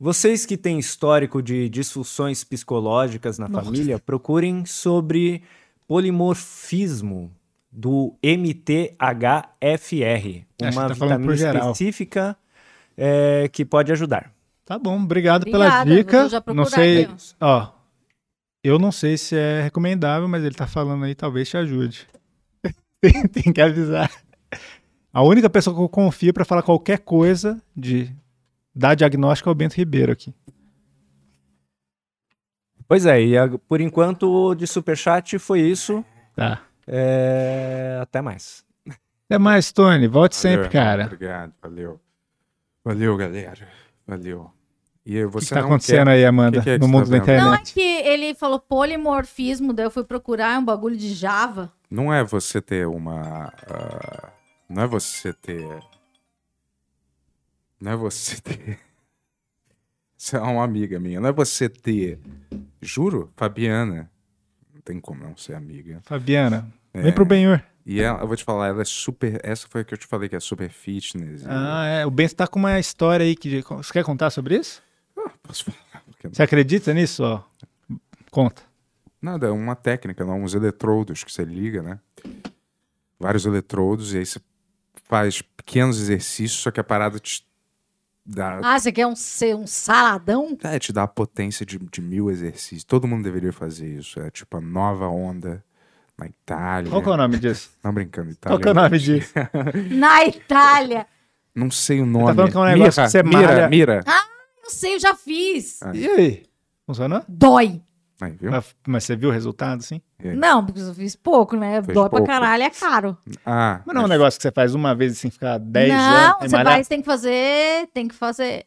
Speaker 5: Vocês que têm histórico de disfunções psicológicas na
Speaker 4: Nossa.
Speaker 5: família, procurem sobre polimorfismo do MTHFR,
Speaker 3: Acho que
Speaker 5: uma
Speaker 3: tá falando
Speaker 5: vitamina
Speaker 3: pro geral.
Speaker 5: específica é, que pode ajudar.
Speaker 3: Tá bom, obrigado pela
Speaker 4: Obrigada,
Speaker 3: dica.
Speaker 4: vou já procurar
Speaker 3: não sei,
Speaker 4: aqui,
Speaker 3: ó. Eu não sei se é recomendável, mas ele tá falando aí, talvez te ajude. tem, tem que avisar. A única pessoa que eu confio pra falar qualquer coisa de dar diagnóstico é o Bento Ribeiro aqui.
Speaker 5: Pois é, e a- por enquanto de superchat foi isso.
Speaker 3: Tá.
Speaker 5: É, até mais.
Speaker 3: Até mais, Tony. Volte sempre,
Speaker 2: Valeu,
Speaker 3: cara.
Speaker 2: Obrigado, valeu. Valeu, galera. Valeu. E
Speaker 3: O
Speaker 2: você
Speaker 3: que, que tá
Speaker 2: não
Speaker 3: acontecendo aí, Amanda,
Speaker 2: que que é que
Speaker 3: no
Speaker 2: você
Speaker 3: mundo
Speaker 2: tá
Speaker 3: da
Speaker 2: vendo?
Speaker 4: Não é
Speaker 3: internet?
Speaker 4: que ele falou polimorfismo, daí eu fui procurar, é um bagulho de Java.
Speaker 2: Quer, não é você ter uma. ah, não é você ter. Não é você ter. Isso é uma amiga minha. Não é você ter. Juro, Fabiana. Não tem como não ser amiga.
Speaker 3: Fabiana,
Speaker 2: É.
Speaker 3: vem pro Benhur.
Speaker 2: E ela, eu vou te falar, ela é super. Essa foi a que eu te falei que é super fitness. e-
Speaker 3: Ah, é. O Bento tá com uma história aí que. Você quer contar sobre isso?
Speaker 2: Posso falar? Porque
Speaker 3: Você acredita nisso? Ó, conta.
Speaker 2: Nada, é uma técnica, não, uns eletrodos que você liga, né? Vários eletrodos, e aí você faz pequenos exercícios, só que a parada te dá,
Speaker 4: Ah, você quer um, ser um saladão?
Speaker 2: é, te dá a potência de, de mil exercícios. Todo mundo deveria fazer isso. É tipo a nova onda na Itália.
Speaker 3: Qual que é o nome disso?
Speaker 2: Não brincando, Itália.
Speaker 3: Qual que é o nome disso?
Speaker 4: Na Itália!
Speaker 2: Não sei o nome.
Speaker 3: falando que é um negócio
Speaker 2: mira,
Speaker 3: que você
Speaker 2: mira,
Speaker 3: malha-
Speaker 2: mira.
Speaker 4: Eu sei, eu já fiz.
Speaker 2: Ah.
Speaker 3: E aí? Funcionou?
Speaker 4: Dói.
Speaker 2: Aí, viu?
Speaker 3: Mas, mas você viu o resultado, sim?
Speaker 4: Não, porque eu fiz pouco, né?
Speaker 2: É. Fez
Speaker 4: Dói pra
Speaker 2: pouco.
Speaker 4: caralho, é caro.
Speaker 2: Ah,
Speaker 3: Mas não é um negócio que você faz uma vez e assim, ficar 10 anos.
Speaker 4: Não,
Speaker 3: sem
Speaker 4: você
Speaker 2: É
Speaker 3: malhar?
Speaker 4: vai, você tem que fazer, tem que fazer.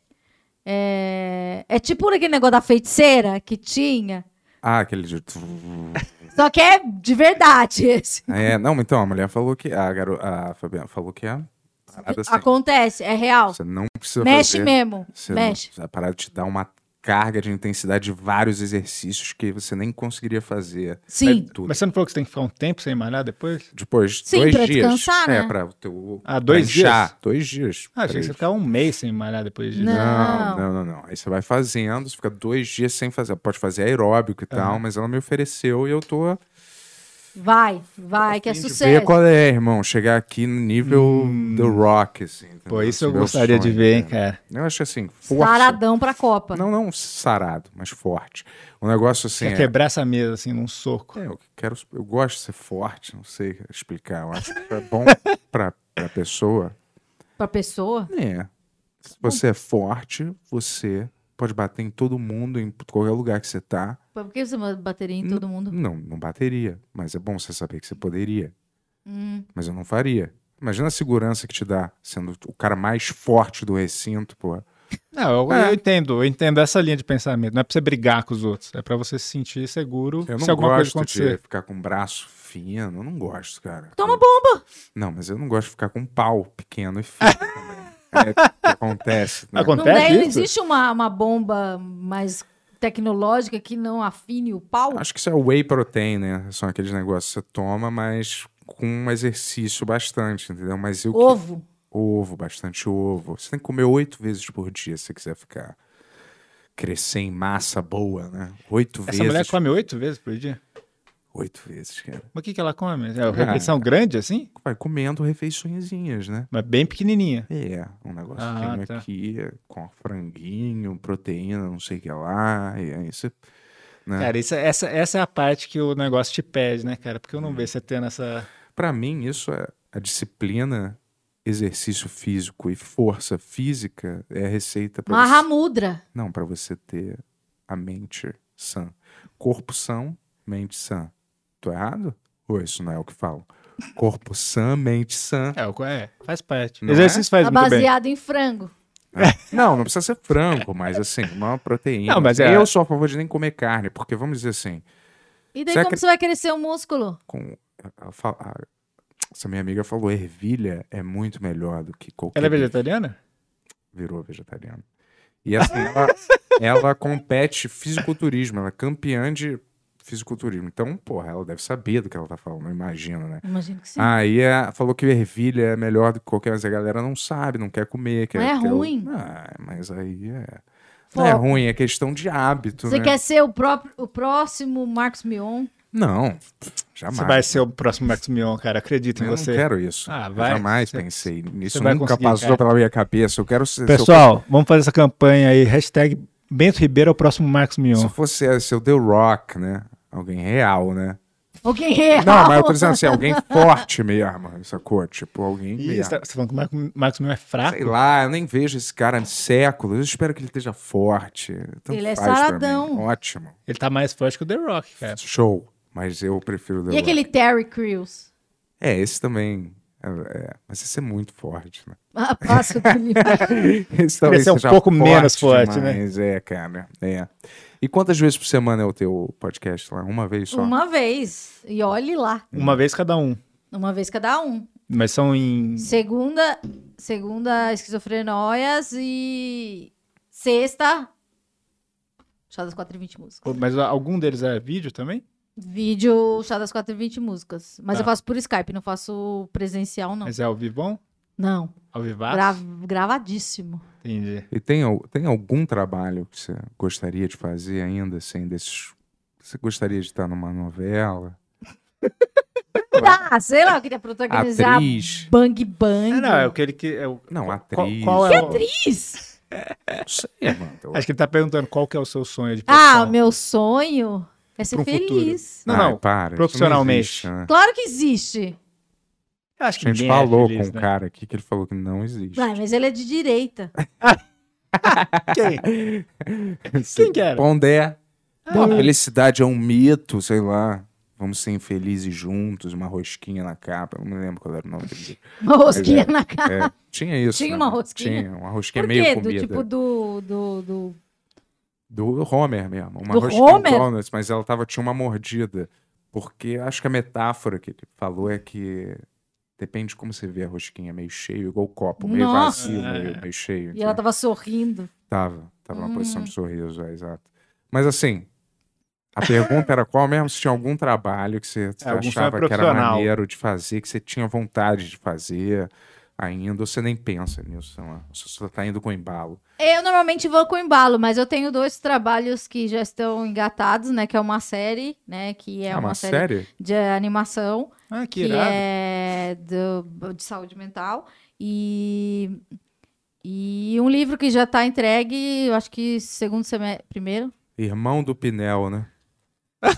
Speaker 4: É, é tipo aquele negócio da feiticeira que tinha.
Speaker 2: ah, aquele de...
Speaker 4: Só que é de verdade esse.
Speaker 2: É, não, então, a mulher falou que... A, garo... a Fabiana falou que é... parada assim.
Speaker 4: Acontece, é real.
Speaker 2: Você não precisa
Speaker 4: Mexe
Speaker 2: fazer...
Speaker 4: mesmo.
Speaker 2: Você não-
Speaker 4: mexe.
Speaker 2: a parada te dá uma carga de intensidade de vários exercícios que você nem conseguiria fazer.
Speaker 4: Sim.
Speaker 2: É tudo.
Speaker 3: Mas você não falou que você tem que ficar um tempo sem malhar depois?
Speaker 2: Depois,
Speaker 4: Sim,
Speaker 2: dois
Speaker 4: pra
Speaker 2: dias.
Speaker 4: descansar,
Speaker 2: É,
Speaker 4: né?
Speaker 2: pra o teu...
Speaker 3: Ah, dois
Speaker 2: pra inchar.
Speaker 3: dias?
Speaker 2: Dois dias.
Speaker 3: Ah, achei que você
Speaker 2: três.
Speaker 3: ficar um mês sem malhar depois disso.
Speaker 4: Não.
Speaker 2: Não, não, não, não. Aí você vai fazendo, você fica dois dias sem fazer. Pode fazer aeróbico e tal, mas ela me ofereceu e eu tô.
Speaker 4: Vai, vai, que é
Speaker 2: afim de
Speaker 4: sucesso.
Speaker 2: Ver qual é, irmão. Chegar aqui no nível The Rock, assim. entendeu?
Speaker 3: Hum. Pô,
Speaker 2: Esse
Speaker 3: isso eu
Speaker 2: é meu
Speaker 3: gostaria de
Speaker 2: sonho,
Speaker 3: ver, hein, cara.
Speaker 2: Eu acho assim, força.
Speaker 4: Saradão pra Copa.
Speaker 2: Não, não sarado, mas forte. Um negócio assim.
Speaker 3: Quer
Speaker 2: é-
Speaker 3: quebrar essa mesa, assim, num soco.
Speaker 2: É, eu quero. Eu gosto de ser forte, não sei explicar. Eu acho que é bom pra, pra pessoa.
Speaker 4: Pra pessoa.
Speaker 2: É. Se você é forte, você pode bater em todo mundo, em qualquer lugar que você tá.
Speaker 4: Por que você bateria em todo mundo?
Speaker 2: Não, não bateria. Mas é bom você saber que você poderia.
Speaker 4: Hum,
Speaker 2: Mas eu não faria. Imagina a segurança que te dá, sendo o cara mais forte do recinto, pô.
Speaker 3: Não, eu,
Speaker 2: É.
Speaker 3: eu entendo, eu entendo essa linha de pensamento. Não é pra você brigar com os outros, é pra você se sentir seguro
Speaker 2: Eu não
Speaker 3: se alguma coisa
Speaker 2: gosto
Speaker 3: acontecer.
Speaker 2: de né? ficar com o braço fino, eu não gosto, cara.
Speaker 4: Toma
Speaker 2: bomba! Não, mas eu não gosto de ficar com um pau pequeno e fino também. É o que acontece, né?
Speaker 4: Não,
Speaker 3: Acontece
Speaker 4: daí não
Speaker 3: isso?
Speaker 4: existe uma, uma bomba mais tecnológica que não afine o pau?
Speaker 2: Acho que isso é whey protein, né? São aqueles negócios que você toma, mas com um exercício bastante, entendeu? Mas eu
Speaker 4: Ovo.
Speaker 2: ovo, bastante ovo. Você tem que comer oito vezes por dia se você quiser ficar crescer em massa boa, né? Oito
Speaker 3: Essa
Speaker 2: vezes.
Speaker 3: mulher come oito vezes por dia?
Speaker 2: Oito vezes, cara.
Speaker 3: Mas o que, que ela come? É uma refeição grande, assim?
Speaker 2: Vai comendo refeiçõezinhas, né?
Speaker 3: Mas bem pequenininha.
Speaker 2: É, um negócio
Speaker 3: Ah, tá.
Speaker 2: aqui com franguinho, proteína, não sei o que lá. E aí você. Né?
Speaker 3: Cara, isso, é- essa, essa é a parte que o negócio te pede, né, cara? Porque eu não vejo você tendo essa...
Speaker 2: Pra mim, isso é a disciplina, exercício físico e força física é a receita pra você.
Speaker 4: Mahamudra.
Speaker 2: Não, pra você ter a mente sã. Corpo são, mente sã. Tô errado? Ou isso não é o que falam? Corpo sã, mente sã.
Speaker 3: É, o- é faz parte.
Speaker 2: Não é?
Speaker 3: Exercício faz
Speaker 4: Tá
Speaker 3: muito bem.
Speaker 4: baseado em frango.
Speaker 2: Não, não precisa ser frango, mas assim, uma proteína.
Speaker 3: Não, mas é-
Speaker 2: Eu sou a favor de nem comer carne, porque vamos dizer assim,
Speaker 4: E daí
Speaker 2: Você
Speaker 4: como
Speaker 2: acre-
Speaker 4: você vai crescer o músculo?
Speaker 2: com ela fa- a- essa minha amiga falou, ervilha é muito melhor do que qualquer
Speaker 3: Ela é
Speaker 2: bife.
Speaker 3: vegetariana?
Speaker 2: virou vegetariana. E assim, ela, ela compete fisiculturismo, ela é campeã de fisiculturismo. Então, porra, ela deve saber do que ela tá falando, imagina, né?
Speaker 4: Imagino que sim.
Speaker 2: Aí é, falou que ervilha é melhor do que qualquer, mas a galera não sabe, não quer comer. Quer,
Speaker 4: Mas é
Speaker 2: quer o-
Speaker 4: ruim.
Speaker 2: Ah, mas aí é. Não
Speaker 4: Foco.
Speaker 2: é ruim, é questão de hábito,
Speaker 4: Você
Speaker 2: né?
Speaker 4: quer ser o, próprio, o próximo Marcos Mion?
Speaker 2: Não, jamais.
Speaker 3: Você vai ser o próximo Max Mion, cara. Acredito em
Speaker 2: Eu não
Speaker 3: você.
Speaker 2: quero isso.
Speaker 3: Ah,
Speaker 2: Eu
Speaker 3: vai.
Speaker 2: jamais
Speaker 3: Você-
Speaker 2: pensei nisso.
Speaker 3: vai
Speaker 2: Nunca
Speaker 3: conseguir,
Speaker 2: passou
Speaker 3: cara.
Speaker 2: pela minha cabeça. Eu quero ser. se eu
Speaker 3: Pessoal, vamos fazer essa campanha aí. Hashtag Bento Ribeiro é o próximo Marcos Mion.
Speaker 2: Se fosse eh, se eu The Rock, né? Alguém real, né?
Speaker 4: Alguém real?
Speaker 2: Não, mas eu tô dizendo assim, alguém forte mesmo, sacou? Tipo, alguém
Speaker 3: Ih,
Speaker 2: mesmo.
Speaker 3: você tá- você tá falando que o Marco- Marcos Mion é fraco?
Speaker 2: Sei lá, eu nem vejo esse cara há séculos. Eu espero que ele esteja forte. Tanto
Speaker 4: Ele é
Speaker 2: faz pra mim.
Speaker 4: saradão.
Speaker 2: Ótimo.
Speaker 3: Ele tá mais forte que o The Rock, cara.
Speaker 2: Show. Mas eu prefiro o The
Speaker 4: E
Speaker 2: Rock.
Speaker 4: aquele Terry Crews?
Speaker 2: É, esse também. É, é, mas esse é muito forte, né?
Speaker 4: Ah, Passa do limite.
Speaker 2: Esse talvez
Speaker 3: ser um
Speaker 2: seja
Speaker 3: pouco menos forte, né?
Speaker 2: demais. É, cara. É. E quantas vezes por semana é o teu podcast lá? Uma vez só?
Speaker 4: Uma vez. E olhe lá.
Speaker 3: Uma vez cada um.
Speaker 4: Uma vez cada um.
Speaker 3: Mas são em.
Speaker 4: Segunda, segunda esquizofrenóias e sexta. Chá das 4 e 20 músicas.
Speaker 3: Mas algum deles é vídeo também?
Speaker 4: Vídeo Chá das 4 e 20 músicas. Mas
Speaker 3: Tá.
Speaker 4: eu faço por Skype, não faço presencial, não.
Speaker 3: Mas tá. é ao vivão?
Speaker 4: Não.
Speaker 3: Ao vivaço?
Speaker 4: Gra gravadíssimo.
Speaker 3: Entendi.
Speaker 2: E tem, al- tem algum trabalho que você gostaria de fazer ainda, assim, desses. Você gostaria de estar numa novela?
Speaker 4: Ah, sei lá, eu queria protagonizar
Speaker 2: Atriz?
Speaker 4: Bang Bang.
Speaker 3: não, é aquele que. É o...
Speaker 2: Não,
Speaker 3: qual-
Speaker 2: atriz.
Speaker 3: Qual, é o...
Speaker 4: Atriz.
Speaker 2: Não sei, mano. Eu-
Speaker 3: Acho que ele tá perguntando qual que é o seu sonho de
Speaker 4: Ah,
Speaker 3: profissão.
Speaker 4: o meu sonho é ser
Speaker 3: Pro futuro.
Speaker 4: feliz.
Speaker 3: Não,
Speaker 2: Ai,
Speaker 3: não.
Speaker 2: para, isso
Speaker 3: profissionalmente.
Speaker 2: existe, né?
Speaker 4: Claro que existe.
Speaker 3: Eu Acho que
Speaker 2: A gente
Speaker 3: ninguém é
Speaker 2: falou
Speaker 3: feliz,
Speaker 2: com
Speaker 3: né?
Speaker 2: um cara aqui que ele falou que não existe.
Speaker 4: Vai, mas ele é de direita.
Speaker 3: Quem? Quem que era?
Speaker 2: Pondé.
Speaker 3: Ah.
Speaker 2: Não, a felicidade é um mito, sei lá. Vamos ser infelizes juntos, uma rosquinha na capa. Eu não me lembro qual era o nome dele.
Speaker 4: Uma rosquinha
Speaker 2: é.
Speaker 4: na cara.
Speaker 2: É, tinha isso.
Speaker 4: Tinha
Speaker 2: né?
Speaker 4: uma rosquinha?
Speaker 2: Tinha, uma rosquinha
Speaker 4: Por
Speaker 2: meio
Speaker 4: quê? Do
Speaker 2: comida.
Speaker 4: tipo do. do, do...
Speaker 2: Do Homer mesmo. Uma
Speaker 4: Do
Speaker 2: rosquinha
Speaker 4: Homer?
Speaker 2: Donuts, mas ela tava, tinha uma mordida. Porque acho que a metáfora que ele falou é que depende de como você vê a rosquinha, meio cheio, igual o copo, meio
Speaker 4: Nossa!
Speaker 2: vazio,
Speaker 3: É.
Speaker 2: meio, meio cheio.
Speaker 4: E ela
Speaker 2: entendeu?
Speaker 4: tava sorrindo.
Speaker 2: Tava, tava numa posição
Speaker 4: Hum.
Speaker 2: de sorriso, é, exato. Mas assim, a pergunta era qual mesmo? Se tinha algum trabalho que você
Speaker 3: É, algum sonho
Speaker 2: achava que era
Speaker 3: profissional.
Speaker 2: maneiro de fazer, que você tinha vontade de fazer ainda, ou você nem pensa nisso, sei lá. Você só tá indo com embalo.
Speaker 4: Eu normalmente vou com embalo, mas eu tenho dois trabalhos que já estão engatados, né? Que é uma série, né? Que é, uma, série, de animação,
Speaker 3: Ah,
Speaker 4: que,
Speaker 3: que irado.
Speaker 4: é do- de saúde mental. E, e um livro que já tá entregue, eu acho que segundo semestre. Primeiro?
Speaker 2: Irmão do Pinel, né?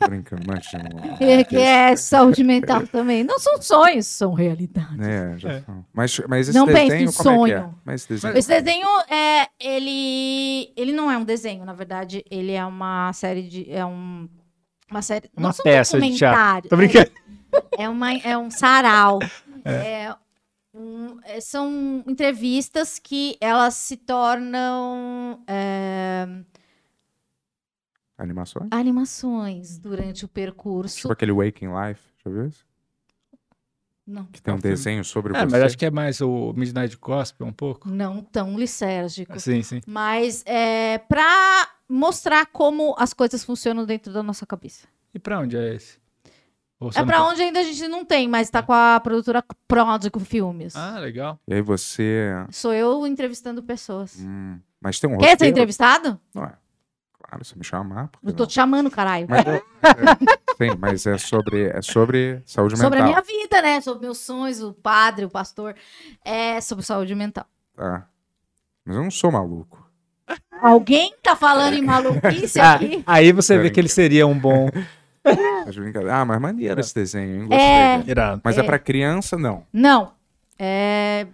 Speaker 2: Tô Brincando, imagina.
Speaker 4: que é saúde mental também. Não são sonhos, são realidades.
Speaker 2: Né, já
Speaker 3: É.
Speaker 2: são. Mas, mas esse
Speaker 4: Não pense
Speaker 2: desenho,
Speaker 4: em
Speaker 2: como é que é?
Speaker 4: sonho.
Speaker 2: Mas esse desenho...
Speaker 4: Esse desenho é ele ele não é um desenho, na verdade, ele é uma série de é um uma série
Speaker 3: Uma
Speaker 4: não são
Speaker 3: peça de
Speaker 4: documentário,
Speaker 3: teatro. Tô brincando.
Speaker 4: É, é uma é um sarau. É um- é, são entrevistas que elas se tornam é,
Speaker 2: Animações?
Speaker 4: animações durante o percurso.
Speaker 2: Tipo aquele Waking Life, já viu isso?
Speaker 4: Não,
Speaker 2: Que tem um
Speaker 3: É um filme.
Speaker 2: desenho sobre
Speaker 3: É,
Speaker 2: você.
Speaker 3: mas acho que é mais o Midnight Gospel um pouco.
Speaker 4: não tão lisérgico.
Speaker 3: Sim, sim.
Speaker 4: Mas é para mostrar como as coisas funcionam dentro da nossa cabeça.
Speaker 3: E pra onde é esse? Ou você
Speaker 4: É
Speaker 3: não
Speaker 4: pra
Speaker 3: tá-
Speaker 4: onde ainda a gente não tem, mas tá com a produtora Pródigo Filmes.
Speaker 3: Ah, legal.
Speaker 2: E aí você.
Speaker 4: Sou eu entrevistando pessoas.
Speaker 2: hum, mas tem um
Speaker 4: Quer ser
Speaker 2: roteiro?
Speaker 4: entrevistado?
Speaker 2: Não é. Claro, se me chamar. Porque
Speaker 4: Eu tô
Speaker 2: não.
Speaker 4: te chamando, caralho.
Speaker 2: Mas, é, sim, mas é sobre, é sobre saúde
Speaker 4: Sobre a
Speaker 2: mental.
Speaker 4: minha vida, né? Sobre meus sonhos, o padre, o pastor. É sobre saúde mental.
Speaker 2: tá? Mas eu não sou maluco. Ah.
Speaker 4: Alguém tá falando
Speaker 2: É.
Speaker 4: em maluquice
Speaker 3: Ah,
Speaker 4: aqui?
Speaker 3: aí você vê que ele seria um bom.
Speaker 2: Mas brincadeira- Ah, mas
Speaker 3: É.
Speaker 2: maneiro esse desenho, hein? Gostei.
Speaker 4: É.
Speaker 2: dele.
Speaker 3: Irado.
Speaker 2: Mas é, pra criança, não.
Speaker 4: Não. É.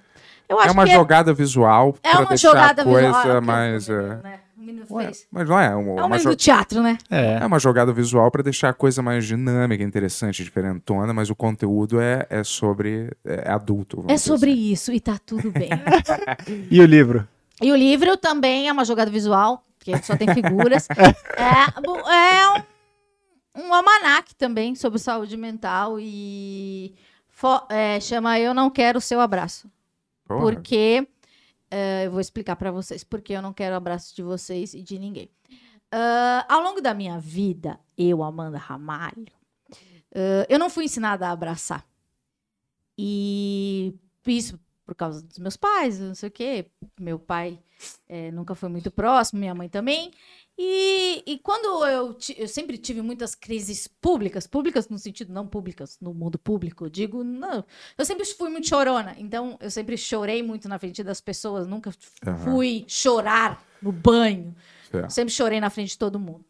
Speaker 4: Eu acho
Speaker 2: É uma
Speaker 4: que
Speaker 2: jogada visual
Speaker 4: é, é
Speaker 2: pra
Speaker 4: uma
Speaker 2: deixar
Speaker 4: jogada
Speaker 2: a coisa
Speaker 4: visual.
Speaker 2: mais.
Speaker 4: É, o que o
Speaker 2: é,
Speaker 4: menino, né? O menino
Speaker 2: ué,
Speaker 4: fez.
Speaker 2: mas não é uma,
Speaker 4: É o
Speaker 2: uma
Speaker 4: menino
Speaker 2: jo-
Speaker 4: do teatro, né?
Speaker 3: É.
Speaker 2: é uma jogada visual pra deixar a coisa mais dinâmica, interessante, diferentona, mas o conteúdo é, é sobre é adulto. vamos
Speaker 4: É
Speaker 2: dizer
Speaker 4: sobre isso e tá tudo bem.
Speaker 3: E o livro?
Speaker 4: E o livro também é uma jogada visual, porque só tem figuras. é, bo- é um, um almanac também sobre saúde mental e fo- é, chama Eu Não Quero o Seu Abraço.
Speaker 2: assim. Porra.
Speaker 4: Porque é, eu vou explicar pra vocês porque eu não quero abraço de vocês e de ninguém. Ah, ao longo da minha vida, eu, Amanda Ramalho, ah, eu não fui ensinada a abraçar. E isso por causa dos meus pais, não sei o quê. Meu pai eh, nunca foi muito próximo, minha mãe também. E, e quando eu, ti- eu sempre tive muitas crises públicas, públicas no sentido não públicas, no mundo público, eu digo, não, eu sempre fui muito chorona, então eu sempre chorei muito na frente das pessoas, nunca
Speaker 2: Aham.
Speaker 4: fui chorar no banho.
Speaker 2: Certo.
Speaker 4: Sempre chorei na frente de todo mundo.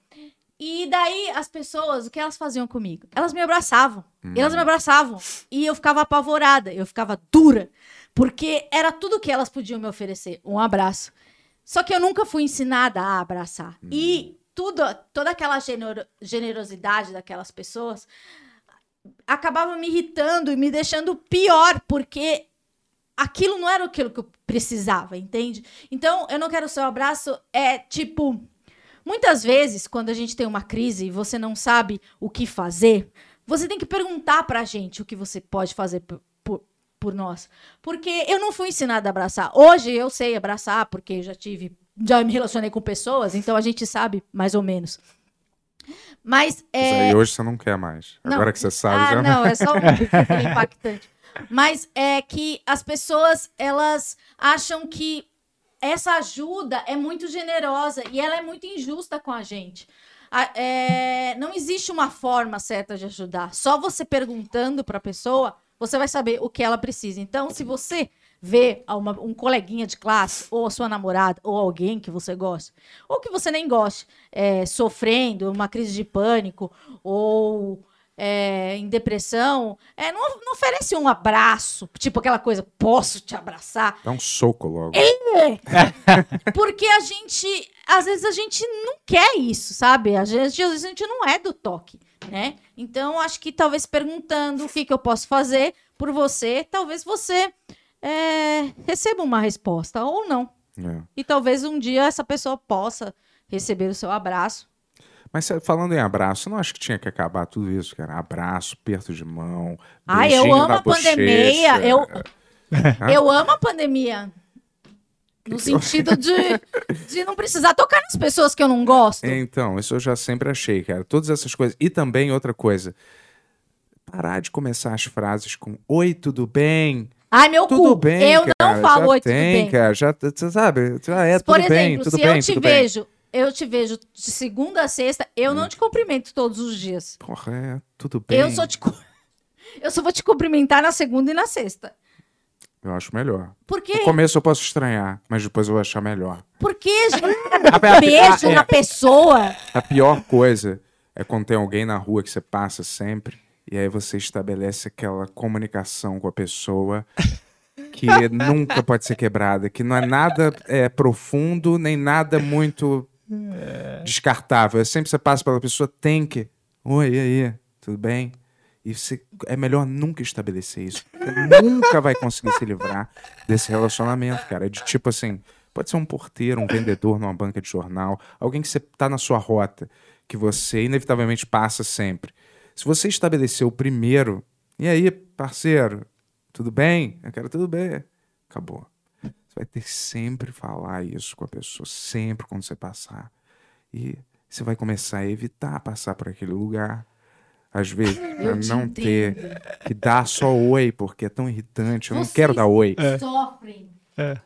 Speaker 4: E daí as pessoas, o que elas faziam comigo? Elas me abraçavam. Elas me abraçavam. E eu ficava apavorada, eu ficava dura, porque era tudo que elas podiam me oferecer, um abraço. Só que eu nunca fui ensinada a abraçar. E tudo, toda aquela genero- generosidade daquelas pessoas acabava me irritando e me deixando pior, porque aquilo não era aquilo que eu precisava, entende? Então, eu não quero o seu abraço, é tipo. Muitas vezes, quando a gente tem uma crise e você não sabe o que fazer, você tem que perguntar pra gente o que você pode fazer por, por, por nós. Porque eu não fui ensinada a abraçar. Hoje eu sei abraçar, porque eu já tive. Já me relacionei com pessoas, então a gente sabe mais ou menos. Mas.
Speaker 2: Isso
Speaker 4: É...
Speaker 2: aí hoje você não quer mais.
Speaker 4: Não.
Speaker 2: Agora que você sabe,
Speaker 4: Ah,
Speaker 2: já
Speaker 4: não, é só um foi impactante. Mas é que as pessoas, elas acham que essa ajuda é muito generosa e ela é muito injusta com a gente. A- é, não existe uma forma certa de ajudar. Só você perguntando para a pessoa, você vai saber o que ela precisa. Então, se você vê a uma- um coleguinha de classe, ou a sua namorada, ou alguém que você gosta, ou que você nem goste, é, sofrendo uma crise de pânico, ou é, em depressão, é, não, não oferece um abraço, tipo aquela coisa, posso te abraçar?
Speaker 2: Dá um soco logo.
Speaker 4: Porque a gente, às vezes a gente não quer isso, sabe? A gente, às vezes a gente não é do toque, né? Então acho que talvez perguntando o que, que eu posso fazer por você, talvez você é, receba uma resposta ou não.
Speaker 2: É.
Speaker 4: E talvez um dia essa pessoa possa receber o seu abraço.
Speaker 2: Mas sabe, falando em abraço, eu não acho que tinha que acabar tudo isso, cara. Abraço, perto de mão.
Speaker 4: Ai, Ah, eu
Speaker 2: beijinho
Speaker 4: amo
Speaker 2: na
Speaker 4: a pandemia.
Speaker 2: bochecha. É.
Speaker 4: Eu, eu amo a pandemia. No sentido de, de não precisar tocar nas pessoas que eu não gosto.
Speaker 2: Então, isso eu já sempre achei, cara. Todas essas coisas. E também outra coisa. Parar de começar as frases com Oi, tudo bem?
Speaker 4: Ai, meu
Speaker 2: Tudo
Speaker 4: cu.
Speaker 2: bem,
Speaker 4: eu
Speaker 2: cara.
Speaker 4: não falo
Speaker 2: já
Speaker 4: oi, tudo
Speaker 2: tem,
Speaker 4: bem.
Speaker 2: cara. Já, t- t- sabe? Já é,
Speaker 4: Por
Speaker 2: tudo
Speaker 4: exemplo,
Speaker 2: bem, tudo
Speaker 4: se
Speaker 2: bem,
Speaker 4: eu te
Speaker 2: tudo bem.
Speaker 4: vejo, eu te vejo de segunda a sexta, eu não te cumprimento todos os dias.
Speaker 2: Porra, é, tudo bem.
Speaker 4: Eu só te cu- Eu só vou te cumprimentar na segunda e na sexta.
Speaker 2: Eu acho melhor.
Speaker 4: Porque,
Speaker 2: No começo eu posso estranhar, mas depois eu vou achar melhor.
Speaker 4: porque
Speaker 3: a- a-
Speaker 4: beijo
Speaker 3: é.
Speaker 4: na pessoa.
Speaker 2: A pior coisa é quando tem alguém na rua que você passa sempre e aí você estabelece aquela comunicação com a pessoa que nunca pode ser quebrada, que não é nada é, profundo, nem nada muito descartável. É Sempre que você passa pela pessoa, tem que. Oi, e aí? Tudo bem? E você, é melhor nunca estabelecer isso. Você nunca vai conseguir se livrar desse relacionamento, cara. É de tipo assim, pode ser um porteiro, um vendedor numa banca de jornal, alguém que você tá na sua rota, que você inevitavelmente passa sempre. Se você estabeleceu o primeiro, e aí, parceiro, tudo bem? Eu quero tudo bem. Acabou. Você vai ter que sempre falar isso com a pessoa, sempre quando você passar. E você vai começar a evitar passar por aquele lugar. Às vezes, pra
Speaker 4: te
Speaker 2: não ter
Speaker 4: entendo.
Speaker 2: que dar só oi, porque é tão irritante. Eu não
Speaker 4: Vocês
Speaker 2: quero dar oi.
Speaker 4: Sofrem
Speaker 3: É.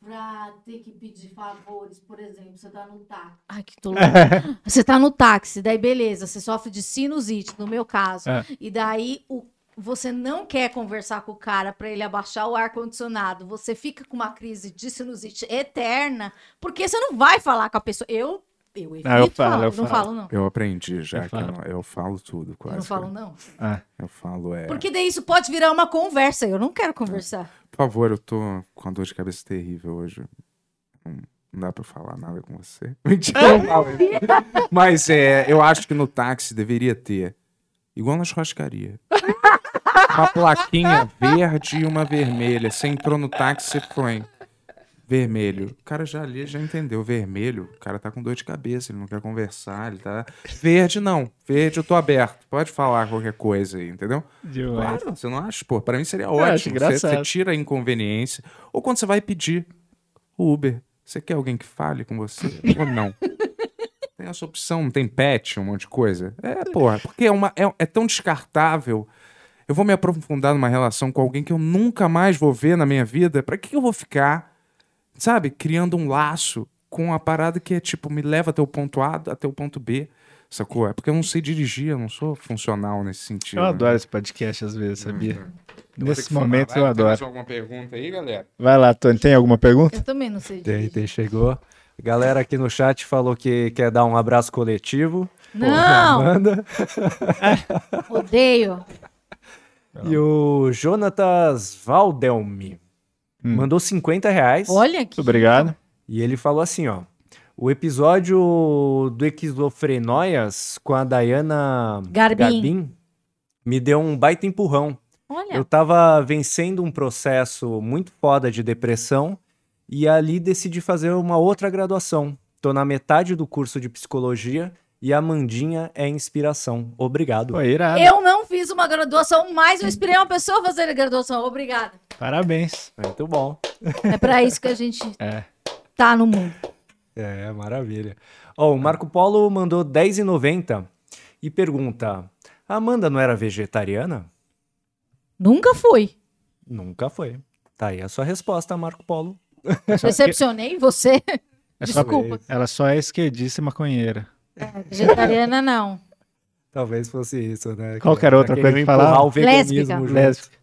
Speaker 4: pra ter que pedir favores, por exemplo, você tá no táxi. Ai, que tô
Speaker 3: É.
Speaker 4: louca. Você tá no táxi, daí beleza, você sofre de sinusite, no meu caso.
Speaker 3: É.
Speaker 4: E daí o você não quer conversar com o cara pra ele abaixar o ar condicionado, você fica com uma crise de sinusite eterna, porque você não vai falar com a pessoa. Eu eu evito
Speaker 3: Não, Ah, eu falo,
Speaker 4: falar,
Speaker 3: eu
Speaker 4: não
Speaker 3: falo.
Speaker 4: falo não.
Speaker 2: Eu aprendi já
Speaker 3: Eu
Speaker 2: que eu,
Speaker 3: falo.
Speaker 2: não- eu falo tudo,
Speaker 4: Eu
Speaker 2: quase.
Speaker 4: não falo
Speaker 2: cara.
Speaker 4: não.
Speaker 3: Ah,
Speaker 2: Eu falo, é.
Speaker 4: Porque daí isso pode virar uma conversa, eu não quero conversar.
Speaker 2: Por favor, eu tô com a dor de cabeça terrível hoje. Não- Não dá pra eu falar nada com você. Mentira, eu falo isso. Mas é, eu acho que no táxi deveria ter, igual nas churrascarias, uma plaquinha verde e uma vermelha. Você entrou no táxi, você põe vermelho. O cara já ali já entendeu. Vermelho, o cara tá com dor de cabeça, ele não quer conversar, ele tá. Verde, não. Verde, eu tô aberto. Pode falar qualquer coisa aí, entendeu?
Speaker 3: demais.
Speaker 2: Claro, você não acha? Pô, pra mim seria
Speaker 3: é acho
Speaker 2: ótimo. Você,
Speaker 3: engraçado.
Speaker 2: você tira a inconveniência. Ou quando você vai pedir o Uber, você quer alguém que fale com você? Ou não? Tem essa opção, não tem pet, um monte de coisa. É, porra, porque é, uma, é, é tão descartável. Eu vou me aprofundar numa relação com alguém que eu nunca mais vou ver na minha vida. Pra que eu vou ficar, sabe, criando um laço com uma parada que é tipo, me leva até o ponto A, até o ponto B, sacou? É porque eu não sei dirigir, eu não sou funcional nesse sentido.
Speaker 3: Eu
Speaker 2: né?
Speaker 3: adoro esse podcast às vezes, sabia? Nesses
Speaker 2: Vou ter Uhum. que
Speaker 3: momentos eu
Speaker 2: falar. Vai, tem mais um.
Speaker 3: adoro.
Speaker 2: alguma pergunta aí, galera?
Speaker 3: Vai lá, Tony, tem alguma pergunta?
Speaker 4: Eu também não sei.
Speaker 5: Tem,
Speaker 4: dirigir.
Speaker 5: tem, chegou. Galera aqui no chat falou que quer dar um abraço coletivo.
Speaker 4: Não,
Speaker 5: Manda.
Speaker 4: odeio.
Speaker 3: Ah.
Speaker 5: E o Jonatas Valdelmi
Speaker 3: Hum.
Speaker 5: mandou 50 reais.
Speaker 4: Olha que
Speaker 3: Muito obrigado.
Speaker 5: E ele falou assim, ó. O episódio do Esquizofrenóias com a Dayana
Speaker 4: Garbim.
Speaker 5: Garbim me deu um baita empurrão.
Speaker 4: Olha.
Speaker 5: Eu tava vencendo um processo muito foda de depressão e ali decidi fazer uma outra graduação. Tô na metade do curso de psicologia e a Mandinha é inspiração. Obrigado.
Speaker 3: Pô, irado.
Speaker 4: Eu não fiz uma graduação, mas eu inspirei uma pessoa a fazer a graduação. Obrigada.
Speaker 3: Parabéns.
Speaker 5: Muito bom.
Speaker 4: É pra isso que a gente
Speaker 3: É.
Speaker 4: tá no mundo.
Speaker 5: É, maravilha. Ó, o Marco Polo mandou 10,90 e pergunta: Amanda não era vegetariana?
Speaker 4: Nunca fui.
Speaker 5: Nunca foi. Tá aí a sua resposta, Marco Polo.
Speaker 4: Decepcionei você.
Speaker 3: É só-
Speaker 4: Desculpa.
Speaker 3: Ela só é esquerdista e maconheira.
Speaker 4: Vegetariana, não.
Speaker 5: Talvez fosse isso, né?
Speaker 3: Qual que era
Speaker 5: Já
Speaker 3: outra coisa
Speaker 5: queriam
Speaker 3: que falava?
Speaker 5: empurrar o veganismo
Speaker 4: Lésbica.
Speaker 5: junto.
Speaker 3: Lésbica.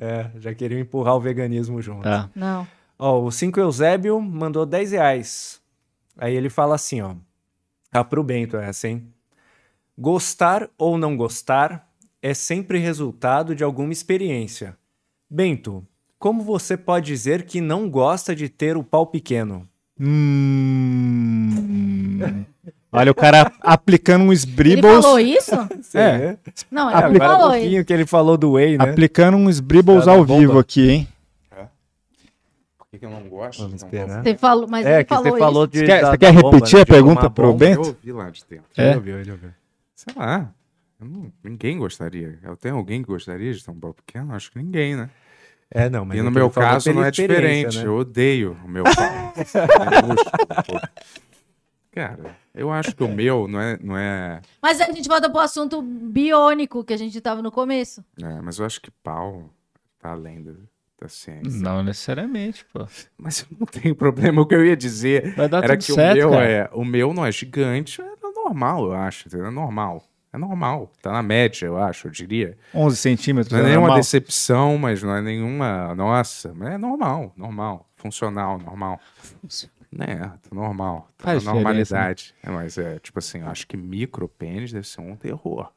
Speaker 5: É, já queriam empurrar o veganismo junto.
Speaker 3: Tá.
Speaker 4: Não.
Speaker 5: Ó, o 5 Eusébio mandou 10 reais. Aí ele fala assim, é ó. Tá pro Bento essa, hein? Gostar ou não gostar é sempre resultado de alguma experiência. Bento, como você pode dizer que não gosta de ter o pau pequeno?
Speaker 3: Hum. Olha, o cara aplicando um uns
Speaker 4: Ele
Speaker 3: bribbles.
Speaker 4: falou isso?
Speaker 3: É,
Speaker 5: né?
Speaker 4: Não, um ele
Speaker 5: Agora há
Speaker 4: falou isso.
Speaker 5: pouquinho que ele falou do Whey, né?
Speaker 3: Aplicando uns bribbles
Speaker 2: Tá
Speaker 5: Cara,
Speaker 3: ao
Speaker 5: bomba.
Speaker 3: vivo aqui, hein?
Speaker 2: Por que, que eu não gosto?
Speaker 5: Vamos
Speaker 2: Não
Speaker 5: esperar.
Speaker 4: Você falou, mas
Speaker 5: É,
Speaker 4: ele
Speaker 5: que você
Speaker 4: falou
Speaker 5: falou de.
Speaker 3: Você quer,
Speaker 5: da-
Speaker 3: você quer
Speaker 5: da bomba,
Speaker 3: repetir
Speaker 5: né?
Speaker 3: a
Speaker 5: De alguma
Speaker 3: pergunta pro
Speaker 5: bomba.
Speaker 2: gosto. Eu
Speaker 3: Bento?
Speaker 2: ouvi lá de dentro.
Speaker 3: É?
Speaker 2: Ele ouviu, ele ouviu. Sei lá. Eu não- ninguém gostaria. Eu tenho alguém que gostaria de ter um pau pequeno? Acho que ninguém, né?
Speaker 5: É, não, mas.
Speaker 2: e
Speaker 5: é
Speaker 2: no
Speaker 5: que
Speaker 2: meu
Speaker 5: ele falou
Speaker 2: caso
Speaker 5: pela
Speaker 2: não é
Speaker 5: experiência,
Speaker 2: diferente.
Speaker 5: né?
Speaker 2: Eu odeio o meu pau. É justo, pô. Cara, eu acho que o meu não é, não é,
Speaker 4: Mas a gente volta pro assunto biônico que a gente tava no começo.
Speaker 2: é, Mas eu acho que pau tá além do- da ciência.
Speaker 3: Não necessariamente, pô.
Speaker 2: Mas eu não tenho problema. O que eu ia dizer
Speaker 3: Vai dar
Speaker 2: era
Speaker 3: Tá tudo
Speaker 2: que
Speaker 3: certo,
Speaker 2: o meu
Speaker 3: cara.
Speaker 2: é. O meu não é gigante, é normal, eu acho. entendeu? É normal. É normal. Tá na média, eu acho, eu diria.
Speaker 3: 11 centímetros.
Speaker 2: Não é
Speaker 3: é
Speaker 2: nenhuma
Speaker 3: normal.
Speaker 2: decepção, mas não é nenhuma. Nossa, mas é normal, normal. Funcional, normal. Né, tá normal. Tá
Speaker 3: Faz
Speaker 2: na
Speaker 3: diferença, né?
Speaker 2: normalidade. É, mas é, tipo assim, eu acho que micro pênis deve ser um terror.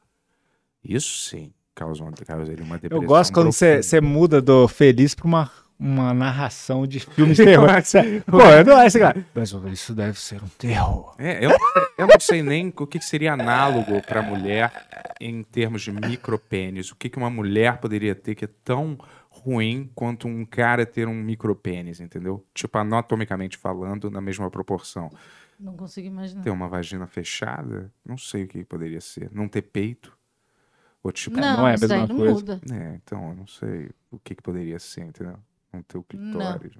Speaker 2: Isso sim causa, uma, causa ele uma depressão.
Speaker 3: Eu gosto quando você
Speaker 2: profunda.
Speaker 3: você muda do feliz pra uma, uma narração de filme de terror. Pô, eu não acho, cara. Mas isso deve ser um terror.
Speaker 2: É, eu, não sei- eu não sei nem o que que seria análogo para mulher em termos de micropênis. O que, que uma mulher poderia ter que é tão ruim quanto um cara ter um micropênis, entendeu? Tipo, anatomicamente falando, na mesma proporção.
Speaker 4: Não consigo imaginar.
Speaker 2: Ter uma vagina fechada, não sei o que poderia ser. Não ter peito? Ou tipo.
Speaker 4: Não,
Speaker 3: não é a
Speaker 4: isso aí
Speaker 3: mesma
Speaker 4: não
Speaker 3: coisa.
Speaker 4: muda.
Speaker 2: É, então, eu não sei o que, que poderia ser, entendeu? Não ter o clitóris.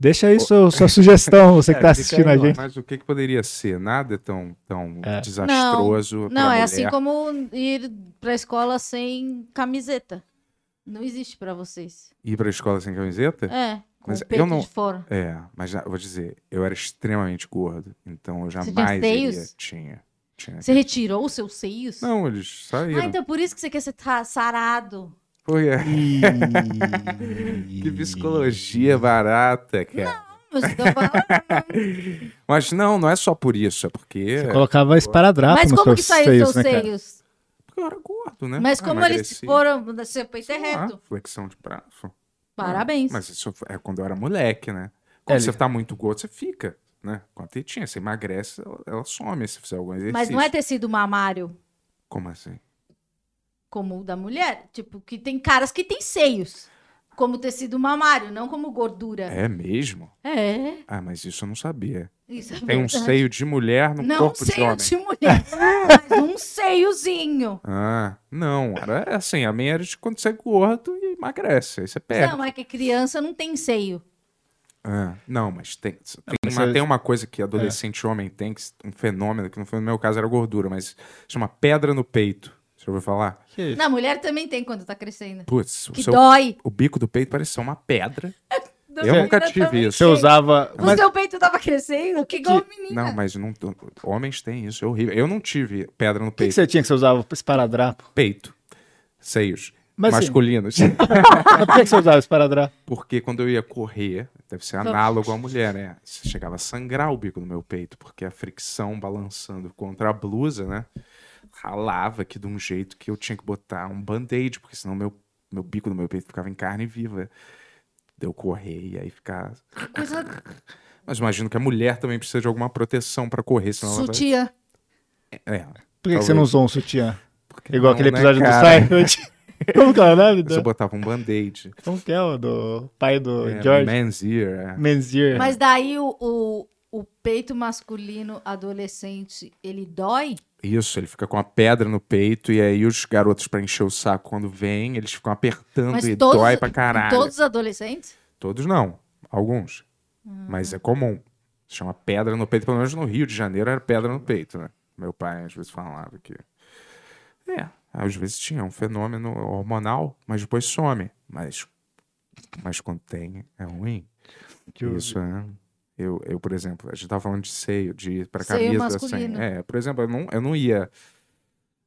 Speaker 3: Deixa aí sua, sua sugestão, você que
Speaker 5: É,
Speaker 3: tá
Speaker 5: fica
Speaker 3: assistindo
Speaker 5: aí
Speaker 3: a
Speaker 5: no ar.
Speaker 3: gente.
Speaker 2: Mas o que, que poderia ser? Nada tão, tão
Speaker 3: É.
Speaker 2: desastroso. pra
Speaker 4: Não, é
Speaker 2: mulher.
Speaker 4: assim como ir pra escola sem camiseta. Não existe pra vocês.
Speaker 2: ir pra escola sem camiseta?
Speaker 4: É, com
Speaker 2: Mas
Speaker 4: o
Speaker 2: eu
Speaker 4: peito
Speaker 2: não-
Speaker 4: de fora.
Speaker 2: É, mas já- eu vou dizer, eu era extremamente gordo, então eu
Speaker 4: tinha
Speaker 2: jamais
Speaker 4: seios?
Speaker 2: iria- tinha. tinha.
Speaker 4: Você retirou os seus seios?
Speaker 2: É. Não, eles
Speaker 4: Ah,
Speaker 2: saíram.
Speaker 4: então é por isso que você quer ser ta- sarado.
Speaker 2: Pô, é. Que psicologia barata, cara.
Speaker 4: Mas eu tô tá falando-
Speaker 2: Mas não, não é só por isso, é porque,
Speaker 3: Você colocava esparadrapo
Speaker 4: Mas
Speaker 3: nos
Speaker 4: como
Speaker 3: seus
Speaker 4: que saiu
Speaker 3: seios,
Speaker 4: os
Speaker 3: né,
Speaker 4: seus
Speaker 3: cara?
Speaker 4: seios?
Speaker 2: é porque eu era gordo, né?
Speaker 4: Mas
Speaker 2: Eu
Speaker 4: como eles
Speaker 2: emagreci.
Speaker 4: foram. Seu peito é
Speaker 2: Sei lá,
Speaker 4: reto.
Speaker 2: flexão de braço.
Speaker 4: Parabéns.
Speaker 2: Mas isso é quando eu era moleque, né? Quando
Speaker 3: É,
Speaker 2: você
Speaker 3: ele-
Speaker 2: tá muito gordo, você fica, né? Quando tem tinha, você emagrece, ela, ela some se fizer algum exercício.
Speaker 4: Mas não é tecido mamário
Speaker 2: Como assim?
Speaker 4: como o da mulher. Tipo, que tem caras que têm seios. Como tecido mamário, não como gordura.
Speaker 2: É mesmo?
Speaker 4: É.
Speaker 2: Ah, mas isso eu não sabia.
Speaker 4: isso é
Speaker 2: Tem um
Speaker 4: verdade.
Speaker 2: seio de mulher no
Speaker 4: Não um
Speaker 2: corpo de
Speaker 4: seio
Speaker 2: homem.
Speaker 4: de mulher, mas um seiozinho.
Speaker 2: Ah, não. Era assim, a minha era de quando você é gordo e emagrece. Aí você perde.
Speaker 4: Não, é que criança não tem seio.
Speaker 2: Ah, não, mas tem, tem,
Speaker 3: mas
Speaker 2: uma,
Speaker 3: você- É.
Speaker 2: tem uma coisa que adolescente homem tem, que, um fenômeno, que no meu caso era gordura, mas chama pedra no peito. Você ouviu falar?
Speaker 4: Na mulher também tem quando tá crescendo.
Speaker 2: Putz, o,
Speaker 4: Que
Speaker 2: seu-
Speaker 4: dói.
Speaker 2: o bico do peito parecia uma pedra.
Speaker 4: Da
Speaker 2: Eu nunca
Speaker 4: menina
Speaker 2: tive
Speaker 4: também
Speaker 2: isso.
Speaker 3: Você
Speaker 4: tem.
Speaker 3: usava.
Speaker 4: O seu peito tava crescendo, que igual um menina.
Speaker 2: Não, mas não, homens têm isso, é horrível. Eu não tive pedra no
Speaker 3: O que, que
Speaker 2: peito.
Speaker 3: você tinha que você usava esparadrapo?
Speaker 2: Peito. Seios.
Speaker 3: Mas, assim,
Speaker 2: masculinos.
Speaker 3: Mas por que que você usava esparadrapo?
Speaker 2: Porque quando eu ia correr, deve ser análogo à mulher, né? Você chegava a sangrar o bico no meu peito, porque a fricção balançando contra a blusa, né? Ralava aqui de um jeito que eu tinha que botar um band-aid, porque senão meu, meu bico no meu peito ficava em carne viva. Deu correr e aí ficar.
Speaker 4: Que coisa
Speaker 2: Mas imagino que a mulher também precisa de alguma proteção pra correr, senão
Speaker 4: sutiã.
Speaker 2: ela vai. É,
Speaker 3: Por que que,
Speaker 2: Talvez.
Speaker 3: você não usou um sutiã?
Speaker 2: porque
Speaker 3: Igual
Speaker 2: não,
Speaker 3: aquele
Speaker 2: né,
Speaker 3: episódio do
Speaker 2: cara?
Speaker 3: Seinfeld. Como que é o nome?
Speaker 2: Mas eu
Speaker 3: do-
Speaker 2: botava um band-aid.
Speaker 3: Como que é o do pai do
Speaker 2: É,
Speaker 3: George?
Speaker 2: Man's ear. é.
Speaker 3: Menzier.
Speaker 4: Mas daí o, o, o peito masculino adolescente, ele dói?
Speaker 2: Isso, ele fica com a pedra no peito e aí os garotos pra encher o saco quando vêm, eles ficam apertando
Speaker 4: Mas
Speaker 2: e
Speaker 4: todos-
Speaker 2: dói pra
Speaker 4: Em
Speaker 2: caralho.
Speaker 4: todos
Speaker 2: Todos...
Speaker 4: os adolescentes?
Speaker 2: não, alguns. Mas
Speaker 4: Uhum.
Speaker 2: é comum. Se chama pedra no peito, pelo menos no Rio de Janeiro era pedra no peito, né? Meu pai às vezes falava que. É, às vezes tinha um fenômeno hormonal, mas depois some. Mas, mas quando tem, é ruim. Isso, é. Eu, eu, por exemplo, a gente tava falando de seio, de ir pra
Speaker 4: Seio
Speaker 2: camisa sem.
Speaker 4: masculino.
Speaker 2: É, por exemplo, eu não, eu não ia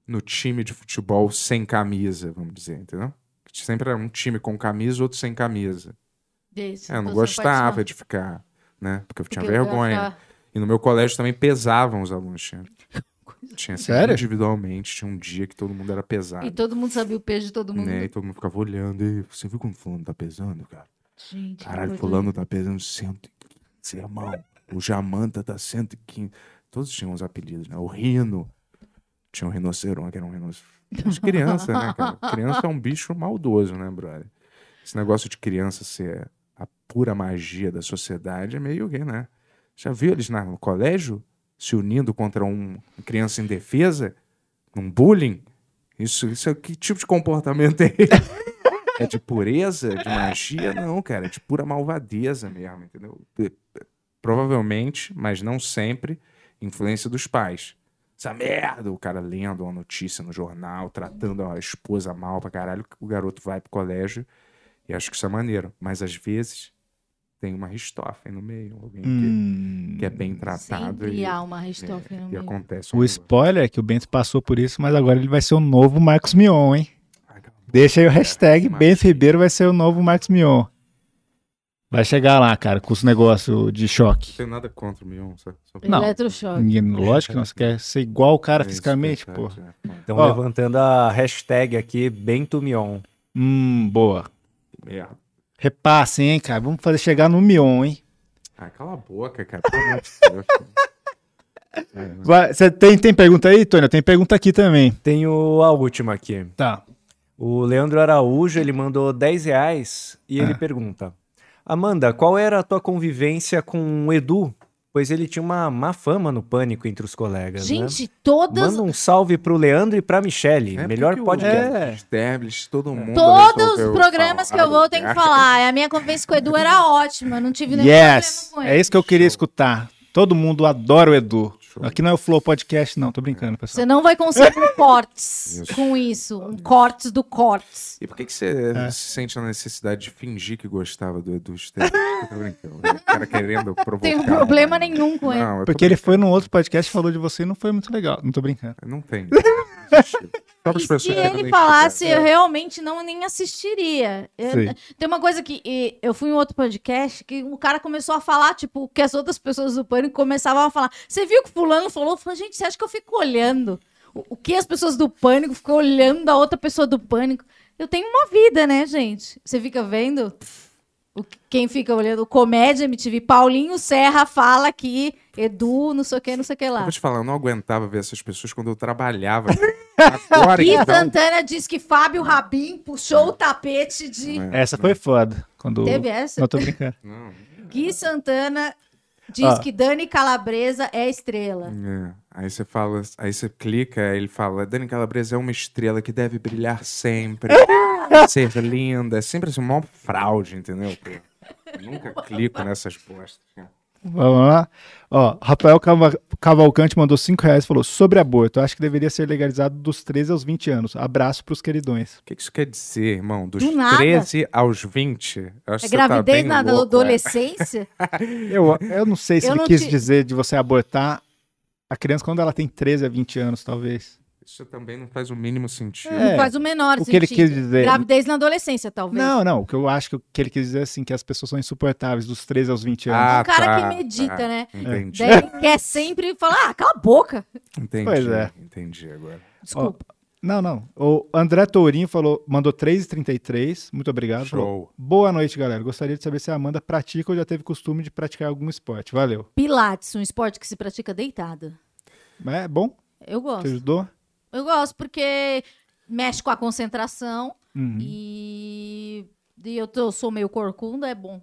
Speaker 2: no time de futebol sem camisa, vamos dizer, entendeu? Sempre era um time com camisa, outro sem camisa.
Speaker 4: Desse,
Speaker 2: É, eu não
Speaker 4: então você pode
Speaker 2: gostava
Speaker 4: chamar.
Speaker 2: de ficar, né? Porque eu tinha
Speaker 4: Porque eu ia
Speaker 2: vergonha.
Speaker 4: achar
Speaker 2: E no meu colégio também pesavam os alunos. tinha-
Speaker 4: coisa.
Speaker 2: Tinha sido
Speaker 3: Sério?
Speaker 2: individualmente, tinha um dia que todo mundo era pesado.
Speaker 4: E todo mundo sabia o peso de todo mundo.
Speaker 2: né? E todo mundo ficava olhando. E você viu como fulano tá pesando, cara?
Speaker 4: Gente,
Speaker 2: Caralho,
Speaker 4: que
Speaker 2: fulano tá pesando 115. Sermão. O Jamanta tá 115. Todos tinham os apelidos, né? O Rino. Tinha um rinoceronte, que era um rinoceronte. De criança, né, cara? Criança é um bicho maldoso, né, brother? Esse negócio de criança ser a pura magia da sociedade é meio que, né? Já viu eles na- no colégio se unindo contra um, uma criança indefesa? Num bullying? Isso, isso é que tipo de comportamento é esse? É de pureza, de magia? Não, cara, é de pura malvadeza mesmo, entendeu? P- p- Provavelmente, mas não sempre, influência dos pais. Essa merda! O cara lendo uma notícia no jornal, tratando a esposa mal pra caralho, o garoto vai pro colégio e acho que isso é maneiro. Mas às vezes tem uma Ristoffen no meio, alguém que- que,
Speaker 3: Hum,
Speaker 2: é bem tratado
Speaker 4: Sempre
Speaker 2: e,
Speaker 4: há um uma Ristoffen no
Speaker 2: e
Speaker 4: meio.
Speaker 2: acontece
Speaker 3: O spoiler é que o Bento passou por isso, mas agora ele vai ser o novo Marcos Mion, hein?
Speaker 2: Ah, calma.
Speaker 3: Deixa aí o hashtag
Speaker 2: Mas-
Speaker 3: Bento Ribeiro vai ser o novo Marcos Mion. Vai chegar lá, cara, com os negócios de choque.
Speaker 2: Não tem nada contra o Mion, só, só
Speaker 3: Não.
Speaker 4: Eletrochoque.
Speaker 3: E Lógico que não, você quer ser igual o
Speaker 4: É
Speaker 3: cara fisicamente,
Speaker 2: Isso,
Speaker 3: porra.
Speaker 2: é, é, é.
Speaker 5: Estão
Speaker 3: Ó.
Speaker 5: levantando a hashtag aqui, Bento Mion.
Speaker 3: Hum, boa.
Speaker 2: Merda.
Speaker 3: Repassem, hein, cara. Vamos fazer chegar no Mion, hein?
Speaker 2: Ah, cala a boca, cara. Pelo amor de Deus, cara. É,
Speaker 3: Vai- Você tem, tem pergunta aí, Tônia? Tem pergunta aqui também.
Speaker 5: Tenho a última aqui.
Speaker 3: Tá.
Speaker 5: O Leandro Araújo, ele mandou 10 reais e ele pergunta: Amanda, qual era a tua convivência com o Edu? Pois ele tinha uma má fama no pânico entre os colegas, né?
Speaker 4: Gente, todas,
Speaker 5: Manda um salve pro Leandro e pra Michelle.
Speaker 2: É,
Speaker 5: melhor
Speaker 2: porque o-
Speaker 5: podcast.
Speaker 3: É.
Speaker 2: Stablish, todo mundo.
Speaker 4: todos
Speaker 2: resolveu
Speaker 4: os programas
Speaker 2: falar
Speaker 4: que eu vou, eu
Speaker 2: do
Speaker 4: tenho que
Speaker 2: cara.
Speaker 4: falar. É, A minha convivência com o Edu era ótima, eu não tive nenhum
Speaker 3: Yes!
Speaker 4: um problema com ele.
Speaker 3: É isso que eu queria escutar. Todo mundo adora o Edu.
Speaker 2: Show.
Speaker 3: Aqui não é o Flow Podcast, não. Tô brincando, pessoal.
Speaker 4: Você não vai conseguir um cortes
Speaker 2: Isso.
Speaker 4: com isso. Um cortes do cortes.
Speaker 2: E por que, que você
Speaker 3: É.
Speaker 2: se sente na necessidade de fingir que gostava do Edu Stablish? Eu tô brincando. O cara querendo provocar.
Speaker 4: Tenho problema nenhum com ele.
Speaker 2: Não, eu tô
Speaker 3: Porque ele foi num outro podcast, falou de você e não foi muito legal. Não tô brincando.
Speaker 2: brincando. Não tem. Não existe. Só pras
Speaker 4: E se
Speaker 2: pessoas que não
Speaker 4: ele
Speaker 2: identificam.
Speaker 4: falasse, eu realmente não nem assistiria. Eu-
Speaker 3: Sim.
Speaker 4: tem uma coisa que e, eu fui em outro podcast que um cara começou a falar, tipo, que as outras pessoas do pânico começavam a falar. Você viu o que fulano falou? Eu falei, gente, você acha que eu fico olhando? O, o que as pessoas do pânico ficam olhando da outra pessoa do pânico? Eu tenho uma vida, né, gente? Você fica vendo? O, que- quem fica olhando? Comédia MTV. Paulinho Serra fala que Edu, não sei o que, não sei o que
Speaker 2: Eu
Speaker 4: lá.
Speaker 2: vou te falar, eu não aguentava ver essas pessoas quando eu trabalhava. Agora,
Speaker 4: E
Speaker 2: então,
Speaker 4: Santana diz que Fábio
Speaker 3: né?
Speaker 4: Rabin puxou o tapete de.
Speaker 3: Essa foi foda. Quando...
Speaker 4: É, Teve essa?
Speaker 3: Não tô brincando.
Speaker 2: Não.
Speaker 4: Gui Santana diz
Speaker 3: Ah.
Speaker 4: que Dani Calabresa é estrela.
Speaker 2: É. Aí você fala, aí você clica, aí ele fala: Dani Calabresa é uma estrela que deve brilhar sempre, ser linda. É sempre assim, uma fraude, entendeu? pô? Eu nunca clico nessas postas. cara.
Speaker 3: Vamos lá. Ó, Rafael Cava- Cavalcante mandou 5 reais e falou: sobre aborto, acho que deveria ser legalizado dos 13 aos 20 anos. Abraço pros queridões.
Speaker 2: O que que isso quer dizer, irmão? Dos
Speaker 4: Do nada.
Speaker 2: 13 aos 20? Eu acho que
Speaker 4: É
Speaker 2: você tá
Speaker 4: gravidez
Speaker 2: bem
Speaker 4: na
Speaker 2: louco,
Speaker 4: adolescência?
Speaker 3: Eu, eu não sei se
Speaker 4: Eu
Speaker 3: ele
Speaker 4: não
Speaker 3: quis
Speaker 4: te-
Speaker 3: dizer de você abortar a criança quando ela tem 13 a 20 anos, talvez.
Speaker 2: é. Isso também não faz o mínimo sentido.
Speaker 3: É.
Speaker 4: Não faz o menor
Speaker 3: O que
Speaker 4: sentido.
Speaker 3: ele quis dizer. né?
Speaker 4: Gravidez na adolescência, talvez.
Speaker 3: Não, não. O que eu acho que, o que ele quis dizer é assim, que as pessoas são insuportáveis dos 13 aos 20 anos.
Speaker 2: Ah,
Speaker 4: um cara
Speaker 2: tá,
Speaker 4: que medita,
Speaker 2: tá.
Speaker 4: né?
Speaker 2: Entendi,
Speaker 4: Daí ele quer sempre falar, ah, cala a boca.
Speaker 2: entendi.
Speaker 3: Pois é.
Speaker 2: Entendi agora.
Speaker 4: Desculpa.
Speaker 3: Não, não. O André Tourinho falou, mandou 3,33. Muito obrigado. Falou,
Speaker 2: Show.
Speaker 3: Boa noite, galera. Gostaria de saber se a Amanda pratica ou já teve costume de praticar algum esporte. Valeu.
Speaker 4: Pilates, um esporte que se pratica deitado.
Speaker 3: Mas é bom?
Speaker 4: Eu
Speaker 3: Te
Speaker 4: gosto.
Speaker 3: ajudou?
Speaker 4: Eu gosto porque mexe com a concentração
Speaker 3: Uhum.
Speaker 4: e... E eu, tô- eu sou meio corcunda, é bom.